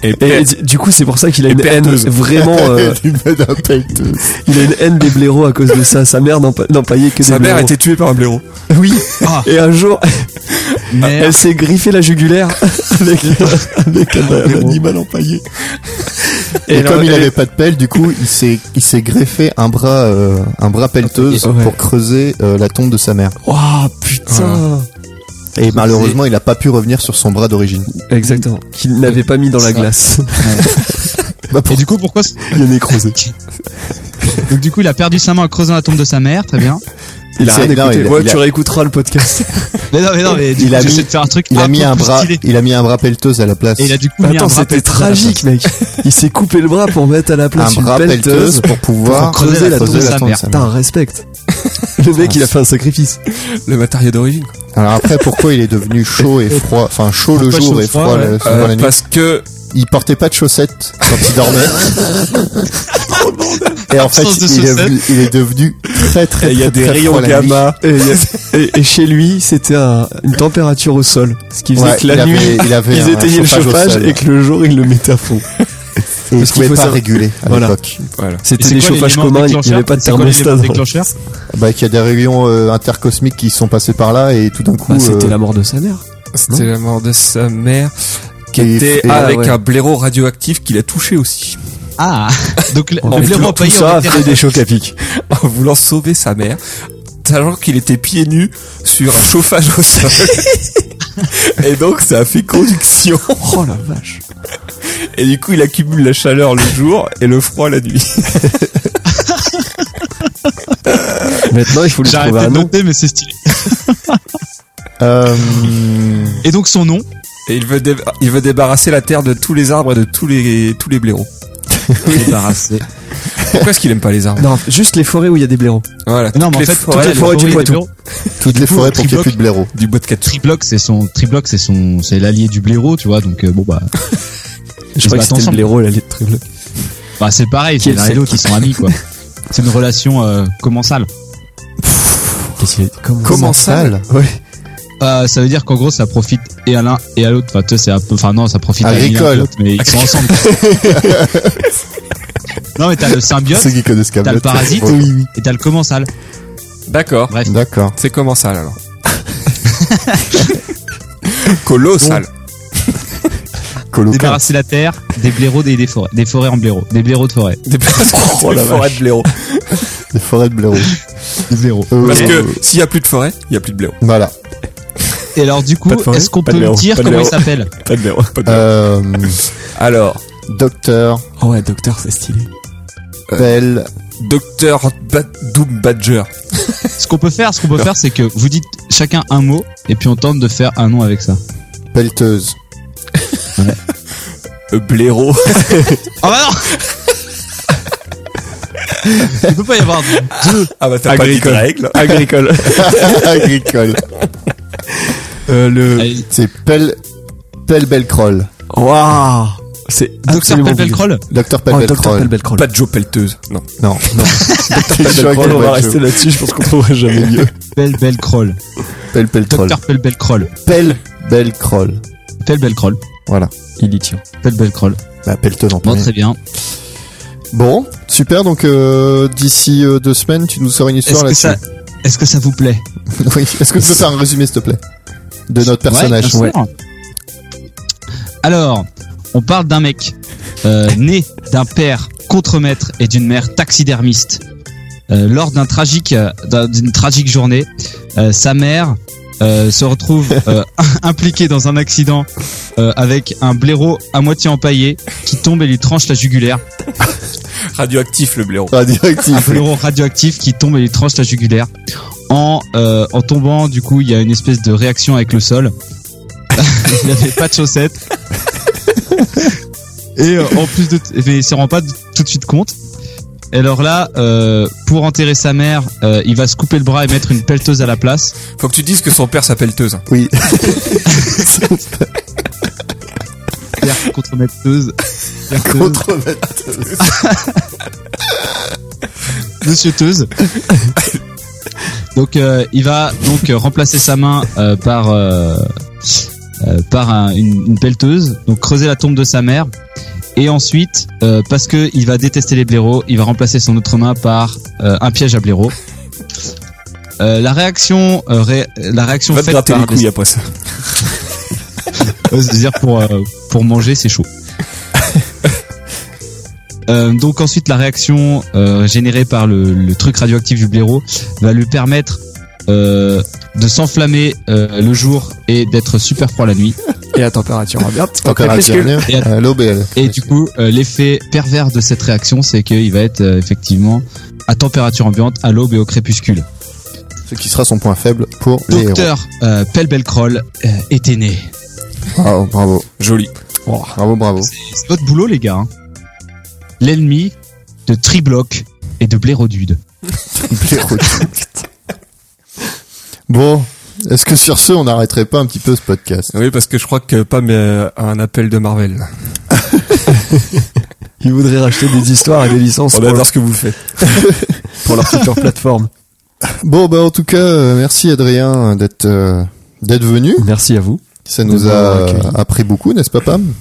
Speaker 2: Et,
Speaker 7: Et, du- du coup, c'est pour ça qu'il a
Speaker 2: Et
Speaker 7: une haine
Speaker 2: perteuse.
Speaker 7: vraiment.
Speaker 5: [LAUGHS]
Speaker 7: euh,
Speaker 5: Elle lui met d'un [LAUGHS] pelleteuse.
Speaker 7: il a une haine des blaireaux à cause de ça. Sa mère n'empa- n'empaillait que
Speaker 2: sa
Speaker 7: des
Speaker 2: mère a
Speaker 7: blaireaux.
Speaker 2: été tuée par un blaireau.
Speaker 7: Oui. Ah,
Speaker 6: Ah.
Speaker 7: Et un jour, [LAUGHS]
Speaker 6: Mère.
Speaker 7: elle s'est griffée la jugulaire avec, avec un, un animal empaillé.
Speaker 5: Et,
Speaker 7: Et
Speaker 5: comme
Speaker 7: alors,
Speaker 5: il
Speaker 7: et-
Speaker 5: avait pas de pelle, du coup, il s'est, il s'est greffé un bras, euh, un bras pelleteuse
Speaker 7: Ouais.
Speaker 5: pour creuser euh, la tombe de sa mère.
Speaker 7: Oh putain
Speaker 5: Et malheureusement, il a pas pu revenir sur son bras d'origine.
Speaker 7: Exactement.
Speaker 5: Mmh.
Speaker 7: Qu'il n'avait pas mis dans la
Speaker 5: [LAUGHS]
Speaker 6: Ça.
Speaker 7: glace.
Speaker 5: Bah,
Speaker 6: Et
Speaker 5: pour
Speaker 6: du coup, pourquoi
Speaker 5: il est nécrosé.
Speaker 6: [LAUGHS] Donc du coup, il a perdu sa main en creusant la tombe de sa mère, très bien.
Speaker 7: Il a
Speaker 5: C'est-
Speaker 7: rien
Speaker 5: non,
Speaker 7: écouté.
Speaker 5: il a-
Speaker 7: Ouais,
Speaker 5: il a-
Speaker 7: tu réécouteras le podcast.
Speaker 6: Mais non, mais non, mais du
Speaker 5: Il
Speaker 6: coup,
Speaker 5: a
Speaker 6: j'essaie
Speaker 5: mis-
Speaker 6: de faire un truc.
Speaker 5: Il
Speaker 6: un
Speaker 5: a mis
Speaker 6: peu
Speaker 5: un
Speaker 6: Ah, plus
Speaker 5: bras,
Speaker 6: stylé.
Speaker 5: il a mis un bras pelleteuse à la place.
Speaker 6: Et il a du coup mis un
Speaker 7: Attends,
Speaker 6: bras
Speaker 7: c'était
Speaker 6: pelleteuse à la
Speaker 7: tragique, mec. Il s'est coupé le bras pour mettre à la
Speaker 5: un
Speaker 7: place une
Speaker 5: bras pelleteuse
Speaker 7: pelleteuse.
Speaker 5: pour pouvoir
Speaker 6: creuser la tombe de sa
Speaker 5: tombe de
Speaker 6: mère.
Speaker 5: sa mère.
Speaker 7: Putain,
Speaker 5: [LAUGHS]
Speaker 7: respecte. Le
Speaker 5: Ah,
Speaker 7: mec, il a fait un sacrifice.
Speaker 2: Le matériel d'origine.
Speaker 5: Alors après, pourquoi il est devenu chaud et froid Enfin, chaud le
Speaker 6: Pourquoi
Speaker 5: jour
Speaker 6: chaud,
Speaker 5: et
Speaker 6: froid,
Speaker 5: froid la-
Speaker 6: ouais.
Speaker 7: Euh,
Speaker 5: froid la nuit.
Speaker 2: Euh, parce que
Speaker 5: Il portait pas de chaussettes quand il
Speaker 7: [LAUGHS]
Speaker 5: dormait. et en fait,
Speaker 6: Absence de
Speaker 5: il est,
Speaker 6: chaussettes.
Speaker 5: devenu, il est devenu très très
Speaker 7: Et il y a
Speaker 5: très,
Speaker 7: des
Speaker 5: très
Speaker 7: rayons
Speaker 5: froid la nuit.
Speaker 7: gamma. Et, il y a- et- et chez lui, c'était un- une température au sol. Ce qui faisait
Speaker 5: Ouais,
Speaker 7: que la
Speaker 5: il
Speaker 7: nuit,
Speaker 5: avait- il avait
Speaker 7: ils
Speaker 5: un
Speaker 7: éteignaient le
Speaker 5: chauffage au
Speaker 7: chauffage
Speaker 5: sol.
Speaker 7: et que le jour, ils le mettaient à fond.
Speaker 5: Et il
Speaker 7: Parce qu'il
Speaker 5: pouvait
Speaker 7: faut
Speaker 5: pas
Speaker 7: savoir-
Speaker 5: réguler à
Speaker 7: Voilà.
Speaker 5: l'époque.
Speaker 6: Et
Speaker 7: C'était
Speaker 6: c'est
Speaker 7: des
Speaker 6: quoi
Speaker 7: chauffages
Speaker 6: l'élément
Speaker 7: communs, il n'y avait
Speaker 6: déclencheur
Speaker 7: pas de
Speaker 6: C'est quoi l'élément
Speaker 7: thermostat. dans- [LAUGHS]
Speaker 6: déclencheur
Speaker 5: Bah, qu'il y a des rayons euh, intercosmiques qui sont passés par là et tout d'un coup.
Speaker 7: Bah, C'était
Speaker 5: euh,
Speaker 7: la mort de sa mère.
Speaker 2: c'était la mort de sa mère qui
Speaker 5: Et-
Speaker 2: était
Speaker 5: et-
Speaker 2: avec
Speaker 7: ah, ouais.
Speaker 2: un blaireau radioactif qui l'a touché aussi
Speaker 6: Ah, [LAUGHS] donc le-
Speaker 7: En
Speaker 6: le blaireau
Speaker 7: tout, tout
Speaker 6: empaillé, on
Speaker 7: ça
Speaker 6: va
Speaker 7: a
Speaker 6: dire-
Speaker 7: fait des chocs à pic.
Speaker 2: [LAUGHS] en voulant sauver sa mère, sachant qu'il était pieds nus sur un chauffage au [LAUGHS] sol. Et donc ça a fait conduction.
Speaker 7: Oh la vache.
Speaker 2: Et du coup il accumule la chaleur le jour et le froid la nuit.
Speaker 7: [LAUGHS] Maintenant, il faut lui
Speaker 6: J'ai
Speaker 7: trouver
Speaker 6: arrêté
Speaker 7: un
Speaker 6: de
Speaker 7: nom.
Speaker 6: noter, mais c'est stylé.
Speaker 5: euh,
Speaker 6: Et donc son nom
Speaker 2: Et il veut, dé- il veut débarrasser la terre de tous les arbres et de tous les, tous les [LAUGHS] blaireaux.
Speaker 6: Débarrassé.
Speaker 2: Pourquoi est-ce qu'il aime pas les arbres
Speaker 7: [LAUGHS] Non, juste les forêts où il y a des blaireaux.
Speaker 2: Voilà, toutes
Speaker 6: Non, mais en
Speaker 2: les
Speaker 6: fait,
Speaker 2: forêts,
Speaker 7: les
Speaker 2: le-
Speaker 7: forêts du Poitou.
Speaker 5: toutes les forêts pour qu'il n'y ait
Speaker 6: Tribloc.
Speaker 5: plus de blaireaux.
Speaker 2: du bois de Katsu.
Speaker 6: Tribloc, c'est son Tribloc, c'est son, c'est l'allié du blaireau, tu vois. Donc euh, bon bah,
Speaker 7: Je crois que c'était le blaireau, la lettre triple.
Speaker 6: bah c'est pareil, c'est
Speaker 7: Quel
Speaker 6: l'un et
Speaker 7: sec.
Speaker 6: l'autre, ils sont amis quoi. C'est une relation euh, commensale.
Speaker 7: Qu'est-ce qu'il a dit
Speaker 5: Comment ça
Speaker 7: Ouais.
Speaker 6: Euh, ça veut dire qu'en gros ça profite et à l'un et à l'autre. Enfin, tu sais, c'est un peu. Enfin, non, ça profite à l'un et à
Speaker 5: Agricole.
Speaker 6: l'autre, mais ils sont ensemble.
Speaker 7: [LAUGHS]
Speaker 6: non, mais t'as le symbiote,
Speaker 5: Ceux qui connaissent
Speaker 6: t'as le
Speaker 5: Camelot.
Speaker 6: parasite
Speaker 5: Oui, oui.
Speaker 6: et t'as le commensal.
Speaker 2: D'accord,
Speaker 6: Bref.
Speaker 5: D'accord.
Speaker 2: c'est comment ça alors [LAUGHS] Colossal.
Speaker 5: Colocal.
Speaker 6: Débarrasser la terre des blaireaux des, des forêts. Des forêts en blaireaux. Des blaireaux de forêt.
Speaker 2: [LAUGHS] oh, la forêt de blaireaux.
Speaker 5: Des forêts de blaireaux. Des blaireaux. Euh,
Speaker 2: Parce
Speaker 5: euh,
Speaker 2: que s'il y a plus de forêt, il y a plus de blaireaux.
Speaker 5: Voilà.
Speaker 6: Et alors, du coup,
Speaker 7: Pas de forêt,
Speaker 6: est-ce qu'on
Speaker 7: pas de
Speaker 6: peut me
Speaker 7: blaireaux,
Speaker 6: dire
Speaker 7: pas de
Speaker 6: comment il
Speaker 7: blaireaux.
Speaker 6: s'appelle
Speaker 7: Pas de blaireau.
Speaker 5: Euh,
Speaker 2: Alors,
Speaker 5: docteur
Speaker 7: Oh ouais, docteur, c'est stylé.
Speaker 5: Bell.
Speaker 2: Docteur Bat- Doom Badger.
Speaker 6: Ce qu'on peut faire, ce qu'on peut faire, c'est que vous dites chacun un mot et puis on tente de faire un nom avec ça.
Speaker 5: Pelleteuse.
Speaker 2: Euh, [LAUGHS] blaireau.
Speaker 6: Oh bah non Il peut pas y avoir de- deux.
Speaker 2: Ah bah t'as pas dit de règle.
Speaker 7: Agricole.
Speaker 2: [LAUGHS]
Speaker 5: Agricole.
Speaker 7: Euh, le.
Speaker 6: Allez,
Speaker 5: C'est Pell. Pell Belcroll.
Speaker 7: Waouh. C'est
Speaker 6: Docteur
Speaker 7: absolument
Speaker 6: Pelpel
Speaker 7: oublié.
Speaker 6: Kroll
Speaker 5: Docteur Pell
Speaker 7: Oh, docteur
Speaker 5: Belcroll.
Speaker 7: Pelpelcroll.
Speaker 2: Pas de Joe pelleteuse. Non.
Speaker 5: Non. [LAUGHS]
Speaker 7: Je suis
Speaker 5: Pelpel
Speaker 7: d'accord, on
Speaker 5: Kroll.
Speaker 7: va rester là-dessus, je pense qu'on [LAUGHS] trouvera jamais mieux.
Speaker 6: Pelpel Kroll.
Speaker 5: Pell Belcroll.
Speaker 6: Docteur Pelpel Kroll.
Speaker 5: Pell Belcroll.
Speaker 6: Pelpel Kroll.
Speaker 5: Voilà.
Speaker 7: Il y tient.
Speaker 6: Pelpel Kroll.
Speaker 5: Bah, pelleteuse en
Speaker 6: Bon,
Speaker 5: premier.
Speaker 6: très bien.
Speaker 5: Bon, super. Donc, euh, d'ici euh, deux semaines, tu nous sors une
Speaker 6: Est-ce
Speaker 5: histoire
Speaker 6: que
Speaker 5: là-dessus.
Speaker 6: ça, est-ce que ça vous plaît
Speaker 5: [LAUGHS] Oui. Est-ce que tu peux faire un résumé, s'il te plaît De notre personnage.
Speaker 6: Ouais, bien sûr. Alors, on parle d'un mec euh, né d'un père contremaître et d'une mère taxidermiste. Euh, lors d'un tragique, euh, d'un- d'une tragique journée, euh, sa mère euh, se retrouve euh, [LAUGHS] impliquée dans un accident euh, avec un blaireau à moitié empaillé qui tombe et lui tranche la jugulaire.
Speaker 2: Radioactif le blaireau.
Speaker 5: Ah, directif.
Speaker 6: un blaireau radioactif qui tombe et lui tranche la jugulaire. En, euh, en tombant, du coup, il y a une espèce de réaction avec le sol. [LAUGHS] il n'avait pas de chaussettes. Et euh, en plus de, t- mais il s'en rend pas tout de suite compte. Et alors là, euh, pour enterrer sa mère, euh, il va se couper le bras et mettre une pelleteuse à la place.
Speaker 2: Faut que tu dises que son père s'appelle Teuse.
Speaker 5: Oui.
Speaker 6: Pierre contre metteuse.
Speaker 5: Contre.
Speaker 6: [LAUGHS] Monsieur Teuse. donc euh, il va donc euh, remplacer sa main euh, par euh, euh, par un- une, une pelleteuse, donc creuser la tombe de sa mère. Et ensuite, euh, parce que il va détester les blaireaux, il va remplacer son autre main par euh, un piège à blaireaux. Euh, la réaction, euh, ré- la réaction
Speaker 2: Va te
Speaker 6: faite
Speaker 2: gratter
Speaker 6: par
Speaker 2: les couilles après ça.
Speaker 6: Ouais, C'est-à-dire pour, euh, pour manger, c'est chaud. Euh, donc ensuite la réaction euh, générée par le, le truc radioactif du blaireau va lui permettre euh, de s'enflammer euh, le jour et d'être super froid la nuit.
Speaker 7: Et la [LAUGHS] température ambiante.
Speaker 5: Température. Euh,
Speaker 7: Puisque-
Speaker 5: bienvenue.
Speaker 6: Et att-
Speaker 5: À l'OBL.
Speaker 6: Et du coup euh, l'effet pervers de cette réaction c'est qu'il va être euh, effectivement à température ambiante à l'aube et au crépuscule.
Speaker 5: ce qui sera son point faible pour les héros.
Speaker 6: Docteur euh, Pelbelcroll euh, était né.
Speaker 5: Bravo, bravo,
Speaker 2: Joli.
Speaker 5: bravo, bravo.
Speaker 6: C'est votre boulot, les gars. hein. L'ennemi de Tribloc et de Blairodude.
Speaker 5: bon, est-ce que sur ce, on n'arrêterait pas un petit peu ce podcast
Speaker 2: Oui, parce que je crois que Pam euh, a un appel de Marvel.
Speaker 7: Ils voudraient racheter des histoires et des licences
Speaker 2: On
Speaker 7: pour,
Speaker 2: adore ce que vous faites.
Speaker 7: [LAUGHS] pour leur future plateforme.
Speaker 5: Bon, bah en tout cas, euh, merci Adrien d'être euh, d'être venu.
Speaker 7: Merci à vous.
Speaker 5: Ça nous a
Speaker 7: m'avoir accueilli.
Speaker 5: euh, appris beaucoup, n'est-ce pas Pam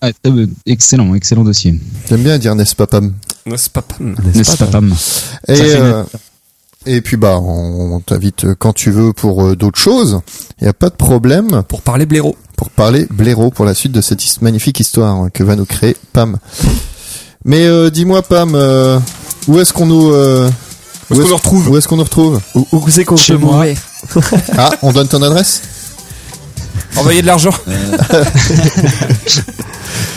Speaker 6: Ah, euh, excellent, excellent dossier.
Speaker 5: J'aime bien dire n'est-ce pas Pam.
Speaker 2: N'est-ce pas Pam
Speaker 6: N'est-ce pas, Pam
Speaker 5: Et,
Speaker 6: fait une-
Speaker 5: euh, et puis bah, on, on t'invite quand tu veux pour euh, d'autres choses. Il n'y a pas de problème
Speaker 2: Pour parler blaireau.
Speaker 5: pour parler blaireau pour la suite de cette his- magnifique histoire hein, que va nous créer Pam. Mais euh, dis-moi Pam, euh, où est-ce qu'on nous... euh,
Speaker 2: Où est-ce qu'on nous retrouve [LAUGHS]
Speaker 5: Où est-ce qu'on nous retrouve
Speaker 7: Où, où c'est qu'on
Speaker 6: Chez
Speaker 7: peut
Speaker 6: moi.
Speaker 7: bourrer
Speaker 5: Ah, on donne ton adresse
Speaker 2: Envoyez de l'argent.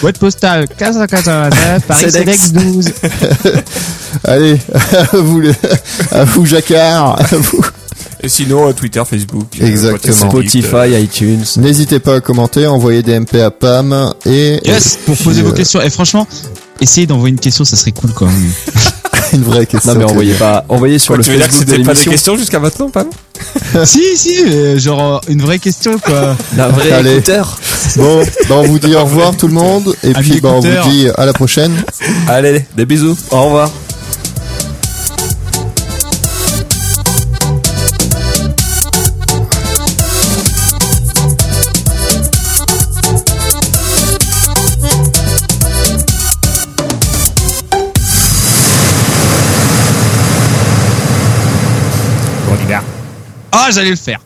Speaker 6: Boîte postale 489 Paris
Speaker 7: Cedex.
Speaker 6: Cedex 12.
Speaker 5: Allez, à vous, les- à vous Jacquard, à vous.
Speaker 2: Et sinon, euh, Twitter, Facebook. euh,
Speaker 5: Exactement.
Speaker 2: podcast, euh,
Speaker 7: Spotify, iTunes.
Speaker 5: N'hésitez pas à commenter, envoyer des MP à Pam et
Speaker 6: [LAUGHS] Yes, pour
Speaker 5: puis,
Speaker 6: poser vos
Speaker 5: euh,
Speaker 6: questions. Et franchement, essayez d'envoyer une question, ça serait cool [LAUGHS] quand même.
Speaker 5: euh, une vraie question.
Speaker 7: Non mais envoyez pas, envoyez sur le
Speaker 2: Tu veux dire que
Speaker 7: Facebook de
Speaker 2: c'était pas des
Speaker 7: l'émission.
Speaker 2: questions jusqu'à maintenant, Pam
Speaker 6: si, si, mais genre euh, une vraie question quoi.
Speaker 7: La vraie
Speaker 5: Allez.
Speaker 7: écouteur.
Speaker 5: Bon, bah, on vous dit au revoir tout le monde et
Speaker 6: Amis
Speaker 5: puis bah, on
Speaker 6: écouteurs.
Speaker 5: vous dit à la prochaine.
Speaker 2: Allez, des bisous.
Speaker 7: Au revoir.
Speaker 6: Ah, j'allais le faire.